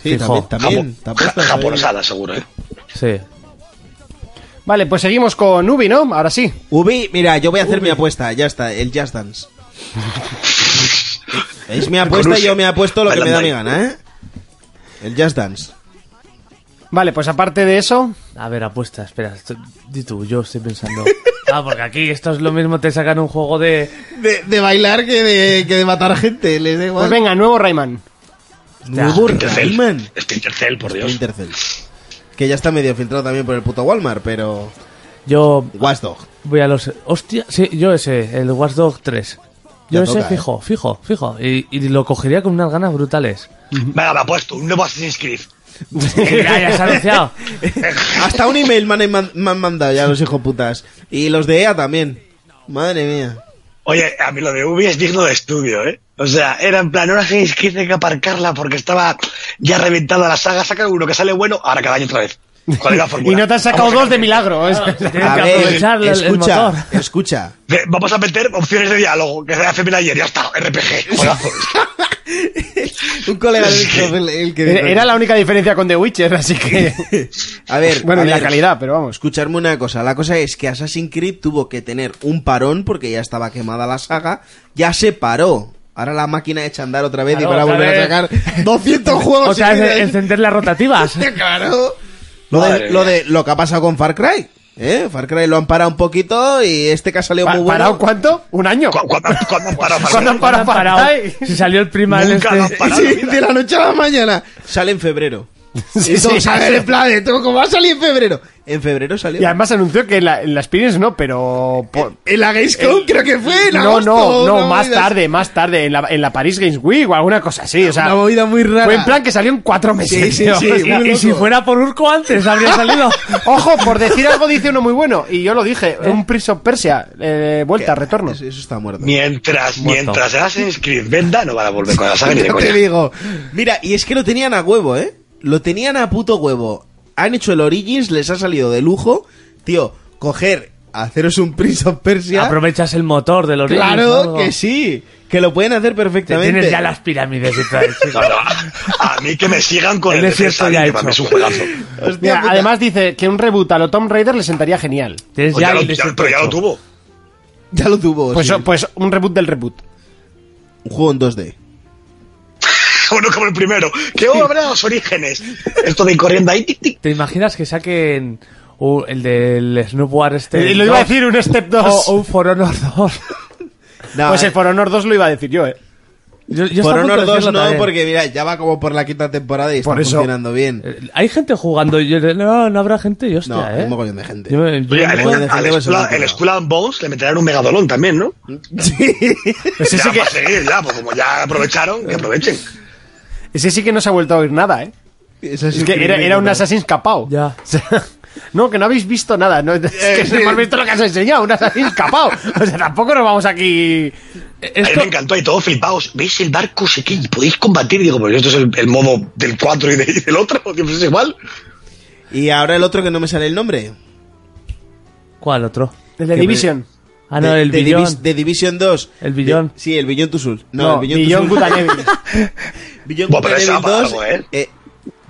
[SPEAKER 2] Sí,
[SPEAKER 3] Fijo.
[SPEAKER 2] también, también.
[SPEAKER 4] Japo-
[SPEAKER 2] te apuestas,
[SPEAKER 4] ja-
[SPEAKER 2] ¿eh?
[SPEAKER 4] japonesada, seguro, ¿eh?
[SPEAKER 3] Sí.
[SPEAKER 1] Vale, pues seguimos con Ubi, ¿no? Ahora sí.
[SPEAKER 2] Ubi, mira, yo voy a hacer mi apuesta, ya está, el Just Dance. es mi apuesta y yo me apuesto lo que me da mi gana, ¿eh? El Just Dance.
[SPEAKER 1] Vale, pues aparte de eso,
[SPEAKER 3] A ver, apuesta, espera. esto- di tú, yo estoy pensando. Ah, porque aquí esto es lo mismo, te sacan un juego de.
[SPEAKER 2] De, de bailar que de, que de matar gente, les da
[SPEAKER 1] pues
[SPEAKER 2] igual.
[SPEAKER 1] venga, nuevo Rayman.
[SPEAKER 2] Nuevo Rayman.
[SPEAKER 4] Intercel. Intercel, por Dios.
[SPEAKER 2] Splinter Cell. Que ya está medio filtrado también por el puto Walmart, pero...
[SPEAKER 3] Yo
[SPEAKER 2] Watch Dog.
[SPEAKER 3] voy a los. Hostia, sí, yo ese, el Watchdog 3.
[SPEAKER 2] Ya
[SPEAKER 3] Yo ese
[SPEAKER 2] toca, ¿eh?
[SPEAKER 3] fijo, fijo, fijo. Y, y lo cogería con unas ganas brutales.
[SPEAKER 4] Venga, me ha puesto un nuevo Assassin's Creed.
[SPEAKER 3] Mira, ya se ha anunciado.
[SPEAKER 2] Hasta un email me han, man- me han mandado ya los hijoputas. Y los de EA también. Madre mía.
[SPEAKER 4] Oye, a mí lo de Ubi es digno de estudio, ¿eh? O sea, era en plan, ahora Assassin's Creed hay que aparcarla porque estaba ya reventada la saga, saca uno que sale bueno, ahora cada año otra vez. ¿Cuál es la fórmula?
[SPEAKER 1] Y no te han sacado
[SPEAKER 4] Vamos a
[SPEAKER 1] dos de milagro. ¿eh? es-
[SPEAKER 3] Tienes que aprovechar el- el
[SPEAKER 2] escucha,
[SPEAKER 3] motor.
[SPEAKER 2] escucha.
[SPEAKER 4] De- Vamos a meter opciones de diálogo, que se hace bien ayer, ya está, RPG. Juegazo.
[SPEAKER 2] Un colega
[SPEAKER 4] Es
[SPEAKER 2] del-
[SPEAKER 4] que-
[SPEAKER 2] el, el que...
[SPEAKER 1] Era era la única diferencia con The Witcher, así que...
[SPEAKER 2] A ver,
[SPEAKER 1] Bueno,
[SPEAKER 2] a
[SPEAKER 1] y la
[SPEAKER 2] ver,
[SPEAKER 1] calidad, pero vamos.
[SPEAKER 2] Escucharme una cosa, la cosa es que Assassin's Creed tuvo que tener un parón porque ya estaba quemada la saga, ya se paró. Ahora la máquina echa a andar otra vez y
[SPEAKER 3] Claro,
[SPEAKER 2] van a
[SPEAKER 3] otra
[SPEAKER 2] volver a
[SPEAKER 3] vez.
[SPEAKER 2] sacar 200 juegos.
[SPEAKER 3] O sea,
[SPEAKER 2] seguidos.
[SPEAKER 3] es encender las rotativas.
[SPEAKER 2] claro. Lo de,
[SPEAKER 4] Madre
[SPEAKER 2] lo de- lo que ha pasado con Far Cry, ¿eh? Far Cry lo han parado un poquito y este que ha salido
[SPEAKER 1] Pa-
[SPEAKER 2] muy bueno.
[SPEAKER 1] ¿Parado cuánto? ¿Un año?
[SPEAKER 4] ¿Cu- ¿Cuándo cuándo han parado?
[SPEAKER 1] ¿Cuándo han parado?
[SPEAKER 3] Ahora han parado.
[SPEAKER 1] Ay.
[SPEAKER 3] Si salió el prima en
[SPEAKER 4] Nunca
[SPEAKER 3] este.
[SPEAKER 4] lo han parado.
[SPEAKER 2] Sí, de la noche a la mañana. Sale en febrero.
[SPEAKER 1] Sí,
[SPEAKER 2] Entonces,
[SPEAKER 1] sí.
[SPEAKER 2] a ver, en plan de, ¿tú ¿cómo va a salir en febrero? En febrero salió.
[SPEAKER 1] Y además anunció que en la, en la Experience no, pero... por-
[SPEAKER 2] En la Gamescom creo que fue. en
[SPEAKER 1] Eh, No,
[SPEAKER 2] agosto,
[SPEAKER 1] no, no,
[SPEAKER 2] una
[SPEAKER 1] más
[SPEAKER 2] movida así.
[SPEAKER 1] tarde, más tarde, en la, en la Paris Games Week o alguna cosa así, o sea...
[SPEAKER 2] una movida muy rara.
[SPEAKER 1] Fue en plan que salió en cuatro meses.
[SPEAKER 2] Sí, sí,
[SPEAKER 1] tío.
[SPEAKER 2] sí,
[SPEAKER 1] O sea,
[SPEAKER 2] muy
[SPEAKER 3] Y si
[SPEAKER 2] loco.
[SPEAKER 3] fuera por Urco antes habría salido.
[SPEAKER 1] Ojo, por decir algo dice uno muy bueno. Y yo lo dije,
[SPEAKER 2] ¿Eh?
[SPEAKER 1] un Prince of Persia, eh, vuelta, retorno.
[SPEAKER 2] Eso, eso está muerto.
[SPEAKER 4] Mientras,
[SPEAKER 3] Muerto.
[SPEAKER 4] mientras Assassin's Creed venda, no van a volver con la saga ni de
[SPEAKER 2] Ya te
[SPEAKER 4] coña.
[SPEAKER 2] digo. Mira, y es que lo tenían a huevo, ¿eh? Lo tenían a puto huevo. Ha han hecho el Origins, les ha salido de lujo. Tío, coger, haceros un Prince of
[SPEAKER 1] Ah,
[SPEAKER 2] Persia.
[SPEAKER 3] Aprovechas el motor del origen.
[SPEAKER 2] Claro que sí, que lo pueden hacer perfectamente.
[SPEAKER 3] Tienes ya las pirámides y todo. chico.
[SPEAKER 4] No, no, a, a mí que me sigan con
[SPEAKER 3] El
[SPEAKER 4] el,
[SPEAKER 3] desierto
[SPEAKER 4] Defensa,
[SPEAKER 3] ya
[SPEAKER 4] que
[SPEAKER 3] hecho.
[SPEAKER 4] para mí es un juegazo.
[SPEAKER 2] Hostia
[SPEAKER 1] Mira,
[SPEAKER 2] puta.
[SPEAKER 1] además dice que un reboot a lo Tomb Raider le sentaría genial.
[SPEAKER 3] Tienes
[SPEAKER 4] Pues
[SPEAKER 3] ya
[SPEAKER 4] ya lo-
[SPEAKER 3] el
[SPEAKER 4] ya-
[SPEAKER 3] desierto
[SPEAKER 4] pero ya lo
[SPEAKER 3] hecho.
[SPEAKER 4] tuvo.
[SPEAKER 2] ya lo tuvo.
[SPEAKER 1] Pues,
[SPEAKER 2] sí.
[SPEAKER 1] pues un reboot del reboot.
[SPEAKER 2] Un juego en 2D.
[SPEAKER 4] Bueno, como el primero. Que obra los orígenes. Esto de ir corriendo ahí, tic, tic.
[SPEAKER 3] ¿Te imaginas que saquen uh, el del Snoop War este?
[SPEAKER 1] Eh, lo iba a
[SPEAKER 3] dos,
[SPEAKER 1] decir un Step 2.
[SPEAKER 3] O, o un For Honor 2.
[SPEAKER 2] No,
[SPEAKER 1] pues
[SPEAKER 2] eh,
[SPEAKER 1] el For Honor 2 lo iba a decir yo, eh.
[SPEAKER 3] Yo, yo
[SPEAKER 2] por
[SPEAKER 3] estaba a punto de
[SPEAKER 2] Honor 2
[SPEAKER 3] decirlo
[SPEAKER 2] no,
[SPEAKER 3] también.
[SPEAKER 2] porque mira, ya va como por la quinta temporada y está
[SPEAKER 1] Por eso.
[SPEAKER 2] funcionando bien.
[SPEAKER 3] Eh, Hay gente jugando. y yo- no, no habrá gente. Y hostia,
[SPEAKER 2] no, hay
[SPEAKER 3] eh.
[SPEAKER 2] un mogollón de gente.
[SPEAKER 3] Yo me- yo
[SPEAKER 4] Oye,
[SPEAKER 3] me-
[SPEAKER 4] al-
[SPEAKER 2] voy a
[SPEAKER 4] al,
[SPEAKER 2] dejar de ver
[SPEAKER 4] Skull-
[SPEAKER 2] eso, tío.
[SPEAKER 4] el Skull and Bones le meterán un megadolón también, ¿no?
[SPEAKER 1] Ese
[SPEAKER 4] ya
[SPEAKER 1] sí, que,
[SPEAKER 4] para seguir, ya, pues como ya aprovecharon, que aprovechen.
[SPEAKER 1] ese sí que no se ha vuelto a oír nada, eh.
[SPEAKER 2] Esa
[SPEAKER 1] Es que era, era un Assassin's capao.
[SPEAKER 3] Ya.
[SPEAKER 1] O sea, no, que no habéis visto nada. No, es que no hemos visto lo que has enseñado, un Assassin's capao. O sea, tampoco nos vamos aquí.
[SPEAKER 4] A mí
[SPEAKER 3] Esto-
[SPEAKER 4] me encantó ahí todo flipaos. ¿Veis el barco? Sé que podéis combatir. Y digo, pero esto es el, el modo del 4 y, de- y del otro. Siempre es igual.
[SPEAKER 2] Y ahora el otro que no me sale el nombre.
[SPEAKER 3] ¿Cuál otro?
[SPEAKER 1] El de
[SPEAKER 2] Que
[SPEAKER 1] Division.
[SPEAKER 3] Ah, no,
[SPEAKER 2] De-
[SPEAKER 3] el
[SPEAKER 2] de
[SPEAKER 3] billón.
[SPEAKER 2] Divis- De Division 2.
[SPEAKER 3] El Beyond.
[SPEAKER 2] De- Sí, el Billón Tusul.
[SPEAKER 1] No,
[SPEAKER 2] No, el
[SPEAKER 1] Beyond Good and
[SPEAKER 2] Tusul.
[SPEAKER 1] Evil.
[SPEAKER 2] Beyond
[SPEAKER 4] Buah,
[SPEAKER 2] Good
[SPEAKER 4] pero
[SPEAKER 2] and
[SPEAKER 4] ese
[SPEAKER 2] Evil
[SPEAKER 4] va para
[SPEAKER 2] 2.
[SPEAKER 4] algo, ¿eh?
[SPEAKER 2] eh,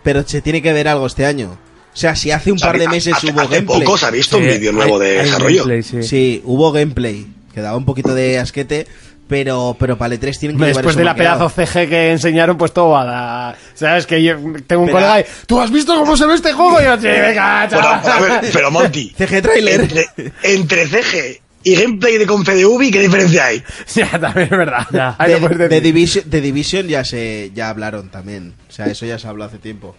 [SPEAKER 2] pero se tiene que ver algo este año. O sea, si hace un par de
[SPEAKER 4] Hace-
[SPEAKER 2] meses
[SPEAKER 4] hace,
[SPEAKER 2] hubo
[SPEAKER 4] hace
[SPEAKER 2] gameplay.
[SPEAKER 4] poco se ha visto un
[SPEAKER 3] Sí,
[SPEAKER 4] vídeo nuevo
[SPEAKER 3] hay-
[SPEAKER 4] de
[SPEAKER 3] hay
[SPEAKER 4] desarrollo.
[SPEAKER 3] gameplay, sí.
[SPEAKER 2] Sí, hubo gameplay. Que daba un poquito de asquete. Pero, pero para el 3 tienen que llevar
[SPEAKER 1] Después
[SPEAKER 2] eso
[SPEAKER 1] de la
[SPEAKER 2] maquillado.
[SPEAKER 1] pedazo CG que enseñaron, pues todo va a dar- Sabes que yo tengo un
[SPEAKER 2] Pero-
[SPEAKER 1] colega y. ¿Tú has visto cómo se ve este juego? Y yo, sí, venga,
[SPEAKER 4] Bueno, a
[SPEAKER 1] chaval.
[SPEAKER 4] ver, pero Monty,
[SPEAKER 2] CG trailer.
[SPEAKER 4] entre, entre CG y gameplay de Confedeubi, ¿qué diferencia hay?
[SPEAKER 1] Ya, también es verdad.
[SPEAKER 3] Ya.
[SPEAKER 1] Ahí lo puedes
[SPEAKER 2] De, de
[SPEAKER 1] decir.
[SPEAKER 2] Division, de Division ya se ya hablaron también. O sea, eso ya se habló hace tiempo.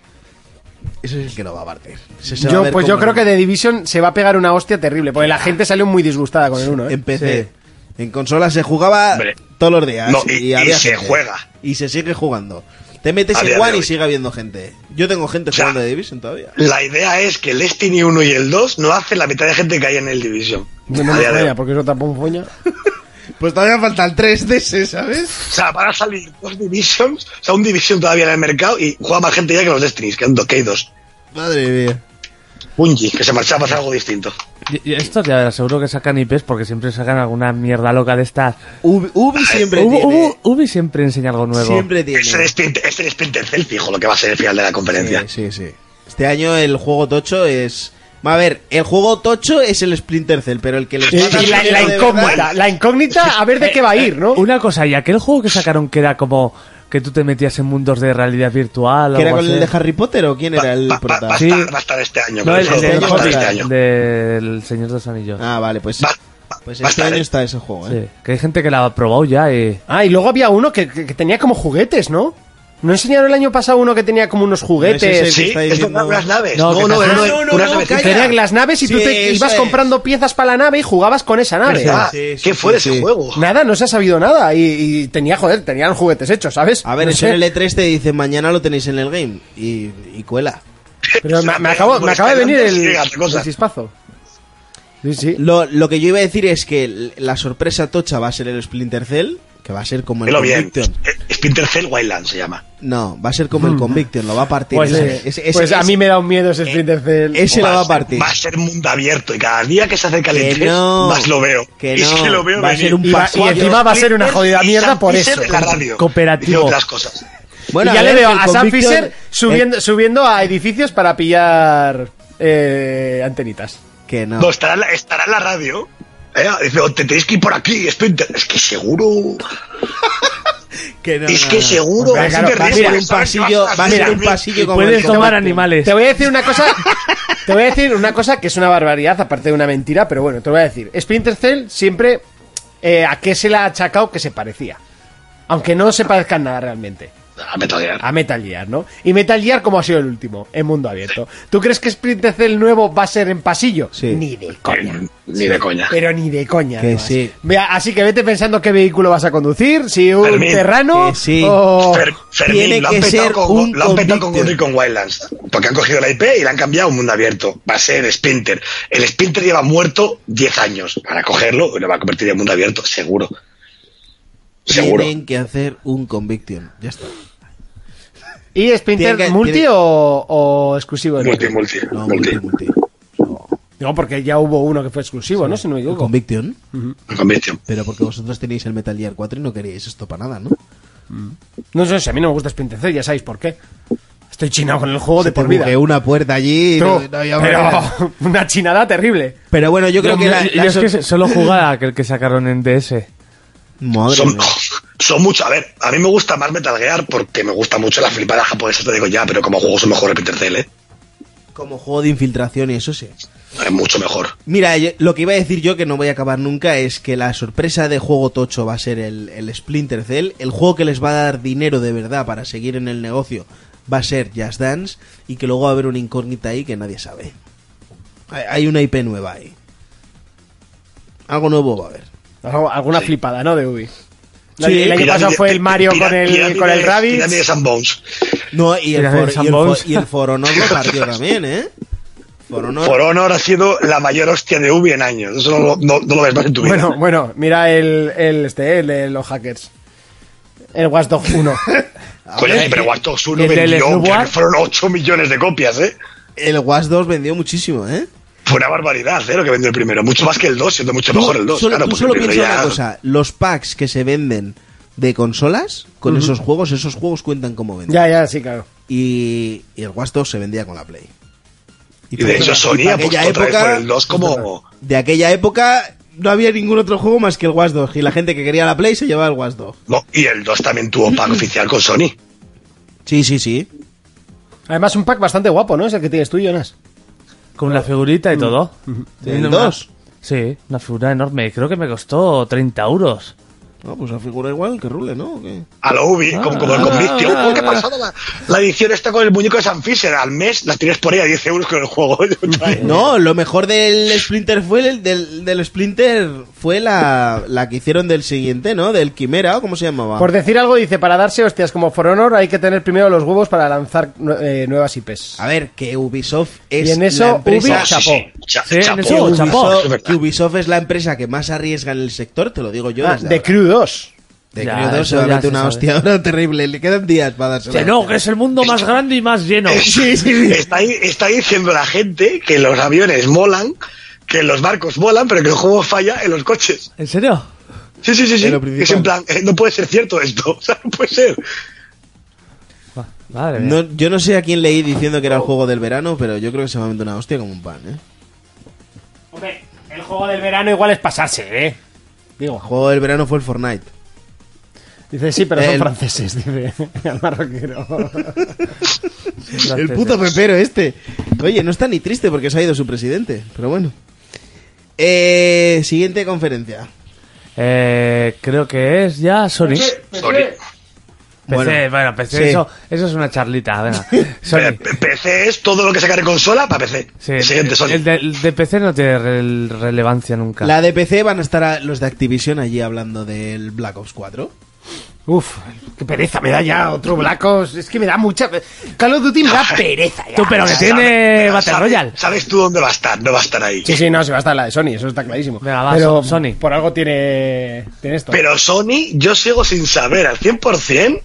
[SPEAKER 2] Ese es el que lo va a partir. Ese se va a
[SPEAKER 1] Yo,
[SPEAKER 2] ver
[SPEAKER 1] pues yo
[SPEAKER 2] como
[SPEAKER 1] creo que de Division se va a pegar una hostia terrible, porque la gente salió muy disgustada con el 1. ¿eh?
[SPEAKER 2] En PC. En consola se jugaba
[SPEAKER 4] Hombre.
[SPEAKER 2] todos los días.
[SPEAKER 4] No, y- y se juega.
[SPEAKER 2] Y se sigue jugando. Te metes
[SPEAKER 4] A día
[SPEAKER 2] en
[SPEAKER 4] de
[SPEAKER 2] One y
[SPEAKER 4] hoy.
[SPEAKER 2] sigue habiendo gente. Yo tengo gente
[SPEAKER 4] sea,
[SPEAKER 2] jugando de Division todavía.
[SPEAKER 4] La idea es que el Destiny 1 y el 2 no hacen la mitad de gente que hay en el Division.
[SPEAKER 1] Yo no
[SPEAKER 4] A
[SPEAKER 1] me
[SPEAKER 4] día de hoy.
[SPEAKER 1] foña, porque eso tampoco foña.
[SPEAKER 2] Pues todavía faltan 3 DS, ¿sabes?
[SPEAKER 4] O sea, van a salir dos Divisions, o sea, un Division todavía en el mercado y juega más gente ya que los Destinys, que, han do- que hay dos.
[SPEAKER 2] Madre mía.
[SPEAKER 4] Bungie, que se marchaba a hacer algo distinto.
[SPEAKER 3] Y- y Estos ya seguro que sacan IPs porque siempre sacan alguna mierda loca de estas.
[SPEAKER 2] Ubi, Ubi siempre
[SPEAKER 3] Ubi,
[SPEAKER 2] tiene.
[SPEAKER 3] Ubi- Ubi siempre enseña algo nuevo.
[SPEAKER 2] siempre tiene.
[SPEAKER 4] Es el, Splinter, es el Splinter Cell fijo lo que va a ser el final de la conferencia.
[SPEAKER 2] Sí, sí, sí. Este año el juego tocho es. A ver, el juego tocho es el Splinter Cell, pero el que les
[SPEAKER 1] Y,
[SPEAKER 2] va a dar
[SPEAKER 1] y la,
[SPEAKER 2] dinero
[SPEAKER 1] la
[SPEAKER 2] de verdad-
[SPEAKER 1] incógnita, la incógnita a ver de qué va a ir, ¿no?
[SPEAKER 3] Una cosa, y aquel juego que sacaron que era como que tú te metías en mundos de realidad virtual.
[SPEAKER 2] ¿Que era
[SPEAKER 3] algo
[SPEAKER 2] con el de
[SPEAKER 3] así.
[SPEAKER 2] Harry Potter o quién
[SPEAKER 4] Va,
[SPEAKER 2] era el
[SPEAKER 4] va- va- va a
[SPEAKER 2] protagonista?
[SPEAKER 3] sí.
[SPEAKER 4] estar- va a estar este año.
[SPEAKER 3] No,
[SPEAKER 4] con
[SPEAKER 3] el, el
[SPEAKER 4] juego,
[SPEAKER 3] de-
[SPEAKER 4] va a estar este
[SPEAKER 3] el
[SPEAKER 4] año.
[SPEAKER 3] del Señor de los Anillos.
[SPEAKER 2] Ah, vale, pues.
[SPEAKER 4] Va- va-
[SPEAKER 2] Pues
[SPEAKER 4] va a
[SPEAKER 2] este
[SPEAKER 4] estar,
[SPEAKER 2] año
[SPEAKER 4] ¿eh?
[SPEAKER 2] está ese juego, ¿eh?
[SPEAKER 3] Sí, que hay gente que la ha probado ya y...
[SPEAKER 1] Ah, y luego había uno que, que- que tenía como juguetes, ¿no? ¿No enseñaron el año pasado uno que tenía como unos
[SPEAKER 2] No, ese
[SPEAKER 1] juguetes?
[SPEAKER 2] es
[SPEAKER 4] Sí,
[SPEAKER 2] está
[SPEAKER 4] es
[SPEAKER 2] diciendo-
[SPEAKER 4] comprar unas naves.
[SPEAKER 3] No,
[SPEAKER 4] No,
[SPEAKER 3] que
[SPEAKER 4] no, no,
[SPEAKER 3] está-
[SPEAKER 4] no,
[SPEAKER 2] No, no,
[SPEAKER 4] unas
[SPEAKER 2] no,
[SPEAKER 4] naves.
[SPEAKER 2] calla.
[SPEAKER 1] Que eran las naves y tú
[SPEAKER 2] Sí,
[SPEAKER 1] te
[SPEAKER 2] eso
[SPEAKER 1] ibas
[SPEAKER 2] es.
[SPEAKER 1] comprando piezas para la nave y jugabas con esa nave.
[SPEAKER 2] Eso
[SPEAKER 4] Ah,
[SPEAKER 2] Sí, sí, sí,
[SPEAKER 4] ¿Qué fue de
[SPEAKER 2] sí.
[SPEAKER 4] ese juego?
[SPEAKER 1] Nada, no se ha sabido nada. Y, y tenía, joder, tenían juguetes hechos, ¿sabes?
[SPEAKER 2] A ver,
[SPEAKER 1] No
[SPEAKER 2] eso
[SPEAKER 1] sé.
[SPEAKER 2] en el E3 te dice mañana lo tenéis en el game. Y, y cuela.
[SPEAKER 1] Pero me, me acabo,
[SPEAKER 4] este,
[SPEAKER 1] me acaba de venir el,
[SPEAKER 4] Sí, hace cosas.
[SPEAKER 1] el chispazo. Sí, sí.
[SPEAKER 2] Lo, lo que yo iba a decir es que l- la sorpresa tocha va a ser el Splinter Cell, que va a ser como el
[SPEAKER 4] Velo bien.
[SPEAKER 2] Conviction.
[SPEAKER 4] Eh, Splinter Cell Wildland se llama.
[SPEAKER 2] No, va a ser como el Conviction, lo va a partir.
[SPEAKER 1] Mm. Pues,
[SPEAKER 2] Ese-
[SPEAKER 1] eh,
[SPEAKER 2] ese- ese-
[SPEAKER 1] pues a
[SPEAKER 2] ese-
[SPEAKER 1] mí me da un miedo ese Splinter Cell.
[SPEAKER 2] ese lo
[SPEAKER 4] a
[SPEAKER 2] va a
[SPEAKER 4] ser-
[SPEAKER 2] partir.
[SPEAKER 4] Va a ser mundo abierto y cada día que se acerca el
[SPEAKER 2] Que
[SPEAKER 4] E3
[SPEAKER 2] no,
[SPEAKER 4] más lo veo.
[SPEAKER 2] que
[SPEAKER 4] Es
[SPEAKER 2] no,
[SPEAKER 4] que lo veo
[SPEAKER 2] va a
[SPEAKER 4] venir.
[SPEAKER 2] ser un
[SPEAKER 4] Y va-
[SPEAKER 2] paso.
[SPEAKER 4] y
[SPEAKER 1] encima va a ser una
[SPEAKER 4] Splinter
[SPEAKER 1] jodida
[SPEAKER 4] y
[SPEAKER 1] mierda
[SPEAKER 4] Sam
[SPEAKER 1] por
[SPEAKER 4] Fisher
[SPEAKER 1] eso.
[SPEAKER 4] en la radio.
[SPEAKER 3] Cooperativo.
[SPEAKER 4] Y otras cosas.
[SPEAKER 1] y ya
[SPEAKER 2] a
[SPEAKER 1] le
[SPEAKER 2] ver,
[SPEAKER 1] veo
[SPEAKER 2] ¿eh? el
[SPEAKER 1] a Sam
[SPEAKER 2] Conviction-
[SPEAKER 1] Fisher subiendo, subiendo a edificios para pillar eh, antenitas.
[SPEAKER 2] eh, que no.
[SPEAKER 4] No, estará, en la- estará en la radio. ¿eh? Dice, "O te tenéis que ir por aquí, Splinter. Es que seguro.
[SPEAKER 2] Que no,
[SPEAKER 4] es
[SPEAKER 2] no,
[SPEAKER 4] que
[SPEAKER 2] no.
[SPEAKER 4] seguro.
[SPEAKER 1] Hombre,
[SPEAKER 4] es
[SPEAKER 1] claro,
[SPEAKER 4] un
[SPEAKER 1] va a
[SPEAKER 4] riesgo,
[SPEAKER 1] ser
[SPEAKER 2] un
[SPEAKER 4] ¿sabes?
[SPEAKER 2] pasillo-
[SPEAKER 4] Vas
[SPEAKER 2] va a ser
[SPEAKER 4] mira,
[SPEAKER 2] un pasillo
[SPEAKER 3] Y
[SPEAKER 2] como
[SPEAKER 3] puedes
[SPEAKER 2] el
[SPEAKER 3] tomar
[SPEAKER 2] Conviction.
[SPEAKER 3] animales.
[SPEAKER 1] Te voy a decir una cosa. Te voy a decir una cosa que es una barbaridad, aparte de una mentira, pero bueno, te lo voy a decir. Splinter Cell siempre eh, a qué se le ha achacado que se parecía. Aunque no se parezcan nada realmente.
[SPEAKER 4] Ah, Metal Gear.
[SPEAKER 1] A Metal Gear, ¿no? Y Metal Gear, como ha sido el último, en mundo abierto. ¿Tú crees que Splinter Cell nuevo va a ser en pasillo?
[SPEAKER 2] Sí.
[SPEAKER 1] Ni de coña.
[SPEAKER 4] Ni de coña.
[SPEAKER 1] Pero ni de coña.
[SPEAKER 2] Que
[SPEAKER 1] además.
[SPEAKER 2] sí.
[SPEAKER 1] Vea, así que vete pensando qué vehículo vas a conducir, si un
[SPEAKER 4] Fermín,
[SPEAKER 1] terrano
[SPEAKER 2] que sí.
[SPEAKER 1] o...
[SPEAKER 4] Fer- Fermín,
[SPEAKER 2] tiene
[SPEAKER 4] lo
[SPEAKER 2] que
[SPEAKER 4] han petado
[SPEAKER 2] ser
[SPEAKER 4] con,
[SPEAKER 2] un
[SPEAKER 4] lo han petado
[SPEAKER 2] convicto.
[SPEAKER 4] con Ghost Recon Wildlands. Porque han cogido la IP y la han cambiado a un mundo abierto. Va a ser Splinter. El Splinter lleva muerto 10 años. Para cogerlo, lo va a convertir en mundo abierto, seguro. Seguro.
[SPEAKER 2] Tienen que hacer un Conviction. Ya está.
[SPEAKER 1] ¿Y es Splinter
[SPEAKER 2] Tiene que-
[SPEAKER 1] multi
[SPEAKER 2] tiene-
[SPEAKER 1] o, o exclusivo? de
[SPEAKER 4] Multi,
[SPEAKER 1] Epic?
[SPEAKER 4] multi,
[SPEAKER 2] No,
[SPEAKER 4] multi.
[SPEAKER 2] multi, multi.
[SPEAKER 1] No, porque ya hubo uno que fue exclusivo, ¿no? Si no me equivoco.
[SPEAKER 2] Conviction.
[SPEAKER 4] Conviction.
[SPEAKER 2] Pero porque vosotros tenéis el Metal Gear 4 y no queréis esto para nada, ¿no?
[SPEAKER 1] No sé, si a mí no me gusta Splinter Cell, ya sabéis por qué. Estoy chinado con el juego
[SPEAKER 2] Se
[SPEAKER 1] de
[SPEAKER 2] te
[SPEAKER 1] por vida.
[SPEAKER 2] bugueó una puerta allí. y
[SPEAKER 1] Tú,
[SPEAKER 2] no- no había manera.
[SPEAKER 1] pero una chinada terrible.
[SPEAKER 2] Pero bueno, yo creo
[SPEAKER 3] Yo-
[SPEAKER 2] que la-
[SPEAKER 3] yo- yo
[SPEAKER 2] la
[SPEAKER 3] es
[SPEAKER 2] so-
[SPEAKER 3] que se- solo jugaba aquel que sacaron en DS.
[SPEAKER 2] Madre
[SPEAKER 4] Son,
[SPEAKER 2] mía.
[SPEAKER 4] son mucho. A ver, a mí me gusta más Metal Gear porque me gusta mucho la flipada japonesa, te digo ya, pero como juego son mejor Peter Cell, ¿eh?
[SPEAKER 2] Como juego de infiltración y eso sí.
[SPEAKER 4] Es mucho mejor.
[SPEAKER 2] Mira, yo- lo que iba a decir yo que no voy a acabar nunca es que la sorpresa de juego tocho va a ser el, el Splinter Cell, el juego que les va a dar dinero de verdad para seguir en el negocio va a ser Just Dance y que luego va a haber una incógnita ahí que nadie sabe. Hay, hay una IP nueva ahí. Algo nuevo va a haber.
[SPEAKER 1] Algo- Alguna
[SPEAKER 4] Sí.
[SPEAKER 1] flipada, ¿no? De Ubi. La-
[SPEAKER 2] Sí,
[SPEAKER 1] el año
[SPEAKER 4] Pirámide-
[SPEAKER 1] pasado fue el Mario
[SPEAKER 4] pira-
[SPEAKER 1] con el,
[SPEAKER 4] pirámide-
[SPEAKER 1] con el
[SPEAKER 4] pirámide de
[SPEAKER 1] Rabbids.
[SPEAKER 4] Sun Bones.
[SPEAKER 2] No, y el,
[SPEAKER 3] Mira,
[SPEAKER 2] for,
[SPEAKER 3] Sam
[SPEAKER 2] y el for-
[SPEAKER 3] Bones.
[SPEAKER 2] y el For Honor lo partió también, ¿eh? For Honor-
[SPEAKER 4] Por honor ha sido la mayor hostia de Ubi en años. Eso no, lo- no- no lo ves más en tu vida.
[SPEAKER 1] Bueno, bueno, mira el, el, este, el de los hackers. El Watch Dogs 1.
[SPEAKER 4] Coño, sí, pero Watch Dogs 1
[SPEAKER 3] ¿el del
[SPEAKER 4] vendió,
[SPEAKER 3] Snoop
[SPEAKER 4] creo
[SPEAKER 3] War?
[SPEAKER 4] que fueron 8 millones de copias, ¿eh?
[SPEAKER 2] El Watch 2 vendió muchísimo, ¿eh?
[SPEAKER 4] Fue una barbaridad, ¿eh? Lo que vendió el primero. Mucho más que el 2, siendo mucho
[SPEAKER 2] Tú-
[SPEAKER 4] mejor el 2.
[SPEAKER 2] Solo,
[SPEAKER 4] claro,
[SPEAKER 2] tú
[SPEAKER 4] porque
[SPEAKER 2] solo
[SPEAKER 4] el primero
[SPEAKER 2] piensa
[SPEAKER 4] ya-
[SPEAKER 2] una cosa: los packs que se venden de consolas con esos juegos, esos juegos cuentan como venden.
[SPEAKER 1] ya, ya, sí, claro.
[SPEAKER 2] Y, y el Watch 2 se vendía con la Play.
[SPEAKER 4] Y de hecho, Sony
[SPEAKER 2] para
[SPEAKER 4] apostó otra vez por el 2 como.
[SPEAKER 2] De aquella época no había ningún otro juego más que el Watch 2. Y la gente que quería la Play se llevaba el Watch 2.
[SPEAKER 4] No, y el 2 también tuvo pack oficial con Sony.
[SPEAKER 2] Sí, sí, sí.
[SPEAKER 1] Además, un pack bastante guapo, ¿no? Es el que tienes tú, Jonas.
[SPEAKER 3] Con la figurita y todo.
[SPEAKER 2] ¿El
[SPEAKER 3] Teniendo una-
[SPEAKER 2] 2?
[SPEAKER 3] Sí, una figura enorme. Creo que me costó 30 euros.
[SPEAKER 2] No, pues la figura igual que Rule, ¿no? ¿O qué?
[SPEAKER 4] A lo Ubi, como, como el Conviction.
[SPEAKER 3] ah,
[SPEAKER 4] Uy, ¿Qué
[SPEAKER 3] ah.
[SPEAKER 4] pasada la, la edición está con el muñeco de San Fisher. Al mes las tienes por ahí a 10 euros con el juego.
[SPEAKER 2] No, lo mejor del Splinter fue el del, del Splinter fue la, la que hicieron del siguiente, ¿no? Del Quimera, ¿o cómo se llamaba?
[SPEAKER 1] Por decir algo, dice, para darse hostias como For Honor hay que tener primero los huevos para lanzar nu- eh, nuevas IPs.
[SPEAKER 2] A ver, que Ubisoft es
[SPEAKER 1] Y en eso,
[SPEAKER 2] la empresa...
[SPEAKER 1] Ubi- chapó.
[SPEAKER 4] Cha-
[SPEAKER 3] Sí, en
[SPEAKER 4] chapó.
[SPEAKER 3] eso,
[SPEAKER 4] Ubisoft,
[SPEAKER 3] chapó.
[SPEAKER 4] es
[SPEAKER 2] que
[SPEAKER 4] verdad.
[SPEAKER 2] Ubisoft es la empresa que más arriesga en el sector, te lo digo yo.
[SPEAKER 1] Ah,
[SPEAKER 2] desde
[SPEAKER 1] de
[SPEAKER 2] ahora.
[SPEAKER 1] Crew 2.
[SPEAKER 2] De
[SPEAKER 3] Ya,
[SPEAKER 2] Creo
[SPEAKER 3] eso
[SPEAKER 2] se va a
[SPEAKER 3] ya
[SPEAKER 2] meter
[SPEAKER 3] se
[SPEAKER 2] una
[SPEAKER 3] sabe.
[SPEAKER 2] hostia ahora terrible. Le quedan días para darse
[SPEAKER 3] Que no, que es el mundo más grande y más lleno.
[SPEAKER 2] Sí, sí, sí.
[SPEAKER 4] Está, ahí- está diciendo la gente que los aviones molan, que los barcos molan, pero que el juego falla en los coches.
[SPEAKER 3] ¿En serio?
[SPEAKER 4] Sí, sí, sí, sí.
[SPEAKER 2] Es lo
[SPEAKER 4] Es
[SPEAKER 2] principal.
[SPEAKER 4] en plan, eh, no puede ser cierto esto. O sea, no puede ser.
[SPEAKER 3] Ma- Madre mía.
[SPEAKER 2] No, yo no sé a quién leí diciendo que era el juego del verano, pero yo creo que se va a meter una hostia como un pan, ¿eh?
[SPEAKER 1] Hombre, el juego del verano igual es pasarse, ¿eh? Digo,
[SPEAKER 2] El juego del verano fue el Fortnite.
[SPEAKER 1] Dice, sí, pero son
[SPEAKER 2] El-
[SPEAKER 1] franceses, dice el marroquero.
[SPEAKER 2] El puto pepero este. Oye, no está ni triste porque se ha ido su presidente, pero bueno. Eh, siguiente conferencia.
[SPEAKER 3] Eh, creo que es ya Sony. PC,
[SPEAKER 4] Sorry.
[SPEAKER 2] Bueno,
[SPEAKER 3] bueno, PC,
[SPEAKER 2] sí.
[SPEAKER 3] eso, eso es una charlita. venga.
[SPEAKER 4] Pero
[SPEAKER 3] Sony.
[SPEAKER 4] P- PC es todo lo que sacar en consola para PC.
[SPEAKER 3] Sí,
[SPEAKER 4] Siguiente, Sony.
[SPEAKER 3] El de, el de PC no tiene rel- relevancia nunca.
[SPEAKER 2] La de PC van a estar a- los de Activision allí hablando del Black Ops 4.
[SPEAKER 1] Uf, qué pereza me da ya otro Blacos. Es que me da mucha. pe- Call of Duty me da pereza ya.
[SPEAKER 3] Tú, pero que tiene
[SPEAKER 4] Sabe-
[SPEAKER 3] Battle
[SPEAKER 4] sabe-
[SPEAKER 3] Royale.
[SPEAKER 4] Sabes tú dónde va a estar, no va a estar ahí.
[SPEAKER 1] Sí, sí, no, se va a estar la de Sony, eso está clarísimo.
[SPEAKER 3] Venga, va,
[SPEAKER 1] pero
[SPEAKER 3] so- Sony.
[SPEAKER 1] Por algo tiene, tiene esto.
[SPEAKER 4] Pero Sony, yo sigo sin saber al 100%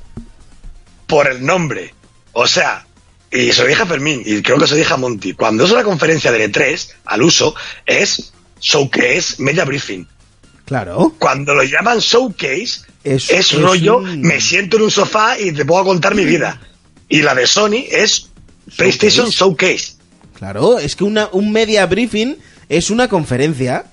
[SPEAKER 4] por el nombre. O sea, y se lo dije a Fermín, y creo que se lo dije a Monty, cuando es una conferencia de E3, al uso, es showcase, media briefing.
[SPEAKER 2] Claro.
[SPEAKER 4] Cuando lo llaman showcase,
[SPEAKER 2] Es-
[SPEAKER 4] es,
[SPEAKER 2] es
[SPEAKER 4] rollo,
[SPEAKER 2] un-
[SPEAKER 4] me siento en un sofá y te puedo contar mi vida. Y la de Sony es PlayStation Showcase.
[SPEAKER 2] Claro, es que una, un media briefing es una conferencia.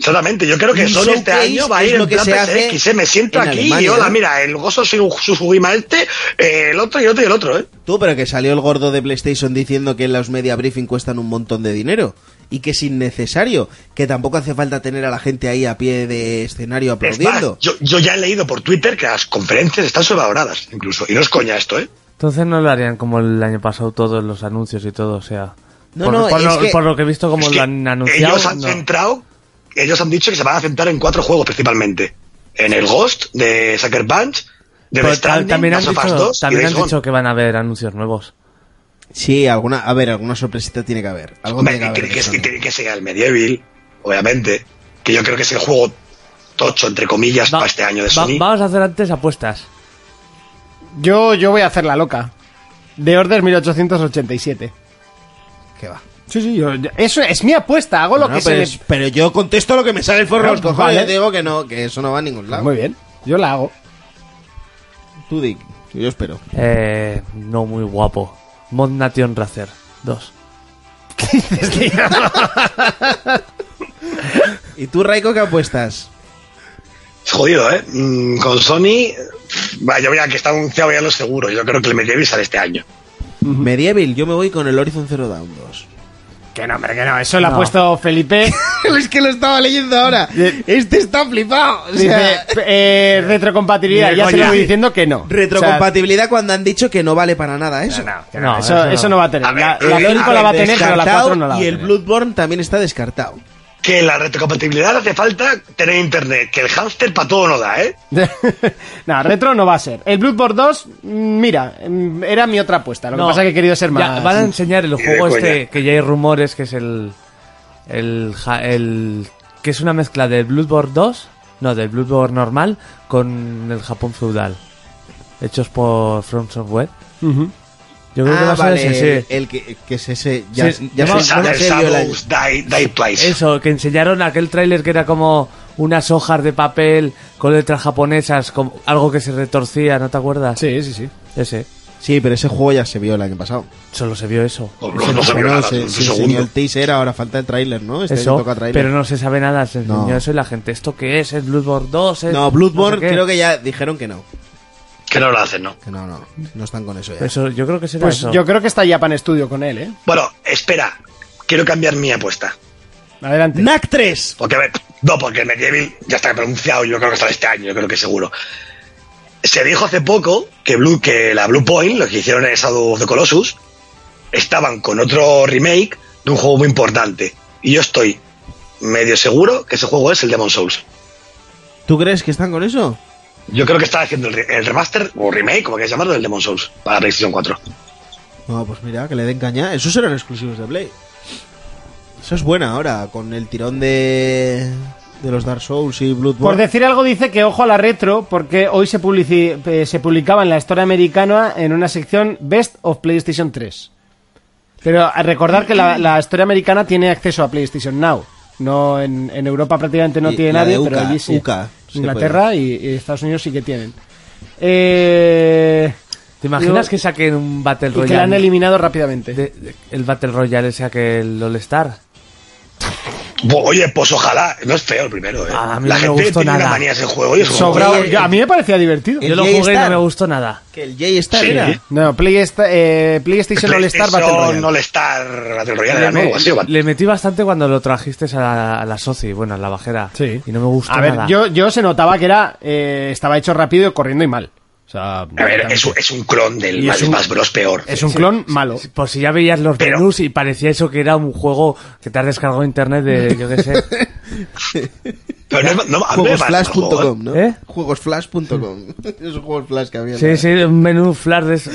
[SPEAKER 4] Solamente, yo creo que
[SPEAKER 2] Un
[SPEAKER 4] Sony este
[SPEAKER 2] showcase
[SPEAKER 4] año va a
[SPEAKER 2] es
[SPEAKER 4] ir
[SPEAKER 2] lo
[SPEAKER 4] en
[SPEAKER 2] que
[SPEAKER 4] plan
[SPEAKER 2] se hace
[SPEAKER 4] PSX, ¿eh? me siento
[SPEAKER 2] en
[SPEAKER 4] aquí y
[SPEAKER 2] Alemania,
[SPEAKER 4] hola,
[SPEAKER 2] ¿eh?
[SPEAKER 4] mima el gozo su Sugima este, eh, el otro y el otro y el otro, ¿eh?
[SPEAKER 2] Tú, pero que salió el gordo de PlayStation diciendo que los media briefing cuestan un montón de dinero y que es innecesario, que tampoco hace falta tener a la gente ahí a pie de escenario
[SPEAKER 4] Es
[SPEAKER 2] aplaudiendo.
[SPEAKER 4] más, yo, yo ya he leído por Twitter que las conferencias están sobrevaloradas, incluso. Y no es coña esto, ¿eh?
[SPEAKER 3] Entonces no lo harían como el año pasado todos los anuncios y todo, o sea...
[SPEAKER 2] No,
[SPEAKER 3] por,
[SPEAKER 2] no,
[SPEAKER 3] por
[SPEAKER 2] es
[SPEAKER 3] lo,
[SPEAKER 2] que-
[SPEAKER 3] por lo que he visto como
[SPEAKER 4] Es que
[SPEAKER 3] lo han anunciado...
[SPEAKER 4] ellos han
[SPEAKER 3] no.
[SPEAKER 4] centrado, ellos han dicho que se van a centrar en cuatro juegos principalmente. En el Ghost de Sucker Punch, de
[SPEAKER 3] Pero
[SPEAKER 4] The
[SPEAKER 3] ta-
[SPEAKER 4] Stranding,
[SPEAKER 3] también han,
[SPEAKER 4] Last of Us
[SPEAKER 3] dicho,
[SPEAKER 4] 2 y
[SPEAKER 3] también han
[SPEAKER 4] Days Gone.
[SPEAKER 3] dicho que van a haber anuncios nuevos.
[SPEAKER 2] Sí, alguna, a ver, alguna sorpresita tiene que haber. Algo
[SPEAKER 4] Hombre,
[SPEAKER 2] tiene que
[SPEAKER 4] y
[SPEAKER 2] haber.
[SPEAKER 4] tiene que,
[SPEAKER 2] eso,
[SPEAKER 4] y
[SPEAKER 2] ¿no?
[SPEAKER 4] tiene que ser el Medieval, obviamente, que yo creo que es el juego tocho, entre comillas,
[SPEAKER 3] Va-
[SPEAKER 4] para este año de
[SPEAKER 3] va-
[SPEAKER 4] Sony.
[SPEAKER 3] vamos a hacer antes apuestas.
[SPEAKER 1] Yo, yo voy a hacer la loca. de Order 1887.
[SPEAKER 2] ¿Qué va?
[SPEAKER 1] Sí, sí, yo- pues, yo- eso es mi apuesta, hago lo
[SPEAKER 2] No,
[SPEAKER 1] que se
[SPEAKER 2] pero,
[SPEAKER 1] me-
[SPEAKER 2] es- pues, pero yo contesto lo que me sale el forro ¿eh?
[SPEAKER 1] No,
[SPEAKER 2] de los
[SPEAKER 1] pues
[SPEAKER 2] cojones.
[SPEAKER 1] vale.
[SPEAKER 2] Digo que no, que eso no va a ningún lado.
[SPEAKER 1] Muy bien, yo la hago.
[SPEAKER 2] Tú, Dick. Yo espero.
[SPEAKER 3] Eh, no muy guapo. Mod Nation Racer 2.
[SPEAKER 2] ¿Y tú, Raiko, qué apuestas?
[SPEAKER 4] Es jodido, ¿eh? Mm, con Sony, vaya, yo veía que está anunciado ya lo seguro. Yo creo que el Medieval sale este año.
[SPEAKER 2] Medieval, yo me voy con el Horizon Zero Dawn 2.
[SPEAKER 1] Que no, hombre, que no, Ah, eso lo ha
[SPEAKER 3] No.
[SPEAKER 1] puesto Felipe.
[SPEAKER 2] es que lo estaba leyendo ahora. Este está flipado. O
[SPEAKER 1] Dice,
[SPEAKER 2] sea,
[SPEAKER 1] eh, retrocompatibilidad,
[SPEAKER 3] Ni de
[SPEAKER 1] ya se lo
[SPEAKER 3] coña.
[SPEAKER 1] voy diciendo que no.
[SPEAKER 2] retrocompatibilidad cuando han dicho que no vale para nada
[SPEAKER 1] O
[SPEAKER 2] eso.
[SPEAKER 1] sea, no, que
[SPEAKER 3] No,
[SPEAKER 1] no,
[SPEAKER 3] eso
[SPEAKER 1] eso,
[SPEAKER 3] no.
[SPEAKER 1] eso no va a tener.
[SPEAKER 4] A ver,
[SPEAKER 1] la
[SPEAKER 4] el
[SPEAKER 1] la
[SPEAKER 4] Halo
[SPEAKER 1] cinco la va a tener, pero la 4
[SPEAKER 2] Descartado,
[SPEAKER 1] no la va a
[SPEAKER 2] y el
[SPEAKER 1] tener.
[SPEAKER 2] Bloodborne también está descartado.
[SPEAKER 4] Que la retrocompatibilidad hace falta tener internet. Que el hámster para todo no da, ¿eh?
[SPEAKER 1] no, retro no va a ser. El Bloodborne 2, mm, mira, mm, era mi otra apuesta. Lo que
[SPEAKER 3] No.
[SPEAKER 1] pasa es que he querido ser
[SPEAKER 3] Ya,
[SPEAKER 1] más.
[SPEAKER 3] van a enseñar el
[SPEAKER 4] de
[SPEAKER 3] juego
[SPEAKER 4] coña.
[SPEAKER 3] este que ya hay rumores que es el. El. ja- el- que es una mezcla del Bloodborne 2. No, del Bloodborne normal con el Japón feudal. Hechos por From Software. Yo
[SPEAKER 2] Ah,
[SPEAKER 3] creo que va a ser ese,
[SPEAKER 2] El,
[SPEAKER 3] sí.
[SPEAKER 2] el que, que es ese. Ya,
[SPEAKER 3] Sí,
[SPEAKER 2] ya
[SPEAKER 3] no,
[SPEAKER 2] se-
[SPEAKER 4] El
[SPEAKER 2] ya se vio la-
[SPEAKER 4] Shadows Die, Die Place.
[SPEAKER 3] Eso, que enseñaron aquel tráiler que era como unas hojas de papel con letras japonesas, con algo que se retorcía, ¿no te acuerdas?
[SPEAKER 1] Sí, sí, sí.
[SPEAKER 3] Ese.
[SPEAKER 2] Sí, pero ese juego ya se vio el año pasado.
[SPEAKER 3] Solo se vio eso.
[SPEAKER 4] No, no, no se vio
[SPEAKER 2] Bueno,
[SPEAKER 4] nada,
[SPEAKER 2] se,
[SPEAKER 4] un
[SPEAKER 2] se
[SPEAKER 4] segundo.
[SPEAKER 2] enseñó el teaser, ahora falta el tráiler, ¿no? Este año
[SPEAKER 3] Eso,
[SPEAKER 2] toca tráiler.
[SPEAKER 3] pero no se sabe nada, se enseñó
[SPEAKER 2] No.
[SPEAKER 3] eso y la gente, ¿esto qué es? ¿Es Bloodborne 2? ¿Es
[SPEAKER 2] No, Bloodborne
[SPEAKER 3] no sé qué?
[SPEAKER 2] creo que ya dijeron que no.
[SPEAKER 4] Que no lo hacen, ¿no?
[SPEAKER 2] Que no, no. No están con eso ya.
[SPEAKER 3] Eso, yo creo que será
[SPEAKER 1] Pues
[SPEAKER 3] eso.
[SPEAKER 1] yo creo que está Japan Studio con él, ¿eh?
[SPEAKER 4] Bueno, espera. Quiero cambiar mi apuesta.
[SPEAKER 1] Adelante.
[SPEAKER 2] ¡NAC 3!
[SPEAKER 4] Porque, a ver, no, porque el Medieval ya está pronunciado. Yo creo que sale este año, yo creo que seguro. Se dijo hace poco que, Blue, que la Blue Point, lo que hicieron en Shadow of the Colossus, estaban con otro remake de un juego muy importante. Y yo estoy medio seguro que ese juego es el Demon Souls.
[SPEAKER 2] ¿Tú crees que están con eso?
[SPEAKER 4] Yo creo que estaba haciendo el, re- el remaster o remake, como quieras llamarlo, del Demon Souls para PlayStation 4.
[SPEAKER 2] No, pues mira, que le den caña. Esos eran exclusivos de Play. Eso es buena ahora, con el tirón de. de los Dark Souls y
[SPEAKER 1] Por
[SPEAKER 2] Bloodborne.
[SPEAKER 1] decir algo, dice que ojo a la retro, porque hoy se, publici- eh, se publicaba en la historia americana en una sección Best of PlayStation 3. Pero a recordar que la, la historia americana tiene acceso a PlayStation Now. No en, en Europa prácticamente no
[SPEAKER 2] Y
[SPEAKER 1] tiene
[SPEAKER 2] la
[SPEAKER 1] nadie,
[SPEAKER 2] de
[SPEAKER 1] pero
[SPEAKER 2] UCA,
[SPEAKER 1] allí sí.
[SPEAKER 2] UCA, se
[SPEAKER 1] Inglaterra y, y Estados Unidos sí que tienen. Eh,
[SPEAKER 3] ¿Te imaginas
[SPEAKER 1] yo-
[SPEAKER 3] que saquen un Battle
[SPEAKER 1] y que la han
[SPEAKER 3] Royale?
[SPEAKER 1] eliminado rápidamente.
[SPEAKER 3] de- de- el Battle Royale ese aquel All Star.
[SPEAKER 4] Bo- Oye, pues ojalá, no es feo el primero, ¿eh?
[SPEAKER 3] A mí
[SPEAKER 4] la
[SPEAKER 3] no me
[SPEAKER 4] gente
[SPEAKER 3] gustó
[SPEAKER 4] tiene
[SPEAKER 3] nada.
[SPEAKER 4] una manía ese juego y es un
[SPEAKER 1] Sobrao-
[SPEAKER 4] juego-
[SPEAKER 1] yo- a mí me parecía divertido.
[SPEAKER 2] El
[SPEAKER 3] Yo lo
[SPEAKER 2] Jay
[SPEAKER 3] jugué y no
[SPEAKER 2] Star.
[SPEAKER 3] me gustó nada.
[SPEAKER 2] Que el Jay Star
[SPEAKER 4] Sí.
[SPEAKER 2] era.
[SPEAKER 1] No, Playsta- eh, PlayStation All Star Battle Royale.
[SPEAKER 4] All Star Battle Royale era
[SPEAKER 1] Le-
[SPEAKER 4] nuevo, así, o
[SPEAKER 3] Le metí bastante cuando lo trajiste a la, a la Soci, bueno, a la bajera.
[SPEAKER 1] Sí.
[SPEAKER 3] Y no me gustó
[SPEAKER 1] A ver,
[SPEAKER 3] nada.
[SPEAKER 1] Yo, yo se notaba que era eh, estaba hecho rápido y corriendo y mal. O sea,
[SPEAKER 4] A ver, es, un- es un clon del
[SPEAKER 1] Y es
[SPEAKER 4] más,
[SPEAKER 1] un-
[SPEAKER 4] más Bros peor.
[SPEAKER 1] es un clon malo.
[SPEAKER 3] Pues si ya veías los
[SPEAKER 4] Pero-
[SPEAKER 3] menús y parecía eso que era un juego que te has descargado de internet de, yo qué sé.
[SPEAKER 4] Pero no, es- no, a mí me parece mal juego,
[SPEAKER 2] Juegosflash.com, ¿no?
[SPEAKER 3] ¿Eh?
[SPEAKER 2] Juegosflash.com. Esos juegos flash que había.
[SPEAKER 3] sí, sí, un menú flash de... eso.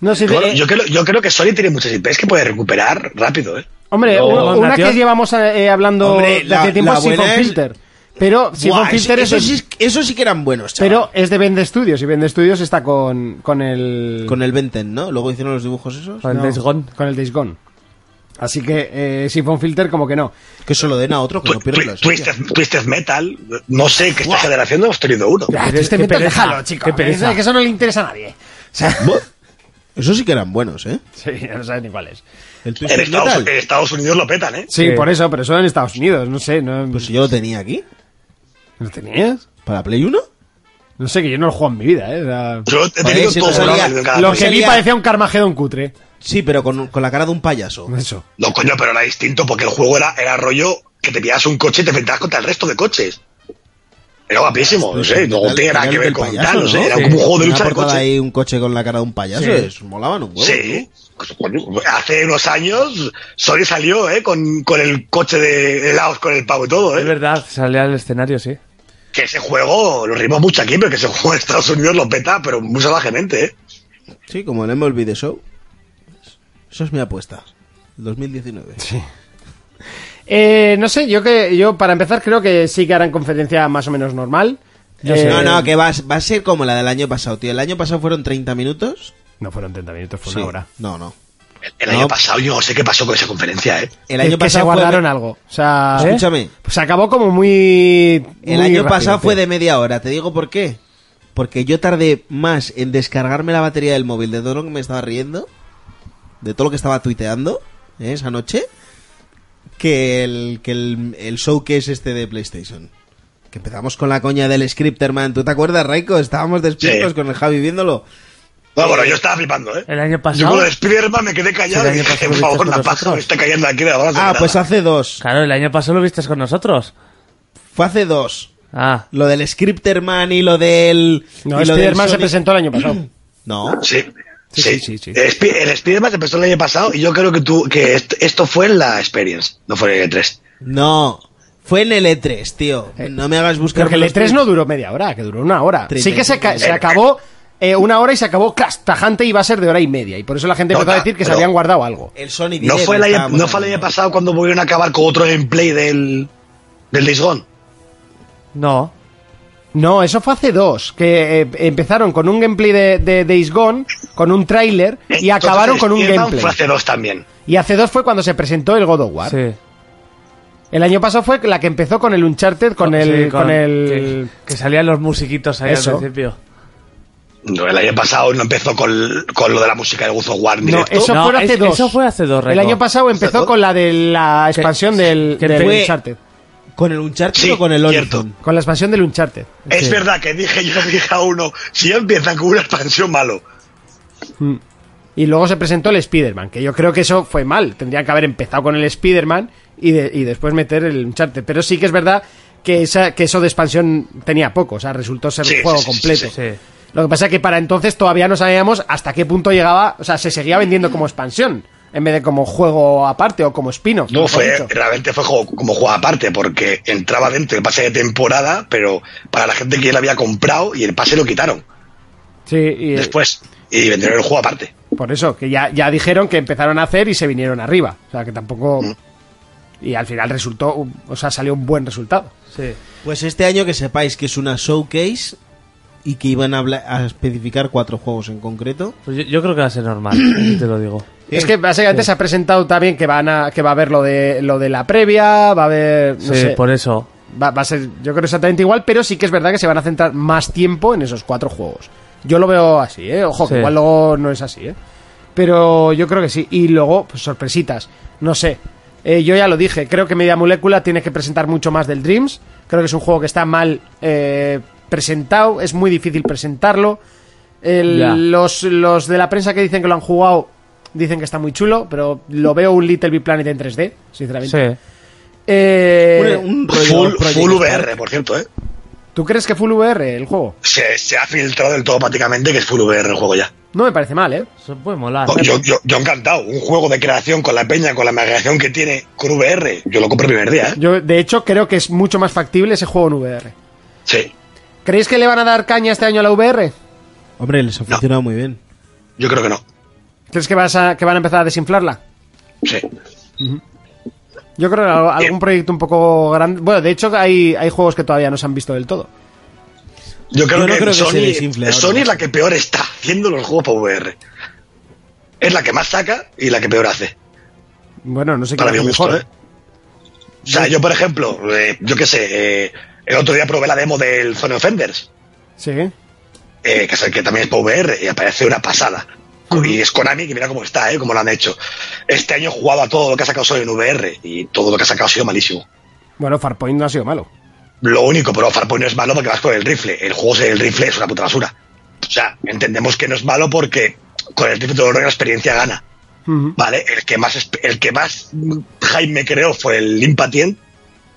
[SPEAKER 1] No sé,
[SPEAKER 4] ¿eh? Bueno,
[SPEAKER 1] eh,
[SPEAKER 4] yo, creo, yo creo que Sony tiene muchas IPs que puede recuperar rápido, ¿eh?
[SPEAKER 1] hombre,
[SPEAKER 3] Yo-
[SPEAKER 1] una, una que
[SPEAKER 3] Nación.
[SPEAKER 1] llevamos eh, hablando
[SPEAKER 2] Hombre,
[SPEAKER 1] de
[SPEAKER 2] la-
[SPEAKER 1] hace tiempo
[SPEAKER 2] la
[SPEAKER 1] es Siphon
[SPEAKER 2] buena es-
[SPEAKER 1] Filter. Pero Siphon
[SPEAKER 2] Buah,
[SPEAKER 1] Filter es,
[SPEAKER 2] eso, sí, eso sí que eran buenos, chaval.
[SPEAKER 1] pero es de Bend Studios y Bend Studios está con, con el
[SPEAKER 2] Con el Venten, ¿no? Luego hicieron los dibujos esos.
[SPEAKER 3] Con el
[SPEAKER 1] no,
[SPEAKER 3] Days Gone.
[SPEAKER 1] con el Days Gone. Así que eh, Siphon Filter como que no.
[SPEAKER 2] Que se lo den a otro que
[SPEAKER 4] Twi-
[SPEAKER 2] Pues no pierde
[SPEAKER 4] Twi-
[SPEAKER 2] la esencia.
[SPEAKER 4] Twisted, Twisted Metal, no sé, que esta generación no hemos tenido uno.
[SPEAKER 3] Pero es-
[SPEAKER 1] este
[SPEAKER 3] qué
[SPEAKER 1] metal
[SPEAKER 3] pereza,
[SPEAKER 1] déjalo, chico.
[SPEAKER 3] qué pereza.
[SPEAKER 1] Es que eso no le interesa a nadie. O sea,
[SPEAKER 2] Buah, Esos sí que eran buenos, ¿eh?
[SPEAKER 1] sí, ya no saben ni cuál es.
[SPEAKER 2] El
[SPEAKER 4] En
[SPEAKER 2] Twisted
[SPEAKER 4] Estados,
[SPEAKER 2] Metal.
[SPEAKER 4] en Estados Unidos lo petan, ¿eh?
[SPEAKER 1] Sí,
[SPEAKER 3] Sí.
[SPEAKER 1] por eso, pero eso en Estados Unidos, no sé, no
[SPEAKER 2] Pues yo lo tenía aquí.
[SPEAKER 1] ¿Lo tenías?
[SPEAKER 2] ¿Para Play 1?
[SPEAKER 1] No sé, que yo no lo juego en mi vida, ¿eh? O sea,
[SPEAKER 4] Yo he tenido
[SPEAKER 2] Parece-
[SPEAKER 4] todo
[SPEAKER 2] salía-
[SPEAKER 4] grabado en cada
[SPEAKER 1] lo
[SPEAKER 4] país.
[SPEAKER 1] que vi
[SPEAKER 2] ah, pues sería-
[SPEAKER 1] parecía un Carmageddon cutre.
[SPEAKER 2] Sí, pero con, con la cara de un payaso.
[SPEAKER 1] Eso.
[SPEAKER 4] No, coño, pero era distinto porque el juego era, era rollo que te pillabas un coche y te enfrentabas contra el resto de coches. Era guapísimo, no sé, no tenía nada que ver con tal, no sé, era como un juego
[SPEAKER 2] Una
[SPEAKER 4] de lucha de
[SPEAKER 2] portada
[SPEAKER 4] coches.
[SPEAKER 2] ahí un coche con la cara de un payaso. es- molaban un huevo.
[SPEAKER 4] Sí, pues, coño, hace unos años Sony salió, ¿eh? Con, con el coche de helados con el pavo y todo,
[SPEAKER 3] Es
[SPEAKER 4] ¿eh?
[SPEAKER 3] verdad, salía al escenario, sí.
[SPEAKER 4] Que ese juego, lo rimos mucho aquí, pero que ese juego en Estados Unidos lo peta, pero muy salvajemente, ¿eh?
[SPEAKER 2] ¿no? Sí, como el MLB The Show. Eso es mi apuesta. 2019.
[SPEAKER 1] Eh, no sé, yo que yo para empezar creo que sí que harán conferencia más o menos normal. Yo
[SPEAKER 2] No, no, que va, va a ser como la del año pasado, tío. El año pasado fueron 30 minutos.
[SPEAKER 1] No fueron 30 minutos, fue
[SPEAKER 2] Sí.
[SPEAKER 1] una hora.
[SPEAKER 2] No, no.
[SPEAKER 4] El, el
[SPEAKER 2] No.
[SPEAKER 4] año pasado yo no sé qué pasó con esa conferencia, ¿eh?
[SPEAKER 2] El
[SPEAKER 1] Es
[SPEAKER 2] año
[SPEAKER 1] que se
[SPEAKER 2] pasado fue-
[SPEAKER 1] guardaron algo. O sea,
[SPEAKER 3] ¿Eh?
[SPEAKER 2] Ah, Escúchame.
[SPEAKER 1] pues se acabó como muy.
[SPEAKER 2] El
[SPEAKER 1] muy
[SPEAKER 2] año
[SPEAKER 1] rápido,
[SPEAKER 2] pasado
[SPEAKER 1] tío.
[SPEAKER 2] fue de media hora, te digo por qué. Porque yo tardé más en descargarme la batería del móvil de todo lo que me estaba riendo, de todo lo que estaba tuiteando ¿eh? esa noche, que el, que el, el showcase este de PlayStation. Que empezamos con la coña del Scripterman. ¿Tú te acuerdas, Raiko? Estábamos despiertos
[SPEAKER 4] Sí.
[SPEAKER 2] con el Javi viéndolo.
[SPEAKER 4] No, bueno, yo estaba flipando, ¿eh?
[SPEAKER 3] El año
[SPEAKER 4] Yo
[SPEAKER 3] pasado.
[SPEAKER 4] con el Spiderman me quedé
[SPEAKER 3] Sí,
[SPEAKER 4] callado
[SPEAKER 3] el
[SPEAKER 4] y
[SPEAKER 3] año
[SPEAKER 4] dije,
[SPEAKER 3] pasado
[SPEAKER 4] por
[SPEAKER 3] lo
[SPEAKER 4] favor,
[SPEAKER 3] hiciste
[SPEAKER 4] una
[SPEAKER 3] con
[SPEAKER 4] paja
[SPEAKER 3] nosotros.
[SPEAKER 4] me está cayendo aquí de la
[SPEAKER 2] Ah, pues hace dos.
[SPEAKER 3] Claro, el año pasado lo vistes con nosotros.
[SPEAKER 2] Fue hace dos.
[SPEAKER 3] Ah,
[SPEAKER 2] Lo del Scripterman y lo del...
[SPEAKER 1] No,
[SPEAKER 2] y lo del
[SPEAKER 1] Spider-Man se
[SPEAKER 2] Sonic-
[SPEAKER 1] presentó el año pasado.
[SPEAKER 2] No,
[SPEAKER 4] Sí.
[SPEAKER 1] Sí,
[SPEAKER 4] Sí,
[SPEAKER 1] sí, sí, sí.
[SPEAKER 4] El, Spi- el Spiderman se empezó el año pasado y yo creo que tú que est- esto fue en la Experience, no fue en el E 3.
[SPEAKER 2] No, fue en el E3, tío. No me hagas buscar.
[SPEAKER 1] Creo Eh, que el E3 no duró media hora, que duró una hora.
[SPEAKER 2] 30
[SPEAKER 1] Sí que se, ca- se acabó eh, una hora y se acabó clas, tajante y iba a ser de hora y media. Y por eso la gente
[SPEAKER 4] No,
[SPEAKER 1] empezó a
[SPEAKER 4] ta-
[SPEAKER 1] decir que se
[SPEAKER 4] pero-
[SPEAKER 1] habían guardado algo.
[SPEAKER 2] El Sony
[SPEAKER 4] No
[SPEAKER 2] Direct
[SPEAKER 4] fue el año,
[SPEAKER 2] estábamos
[SPEAKER 4] no fue el año
[SPEAKER 2] hablando.
[SPEAKER 4] pasado cuando volvieron a acabar con otro gameplay del del Days Gone.
[SPEAKER 3] no.
[SPEAKER 1] No, eso fue hace dos, que eh, empezaron con un gameplay de, de Days Gone, con un tráiler, y
[SPEAKER 4] Entonces,
[SPEAKER 1] acabaron con un
[SPEAKER 4] Spiderman
[SPEAKER 1] gameplay.
[SPEAKER 4] Fue hace dos también.
[SPEAKER 1] Y hace dos fue cuando se presentó el God of War.
[SPEAKER 3] Sí.
[SPEAKER 1] El año pasado fue la que empezó con el Uncharted, con el...
[SPEAKER 3] Sí,
[SPEAKER 1] con, el...
[SPEAKER 3] Que, que salían los musiquitos ahí
[SPEAKER 1] Eso.
[SPEAKER 3] al principio.
[SPEAKER 4] No, el año pasado no empezó con, con lo de la música de Guzo War en
[SPEAKER 1] No,
[SPEAKER 4] directo.
[SPEAKER 1] eso
[SPEAKER 3] No,
[SPEAKER 1] fue hace
[SPEAKER 3] es-
[SPEAKER 1] dos.
[SPEAKER 3] eso fue hace dos,
[SPEAKER 1] El
[SPEAKER 3] Reco.
[SPEAKER 1] año pasado empezó con la de la expansión del,
[SPEAKER 3] que
[SPEAKER 1] del
[SPEAKER 3] fue-
[SPEAKER 1] Uncharted.
[SPEAKER 2] ¿Con el Uncharted
[SPEAKER 4] Sí,
[SPEAKER 2] o con el
[SPEAKER 4] cierto.
[SPEAKER 2] Horizon?
[SPEAKER 1] Con la expansión del Uncharted.
[SPEAKER 4] Es
[SPEAKER 3] Sí.
[SPEAKER 4] verdad que dije yo dije a uno, si ya empiezan con una expansión malo.
[SPEAKER 1] Y luego se presentó el Spider-Man, que yo creo que eso fue mal. Tendrían que haber empezado con el Spider-Man y, de- y después meter el Uncharted. Pero sí que es verdad que, esa, que eso de expansión tenía poco. O sea, resultó ser
[SPEAKER 4] Sí,
[SPEAKER 1] un juego
[SPEAKER 4] sí, sí,
[SPEAKER 1] completo.
[SPEAKER 3] Sí.
[SPEAKER 1] Lo que pasa es que para entonces todavía no sabíamos hasta qué punto llegaba. O sea, se seguía vendiendo como expansión en vez de como juego aparte o como spin-off.
[SPEAKER 4] No,
[SPEAKER 1] mejor
[SPEAKER 4] fue,
[SPEAKER 1] dicho.
[SPEAKER 4] realmente fue juego- como juego aparte, porque entraba dentro del pase de temporada, pero para la gente que ya lo había comprado y el pase lo quitaron
[SPEAKER 1] Sí, y, eh,
[SPEAKER 4] después. Y vendieron el juego aparte.
[SPEAKER 1] Por eso, que ya, ya dijeron que empezaron a hacer y se vinieron arriba. O sea, que tampoco.
[SPEAKER 4] Mm.
[SPEAKER 1] Y al final resultó. un- O sea, salió un buen resultado.
[SPEAKER 3] Sí.
[SPEAKER 2] Pues este año que sepáis que es una showcase y que iban a, habla- a especificar cuatro juegos en concreto.
[SPEAKER 3] Pues yo, yo creo que va a ser normal, te lo digo.
[SPEAKER 1] Es que básicamente se ha presentado también que van a, que va a haber lo de lo de la previa, va a haber. No
[SPEAKER 3] sí,
[SPEAKER 1] sé,
[SPEAKER 3] por eso.
[SPEAKER 1] va, va a ser, yo creo exactamente igual, pero sí que es verdad que se van a centrar más tiempo en esos cuatro juegos. Yo lo veo así, ¿eh? Ojo, que
[SPEAKER 3] Sí.
[SPEAKER 1] igual luego no es así, ¿eh? Pero yo creo que sí. Y luego, pues, sorpresitas. No sé. Eh, yo ya lo dije, creo que Media Molecula tiene que presentar mucho más del Dreams. Creo que es un juego que está mal eh, presentado, es muy difícil presentarlo. El-
[SPEAKER 3] Ya.
[SPEAKER 1] los, los de la prensa que dicen que lo han jugado dicen que está muy chulo, pero lo veo un Little Big Planet en 3D, sinceramente.
[SPEAKER 3] Sí.
[SPEAKER 1] Eh,
[SPEAKER 2] Un- un rollo
[SPEAKER 4] Full,
[SPEAKER 2] Project
[SPEAKER 4] full
[SPEAKER 2] Star.
[SPEAKER 4] VR, por cierto, ¿eh?
[SPEAKER 1] ¿Tú crees que Full VR el juego?
[SPEAKER 4] Se, se ha filtrado del todo prácticamente que es full VR el juego ya.
[SPEAKER 1] No me parece mal, ¿eh?
[SPEAKER 3] Eso puede
[SPEAKER 2] Ah,
[SPEAKER 3] molar.
[SPEAKER 4] No, yo, yo, yo encantado. Un juego de creación con la peña, con la imaginación que tiene con VR. Yo lo compré el primer día, ¿eh?
[SPEAKER 1] Yo, de hecho, creo que es mucho más factible ese juego en VR.
[SPEAKER 4] Sí.
[SPEAKER 1] ¿Creéis que le van a dar caña este año a la VR?
[SPEAKER 2] Hombre, les ha funcionado muy bien.
[SPEAKER 4] Yo creo que no.
[SPEAKER 1] ¿Crees que, vas a, que van a empezar a desinflarla?
[SPEAKER 4] Sí.
[SPEAKER 1] Yo creo que al- algún proyecto un poco grande. Bueno, de hecho, hay, hay juegos que todavía no se han visto del todo.
[SPEAKER 4] Yo creo
[SPEAKER 2] Yo no
[SPEAKER 4] que,
[SPEAKER 2] creo que se desinfle
[SPEAKER 4] Sony,
[SPEAKER 2] ahora.
[SPEAKER 4] Sony es la que peor está haciendo los juegos para VR. Es la que más saca y la que peor hace.
[SPEAKER 1] Bueno, no sé qué
[SPEAKER 4] Para mi gusto,
[SPEAKER 1] mejor.
[SPEAKER 4] ¿eh? O sea, yo, por ejemplo, eh, yo qué sé, eh, el otro día probé la demo del Zone Offenders,
[SPEAKER 1] Sí.
[SPEAKER 4] eh, que, es el que también es para VR, y aparece una pasada. Y es Konami, que mira cómo está, ¿eh? Cómo lo han hecho. Este año he jugado a todo lo que ha sacado Sony en VR, y todo lo que ha sacado ha sido malísimo.
[SPEAKER 1] Bueno, Farpoint no ha sido malo.
[SPEAKER 4] Lo único, pero Farpoint no es malo porque vas con el rifle. El juego sin el rifle es una puta basura. O sea, entendemos que no es malo porque con el rifle todo lo que la experiencia gana.
[SPEAKER 1] Ujú.
[SPEAKER 4] Vale, el que más esp- el que más mm, hype me creó fue el Impatient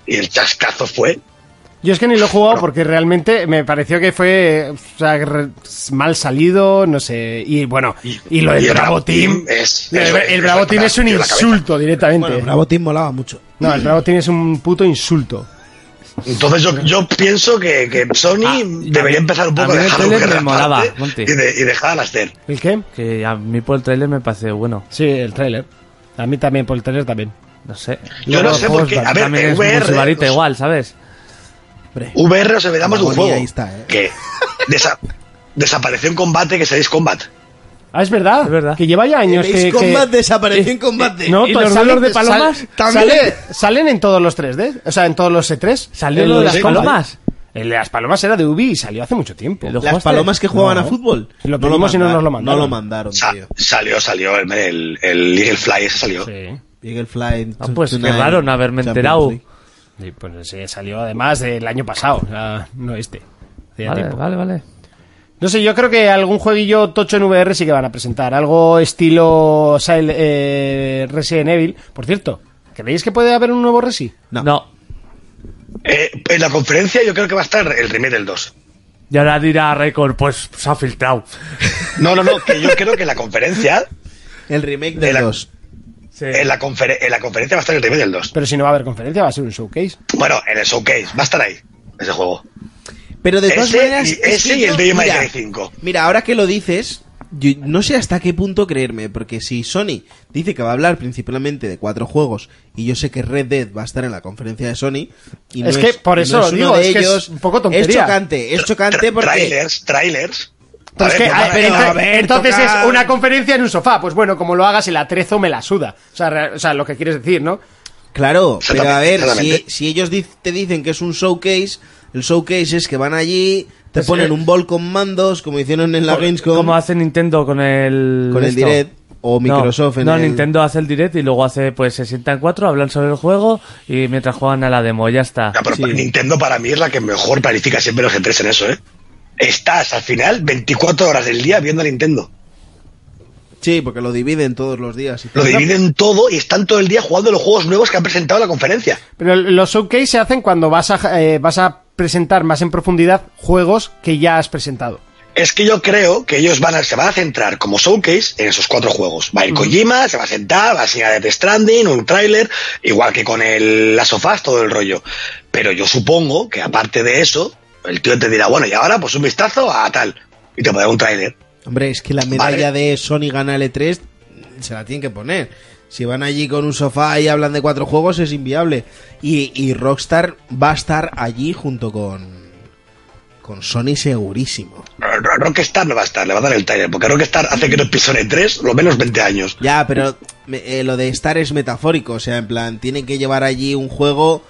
[SPEAKER 4] y el chascazo fue
[SPEAKER 1] Yo es que ni lo he jugado
[SPEAKER 4] No.
[SPEAKER 1] porque realmente me pareció que fue o sea, re- mal salido, no sé. Y bueno, y lo del
[SPEAKER 4] y el
[SPEAKER 1] Bravo Team.
[SPEAKER 4] es,
[SPEAKER 1] El,
[SPEAKER 4] es-
[SPEAKER 1] el Bravo Team es un
[SPEAKER 4] la cabeza.
[SPEAKER 1] insulto directamente.
[SPEAKER 2] Bueno, Bravo Team molaba mucho.
[SPEAKER 1] No, el Bravo Team es un puto insulto.
[SPEAKER 4] Entonces yo, yo pienso que, que Sony debería empezar un
[SPEAKER 3] a mí
[SPEAKER 4] poco a
[SPEAKER 3] el
[SPEAKER 4] dejar
[SPEAKER 3] trailer
[SPEAKER 4] que
[SPEAKER 3] me
[SPEAKER 4] reparte
[SPEAKER 3] molaba, Monty.
[SPEAKER 4] y, de, y dejar a las E de
[SPEAKER 1] ¿El qué?
[SPEAKER 3] Que a mí por el trailer me parece bueno.
[SPEAKER 1] Sí, el tráiler. A mí también, por el tráiler también.
[SPEAKER 3] No sé. pues,
[SPEAKER 4] Yo
[SPEAKER 1] Luego
[SPEAKER 4] no sé
[SPEAKER 1] juegos
[SPEAKER 4] por qué.
[SPEAKER 1] van-
[SPEAKER 4] A ver,
[SPEAKER 3] También
[SPEAKER 4] en
[SPEAKER 3] es
[SPEAKER 4] VR.
[SPEAKER 3] muy sibarita
[SPEAKER 4] los-
[SPEAKER 3] igual, ¿sabes?
[SPEAKER 4] VR nos olvidamos de un
[SPEAKER 2] Agonía,
[SPEAKER 4] juego.
[SPEAKER 2] ahí está, ¿eh?
[SPEAKER 4] Que desa- desapareció en combate, que es Ace Combat.
[SPEAKER 1] Ah, es verdad.
[SPEAKER 3] Es verdad.
[SPEAKER 1] Que lleva ya años
[SPEAKER 2] El Ace
[SPEAKER 1] que... que-
[SPEAKER 2] Combat desapareció en combate.
[SPEAKER 1] No,
[SPEAKER 3] ¿Y
[SPEAKER 1] to-
[SPEAKER 3] los
[SPEAKER 1] salen-
[SPEAKER 3] duelos de
[SPEAKER 1] sal-
[SPEAKER 3] palomas?
[SPEAKER 2] También.
[SPEAKER 1] salen- salen en todos los 3D, o sea, en todos los C3.
[SPEAKER 3] ¿Salió
[SPEAKER 1] El
[SPEAKER 3] lo de
[SPEAKER 1] Ace
[SPEAKER 3] las
[SPEAKER 1] Combat.
[SPEAKER 3] palomas?
[SPEAKER 1] El de las palomas era de Ubi y salió hace mucho tiempo.
[SPEAKER 3] Lo-
[SPEAKER 2] Las
[SPEAKER 3] ¿Jugaste?
[SPEAKER 2] palomas que jugaban
[SPEAKER 1] No.
[SPEAKER 2] a fútbol.
[SPEAKER 1] Lo pedimos y no nos lo mandaron.
[SPEAKER 2] No lo mandaron,
[SPEAKER 4] Sa-
[SPEAKER 2] tío.
[SPEAKER 4] salió, salió, el, el, el Eagle Fly ese salió.
[SPEAKER 1] Sí.
[SPEAKER 2] Eagle Flight.
[SPEAKER 3] Ah, pues, qué
[SPEAKER 2] Tonight,
[SPEAKER 3] raro no haberme
[SPEAKER 2] Champions
[SPEAKER 3] enterado.
[SPEAKER 2] League.
[SPEAKER 1] Y, pues se salió además del año pasado, o sea, no este. Hacía
[SPEAKER 3] Vale,
[SPEAKER 1] tiempo.
[SPEAKER 3] vale, vale.
[SPEAKER 1] No sé, yo creo que algún jueguillo tocho en VR sí que van a presentar. Algo estilo Sil- eh, Resident Evil. Por cierto, ¿creéis que puede haber un nuevo Resi?
[SPEAKER 2] No.
[SPEAKER 3] no.
[SPEAKER 4] Eh, en la conferencia yo creo que va a estar el remake del 2.
[SPEAKER 3] Y ahora dirá Record, pues se ha filtrado.
[SPEAKER 4] No, no, no, que yo creo que en la conferencia,
[SPEAKER 2] El remake
[SPEAKER 4] De
[SPEAKER 2] del
[SPEAKER 4] la-
[SPEAKER 2] 2.
[SPEAKER 3] Sí.
[SPEAKER 4] en la, confer- en la conferencia va a estar el remake del 2.
[SPEAKER 1] Pero si no va a haber conferencia, va a ser un showcase.
[SPEAKER 4] Bueno, en el showcase, va a estar ahí, ese juego.
[SPEAKER 2] Pero de todas
[SPEAKER 4] Ese
[SPEAKER 2] maneras.
[SPEAKER 4] y-
[SPEAKER 2] es que
[SPEAKER 4] ese y el
[SPEAKER 2] yo-
[SPEAKER 4] de
[SPEAKER 2] mira,
[SPEAKER 4] May 5.
[SPEAKER 2] Mira, ahora que lo dices, yo no sé hasta qué punto creerme, porque si Sony dice que va a hablar principalmente de cuatro juegos, y yo sé que Red Dead va a estar en la conferencia de Sony, y no
[SPEAKER 1] Es que por
[SPEAKER 2] y no
[SPEAKER 1] eso lo
[SPEAKER 2] uno
[SPEAKER 1] digo,
[SPEAKER 2] de
[SPEAKER 1] es que es
[SPEAKER 2] ellos,
[SPEAKER 1] un poco tontería.
[SPEAKER 2] Es chocante, es chocante
[SPEAKER 4] Tra-
[SPEAKER 2] porque.
[SPEAKER 4] Trailers, trailers.
[SPEAKER 1] Pero
[SPEAKER 4] A
[SPEAKER 1] es
[SPEAKER 4] ver,
[SPEAKER 1] que, ah,
[SPEAKER 4] pues, vale,
[SPEAKER 2] pero,
[SPEAKER 1] entonces-
[SPEAKER 2] a ver,
[SPEAKER 1] entonces
[SPEAKER 2] toca-
[SPEAKER 1] es una conferencia en un sofá. Pues bueno, como lo hagas, el atrezo me la suda. O sea, re- o sea, lo que quieres decir, ¿no?
[SPEAKER 2] Claro, pero a ver, si,
[SPEAKER 4] Exactamente.
[SPEAKER 2] si ellos dic- te dicen que es un showcase, el showcase es que van allí, te ponen un bol con mandos, como hicieron en la Gamescom,
[SPEAKER 3] Como hace Nintendo con el.
[SPEAKER 2] con el
[SPEAKER 3] esto.
[SPEAKER 2] Direct, o Microsoft
[SPEAKER 3] no,
[SPEAKER 2] en
[SPEAKER 3] no,
[SPEAKER 2] el-
[SPEAKER 3] Nintendo hace el direct y luego hace, pues se sientan cuatro, hablan sobre el juego y mientras juegan a la demo, ya está.
[SPEAKER 4] Ya, pero
[SPEAKER 2] Sí.
[SPEAKER 4] Nintendo para mí es la que mejor planifica siempre los G3 en eso, ¿eh? Estás al final 24 horas del día viendo a Nintendo.
[SPEAKER 2] Sí, porque lo dividen todos los días. y
[SPEAKER 4] Lo
[SPEAKER 2] tal.
[SPEAKER 4] dividen todo y están todo el día jugando los juegos nuevos que han presentado en la conferencia.
[SPEAKER 1] Pero los showcase se hacen cuando vas a, eh, vas a presentar más en profundidad juegos que ya has presentado.
[SPEAKER 4] Es que yo creo que ellos van a, se van a centrar como showcase en esos cuatro juegos. Va a ir Kojima, se va a sentar, va a enseñar Death Stranding, un tráiler, igual que con el Last of Us, todo el rollo. Pero yo supongo que aparte de eso, el tío te dirá, bueno, y ahora pues un vistazo a tal. Y te pondrá un tráiler.
[SPEAKER 2] Hombre, es que la medalla
[SPEAKER 4] Vale.
[SPEAKER 2] de Sony gana L3 se la tienen que poner. Si van allí con un sofá y hablan de cuatro juegos es inviable. Y, y Rockstar va a estar allí junto con con Sony segurísimo.
[SPEAKER 4] Ro- Ro- Rockstar no va a estar, le va a dar el tráiler, porque Rockstar hace que nos pisone tres, lo menos 20 años.
[SPEAKER 2] Ya, pero me- eh, lo de estar es metafórico, o sea, en plan, tienen que llevar allí un juego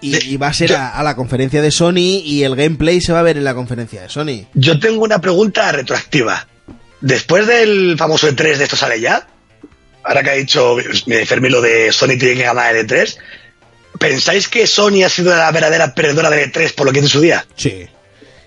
[SPEAKER 2] y, y va a ser a, a la conferencia de Sony y el gameplay se va a ver en la conferencia de Sony.
[SPEAKER 4] Yo tengo una pregunta retroactiva. Después del famoso E3 de esto sale ya, ahora que ha dicho mi Fermi lo de Sony tiene que ganar el E3, ¿pensáis que Sony ha sido la verdadera perdedora del E3 por lo que hizo en su día?
[SPEAKER 2] Sí.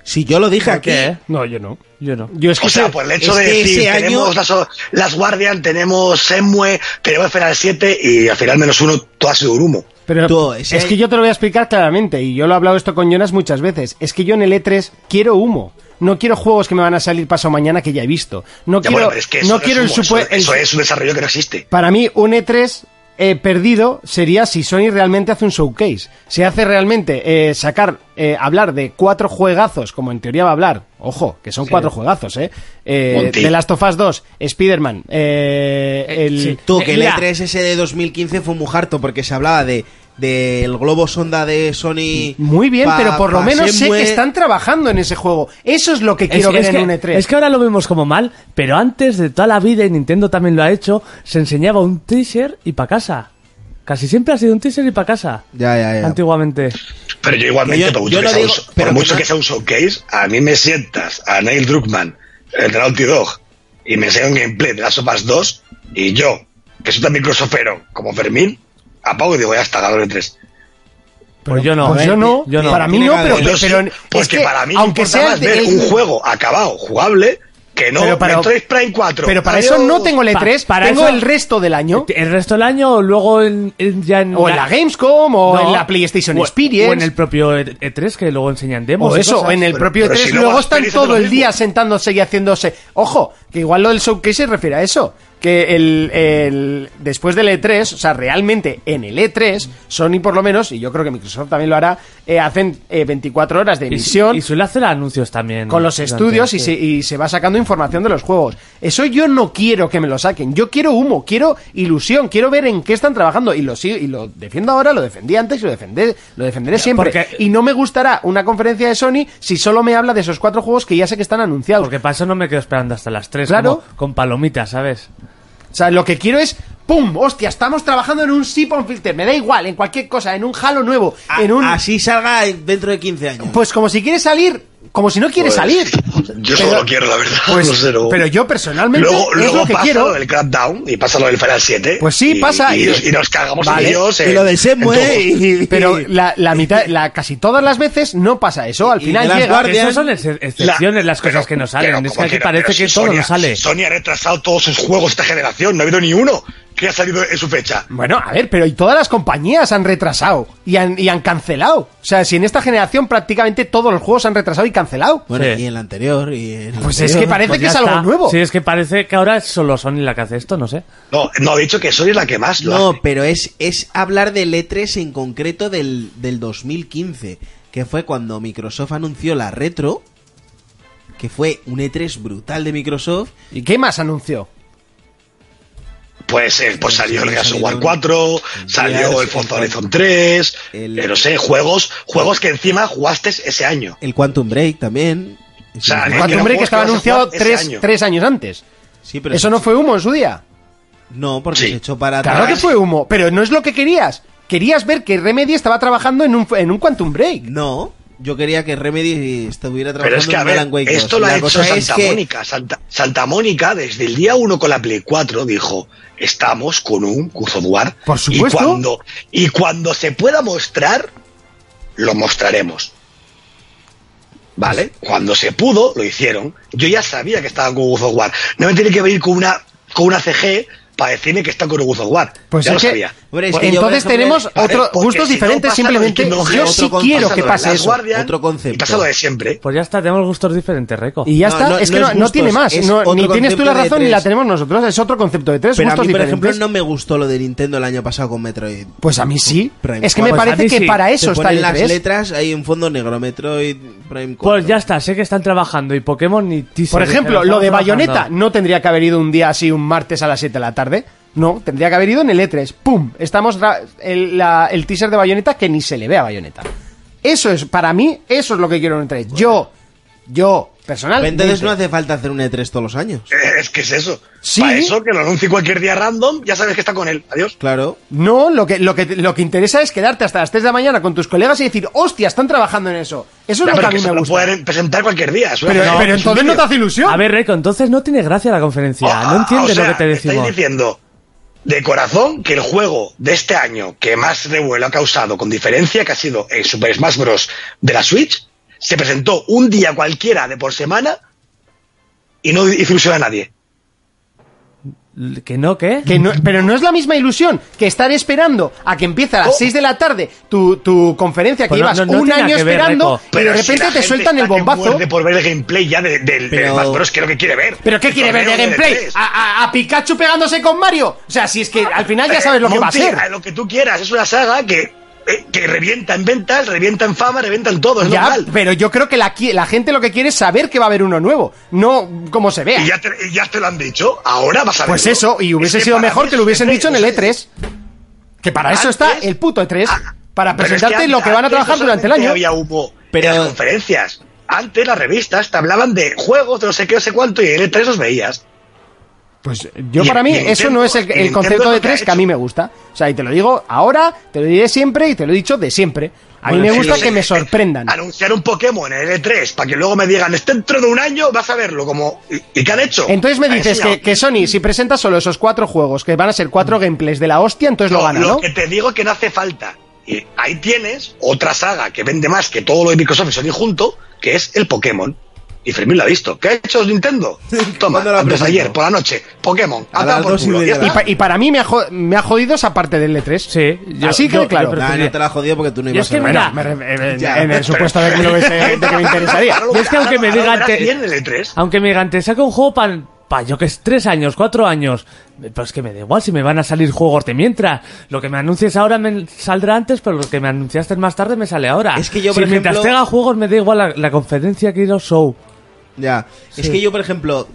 [SPEAKER 2] Si yo lo dije
[SPEAKER 3] ¿Por
[SPEAKER 2] aquí,
[SPEAKER 3] qué?
[SPEAKER 1] No, yo no.
[SPEAKER 3] Yo no.
[SPEAKER 1] Yo es que
[SPEAKER 4] O sea,
[SPEAKER 1] sé-
[SPEAKER 4] por el hecho
[SPEAKER 2] es
[SPEAKER 4] de
[SPEAKER 2] que
[SPEAKER 4] decir,
[SPEAKER 2] ese año-
[SPEAKER 4] tenemos las, las Guardian, tenemos Semue, tenemos Final 7 y al final menos uno, todo ha sido un humo.
[SPEAKER 1] Pero
[SPEAKER 2] Tú, ese-
[SPEAKER 1] es que yo te lo voy a explicar claramente, y yo lo he hablado esto con Jonas muchas veces. Es que yo en el E3 quiero humo. No quiero juegos que me van a salir pasado mañana que ya he visto. No
[SPEAKER 4] Ya,
[SPEAKER 1] quiero,
[SPEAKER 4] bueno, pero es que eso
[SPEAKER 1] no
[SPEAKER 4] es
[SPEAKER 1] quiero el
[SPEAKER 4] humo,
[SPEAKER 1] supue-
[SPEAKER 4] eso- eso es un desarrollo que no existe.
[SPEAKER 1] Para mí, un E3 eh, perdido sería si Sony realmente hace un showcase. Si hace realmente eh, sacar, eh, hablar de cuatro juegazos, como en teoría va a hablar, ojo, que son cuatro juegazos, ¿eh? eh
[SPEAKER 4] Monty.
[SPEAKER 1] The Last of Us 2, Spider-Man, eh, el... E
[SPEAKER 3] sí.
[SPEAKER 2] Tú, que el
[SPEAKER 3] Mira.
[SPEAKER 2] E3S de 2015 fue un mujarto porque se hablaba de del globo sonda de Sony.
[SPEAKER 1] Muy bien,
[SPEAKER 2] pa-
[SPEAKER 1] pero por lo
[SPEAKER 2] pa
[SPEAKER 1] menos sé
[SPEAKER 2] Shenmue.
[SPEAKER 1] que están trabajando en ese juego. Eso es lo que quiero ver en
[SPEAKER 3] que,
[SPEAKER 1] un E E3.
[SPEAKER 3] es que ahora lo vemos como mal, pero antes de toda la vida, y Nintendo también lo ha hecho, se enseñaba un teaser y pa' casa. Casi siempre ha sido un teaser y pa' casa.
[SPEAKER 2] Ya,
[SPEAKER 1] Eh,
[SPEAKER 2] ya, ya.
[SPEAKER 3] Antiguamente. Pues
[SPEAKER 4] Pero yo igualmente,
[SPEAKER 2] Que yo-
[SPEAKER 4] por mucho,
[SPEAKER 2] yo
[SPEAKER 4] que,
[SPEAKER 2] no
[SPEAKER 4] sea,
[SPEAKER 2] digo-
[SPEAKER 4] un, por
[SPEAKER 2] pero
[SPEAKER 4] mucho
[SPEAKER 2] que
[SPEAKER 4] que
[SPEAKER 2] no-
[SPEAKER 4] sea un showcase, a mí me sientas a Neil Druckmann, el de Naughty Dog, y me enseñan un gameplay de las sopas 2, y yo, que soy tan microsofero como Fermín, apago y digo, ya está, ganador de 3.
[SPEAKER 3] Pues yo no.
[SPEAKER 1] Pues yo no.
[SPEAKER 3] Yo no.
[SPEAKER 1] Para mí
[SPEAKER 2] Tiene
[SPEAKER 1] no,
[SPEAKER 2] que
[SPEAKER 1] pero,
[SPEAKER 2] haber.
[SPEAKER 1] pero,
[SPEAKER 4] Yo sí,
[SPEAKER 1] es
[SPEAKER 4] porque
[SPEAKER 1] que,
[SPEAKER 4] pues para mí
[SPEAKER 1] aunque
[SPEAKER 4] me importa
[SPEAKER 1] sea
[SPEAKER 4] más
[SPEAKER 1] de-
[SPEAKER 4] ver
[SPEAKER 1] el-
[SPEAKER 4] un juego acabado, jugable, que no
[SPEAKER 1] Pero para-
[SPEAKER 4] Metroid Prime 4.
[SPEAKER 1] pero para
[SPEAKER 4] Adiós.
[SPEAKER 1] eso no tengo el E3,
[SPEAKER 3] Pa- para
[SPEAKER 1] tengo
[SPEAKER 3] eso-
[SPEAKER 1] el resto del año.
[SPEAKER 3] El resto del año, o luego en, en- ya en
[SPEAKER 1] O en la Gamescom, o
[SPEAKER 3] No.
[SPEAKER 1] en la PlayStation
[SPEAKER 3] O-
[SPEAKER 1] Experience.
[SPEAKER 3] O en el propio E- E3, que luego enseñan demos.
[SPEAKER 1] O
[SPEAKER 3] y
[SPEAKER 1] eso,
[SPEAKER 3] cosas.
[SPEAKER 1] en el
[SPEAKER 4] Pero-
[SPEAKER 1] propio
[SPEAKER 4] pero
[SPEAKER 1] E3
[SPEAKER 4] si no
[SPEAKER 1] luego
[SPEAKER 4] vas
[SPEAKER 1] están
[SPEAKER 4] feliz, es
[SPEAKER 1] todo
[SPEAKER 4] lo
[SPEAKER 1] el
[SPEAKER 4] mismo.
[SPEAKER 1] día sentándose y haciéndose. Ojo, que igual lo del showcase se refiere a eso. que el, el- después del E3, o sea, realmente en el E3, Sony por lo menos, y yo creo que Microsoft también lo hará, eh, hacen eh, 24 horas de
[SPEAKER 3] Y,
[SPEAKER 1] emisión
[SPEAKER 3] y suele hacer anuncios también.
[SPEAKER 1] con los
[SPEAKER 3] durante-
[SPEAKER 1] estudios y
[SPEAKER 3] sí.
[SPEAKER 1] se, y se va sacando información de los juegos. Eso yo no quiero que me lo saquen. Yo quiero humo, quiero ilusión, quiero ver en qué están trabajando. Y lo, sigo- y lo defiendo ahora, lo defendí antes y lo, defendé, lo defenderé siempre.
[SPEAKER 3] porque-
[SPEAKER 1] Y no me gustará una conferencia de Sony si solo me habla de esos cuatro juegos que ya sé que están anunciados.
[SPEAKER 3] Porque para eso no me quedo esperando hasta las 3.
[SPEAKER 1] Claro.
[SPEAKER 3] con palomitas, ¿sabes?
[SPEAKER 1] O sea, lo que quiero es... ¡Pum! ¡Hostia! Estamos trabajando en un Sipon Filter. Me da igual, en cualquier cosa, en un Halo nuevo,
[SPEAKER 3] Ah,
[SPEAKER 2] A-
[SPEAKER 1] en un...
[SPEAKER 2] Así salga dentro de 15 años.
[SPEAKER 1] Pues como si quieres salir, como si no quieres salir.
[SPEAKER 4] Pues, Yo
[SPEAKER 1] Pero-
[SPEAKER 4] solo quiero, la verdad.
[SPEAKER 1] Pues,
[SPEAKER 4] no sé, no.
[SPEAKER 1] Pero yo personalmente
[SPEAKER 4] Luego,
[SPEAKER 1] es
[SPEAKER 4] luego
[SPEAKER 1] lo que
[SPEAKER 4] pasa
[SPEAKER 1] quiero.
[SPEAKER 4] lo del Crackdown y pasa lo del Final 7.
[SPEAKER 1] Pues sí,
[SPEAKER 4] y-
[SPEAKER 1] pasa,
[SPEAKER 4] Y,
[SPEAKER 1] y-
[SPEAKER 4] y nos cagamos
[SPEAKER 1] Vale.
[SPEAKER 4] en Dios.
[SPEAKER 2] Y lo del Shenmue, y-
[SPEAKER 1] Pero la, la mitad, la, casi todas las veces no pasa eso. Al
[SPEAKER 2] Y
[SPEAKER 1] final
[SPEAKER 2] de las
[SPEAKER 1] llega. eh,
[SPEAKER 2] guardias.
[SPEAKER 3] Esas son ex- excepciones las cosas que no salen. Es que aquí parece que todo no sale.
[SPEAKER 4] Sony ha retrasado todos sus juegos esta generación. No ha habido ni uno que ha salido en su fecha.
[SPEAKER 1] Bueno, a ver, pero y todas las compañías han retrasado y han, y han cancelado. O sea, si en esta generación prácticamente todos los juegos han retrasado y cancelado.
[SPEAKER 2] Bueno,
[SPEAKER 3] Sí.
[SPEAKER 2] y el anterior. Y el
[SPEAKER 1] Pues
[SPEAKER 2] anterior.
[SPEAKER 1] es que parece
[SPEAKER 3] Pues
[SPEAKER 1] que
[SPEAKER 3] ya
[SPEAKER 1] es algo
[SPEAKER 3] está.
[SPEAKER 1] nuevo.
[SPEAKER 3] Sí, es que parece que ahora es solo Sony la que hace esto, no sé.
[SPEAKER 4] No, no, he dicho que Sony es la que más lo
[SPEAKER 2] No,
[SPEAKER 4] hace.
[SPEAKER 2] pero es, es hablar del E3 en concreto del, del 2015, que fue cuando Microsoft anunció la retro, que fue un E3 brutal de Microsoft.
[SPEAKER 1] ¿Y qué más anunció?
[SPEAKER 4] Pues, eh, pues salió el Gears of War
[SPEAKER 2] Salieron-
[SPEAKER 4] 4,
[SPEAKER 2] Gears,
[SPEAKER 4] salió el Forza
[SPEAKER 2] el-
[SPEAKER 4] Horizon 3,
[SPEAKER 2] el-
[SPEAKER 4] eh, no sé, juegos, juegos que encima jugaste ese año.
[SPEAKER 2] El Quantum Break también.
[SPEAKER 4] O sea,
[SPEAKER 2] Sí,
[SPEAKER 1] Cuando
[SPEAKER 4] el- eran
[SPEAKER 1] hombre que
[SPEAKER 4] juegos
[SPEAKER 1] estaba
[SPEAKER 4] que vas a
[SPEAKER 1] anunciado
[SPEAKER 4] jugar ese
[SPEAKER 1] tres,
[SPEAKER 4] año.
[SPEAKER 1] tres años antes.
[SPEAKER 2] sí, pero
[SPEAKER 1] Eso no fue humo en su día.
[SPEAKER 2] No, porque
[SPEAKER 4] Sí.
[SPEAKER 2] se echó para
[SPEAKER 1] Claro que
[SPEAKER 2] atrás.
[SPEAKER 1] fue humo, pero no es lo que querías. Querías ver que Remedy estaba trabajando en un, en un Quantum Break.
[SPEAKER 2] No, yo quería que Remedy estuviera
[SPEAKER 4] Pero
[SPEAKER 2] trabajando
[SPEAKER 4] es que, a
[SPEAKER 2] en
[SPEAKER 4] ver,
[SPEAKER 2] Alan Wake 2.
[SPEAKER 4] esto lo
[SPEAKER 2] La
[SPEAKER 4] ha hecho
[SPEAKER 2] cosa es
[SPEAKER 4] Santa
[SPEAKER 2] que-
[SPEAKER 4] Mónica. Santa, Santa Mónica, desde el día 1 con la Play 4, dijo, estamos con un curso duar.
[SPEAKER 1] Por supuesto.
[SPEAKER 4] Y cuando, y cuando se pueda mostrar, lo mostraremos. ¿Vale? Cuando se pudo, lo hicieron. Yo ya sabía que estaba con God of War. No me tiene que venir con una, con una CG para decirme que está con God of War.
[SPEAKER 1] Pues
[SPEAKER 4] ya
[SPEAKER 1] es
[SPEAKER 4] lo
[SPEAKER 1] que-
[SPEAKER 4] sabía.
[SPEAKER 2] Hombre, es
[SPEAKER 1] Pues
[SPEAKER 2] que yo, por
[SPEAKER 1] entonces
[SPEAKER 2] ejemplo,
[SPEAKER 1] tenemos
[SPEAKER 2] el-
[SPEAKER 4] Vale,
[SPEAKER 1] otros
[SPEAKER 4] porque
[SPEAKER 1] gustos
[SPEAKER 4] si no
[SPEAKER 1] diferentes,
[SPEAKER 4] pasa
[SPEAKER 1] simplemente
[SPEAKER 4] lo que no-
[SPEAKER 1] yo
[SPEAKER 2] otro
[SPEAKER 1] sí
[SPEAKER 2] con-
[SPEAKER 1] quiero
[SPEAKER 2] pasa
[SPEAKER 1] que
[SPEAKER 2] lo de
[SPEAKER 1] pase
[SPEAKER 2] las
[SPEAKER 1] eso.
[SPEAKER 4] Guardian,
[SPEAKER 2] otro concepto.
[SPEAKER 4] Y pasa lo de siempre.
[SPEAKER 3] Pues ya está, tenemos gustos diferentes, Reco.
[SPEAKER 1] Y ya
[SPEAKER 2] No,
[SPEAKER 1] está,
[SPEAKER 2] no,
[SPEAKER 1] es que
[SPEAKER 2] no
[SPEAKER 1] no,
[SPEAKER 2] es
[SPEAKER 1] no
[SPEAKER 2] gustos,
[SPEAKER 1] tiene más.
[SPEAKER 2] es
[SPEAKER 1] No,
[SPEAKER 2] otro
[SPEAKER 1] ni tienes tú la
[SPEAKER 2] concepto de
[SPEAKER 1] razón ni la
[SPEAKER 2] tres.
[SPEAKER 1] tenemos nosotros, es otro concepto de tres
[SPEAKER 2] Pero a
[SPEAKER 1] gustos
[SPEAKER 2] mí, por
[SPEAKER 1] diferentes.
[SPEAKER 2] ejemplo, no me gustó lo de Nintendo el año pasado con Metroid.
[SPEAKER 1] Pues a mí sí.
[SPEAKER 2] Prime
[SPEAKER 1] es que me
[SPEAKER 3] Pues a
[SPEAKER 1] parece
[SPEAKER 3] mí
[SPEAKER 1] que
[SPEAKER 3] sí.
[SPEAKER 1] para eso
[SPEAKER 2] Se
[SPEAKER 1] está
[SPEAKER 2] ponen
[SPEAKER 1] el E
[SPEAKER 2] las
[SPEAKER 1] 3.
[SPEAKER 2] letras ahí en fondo negro, Metroid Prime
[SPEAKER 3] Pues
[SPEAKER 2] 4.
[SPEAKER 3] ya está, sé que están trabajando y Pokémon ni teaser,
[SPEAKER 1] Por ejemplo,
[SPEAKER 3] dijeron,
[SPEAKER 1] lo de
[SPEAKER 3] estamos
[SPEAKER 1] Bayonetta
[SPEAKER 3] trabajando.
[SPEAKER 1] no tendría que haber ido un día así, un martes a las 7 de la tarde. No, tendría que haber ido en el E3. ¡Pum! Estamos ra- el, la- el teaser de Bayonetta que ni se le ve a Bayonetta. Eso es, para mí, eso es lo que quiero en el 3. Yo, yo, personal. E
[SPEAKER 2] Entonces no hace falta hacer un E3 todos los años.
[SPEAKER 4] Eh, Es que es eso.
[SPEAKER 1] Sí.
[SPEAKER 4] Para eso, que lo anuncie cualquier día random, ya sabes que está con él. Adiós.
[SPEAKER 2] Claro.
[SPEAKER 1] No, lo que, lo, que, lo que interesa es quedarte hasta las 3 de la mañana con tus colegas y decir, hostia, están trabajando en eso. Eso es
[SPEAKER 4] Ya,
[SPEAKER 1] lo que
[SPEAKER 4] pero
[SPEAKER 1] a mí
[SPEAKER 4] que
[SPEAKER 1] me
[SPEAKER 4] se lo
[SPEAKER 1] gusta.
[SPEAKER 4] pueden presentar cualquier día. es una
[SPEAKER 1] Pero,
[SPEAKER 4] cosa-
[SPEAKER 1] pero
[SPEAKER 4] es un
[SPEAKER 1] entonces no te
[SPEAKER 4] vídeo.
[SPEAKER 1] hace ilusión.
[SPEAKER 3] A ver, Reco, entonces no tienes gracia la conferencia.
[SPEAKER 4] Ah,
[SPEAKER 3] no entiendes
[SPEAKER 4] o sea,
[SPEAKER 3] lo que te
[SPEAKER 4] me estáis
[SPEAKER 3] decimos.
[SPEAKER 4] diciendo de corazón que el juego de este año que más revuelo ha causado, con diferencia, que ha sido el Super Smash Bros. de la Switch, se presentó un día cualquiera de por semana y no hizo ilusión a nadie.
[SPEAKER 3] ¿Que no qué?
[SPEAKER 1] Que no- pero no es la misma ilusión que estar esperando a que empiece a las
[SPEAKER 4] Oh.
[SPEAKER 1] 6 de la tarde tu, tu conferencia que
[SPEAKER 3] Pues no-
[SPEAKER 1] ibas
[SPEAKER 3] no- no
[SPEAKER 1] un
[SPEAKER 3] tenía
[SPEAKER 1] año
[SPEAKER 3] que ver,
[SPEAKER 1] esperando
[SPEAKER 3] Reco.
[SPEAKER 1] y de
[SPEAKER 4] Pero si
[SPEAKER 1] repente
[SPEAKER 4] la
[SPEAKER 1] te
[SPEAKER 4] gente
[SPEAKER 1] sueltan el
[SPEAKER 4] está que
[SPEAKER 1] bombazo.
[SPEAKER 4] muerde por ver el gameplay ya de- del, del
[SPEAKER 2] Pero-
[SPEAKER 4] Smash Bros. que es lo que quiere ver.
[SPEAKER 1] ¿Pero qué
[SPEAKER 4] El
[SPEAKER 1] quiere ver de
[SPEAKER 4] torneo
[SPEAKER 1] gameplay?
[SPEAKER 4] E3.
[SPEAKER 1] ¿A, a- a Pikachu pegándose con Mario? O sea, si es que al final ya
[SPEAKER 4] Eh,
[SPEAKER 1] sabes lo que va a
[SPEAKER 4] Monty,
[SPEAKER 1] ser.
[SPEAKER 4] a lo que tú quieras, es una saga que, eh, que revienta en ventas, revienta en fama, revienta en todo, es
[SPEAKER 1] Ya,
[SPEAKER 4] eh, normal.
[SPEAKER 1] pero yo creo que la, qui- la gente lo que quiere es saber que va a haber uno nuevo, no cómo se vea.
[SPEAKER 4] Y ya, te, y ya te lo han dicho, ahora vas a ver.
[SPEAKER 1] Pues eso, y hubiese sido mejor que lo hubiesen dicho en el E3. Que para eso está
[SPEAKER 4] Antes-
[SPEAKER 1] el puto E3,
[SPEAKER 4] Ah,
[SPEAKER 1] para
[SPEAKER 4] pero es que
[SPEAKER 1] presentarte
[SPEAKER 4] antes-
[SPEAKER 1] lo que van a
[SPEAKER 4] antes
[SPEAKER 1] trabajar durante el
[SPEAKER 4] solamente
[SPEAKER 1] año.
[SPEAKER 4] había humo
[SPEAKER 2] Pero-
[SPEAKER 4] en las conferencias. Antes las revistas te hablaban de juegos, de no sé qué, no sé cuánto, y en el E3 los veías.
[SPEAKER 1] Pues yo
[SPEAKER 4] Y-
[SPEAKER 1] para mí
[SPEAKER 4] y Nintendo-
[SPEAKER 1] eso no es el,
[SPEAKER 4] y
[SPEAKER 1] el
[SPEAKER 4] Nintendo
[SPEAKER 1] concepto
[SPEAKER 4] lo
[SPEAKER 1] de
[SPEAKER 4] que ha
[SPEAKER 1] tres que a mí
[SPEAKER 4] hecho.
[SPEAKER 1] me gusta. O sea, y te lo digo ahora, te lo diré siempre y te lo he dicho de siempre. A mí
[SPEAKER 4] Bueno,
[SPEAKER 1] me
[SPEAKER 4] sí,
[SPEAKER 1] gusta
[SPEAKER 4] sí, Ah,
[SPEAKER 1] que
[SPEAKER 4] sí.
[SPEAKER 1] me sorprendan.
[SPEAKER 4] Anunciar un Pokémon en el E3 para que luego me digan, "Este dentro de un año, vas a verlo. como ¿Y, y qué han hecho?
[SPEAKER 1] Entonces me
[SPEAKER 4] Han
[SPEAKER 1] dices
[SPEAKER 4] enseñado-
[SPEAKER 1] que, que Sony, si presenta solo esos cuatro juegos, que van a ser cuatro gameplays de la hostia, entonces lo
[SPEAKER 4] No,
[SPEAKER 1] gana, ¿no?
[SPEAKER 4] que te digo que no hace falta. Y ahí tienes otra saga que vende más que todo lo de Microsoft y Sony junto, que es el Pokémon. Y Fermín lo ha visto. ¿Qué ha hecho Nintendo? Toma,
[SPEAKER 2] ¿Cuándo lo ha
[SPEAKER 4] antes
[SPEAKER 2] presentado?
[SPEAKER 4] de ayer, por la noche. Pokémon.
[SPEAKER 2] A
[SPEAKER 4] a
[SPEAKER 2] las
[SPEAKER 4] tomar por
[SPEAKER 2] dos y
[SPEAKER 4] culo,
[SPEAKER 2] media
[SPEAKER 4] ya
[SPEAKER 2] de
[SPEAKER 1] Y,
[SPEAKER 2] la
[SPEAKER 4] está.
[SPEAKER 1] pa- y para mí me ha, jo- me ha jodido esa parte del E3.
[SPEAKER 3] Sí, yo-
[SPEAKER 1] Así que
[SPEAKER 3] yo- yo
[SPEAKER 1] claro.
[SPEAKER 2] Nah,
[SPEAKER 3] prefería-
[SPEAKER 2] Ah, no te la has jodido porque tú no
[SPEAKER 3] Yo
[SPEAKER 2] ibas
[SPEAKER 3] es que
[SPEAKER 2] a ver.
[SPEAKER 3] mira,
[SPEAKER 1] Bueno, me re- en,
[SPEAKER 2] Ya,
[SPEAKER 1] en el
[SPEAKER 2] pero-
[SPEAKER 1] supuesto de que, me hubiese- de que me interesaría.
[SPEAKER 4] Ahora lo
[SPEAKER 3] Es que
[SPEAKER 4] verás,
[SPEAKER 3] aunque me
[SPEAKER 4] ahora lo
[SPEAKER 3] digan
[SPEAKER 4] verás
[SPEAKER 3] te-
[SPEAKER 4] bien en el E E3.
[SPEAKER 3] Aunque me digan, te saco un juego para pa, yo que es tres años, cuatro años. Pero es que me da igual si me van a salir juegos de mientras. Lo que me anuncies ahora me saldrá antes, pero lo que me anunciaste más tarde me sale ahora.
[SPEAKER 2] Es que yo,
[SPEAKER 3] si
[SPEAKER 2] por
[SPEAKER 3] mientras
[SPEAKER 2] ejemplo-
[SPEAKER 3] tenga juegos me da igual la, la conferencia que ir al show.
[SPEAKER 2] Ya. Es
[SPEAKER 3] Sí.
[SPEAKER 2] que yo, por ejemplo,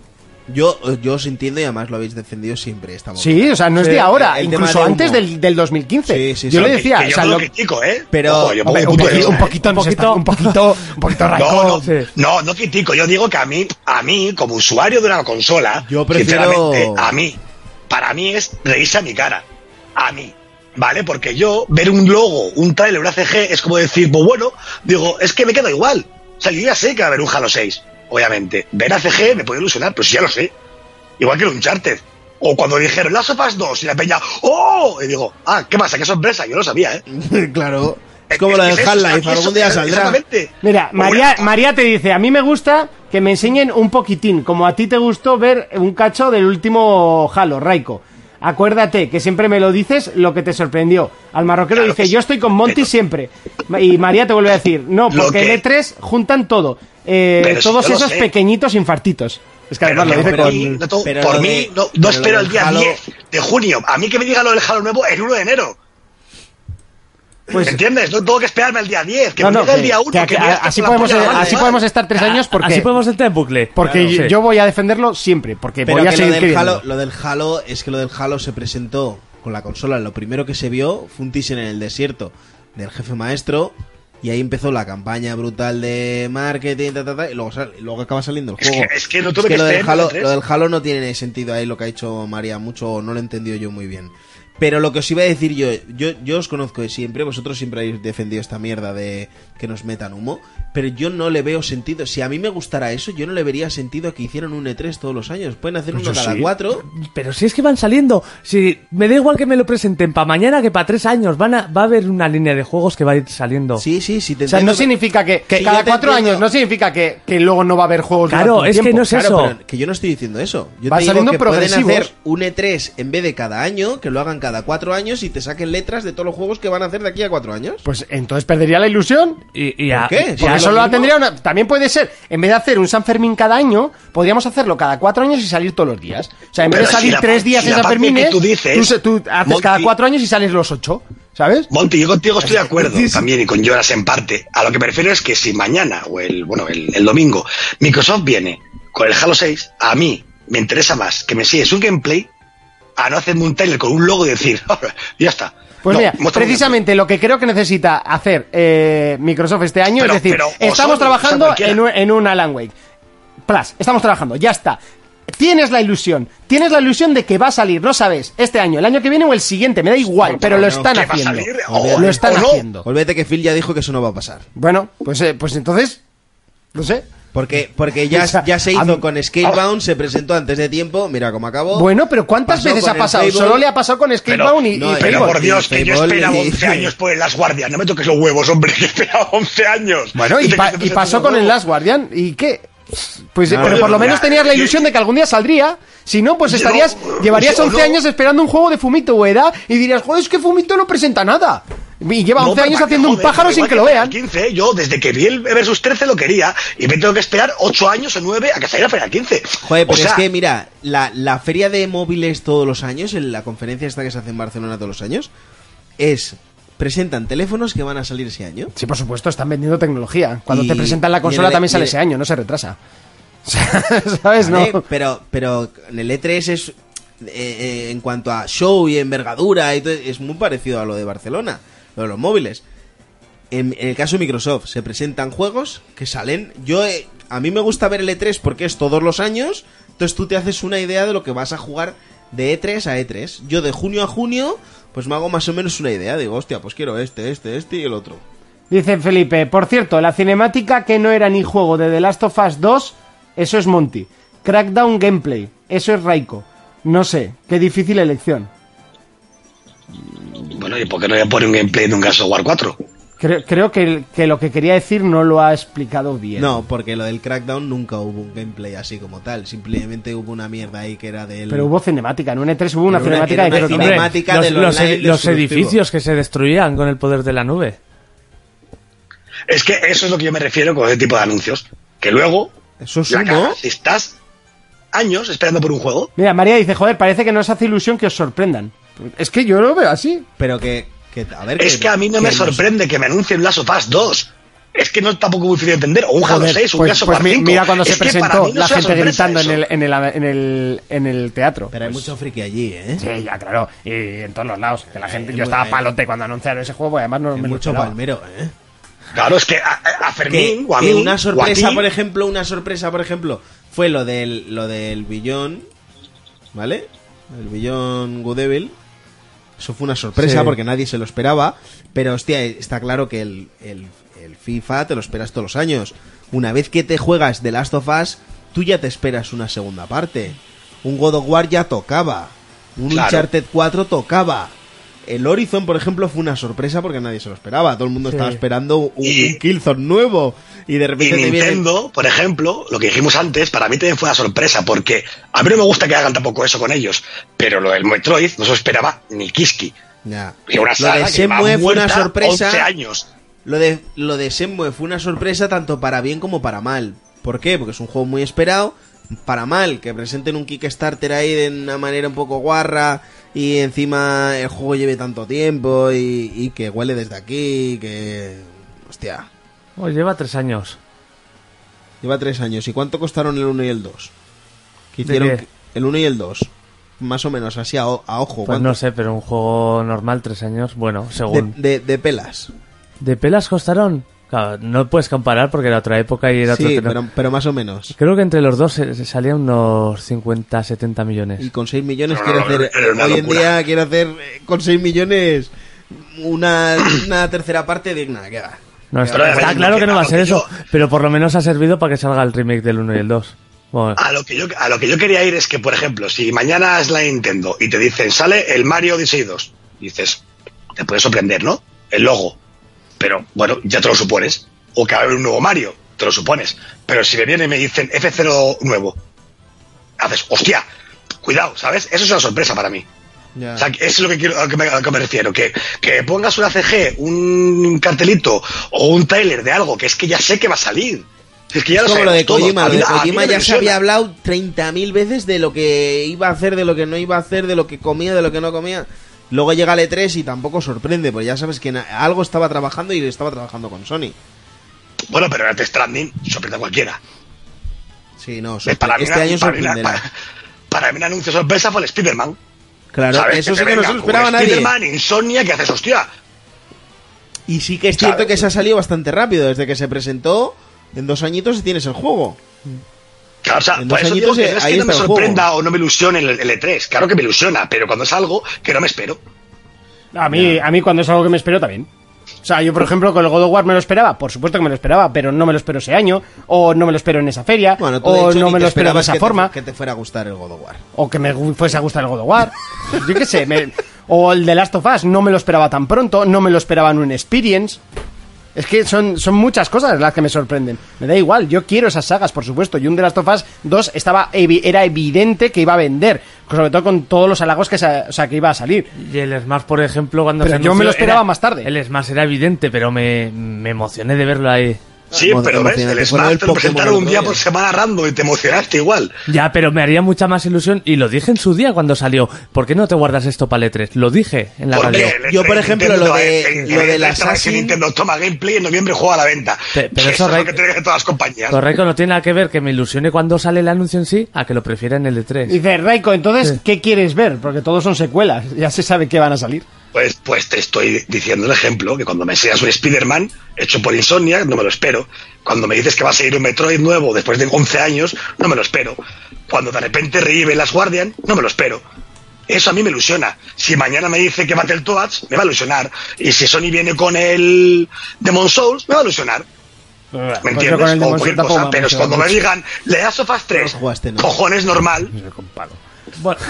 [SPEAKER 2] yo, yo os entiendo y además lo habéis defendido siempre esta movida.
[SPEAKER 1] Sí, o sea, no es
[SPEAKER 2] Sí,
[SPEAKER 1] de ahora,
[SPEAKER 2] el tema
[SPEAKER 1] incluso
[SPEAKER 2] de humo.
[SPEAKER 1] antes del, del 2015.
[SPEAKER 2] Sí, sí,
[SPEAKER 1] yo
[SPEAKER 2] sí.
[SPEAKER 1] le decía,
[SPEAKER 4] que yo
[SPEAKER 1] o sea,
[SPEAKER 4] lo
[SPEAKER 1] lo-
[SPEAKER 4] critico, ¿eh?
[SPEAKER 2] Pero-
[SPEAKER 4] Ojo, yo me
[SPEAKER 1] Hombre,
[SPEAKER 4] pongo
[SPEAKER 1] un,
[SPEAKER 4] puto
[SPEAKER 1] poqui-
[SPEAKER 4] idiota,
[SPEAKER 1] un poquito,
[SPEAKER 3] Un
[SPEAKER 1] nos está-
[SPEAKER 3] poquito.
[SPEAKER 1] un poquito, un poquito
[SPEAKER 4] No,
[SPEAKER 1] raicón.
[SPEAKER 4] no,
[SPEAKER 3] Sí.
[SPEAKER 4] no, no critico. Yo digo que a mí, a mí, como usuario de una consola,
[SPEAKER 2] Yo prefiero-
[SPEAKER 4] sinceramente, a mí, para mí es reírse a mi cara. A mí. ¿Vale? Porque yo, ver un logo, un trailer, una CG, es como decir, pues bueno, digo, es que me quedo igual. O sea, yo ya sé que va a haber un Halo 6, obviamente. Ver a CG me puede ilusionar, pero si ya lo sé. Igual que un Uncharted. O cuando dijeron Last of Us 2 y la peña, ¡oh! Y digo, ah, ¿qué pasa? ¡Qué sorpresa! Yo lo sabía, ¿eh?
[SPEAKER 2] claro. Es como la de
[SPEAKER 4] eso,
[SPEAKER 2] Half-Life,
[SPEAKER 4] eso,
[SPEAKER 2] algún día saldrá.
[SPEAKER 4] exactamente.
[SPEAKER 1] Mira,
[SPEAKER 4] Como ah,
[SPEAKER 1] María,
[SPEAKER 4] una-
[SPEAKER 1] María te dice, a mí me gusta que me enseñen un poquitín, como a ti te gustó ver un cacho del último Halo, Raiko. Acuérdate que siempre me lo dices lo que te sorprendió. Al marroquero
[SPEAKER 4] Claro que
[SPEAKER 1] dice,
[SPEAKER 4] sí,
[SPEAKER 1] yo estoy con Monty
[SPEAKER 4] pero-
[SPEAKER 1] siempre. Y María te vuelve a decir, no,
[SPEAKER 4] Lo
[SPEAKER 1] porque
[SPEAKER 4] que-
[SPEAKER 1] el E3 juntan todo. Eh,
[SPEAKER 4] Pero si
[SPEAKER 1] todos
[SPEAKER 4] yo lo
[SPEAKER 1] esos
[SPEAKER 4] sé.
[SPEAKER 1] pequeñitos infartitos. Es que
[SPEAKER 4] Pero
[SPEAKER 1] además lo
[SPEAKER 4] que
[SPEAKER 1] dice
[SPEAKER 4] por
[SPEAKER 1] con...
[SPEAKER 4] mí, no, to-
[SPEAKER 2] pero
[SPEAKER 4] por
[SPEAKER 2] lo
[SPEAKER 4] mí
[SPEAKER 2] de-
[SPEAKER 4] no, no
[SPEAKER 2] pero lo
[SPEAKER 4] espero el
[SPEAKER 2] del
[SPEAKER 4] día
[SPEAKER 2] Halo-
[SPEAKER 4] 10 de junio. A mí que me diga lo del Halo nuevo el 1 de enero.
[SPEAKER 1] Pues-
[SPEAKER 4] ¿Entiendes? No tengo que esperarme al día 10, que
[SPEAKER 1] No,
[SPEAKER 4] me
[SPEAKER 1] no,
[SPEAKER 4] diga el
[SPEAKER 1] que-
[SPEAKER 4] día 1.
[SPEAKER 1] que- que- así podemos, e, así podemos estar
[SPEAKER 2] Ah,
[SPEAKER 1] tres años porque...
[SPEAKER 3] Así podemos estar en bucle.
[SPEAKER 1] Porque
[SPEAKER 3] Claro, sí.
[SPEAKER 1] yo voy a defenderlo siempre, porque
[SPEAKER 2] Pero
[SPEAKER 1] voy a
[SPEAKER 2] que lo
[SPEAKER 1] seguir
[SPEAKER 2] del, Halo,
[SPEAKER 1] queriéndolo.
[SPEAKER 2] lo del Halo es que lo del Halo se presentó con la consola. Lo primero que se vio fue un teaser en el desierto del jefe maestro. Y ahí empezó la campaña brutal de marketing, ta, ta, ta, y luego, sal- y luego acaba saliendo el
[SPEAKER 4] Es
[SPEAKER 2] juego.
[SPEAKER 4] que- es que no tuve que
[SPEAKER 2] lo, del
[SPEAKER 4] esperar
[SPEAKER 2] Halo,
[SPEAKER 4] tres.
[SPEAKER 2] lo del Halo no tiene sentido ahí lo que ha dicho María mucho, o no lo he entendido yo muy bien. Pero lo que os iba a decir yo, yo, yo os conozco de siempre, vosotros siempre habéis defendido esta mierda de que nos metan humo, pero yo no le veo sentido. Si a mí me gustara eso, yo no le vería sentido a que hicieran un E3 todos los años. Pueden hacer
[SPEAKER 1] Pues
[SPEAKER 2] uno cada cuatro.
[SPEAKER 3] Pero si es que van saliendo, si me da igual que me lo presenten para mañana que para tres años, van a, va a haber una línea de juegos que va a ir saliendo.
[SPEAKER 2] Sí, sí, sí. Te
[SPEAKER 1] O sea,
[SPEAKER 2] entiendo,
[SPEAKER 1] no significa que,
[SPEAKER 2] que yo
[SPEAKER 1] cada
[SPEAKER 2] te
[SPEAKER 1] cuatro
[SPEAKER 2] entiendo.
[SPEAKER 1] años no significa que, que luego no va a haber juegos.
[SPEAKER 3] Claro,
[SPEAKER 1] durante un
[SPEAKER 3] es que
[SPEAKER 1] tiempo.
[SPEAKER 3] no sé-
[SPEAKER 2] Claro,
[SPEAKER 3] eso.
[SPEAKER 2] pero que yo no estoy diciendo eso. Yo
[SPEAKER 1] Van
[SPEAKER 2] te digo
[SPEAKER 1] saliendo
[SPEAKER 2] que pueden
[SPEAKER 1] progresivos.
[SPEAKER 2] hacer un E3 en vez de cada año, que lo hagan cada cuatro años y te saquen letras de todos los juegos que van a hacer de aquí a cuatro años.
[SPEAKER 1] Pues entonces perdería la ilusión.
[SPEAKER 3] Y, y a-
[SPEAKER 2] ¿Por qué? Ya,
[SPEAKER 3] y
[SPEAKER 1] Porque
[SPEAKER 3] a-
[SPEAKER 2] lo
[SPEAKER 1] solo la
[SPEAKER 2] mismo.
[SPEAKER 1] tendría una. También puede ser, en vez de hacer un San Fermín cada año, podríamos hacerlo cada cuatro años y salir todos los días. O sea, en vez
[SPEAKER 4] Pero
[SPEAKER 1] de
[SPEAKER 4] si
[SPEAKER 1] salir
[SPEAKER 4] la
[SPEAKER 1] tres
[SPEAKER 4] pa-
[SPEAKER 1] días en
[SPEAKER 4] si la
[SPEAKER 1] San
[SPEAKER 4] parte
[SPEAKER 1] Fermín, ¿eh?
[SPEAKER 4] que tú dices,
[SPEAKER 1] tú, haces
[SPEAKER 4] Monty-
[SPEAKER 1] cada cuatro años y sales los ocho, ¿sabes?
[SPEAKER 4] Monty, yo contigo estoy de acuerdo también y con Jonas en parte. A lo que me refiero es que si mañana o el, bueno, el, el domingo Microsoft viene con el Halo 6, a mí me interesa más que me sigues un gameplay a no hacerme un trailer con un logo y decir, ya está.
[SPEAKER 1] Pues
[SPEAKER 4] No,
[SPEAKER 1] mira,
[SPEAKER 4] muéstrame un
[SPEAKER 1] precisamente lo que creo que necesita hacer eh, Microsoft este año
[SPEAKER 4] Pero-
[SPEAKER 1] es decir,
[SPEAKER 4] pero vosotros,
[SPEAKER 1] estamos
[SPEAKER 4] o sea,
[SPEAKER 1] trabajando
[SPEAKER 4] cualquiera.
[SPEAKER 1] en un, en un Alan Wake. Plus, estamos trabajando, ya está. Tienes la ilusión, tienes la ilusión de que va a salir, no sabes, este año, el año que viene o el siguiente, me da igual, pero lo
[SPEAKER 2] no,
[SPEAKER 1] están
[SPEAKER 4] que va a
[SPEAKER 1] haciendo.
[SPEAKER 4] salir, o-
[SPEAKER 1] Lo están
[SPEAKER 4] o no.
[SPEAKER 1] haciendo.
[SPEAKER 2] Olvídate que Phil ya dijo que eso no va a pasar.
[SPEAKER 1] Bueno, pues, eh, pues entonces, no sé.
[SPEAKER 2] Porque, porque ya,
[SPEAKER 1] O sea,
[SPEAKER 2] ya se
[SPEAKER 1] a
[SPEAKER 2] hizo
[SPEAKER 1] dónde-
[SPEAKER 2] con Scalebound, se presentó antes de tiempo, mira cómo acabó.
[SPEAKER 1] Bueno, pero ¿cuántas
[SPEAKER 2] Pasó
[SPEAKER 1] veces
[SPEAKER 2] con
[SPEAKER 1] ha
[SPEAKER 2] el
[SPEAKER 1] pasado?
[SPEAKER 2] Fable.
[SPEAKER 1] Solo le ha pasado con Scalebound y,
[SPEAKER 2] no,
[SPEAKER 1] y Fable.
[SPEAKER 2] pero
[SPEAKER 4] Pero eh, por
[SPEAKER 2] Sí,
[SPEAKER 4] Dios, que yo
[SPEAKER 2] Fable
[SPEAKER 4] esperaba
[SPEAKER 2] y-
[SPEAKER 4] 11 años por el Last Guardian. No me toques los huevos, hombre, que esperaba 11 años.
[SPEAKER 1] Bueno, y,
[SPEAKER 4] Dice
[SPEAKER 1] pa-
[SPEAKER 4] que te
[SPEAKER 1] y pasó
[SPEAKER 4] presento
[SPEAKER 1] con el
[SPEAKER 4] los
[SPEAKER 1] Last Guardian, ¿y qué? Pues,
[SPEAKER 2] No,
[SPEAKER 1] pero por lo
[SPEAKER 4] no,
[SPEAKER 1] menos
[SPEAKER 4] ya,
[SPEAKER 1] tenías la
[SPEAKER 4] yo-
[SPEAKER 1] ilusión de que algún día saldría. Si no, pues
[SPEAKER 4] Yo-
[SPEAKER 1] estarías, llevarías
[SPEAKER 4] yo
[SPEAKER 1] 11
[SPEAKER 4] no.
[SPEAKER 1] años esperando un juego de Fumito Ueda y dirías, joder, es que Fumito no presenta nada. Y lleva
[SPEAKER 4] No,
[SPEAKER 1] 11 años
[SPEAKER 4] papá,
[SPEAKER 1] haciendo un
[SPEAKER 4] joder,
[SPEAKER 1] pájaro
[SPEAKER 4] igual
[SPEAKER 1] sin que lo vean.
[SPEAKER 4] el 15, yo desde que vi el Versus 13 lo quería y me tengo que esperar 8 años o 9 a que salga Final 15.
[SPEAKER 2] Joder, pero
[SPEAKER 4] o sea,
[SPEAKER 2] es que mira, la, la feria de móviles todos los años, en la conferencia esta que se hace en Barcelona todos los años, es presentan teléfonos que van a salir ese año.
[SPEAKER 1] Sí, por supuesto, están vendiendo tecnología. Cuando
[SPEAKER 2] Y-
[SPEAKER 1] te presentan la
[SPEAKER 2] y
[SPEAKER 1] consola
[SPEAKER 2] en el-
[SPEAKER 1] también
[SPEAKER 2] y
[SPEAKER 1] sale
[SPEAKER 2] en-
[SPEAKER 1] ese año, no se retrasa. ¿Sabes?
[SPEAKER 2] ¿vale?
[SPEAKER 1] No.
[SPEAKER 2] Pero, pero en el E3 es eh, eh, en cuanto a show y envergadura y todo, es muy parecido a lo de Barcelona, lo de los móviles. En, en el caso de Microsoft se presentan juegos que salen. Yo eh, a mí me gusta ver el E3 porque es todos los años. Entonces tú te haces una idea de lo que vas a jugar de E3 a E3. Yo de junio a junio pues me hago más o menos una idea. Digo, hostia, pues quiero este, este, este y el otro.
[SPEAKER 1] Dice Felipe, por cierto, la cinemática que no era ni juego de The Last of Us 2, eso es Monty. Crackdown gameplay, eso es Raiko. No sé, qué difícil elección.
[SPEAKER 4] Bueno, ¿y por qué no voy a poner un gameplay de un Gas of War 4?
[SPEAKER 1] Creo, creo que, que lo que quería decir no lo ha explicado bien.
[SPEAKER 2] No, porque lo del Crackdown nunca hubo un gameplay así como tal. Simplemente hubo una mierda ahí que era del.
[SPEAKER 1] Pero hubo cinemática, en un E3 hubo una
[SPEAKER 4] E
[SPEAKER 2] Pero una-
[SPEAKER 1] cinemática
[SPEAKER 2] era
[SPEAKER 1] de
[SPEAKER 2] una
[SPEAKER 1] Crackdown.
[SPEAKER 3] Hombre,
[SPEAKER 2] cinemática
[SPEAKER 3] los,
[SPEAKER 2] del
[SPEAKER 3] los
[SPEAKER 2] online
[SPEAKER 3] ed- los
[SPEAKER 2] destructivo.
[SPEAKER 3] edificios que se destruían con el poder de la nube.
[SPEAKER 4] Es que eso es lo que yo me refiero con ese tipo de anuncios. Que luego,
[SPEAKER 2] Eso es
[SPEAKER 4] la
[SPEAKER 2] humo.
[SPEAKER 4] cagas, si estás años esperando por un juego.
[SPEAKER 1] Mira, María dice, joder, parece que no os hace ilusión que os sorprendan. Es que yo lo veo así.
[SPEAKER 2] Pero que, que- a ver,
[SPEAKER 4] Es que a mí no me
[SPEAKER 2] nos-
[SPEAKER 4] sorprende que me anuncien Last of Us 2. Es que no tampoco es muy difícil de entender. O un Halo
[SPEAKER 1] Joder,
[SPEAKER 4] 6, un
[SPEAKER 1] pues-
[SPEAKER 4] Last of
[SPEAKER 1] pues
[SPEAKER 4] Us
[SPEAKER 1] mi-
[SPEAKER 4] 5.
[SPEAKER 1] mira cuando
[SPEAKER 4] Es
[SPEAKER 1] se
[SPEAKER 4] que para
[SPEAKER 1] presentó
[SPEAKER 4] mí no
[SPEAKER 1] la
[SPEAKER 4] es una
[SPEAKER 1] gente
[SPEAKER 4] sorpresa
[SPEAKER 1] gritando en
[SPEAKER 4] eso. Pues
[SPEAKER 1] el, eh, en, el, en, el, en el teatro.
[SPEAKER 2] Pero hay mucho friki allí, ¿eh?
[SPEAKER 1] Sí, ya, claro. Y en todos los lados. Que la gente,
[SPEAKER 2] Eh,
[SPEAKER 1] yo estaba
[SPEAKER 2] bueno.
[SPEAKER 1] palote cuando anunciaron ese juego, porque además no
[SPEAKER 2] Hay
[SPEAKER 1] me lo
[SPEAKER 2] mucho
[SPEAKER 1] esperaba.
[SPEAKER 2] palmero, ¿eh?
[SPEAKER 4] Claro, es que a, a Fermín
[SPEAKER 2] que,
[SPEAKER 4] o a
[SPEAKER 2] que
[SPEAKER 4] mí,
[SPEAKER 2] una sorpresa,
[SPEAKER 4] o a ti,
[SPEAKER 2] por ejemplo, una sorpresa, por ejemplo, fue lo del lo del billón, ¿vale? El billón Good Evil. Eso fue una sorpresa
[SPEAKER 1] Sí.
[SPEAKER 2] porque nadie se lo esperaba, pero hostia, está claro que el, el- el FIFA te lo esperas todos los años. Una vez que te juegas The Last of Us, tú ya te esperas una segunda parte. Un God of War ya tocaba. Un
[SPEAKER 4] Claro.
[SPEAKER 2] Uncharted 4 tocaba. El Horizon, por ejemplo, fue una sorpresa porque nadie se lo esperaba. Todo el mundo estaba esperando un,
[SPEAKER 4] Y-
[SPEAKER 2] un Killzone nuevo. Y de
[SPEAKER 4] y
[SPEAKER 2] repente te viene-
[SPEAKER 4] Nintendo, por ejemplo, lo que dijimos antes, para mí también fue una sorpresa, porque a mí no me gusta que hagan tampoco eso con ellos, pero lo del Metroid no se lo esperaba ni Kiski.
[SPEAKER 2] Ya.
[SPEAKER 4] Y una
[SPEAKER 2] Lo
[SPEAKER 4] saga
[SPEAKER 2] de
[SPEAKER 4] que lleva
[SPEAKER 2] Shenmue fue una
[SPEAKER 4] muerta
[SPEAKER 2] sorpresa.
[SPEAKER 4] 11 años.
[SPEAKER 2] Lo de, lo de Shenmue fue una sorpresa tanto para bien como para mal. ¿Por qué? Porque es un juego muy esperado. Para mal, que presenten un Kickstarter ahí de una manera un poco guarra y encima el juego lleve tanto tiempo y, y que huele desde aquí, que... Hostia,
[SPEAKER 3] Oh, lleva tres años.
[SPEAKER 2] lleva tres años. ¿Y cuánto costaron el 1 y el 2? Que
[SPEAKER 3] ¿De
[SPEAKER 2] hicieron
[SPEAKER 3] qué?
[SPEAKER 2] el 1 y el 2. Más o menos, así a, o- a ojo.
[SPEAKER 3] Pues
[SPEAKER 2] ¿cuánto?
[SPEAKER 3] no sé, pero un juego normal, tres años, bueno, según.
[SPEAKER 2] de, de- de pelas.
[SPEAKER 3] ¿De pelas costaron? Claro, no puedes comparar porque era otra época y era otro
[SPEAKER 2] Sí,
[SPEAKER 3] que no-
[SPEAKER 2] pero, pero más o menos.
[SPEAKER 3] Creo que entre los dos se, se salían unos 50, 70
[SPEAKER 2] Y
[SPEAKER 3] millones.
[SPEAKER 2] con 6 millones
[SPEAKER 4] No,
[SPEAKER 2] quiero
[SPEAKER 4] no, no,
[SPEAKER 2] hacer.
[SPEAKER 4] era una
[SPEAKER 2] hoy en
[SPEAKER 4] locura.
[SPEAKER 2] día quiero hacer eh, con 6 millones una, una tercera parte digna. Que va.
[SPEAKER 3] No, está,
[SPEAKER 4] Pero,
[SPEAKER 3] está
[SPEAKER 4] eh,
[SPEAKER 3] claro que no va a ser eso,
[SPEAKER 4] claro que
[SPEAKER 3] pero por lo menos ha servido para que salga el remake del 1 y el 2. Bueno,
[SPEAKER 2] Ah.
[SPEAKER 4] A lo, que yo, a lo que yo quería ir es que, por ejemplo, si mañana es la Nintendo y te dicen, sale el Mario Odyssey 2, dices, te puede sorprender, ¿no? El logo. Pero bueno, ya te lo supones. O que va a haber un nuevo Mario, te lo supones. Pero si me vienen y me dicen F0 nuevo, haces, hostia, cuidado, ¿sabes? Eso es una sorpresa para mí.
[SPEAKER 2] Ya.
[SPEAKER 4] O sea, que eso es lo que, quiero, a lo que me, a lo que me refiero. Que, que pongas una CG, un cartelito o un tráiler de algo que es que ya sé que va a salir. Es que ya
[SPEAKER 2] Es
[SPEAKER 4] lo
[SPEAKER 2] como lo de
[SPEAKER 4] sabemos todos.
[SPEAKER 2] Kojima.
[SPEAKER 4] A
[SPEAKER 2] Lo
[SPEAKER 4] mí-
[SPEAKER 2] de
[SPEAKER 4] a mí no
[SPEAKER 2] Kojima
[SPEAKER 4] me
[SPEAKER 2] ya se había
[SPEAKER 4] ilusiona.
[SPEAKER 2] hablado 30.000 veces de lo que iba a hacer, de lo que no iba a hacer, de lo que comía, de lo que no comía. Luego llega el E3 y tampoco sorprende, porque ya sabes que na- algo estaba trabajando y estaba trabajando con Sony.
[SPEAKER 4] Bueno, pero Death Stranding sorprende a cualquiera.
[SPEAKER 2] Sí, no,
[SPEAKER 4] Eh,
[SPEAKER 2] sorpre-
[SPEAKER 4] Para mí,
[SPEAKER 2] este
[SPEAKER 4] una-
[SPEAKER 2] año
[SPEAKER 4] para mí una-
[SPEAKER 2] sorprenderá.
[SPEAKER 4] para- para mí un anuncio sorpresa fue el Spider-Man.
[SPEAKER 2] Claro,
[SPEAKER 4] ¿sabes?
[SPEAKER 2] eso
[SPEAKER 4] te
[SPEAKER 2] sí que no
[SPEAKER 4] venga
[SPEAKER 2] se lo
[SPEAKER 4] con
[SPEAKER 2] esperaba nadie.
[SPEAKER 4] Spider-Man, Insomnia, que haces, hostia.
[SPEAKER 2] Y sí que es cierto
[SPEAKER 4] ¿Sabes?
[SPEAKER 2] que se ha salido bastante rápido. Desde que se presentó, en dos añitos tienes el juego.
[SPEAKER 4] Claro, o sea,
[SPEAKER 2] En
[SPEAKER 4] por
[SPEAKER 2] dos
[SPEAKER 4] eso digo
[SPEAKER 2] añitos,
[SPEAKER 4] que no es
[SPEAKER 2] ahí
[SPEAKER 4] que no
[SPEAKER 2] está
[SPEAKER 4] me
[SPEAKER 2] el juego.
[SPEAKER 4] sorprenda o no me ilusione el, el E3. Claro que me ilusiona, pero cuando es algo que no me espero.
[SPEAKER 1] A mí, a mí cuando es algo que me espero también. O sea, yo
[SPEAKER 2] Pues-
[SPEAKER 1] por ejemplo con el God of War me lo esperaba, por supuesto que me lo esperaba, pero no me lo espero ese año, o no me lo espero en esa feria,
[SPEAKER 2] Bueno, tú de
[SPEAKER 1] o
[SPEAKER 2] hecho,
[SPEAKER 1] no
[SPEAKER 2] ni
[SPEAKER 1] me
[SPEAKER 2] te
[SPEAKER 1] lo espero de
[SPEAKER 2] esperabas
[SPEAKER 1] esa
[SPEAKER 2] que te-
[SPEAKER 1] forma,
[SPEAKER 2] que te fuera a gustar el God of War.
[SPEAKER 1] o que me gu- fuese a gustar el God of War. yo qué sé, me- o el de Last of Us, no me lo esperaba tan pronto, no me lo esperaba en un Experience. Es que son, son muchas cosas las que me sorprenden. Me da igual, yo quiero esas sagas, por supuesto. Y un The Last of Us 2 estaba, evi- era evidente que iba a vender. Sobre todo con todos los halagos que, sa- o sea, que iba a salir.
[SPEAKER 3] Y el Smash, por ejemplo, cuando
[SPEAKER 1] Pero
[SPEAKER 3] se
[SPEAKER 1] yo me
[SPEAKER 3] anunció,
[SPEAKER 1] lo esperaba
[SPEAKER 3] era-
[SPEAKER 1] más tarde.
[SPEAKER 3] El Smash era evidente, pero me, me emocioné de verlo ahí.
[SPEAKER 4] Sí,
[SPEAKER 2] Emo-
[SPEAKER 4] pero ves,
[SPEAKER 2] emocionante.
[SPEAKER 4] el
[SPEAKER 2] Fue lo del
[SPEAKER 4] Smash te lo
[SPEAKER 2] Pokémon
[SPEAKER 4] presentaron
[SPEAKER 2] el
[SPEAKER 4] un
[SPEAKER 2] otro
[SPEAKER 4] día
[SPEAKER 2] día.
[SPEAKER 4] por semana random y te emocionaste igual.
[SPEAKER 3] Ya, pero me haría mucha más ilusión, y lo dije en su día cuando salió. ¿Por qué no te guardas esto para el E3? Lo dije en la
[SPEAKER 4] Porque
[SPEAKER 3] radio.
[SPEAKER 4] el
[SPEAKER 2] yo, por
[SPEAKER 4] E3
[SPEAKER 2] ejemplo,
[SPEAKER 4] Nintendo,
[SPEAKER 2] lo de-
[SPEAKER 4] eh,
[SPEAKER 2] lo
[SPEAKER 4] eh,
[SPEAKER 2] del
[SPEAKER 4] el E3
[SPEAKER 2] Assassin-
[SPEAKER 4] que Nintendo toma gameplay y en noviembre juega a la venta.
[SPEAKER 3] Pe- pero
[SPEAKER 4] Que
[SPEAKER 3] eso
[SPEAKER 4] eso es
[SPEAKER 3] re-
[SPEAKER 4] lo que tienen que todas las compañías.
[SPEAKER 3] Correcto, no tiene nada que ver que me ilusione cuando sale el anuncio en sí a que lo prefiera en el E3.
[SPEAKER 1] Dice, Raiko, entonces,
[SPEAKER 3] Sí.
[SPEAKER 1] ¿qué quieres ver? Porque todos son secuelas, ya se sabe que van a salir.
[SPEAKER 4] Pues, pues te estoy diciendo el ejemplo, que cuando me enseñas un Spider-Man hecho por Insomnia, no me lo espero. Cuando me dices que va a salir un Metroid nuevo después de 11 años, no me lo espero. Cuando de repente revive Las Guardian, no me lo espero. Eso a mí me ilusiona. Si mañana me dice que Battletoads, me va a ilusionar. Y si Sony viene con el Demon Souls, me va a ilusionar. ¿Me
[SPEAKER 1] Pues yo
[SPEAKER 4] entiendes?
[SPEAKER 1] con el
[SPEAKER 4] o
[SPEAKER 1] Demon
[SPEAKER 4] cualquier
[SPEAKER 1] Souls tampoco
[SPEAKER 4] cosa.
[SPEAKER 1] me
[SPEAKER 4] Pero
[SPEAKER 1] emociono
[SPEAKER 4] cuando me
[SPEAKER 1] mucho.
[SPEAKER 4] digan, le das sofás 3,
[SPEAKER 2] No jugaste, ¿no?
[SPEAKER 4] cojones normal.
[SPEAKER 3] Bueno,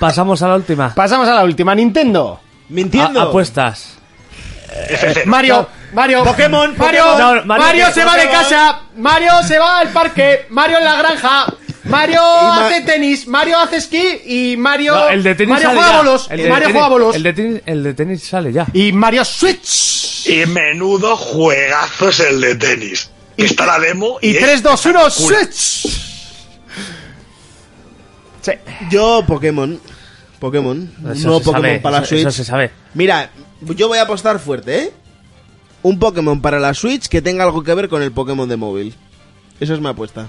[SPEAKER 3] pasamos a la última.
[SPEAKER 1] Pasamos a la última, Nintendo.
[SPEAKER 2] Mintiendo.
[SPEAKER 1] Ah,
[SPEAKER 3] A-
[SPEAKER 1] pues
[SPEAKER 3] apuestas.
[SPEAKER 4] FC.
[SPEAKER 1] Mario, Mario, Pokémon, Mario,
[SPEAKER 3] Pokémon.
[SPEAKER 1] Mario,
[SPEAKER 3] No, Mario, ¿qué?
[SPEAKER 1] se va de
[SPEAKER 3] Pokémon.
[SPEAKER 1] casa, Mario se va al parque, Mario en la granja, Mario
[SPEAKER 2] ma-
[SPEAKER 1] hace tenis, Mario hace esquí y Mario,
[SPEAKER 3] No, el de tenis
[SPEAKER 1] Mario
[SPEAKER 3] sale
[SPEAKER 1] juega
[SPEAKER 3] ya.
[SPEAKER 1] bolos,
[SPEAKER 3] El de
[SPEAKER 1] Mario
[SPEAKER 3] tenis-
[SPEAKER 1] juega bolos
[SPEAKER 3] El de, tenis, el de tenis sale ya.
[SPEAKER 1] y Mario Switch
[SPEAKER 4] Y menudo juegazo es el de tenis. Que está la demo
[SPEAKER 1] y
[SPEAKER 4] es
[SPEAKER 1] 3 2 1
[SPEAKER 4] cura.
[SPEAKER 1] Switch.
[SPEAKER 5] Sí.
[SPEAKER 2] Yo, Pokémon. Pokémon.
[SPEAKER 3] Eso
[SPEAKER 2] no
[SPEAKER 3] se
[SPEAKER 2] Pokémon
[SPEAKER 3] sabe,
[SPEAKER 2] para
[SPEAKER 3] eso-
[SPEAKER 2] Switch.
[SPEAKER 3] eso se sabe.
[SPEAKER 2] Mira, yo voy a apostar fuerte, ¿eh? Un Pokémon para la Switch que tenga algo que ver con el Pokémon de móvil. Esa es mi apuesta.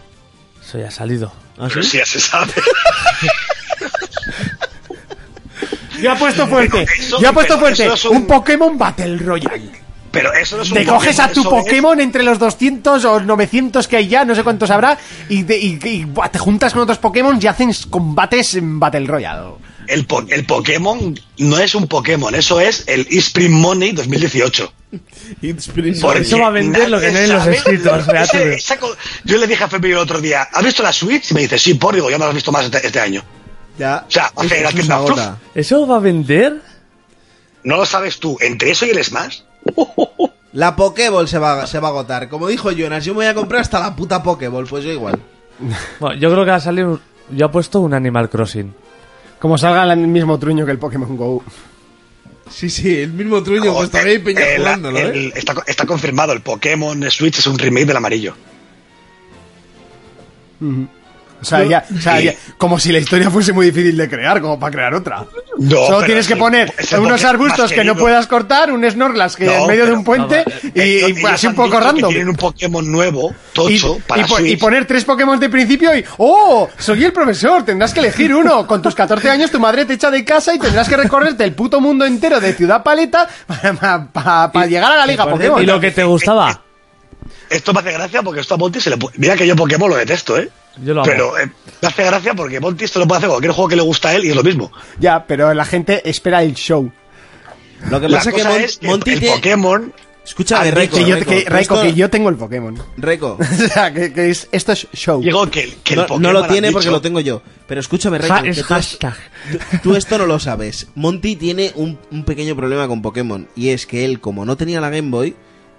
[SPEAKER 3] Eso ya ha salido.
[SPEAKER 2] ¿Ah,
[SPEAKER 4] Pero
[SPEAKER 2] sí?
[SPEAKER 4] sí, ya se sabe.
[SPEAKER 1] Yo apuesto fuerte.
[SPEAKER 4] Eso-
[SPEAKER 1] Yo apuesto
[SPEAKER 4] pero
[SPEAKER 1] fuerte.
[SPEAKER 4] eso es
[SPEAKER 1] Un...
[SPEAKER 4] un-
[SPEAKER 1] Pokémon Battle Royale.
[SPEAKER 4] Pero eso no es un
[SPEAKER 1] Te coges a tu
[SPEAKER 4] eso es-
[SPEAKER 1] Pokémon entre los 200 o 900 que hay ya, no sé cuántos habrá, y te, y- y, buah, te juntas con otros Pokémon y hacen combates en Battle Royale.
[SPEAKER 4] el, po- el Pokémon no es un Pokémon, eso es el eSpring Money 2018.
[SPEAKER 2] It's pretty
[SPEAKER 4] Porque
[SPEAKER 3] eso va a vender lo que no hay en los
[SPEAKER 4] nadie sabe
[SPEAKER 3] escritos,
[SPEAKER 4] lo que
[SPEAKER 3] vea tú.
[SPEAKER 4] se- esa co- yo le dije a Femi el otro día, ¿has visto la Switch? Y me dice, sí, por, digo, ya no la has visto más este, este año.
[SPEAKER 2] Ya.
[SPEAKER 4] O sea, hace la tienda Fluff.
[SPEAKER 3] ¿Eso va a vender?
[SPEAKER 4] No lo sabes tú, entre eso y el Smash.
[SPEAKER 2] La Pokéball se va, se va a agotar. Como dijo Jonas, yo me voy a comprar hasta la puta Pokéball. Pues yo igual.
[SPEAKER 3] Bueno, yo creo que va a salir. un- Yo apuesto un Animal Crossing.
[SPEAKER 1] Como salga el mismo truño que el Pokémon GO.
[SPEAKER 2] Sí, sí, el mismo truño
[SPEAKER 4] Joder,
[SPEAKER 2] Costa Rica y Peña
[SPEAKER 4] el-
[SPEAKER 2] jugándolo, ¿eh?
[SPEAKER 4] el- está, está confirmado, el Pokémon Switch es un remake del amarillo.
[SPEAKER 1] O sea, ya, o sea, ya- como si la historia fuese muy difícil de crear, como para crear otra.
[SPEAKER 4] No,
[SPEAKER 1] Solo
[SPEAKER 4] pero
[SPEAKER 1] tienes
[SPEAKER 4] es
[SPEAKER 1] que
[SPEAKER 4] el-
[SPEAKER 1] poner
[SPEAKER 4] es el
[SPEAKER 1] unos
[SPEAKER 4] Pokémon
[SPEAKER 1] arbustos
[SPEAKER 4] más
[SPEAKER 1] que no
[SPEAKER 4] querido.
[SPEAKER 1] puedas cortar, un Snorlax que
[SPEAKER 4] No,
[SPEAKER 1] en medio de
[SPEAKER 4] pero-
[SPEAKER 1] un puente y,
[SPEAKER 4] Ellos-
[SPEAKER 1] Eh, y
[SPEAKER 4] ellos
[SPEAKER 1] así un
[SPEAKER 4] han
[SPEAKER 1] poco
[SPEAKER 4] dicho que
[SPEAKER 1] random.
[SPEAKER 4] Tienen un Pokémon nuevo,
[SPEAKER 1] Y,
[SPEAKER 4] tocho, para
[SPEAKER 1] y po-
[SPEAKER 4] Switch.
[SPEAKER 1] y poner tres Pokémon de principio y ¡Oh! Soy el profesor, tendrás que elegir uno. Con tus 14 años tu madre te echa de casa y tendrás que recorrerte el puto mundo entero de Ciudad Paleta para, para- para llegar a la Liga
[SPEAKER 2] por
[SPEAKER 1] Pokémon.
[SPEAKER 3] Y lo que te gustaba.
[SPEAKER 4] Esto me hace gracia porque esto a Monty se le puede... Mira que yo Pokémon lo detesto, ¿eh?
[SPEAKER 3] Yo lo amo.
[SPEAKER 4] Pero eh, me hace gracia porque Monty esto lo puede hacer con cualquier juego que le gusta a él y es lo mismo.
[SPEAKER 1] Ya, pero la gente espera el show.
[SPEAKER 2] Lo que
[SPEAKER 4] La
[SPEAKER 2] pasa es que
[SPEAKER 4] cosa
[SPEAKER 2] Mon-
[SPEAKER 4] es que
[SPEAKER 2] Monty
[SPEAKER 4] el
[SPEAKER 2] te-
[SPEAKER 4] Pokémon...
[SPEAKER 2] Escucha,
[SPEAKER 1] Ah,
[SPEAKER 2] Reco,
[SPEAKER 1] que yo,
[SPEAKER 2] Reco,
[SPEAKER 1] que-
[SPEAKER 2] tú
[SPEAKER 1] Reco,
[SPEAKER 2] esto-
[SPEAKER 1] que yo tengo el Pokémon.
[SPEAKER 2] Reco,
[SPEAKER 1] o sea, que, que es, esto es show.
[SPEAKER 4] Digo que, el- que el
[SPEAKER 2] no,
[SPEAKER 4] Pokémon...
[SPEAKER 2] no lo
[SPEAKER 4] han
[SPEAKER 2] tiene
[SPEAKER 4] dicho-
[SPEAKER 2] porque lo tengo yo. Pero escúchame, Reco,
[SPEAKER 3] Ja-
[SPEAKER 2] que
[SPEAKER 3] es
[SPEAKER 2] tú, es-
[SPEAKER 3] hashtag.
[SPEAKER 2] tú- tú esto no lo sabes. Monty tiene un, un pequeño problema con Pokémon. Y es que él, como no tenía la Game Boy,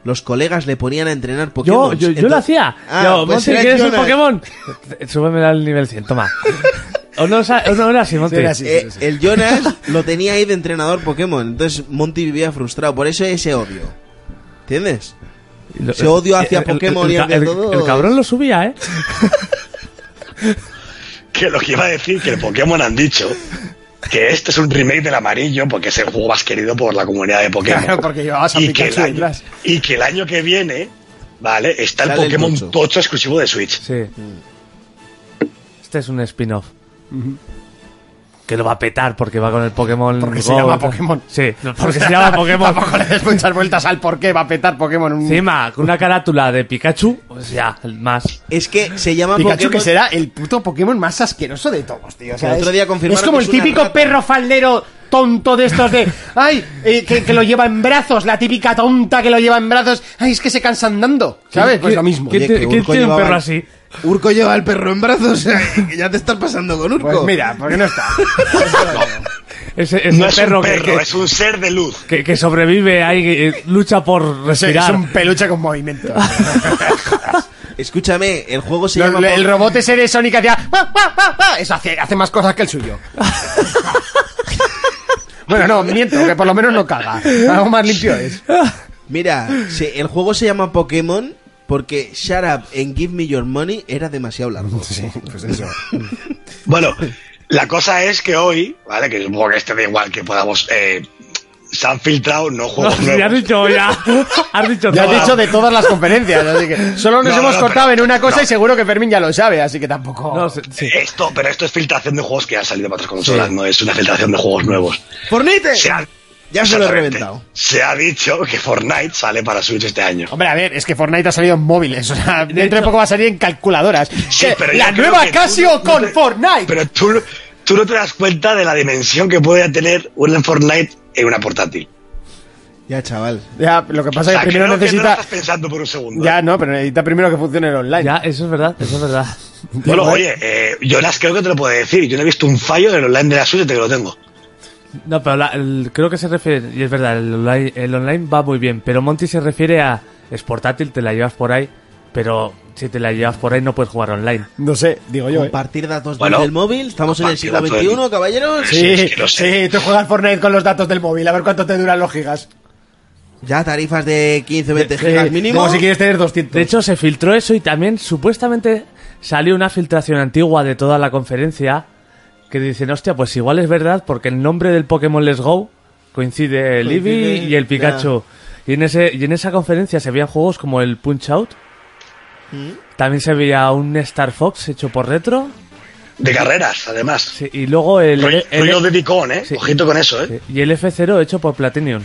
[SPEAKER 2] los colegas le ponían a entrenar
[SPEAKER 3] Yo,
[SPEAKER 2] Pokémon.
[SPEAKER 3] yo, yo lo hacía. ah, pues yo, Monty, ¿quieres un Pokémon? Súbeme al nivel 100, toma. O no, sa- o no era así, Monty.
[SPEAKER 1] era así. Sí, sí, sí.
[SPEAKER 2] eh, el Jonas lo tenía ahí de entrenador Pokémon. Entonces Monty vivía frustrado. Por eso ese odio. ¿Entiendes?
[SPEAKER 3] Lo-
[SPEAKER 2] Ese odio hacia Pokémon
[SPEAKER 3] el,
[SPEAKER 2] y
[SPEAKER 3] ca-
[SPEAKER 2] hacia
[SPEAKER 3] el-
[SPEAKER 2] todo
[SPEAKER 3] el cabrón lo subía, ¿eh?
[SPEAKER 4] Que lo que iba a decir, que el Pokémon han dicho que este es un remake del amarillo porque es el juego más querido por la comunidad de Pokémon.
[SPEAKER 1] Claro, porque llevabas a
[SPEAKER 4] y que, el
[SPEAKER 1] Pikachu
[SPEAKER 4] año,
[SPEAKER 1] detrás.
[SPEAKER 4] y que el año que viene, ¿vale? Está el
[SPEAKER 2] Sale el
[SPEAKER 4] Pokémon
[SPEAKER 2] tocho.
[SPEAKER 4] tocho exclusivo de Switch.
[SPEAKER 3] Sí. Este es un spin-off. Que lo va a petar porque va con el Pokémon.
[SPEAKER 1] Porque se
[SPEAKER 3] Go,
[SPEAKER 1] llama
[SPEAKER 3] tal.
[SPEAKER 1] Pokémon.
[SPEAKER 3] Sí, porque se llama Pokémon.
[SPEAKER 1] Tampoco le des muchas vueltas al por qué va a petar Pokémon. Un...
[SPEAKER 3] Encima, con una carátula de Pikachu, o sea, el más.
[SPEAKER 2] Es que se llama
[SPEAKER 1] Pikachu que
[SPEAKER 2] Ah, Pokémon-
[SPEAKER 1] será el puto Pokémon más asqueroso de todos, tío. O sea,
[SPEAKER 2] El otro día
[SPEAKER 1] es,
[SPEAKER 2] confirmaron
[SPEAKER 1] es como
[SPEAKER 2] que
[SPEAKER 1] el
[SPEAKER 2] es una
[SPEAKER 1] típico
[SPEAKER 2] rata.
[SPEAKER 1] perro faldero tonto de estos de... ¡Ay! eh, que, que lo lleva en brazos, la típica tonta que lo lleva en brazos. ¡Ay, es que se cansa andando! ¿Sabes? Pues lo mismo.
[SPEAKER 3] ¿Quién,
[SPEAKER 2] Oye,
[SPEAKER 3] te-
[SPEAKER 2] que
[SPEAKER 3] quién
[SPEAKER 2] Urco
[SPEAKER 3] tiene un
[SPEAKER 2] llevaba-
[SPEAKER 3] perro así?
[SPEAKER 2] Urco lleva el perro en brazos, o sea, que ya te estás pasando con Urco.
[SPEAKER 1] Pues mira, porque no está.
[SPEAKER 3] Ese, ese
[SPEAKER 4] No es
[SPEAKER 3] perro,
[SPEAKER 4] un
[SPEAKER 3] que-
[SPEAKER 4] perro,
[SPEAKER 3] que,
[SPEAKER 4] es un ser de luz.
[SPEAKER 3] que- que sobrevive ahí, que, eh, lucha por
[SPEAKER 1] Es, es
[SPEAKER 3] respirar.
[SPEAKER 1] un peluche con movimiento.
[SPEAKER 2] Escúchame, el juego se
[SPEAKER 1] Lo-
[SPEAKER 2] llama
[SPEAKER 1] lo-
[SPEAKER 2] Po-
[SPEAKER 1] el robot ese de Sonic hacía... "Ah, ah, ah, ah". Eso hace, hace más cosas que el suyo. bueno, no, miento, que por lo menos no caga. Algo más limpio es.
[SPEAKER 2] Mira, se- el juego se llama Pokémon porque Shut Up and Give Me Your Money era demasiado largo.
[SPEAKER 1] Sí, pues eso.
[SPEAKER 4] Bueno, la cosa es que hoy, ¿vale? Que supongo que este da igual que podamos. Eh, se han filtrado no
[SPEAKER 3] No,
[SPEAKER 4] juegos
[SPEAKER 3] ya has
[SPEAKER 4] nuevos.
[SPEAKER 3] dicho, ya. Has dicho
[SPEAKER 1] Ya
[SPEAKER 3] todo.
[SPEAKER 1] has dicho de todas las conferencias, así que solo nos
[SPEAKER 4] No,
[SPEAKER 1] hemos
[SPEAKER 4] no,
[SPEAKER 1] cortado
[SPEAKER 4] pero-
[SPEAKER 1] en una cosa
[SPEAKER 4] no.
[SPEAKER 1] y seguro que Fermín ya lo sabe, así que tampoco.
[SPEAKER 3] No, sí, sí.
[SPEAKER 4] Esto, pero esto es filtración de juegos que han salido para otras consolas, no es una filtración de juegos nuevos.
[SPEAKER 2] ¡Fornite!
[SPEAKER 4] Se ha-
[SPEAKER 2] Ya se lo he
[SPEAKER 4] exactamente,
[SPEAKER 2] reventado.
[SPEAKER 4] Se ha dicho que Fortnite sale para Switch este año.
[SPEAKER 1] Hombre, a ver, es que Fortnite ha salido en móviles, o sea, dentro de
[SPEAKER 3] hecho-
[SPEAKER 1] poco va a salir en calculadoras.
[SPEAKER 4] Sí,
[SPEAKER 1] Que
[SPEAKER 4] pero yo
[SPEAKER 1] la
[SPEAKER 4] creo
[SPEAKER 1] nueva
[SPEAKER 4] que tú
[SPEAKER 1] Casio
[SPEAKER 4] no- no
[SPEAKER 1] con
[SPEAKER 4] te-
[SPEAKER 1] Fortnite.
[SPEAKER 4] Pero tú, no- tú no te das cuenta de la dimensión que puede tener un Fortnite en una portátil.
[SPEAKER 2] Ya, chaval.
[SPEAKER 1] Ya, lo que pasa es
[SPEAKER 4] O sea,
[SPEAKER 1] que primero
[SPEAKER 4] creo que no lo
[SPEAKER 1] necesita.
[SPEAKER 4] estás pensando por un segundo.
[SPEAKER 1] Ya, no, pero necesita primero que funcione el online.
[SPEAKER 3] Ya, eso es verdad, eso es verdad.
[SPEAKER 4] Bueno, oye, eh, Jonas creo que te lo puede decir. Yo no he visto un fallo en el online de la Switch desde que lo tengo.
[SPEAKER 3] No, pero la- el- creo que se refiere, y es verdad, el online, el online va muy bien, pero Monty se refiere a, es portátil, te la llevas por ahí, pero si te la llevas por ahí no puedes jugar online.
[SPEAKER 1] No sé, digo yo. ¿eh?
[SPEAKER 2] Compartir datos
[SPEAKER 4] Bueno,
[SPEAKER 2] desde el móvil. Estamos en el siglo
[SPEAKER 4] compartir datos
[SPEAKER 2] XXI, caballeros.
[SPEAKER 1] Sí,
[SPEAKER 4] es que no sé.
[SPEAKER 1] sí, tú juegas Fortnite con los datos del móvil, a ver cuánto te duran los gigas.
[SPEAKER 2] Ya tarifas de 15 20
[SPEAKER 3] Sí,
[SPEAKER 2] gigas mínimo.
[SPEAKER 1] Como si quieres tener 200.
[SPEAKER 3] De hecho, se filtró eso y también supuestamente salió una filtración antigua de toda la conferencia que dicen, hostia, pues igual es verdad porque el nombre del Pokémon Let's Go coincide el
[SPEAKER 2] Coincide,
[SPEAKER 3] Eevee y el Pikachu. Y en, ese, y en esa conferencia se veían juegos como el Punch Out.
[SPEAKER 2] Mm.
[SPEAKER 3] También se veía un Star Fox hecho por retro.
[SPEAKER 4] De carreras, además.
[SPEAKER 3] Sí, y luego el, E,
[SPEAKER 4] Rollo,
[SPEAKER 3] el-
[SPEAKER 4] rollo de picón, ¿eh?
[SPEAKER 3] Sí.
[SPEAKER 4] Ojito con eso, ¿eh?
[SPEAKER 3] sí, y el F0 hecho por Platinum.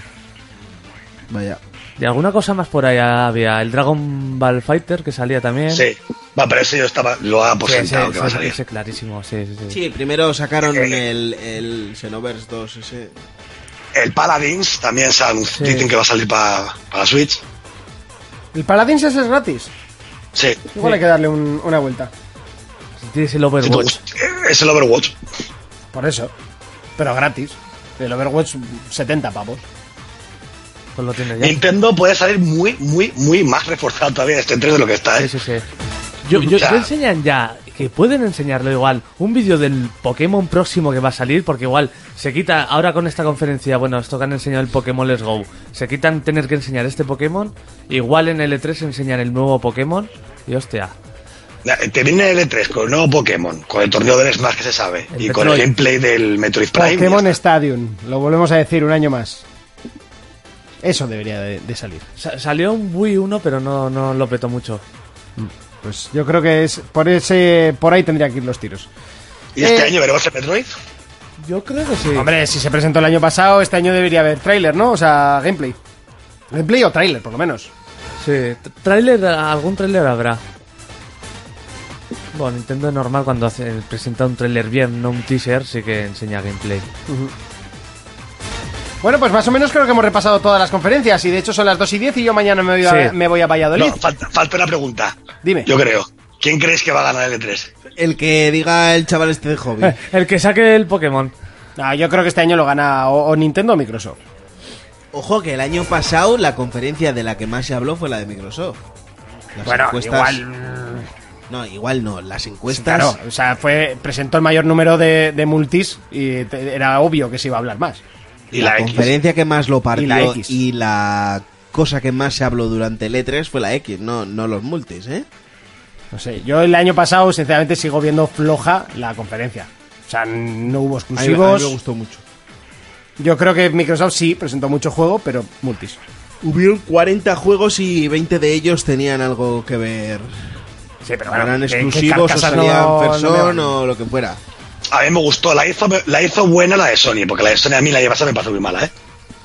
[SPEAKER 2] Vaya.
[SPEAKER 3] Y alguna cosa más por ahí había. El Dragon Ball Fighter que salía también.
[SPEAKER 4] Sí. Va, pero ese yo estaba... Lo ha
[SPEAKER 3] Sí, ese,
[SPEAKER 4] aposentado Pues que va a
[SPEAKER 3] ese-
[SPEAKER 4] salir.
[SPEAKER 3] ese clarísimo. Sí, sí, sí.
[SPEAKER 2] Sí, primero sacaron
[SPEAKER 1] Eh.
[SPEAKER 2] el, el Xenoverse 2 ese.
[SPEAKER 4] El Paladins también se anun-
[SPEAKER 3] Sí.
[SPEAKER 4] dicen que va a salir para para Switch.
[SPEAKER 1] El Paladins ese es gratis.
[SPEAKER 4] Sí.
[SPEAKER 1] Igual
[SPEAKER 3] Sí.
[SPEAKER 1] hay que darle un- una vuelta.
[SPEAKER 3] Tienes el
[SPEAKER 4] Si te
[SPEAKER 3] Overwatch.
[SPEAKER 4] gusta- eh, Es el Overwatch.
[SPEAKER 1] Por eso. Pero gratis. El Overwatch, 70 pavos.
[SPEAKER 3] Pues lo tienes ya.
[SPEAKER 4] Nintendo puede salir muy, muy, muy más reforzado todavía este 3 de lo que está,
[SPEAKER 3] Sí,
[SPEAKER 4] ¿eh?
[SPEAKER 3] sí, sí. Yo, yo-
[SPEAKER 4] Ya.
[SPEAKER 3] yo enseñan ya, que pueden enseñarlo igual, un vídeo del Pokémon próximo que va a salir, porque igual se quita, ahora con esta conferencia, bueno, esto que han enseñado el Pokémon Let's Go, se quitan tener que enseñar este Pokémon, igual en L3 enseñan el nuevo Pokémon, y hostia,
[SPEAKER 4] eh, Te viene el E3 con el nuevo Pokémon, con el torneo del Smash que se sabe,
[SPEAKER 3] El
[SPEAKER 4] y con el
[SPEAKER 3] Metroid.
[SPEAKER 4] gameplay del Metroid Prime.
[SPEAKER 1] Pokémon
[SPEAKER 4] ya está.
[SPEAKER 1] Stadium. Lo volvemos a decir un año más. Eso debería de, de salir.
[SPEAKER 3] Sa- salió un Wii 1, pero no, no lo petó mucho.
[SPEAKER 1] Pues yo creo que es por ese por ahí tendría que ir los tiros.
[SPEAKER 4] ¿Y este
[SPEAKER 1] Eh,
[SPEAKER 4] año veremos el Metroid?
[SPEAKER 3] Yo creo que sí.
[SPEAKER 1] Hombre, si se presentó el año pasado, este año debería haber tráiler, ¿no? O sea, gameplay. Gameplay o tráiler, por lo menos.
[SPEAKER 3] Sí, tr- tráiler, algún tráiler habrá. Bueno, Nintendo es normal cuando hace, presenta un tráiler bien, no un teaser, sí que enseña gameplay.
[SPEAKER 1] Bueno, pues más o menos creo que hemos repasado todas las conferencias y de hecho son las 2 y 10 y yo mañana me voy a,
[SPEAKER 3] Sí.
[SPEAKER 1] me voy a Valladolid.
[SPEAKER 4] No, falta, falta una pregunta.
[SPEAKER 1] Dime.
[SPEAKER 4] Yo creo. ¿Quién creéis que va a ganar el E E3?
[SPEAKER 2] El que diga el chaval este de hobby.
[SPEAKER 1] Eh.
[SPEAKER 3] El que saque el Pokémon.
[SPEAKER 1] No, yo creo que este año lo gana o, o Nintendo o Microsoft.
[SPEAKER 2] Ojo que el año pasado la conferencia de la que más se habló fue la de Microsoft. Las
[SPEAKER 1] Bueno,
[SPEAKER 2] encuestas-
[SPEAKER 1] igual.
[SPEAKER 2] No, igual no. Las encuestas.
[SPEAKER 1] Claro, o sea, fue, presentó el mayor número de, de multis y te- era obvio que se iba a hablar más.
[SPEAKER 4] Y
[SPEAKER 2] la,
[SPEAKER 4] la, X.
[SPEAKER 2] conferencia que más lo partió
[SPEAKER 1] Y
[SPEAKER 2] y
[SPEAKER 1] la
[SPEAKER 2] la,
[SPEAKER 1] X.
[SPEAKER 2] cosa que más se habló durante el E3 fue la X, no, no los multis, ¿eh?
[SPEAKER 1] No sé, yo el año pasado, sinceramente, sigo viendo floja la conferencia. O sea, no hubo exclusivos.
[SPEAKER 2] gustó mucho.
[SPEAKER 1] Yo creo que Microsoft sí presentó mucho juego, pero multis.
[SPEAKER 2] Hubieron 40 juegos y 20 de ellos tenían algo que ver.
[SPEAKER 1] Sí, pero
[SPEAKER 2] Eran
[SPEAKER 1] que- que
[SPEAKER 2] exclusivos o
[SPEAKER 1] Carcassonne
[SPEAKER 2] salían
[SPEAKER 1] no- no me
[SPEAKER 2] person
[SPEAKER 1] vale.
[SPEAKER 2] o lo que fuera.
[SPEAKER 4] A mí me gustó, la hizo, la hizo buena la de Sony, porque la de Sony a mí la llevas me pasó muy mala, ¿eh?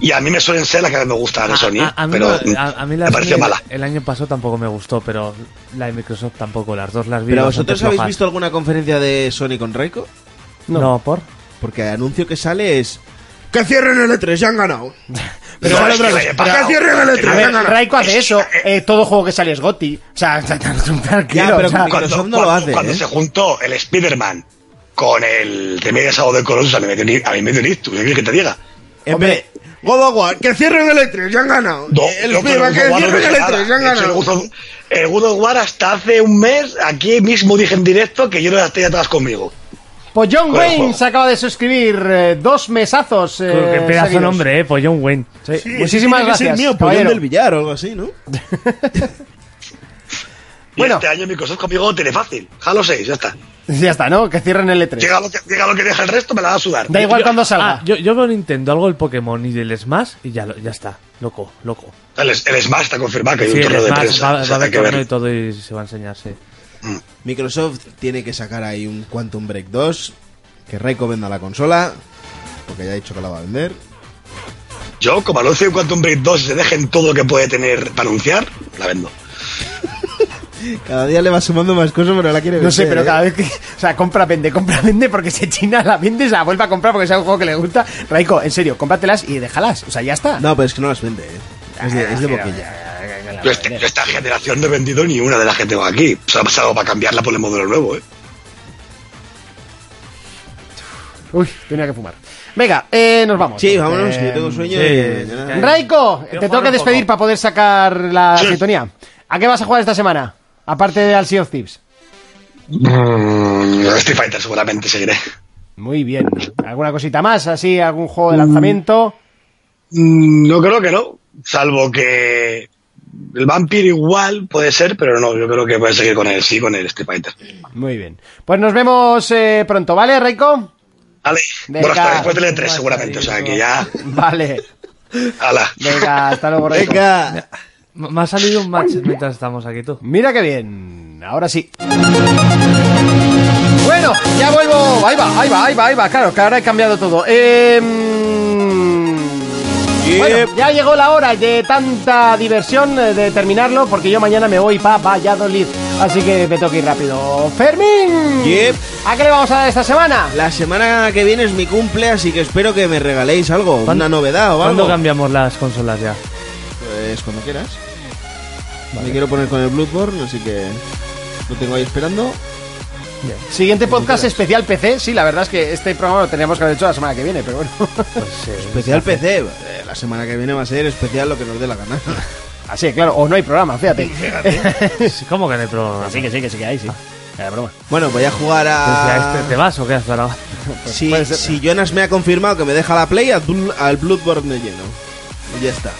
[SPEAKER 4] Y a mí me suelen ser las que me gusta de Sony,
[SPEAKER 3] A, a- a mí,
[SPEAKER 4] pero
[SPEAKER 3] no- a- a mí la
[SPEAKER 4] me pareció
[SPEAKER 3] Sony
[SPEAKER 4] mala.
[SPEAKER 3] El año pasado tampoco me gustó, pero la de Microsoft tampoco, las dos las vi.
[SPEAKER 2] ¿Pero
[SPEAKER 3] bastante
[SPEAKER 2] vosotros habéis
[SPEAKER 3] flojas.
[SPEAKER 2] visto alguna conferencia de Sony con Reiko?
[SPEAKER 3] No, por.
[SPEAKER 2] Porque el anuncio que sale es... ¡Que cierren el E3! ¡Ya han ganado!
[SPEAKER 4] Pero-
[SPEAKER 2] Sale
[SPEAKER 4] es que
[SPEAKER 2] otra vez,
[SPEAKER 4] vaya pasado.
[SPEAKER 2] ¡Que cierren el
[SPEAKER 1] A ver,
[SPEAKER 2] E3! ¡Ya han ganado!
[SPEAKER 1] Raiko hace eso. eh, todo juego que sale es Gotti. O sea, tranquilo,
[SPEAKER 2] pero
[SPEAKER 1] o sea,
[SPEAKER 2] con- con- Microsoft no lo hace,
[SPEAKER 4] cuando
[SPEAKER 2] ¿eh?
[SPEAKER 4] se juntó el Spider-Man con el de media sábado de Colossus, a mí me dio un- a mí me dio un ictus, ¿qué quieres que te diga?
[SPEAKER 2] En vez de... God of War, ¡Que cierren el E3! ¡Ya han ganado!
[SPEAKER 4] No,
[SPEAKER 2] el
[SPEAKER 4] no, pero
[SPEAKER 2] FIFA,
[SPEAKER 4] el
[SPEAKER 2] ¡Que
[SPEAKER 4] God of War no
[SPEAKER 2] cierren el
[SPEAKER 4] dije nada.
[SPEAKER 2] E3! ¡Ya han
[SPEAKER 4] De hecho, el
[SPEAKER 2] ganado!
[SPEAKER 4] God of- El God of War hasta hace un mes, aquí mismo dije en directo que yo no las tenía todas conmigo.
[SPEAKER 1] Pues John
[SPEAKER 4] Con el
[SPEAKER 1] Wayne
[SPEAKER 4] juego.
[SPEAKER 1] se acaba de suscribir eh, dos mesazos. eh,
[SPEAKER 3] Qué pedazo
[SPEAKER 1] seguidos.
[SPEAKER 3] nombre, eh, pues John Wayne. Sí.
[SPEAKER 1] Sí, Muchísimas
[SPEAKER 2] tiene que ser
[SPEAKER 1] gracias,
[SPEAKER 2] mío, pollón
[SPEAKER 1] caballero.
[SPEAKER 2] del billar o algo así, ¿no?
[SPEAKER 4] Y
[SPEAKER 1] Bueno.
[SPEAKER 4] este año Microsoft conmigo tiene fácil. Halo 6, ya está.
[SPEAKER 1] Ya está, ¿no? Que cierren el E3.
[SPEAKER 4] Llega lo que, llega lo que deja el resto, me la va a sudar.
[SPEAKER 1] Da igual
[SPEAKER 3] Yo-
[SPEAKER 1] cuando salga.
[SPEAKER 3] ah, yo, yo veo Nintendo, algo del Pokémon y del Smash y ya, lo- ya está. Loco, loco.
[SPEAKER 4] El, el Smash está confirmado que hay
[SPEAKER 3] Sí,
[SPEAKER 4] un
[SPEAKER 3] el
[SPEAKER 4] torneo de
[SPEAKER 3] Smash
[SPEAKER 4] prensa.
[SPEAKER 3] va,
[SPEAKER 4] o
[SPEAKER 3] va
[SPEAKER 4] sea,
[SPEAKER 3] a haber
[SPEAKER 4] hay que ver.
[SPEAKER 3] torneo y todo y se va a enseñar, sí.
[SPEAKER 2] Microsoft tiene que sacar ahí un Quantum Break 2. Que Raiko venda la consola. Porque ya ha dicho que la va a vender.
[SPEAKER 4] Yo, como anuncio en Quantum Break 2 se dejen todo lo que puede tener para anunciar, la vendo.
[SPEAKER 2] Cada día le va sumando más cosas, pero la quiere vender.
[SPEAKER 1] No sé, pero
[SPEAKER 2] ¿eh?
[SPEAKER 1] cada vez que. O sea, compra, vende, compra, vende, porque se china la vende, se la vuelve a comprar porque sea un juego que le gusta. Raiko, en serio, cómpratelas y déjalas. O sea, ya está.
[SPEAKER 2] No, pero es que no las vende, ¿eh? Es
[SPEAKER 1] Ah,
[SPEAKER 2] de, es de boquilla.
[SPEAKER 4] Yo, este- yo esta generación no he vendido ni una de las que tengo aquí. Se ha pasado para cambiarla por el modelo nuevo, ¿eh?
[SPEAKER 1] Uy, tenía que fumar. Venga, eh, nos vamos.
[SPEAKER 2] Sí, vámonos,
[SPEAKER 1] Eh,
[SPEAKER 2] que yo tengo sueño.
[SPEAKER 3] sí.
[SPEAKER 2] y- nada.
[SPEAKER 1] Raiko,
[SPEAKER 3] Quiero
[SPEAKER 1] te
[SPEAKER 3] jugar
[SPEAKER 1] tengo que
[SPEAKER 3] un
[SPEAKER 1] despedir
[SPEAKER 3] poco.
[SPEAKER 1] para poder sacar la
[SPEAKER 4] Sí.
[SPEAKER 1] sintonía. ¿A qué vas a jugar esta semana? Aparte de al Sea of Thieves.
[SPEAKER 4] Mm, Street Fighter seguramente seguiré.
[SPEAKER 1] Muy bien. ¿Alguna cosita más? ¿Así? ¿Algún juego de lanzamiento?
[SPEAKER 4] Mm, Yo creo que no, salvo que el Vampire igual puede ser, pero no, yo creo que voy a seguir con el sí, con el Street Fighter.
[SPEAKER 1] Muy bien. Pues nos vemos eh, pronto, ¿vale, Raiko?
[SPEAKER 4] Vale.
[SPEAKER 1] Venga.
[SPEAKER 4] Bueno, hasta después del E3
[SPEAKER 3] Hasta
[SPEAKER 4] seguramente, o sea
[SPEAKER 3] ahí,
[SPEAKER 4] que ya...
[SPEAKER 1] Vale.
[SPEAKER 4] Ala.
[SPEAKER 1] Venga, hasta luego, Rodrigo.
[SPEAKER 2] Venga.
[SPEAKER 3] M- Me ha salido un match mientras estamos aquí tú.
[SPEAKER 1] Mira qué bien. Ahora sí. Bueno, ya vuelvo. Ahí va, ahí va, ahí va, ahí va. Claro, que ahora he cambiado todo. Eh, mm,
[SPEAKER 2] Yep.
[SPEAKER 1] Bueno, ya llegó la hora de tanta diversión eh, de terminarlo porque yo mañana me voy para Valladolid. Así que me tengo que ir rápido. Fermín.
[SPEAKER 2] Yep.
[SPEAKER 1] ¿A qué le vamos a dar esta semana?
[SPEAKER 2] La semana que viene es mi cumple, así que espero que me regaléis algo,
[SPEAKER 3] ¿Cuándo-
[SPEAKER 2] una novedad o
[SPEAKER 3] ¿Cuándo
[SPEAKER 2] algo.
[SPEAKER 3] cambiamos las consolas ya?
[SPEAKER 2] Pues cuando quieras. Me quiero poner con el Bloodborne, así que lo tengo ahí esperando.
[SPEAKER 1] Siguiente podcast especial PC. Sí, la verdad es que este programa lo teníamos que haber hecho la semana que viene, pero bueno.
[SPEAKER 3] Pues, eh,
[SPEAKER 2] Especial PC. eh, La semana que viene va a ser especial lo que nos dé la gana.
[SPEAKER 1] Así, claro. O no hay programa, fíjate.
[SPEAKER 3] ¿Cómo que no hay programa?
[SPEAKER 1] Así que Ah, sí, que sí que hay, sí. Era broma.
[SPEAKER 2] Bueno, voy a jugar
[SPEAKER 3] Pues ya,
[SPEAKER 2] a.
[SPEAKER 1] Ah.
[SPEAKER 3] este, ¿Te vas o qué haces ahora?
[SPEAKER 2] si, si Jonas me ha confirmado que me deja la play, al Bl- al Bloodborne de lleno. Y ya está.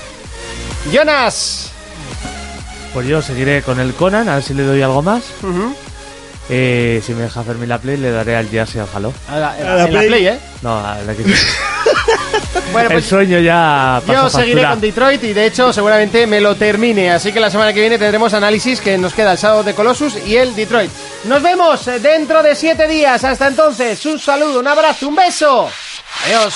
[SPEAKER 1] Jonas.
[SPEAKER 3] Pues yo seguiré con el Conan, a ver si le doy algo más. Eh, si me deja Fermín la play, le daré al Jazz y al Halo.
[SPEAKER 1] A la, en la Play, ¿eh?
[SPEAKER 3] No, a la que...
[SPEAKER 1] Bueno,
[SPEAKER 3] el
[SPEAKER 1] pues
[SPEAKER 3] sueño ya pasó
[SPEAKER 1] yo seguiré
[SPEAKER 3] factura.
[SPEAKER 1] con Detroit y de hecho seguramente me lo termine. Así que la semana que viene tendremos análisis que nos queda el sábado de Colossus y el Detroit. Nos vemos eh, dentro de siete días. Hasta entonces, un saludo, un abrazo, un beso. Adiós.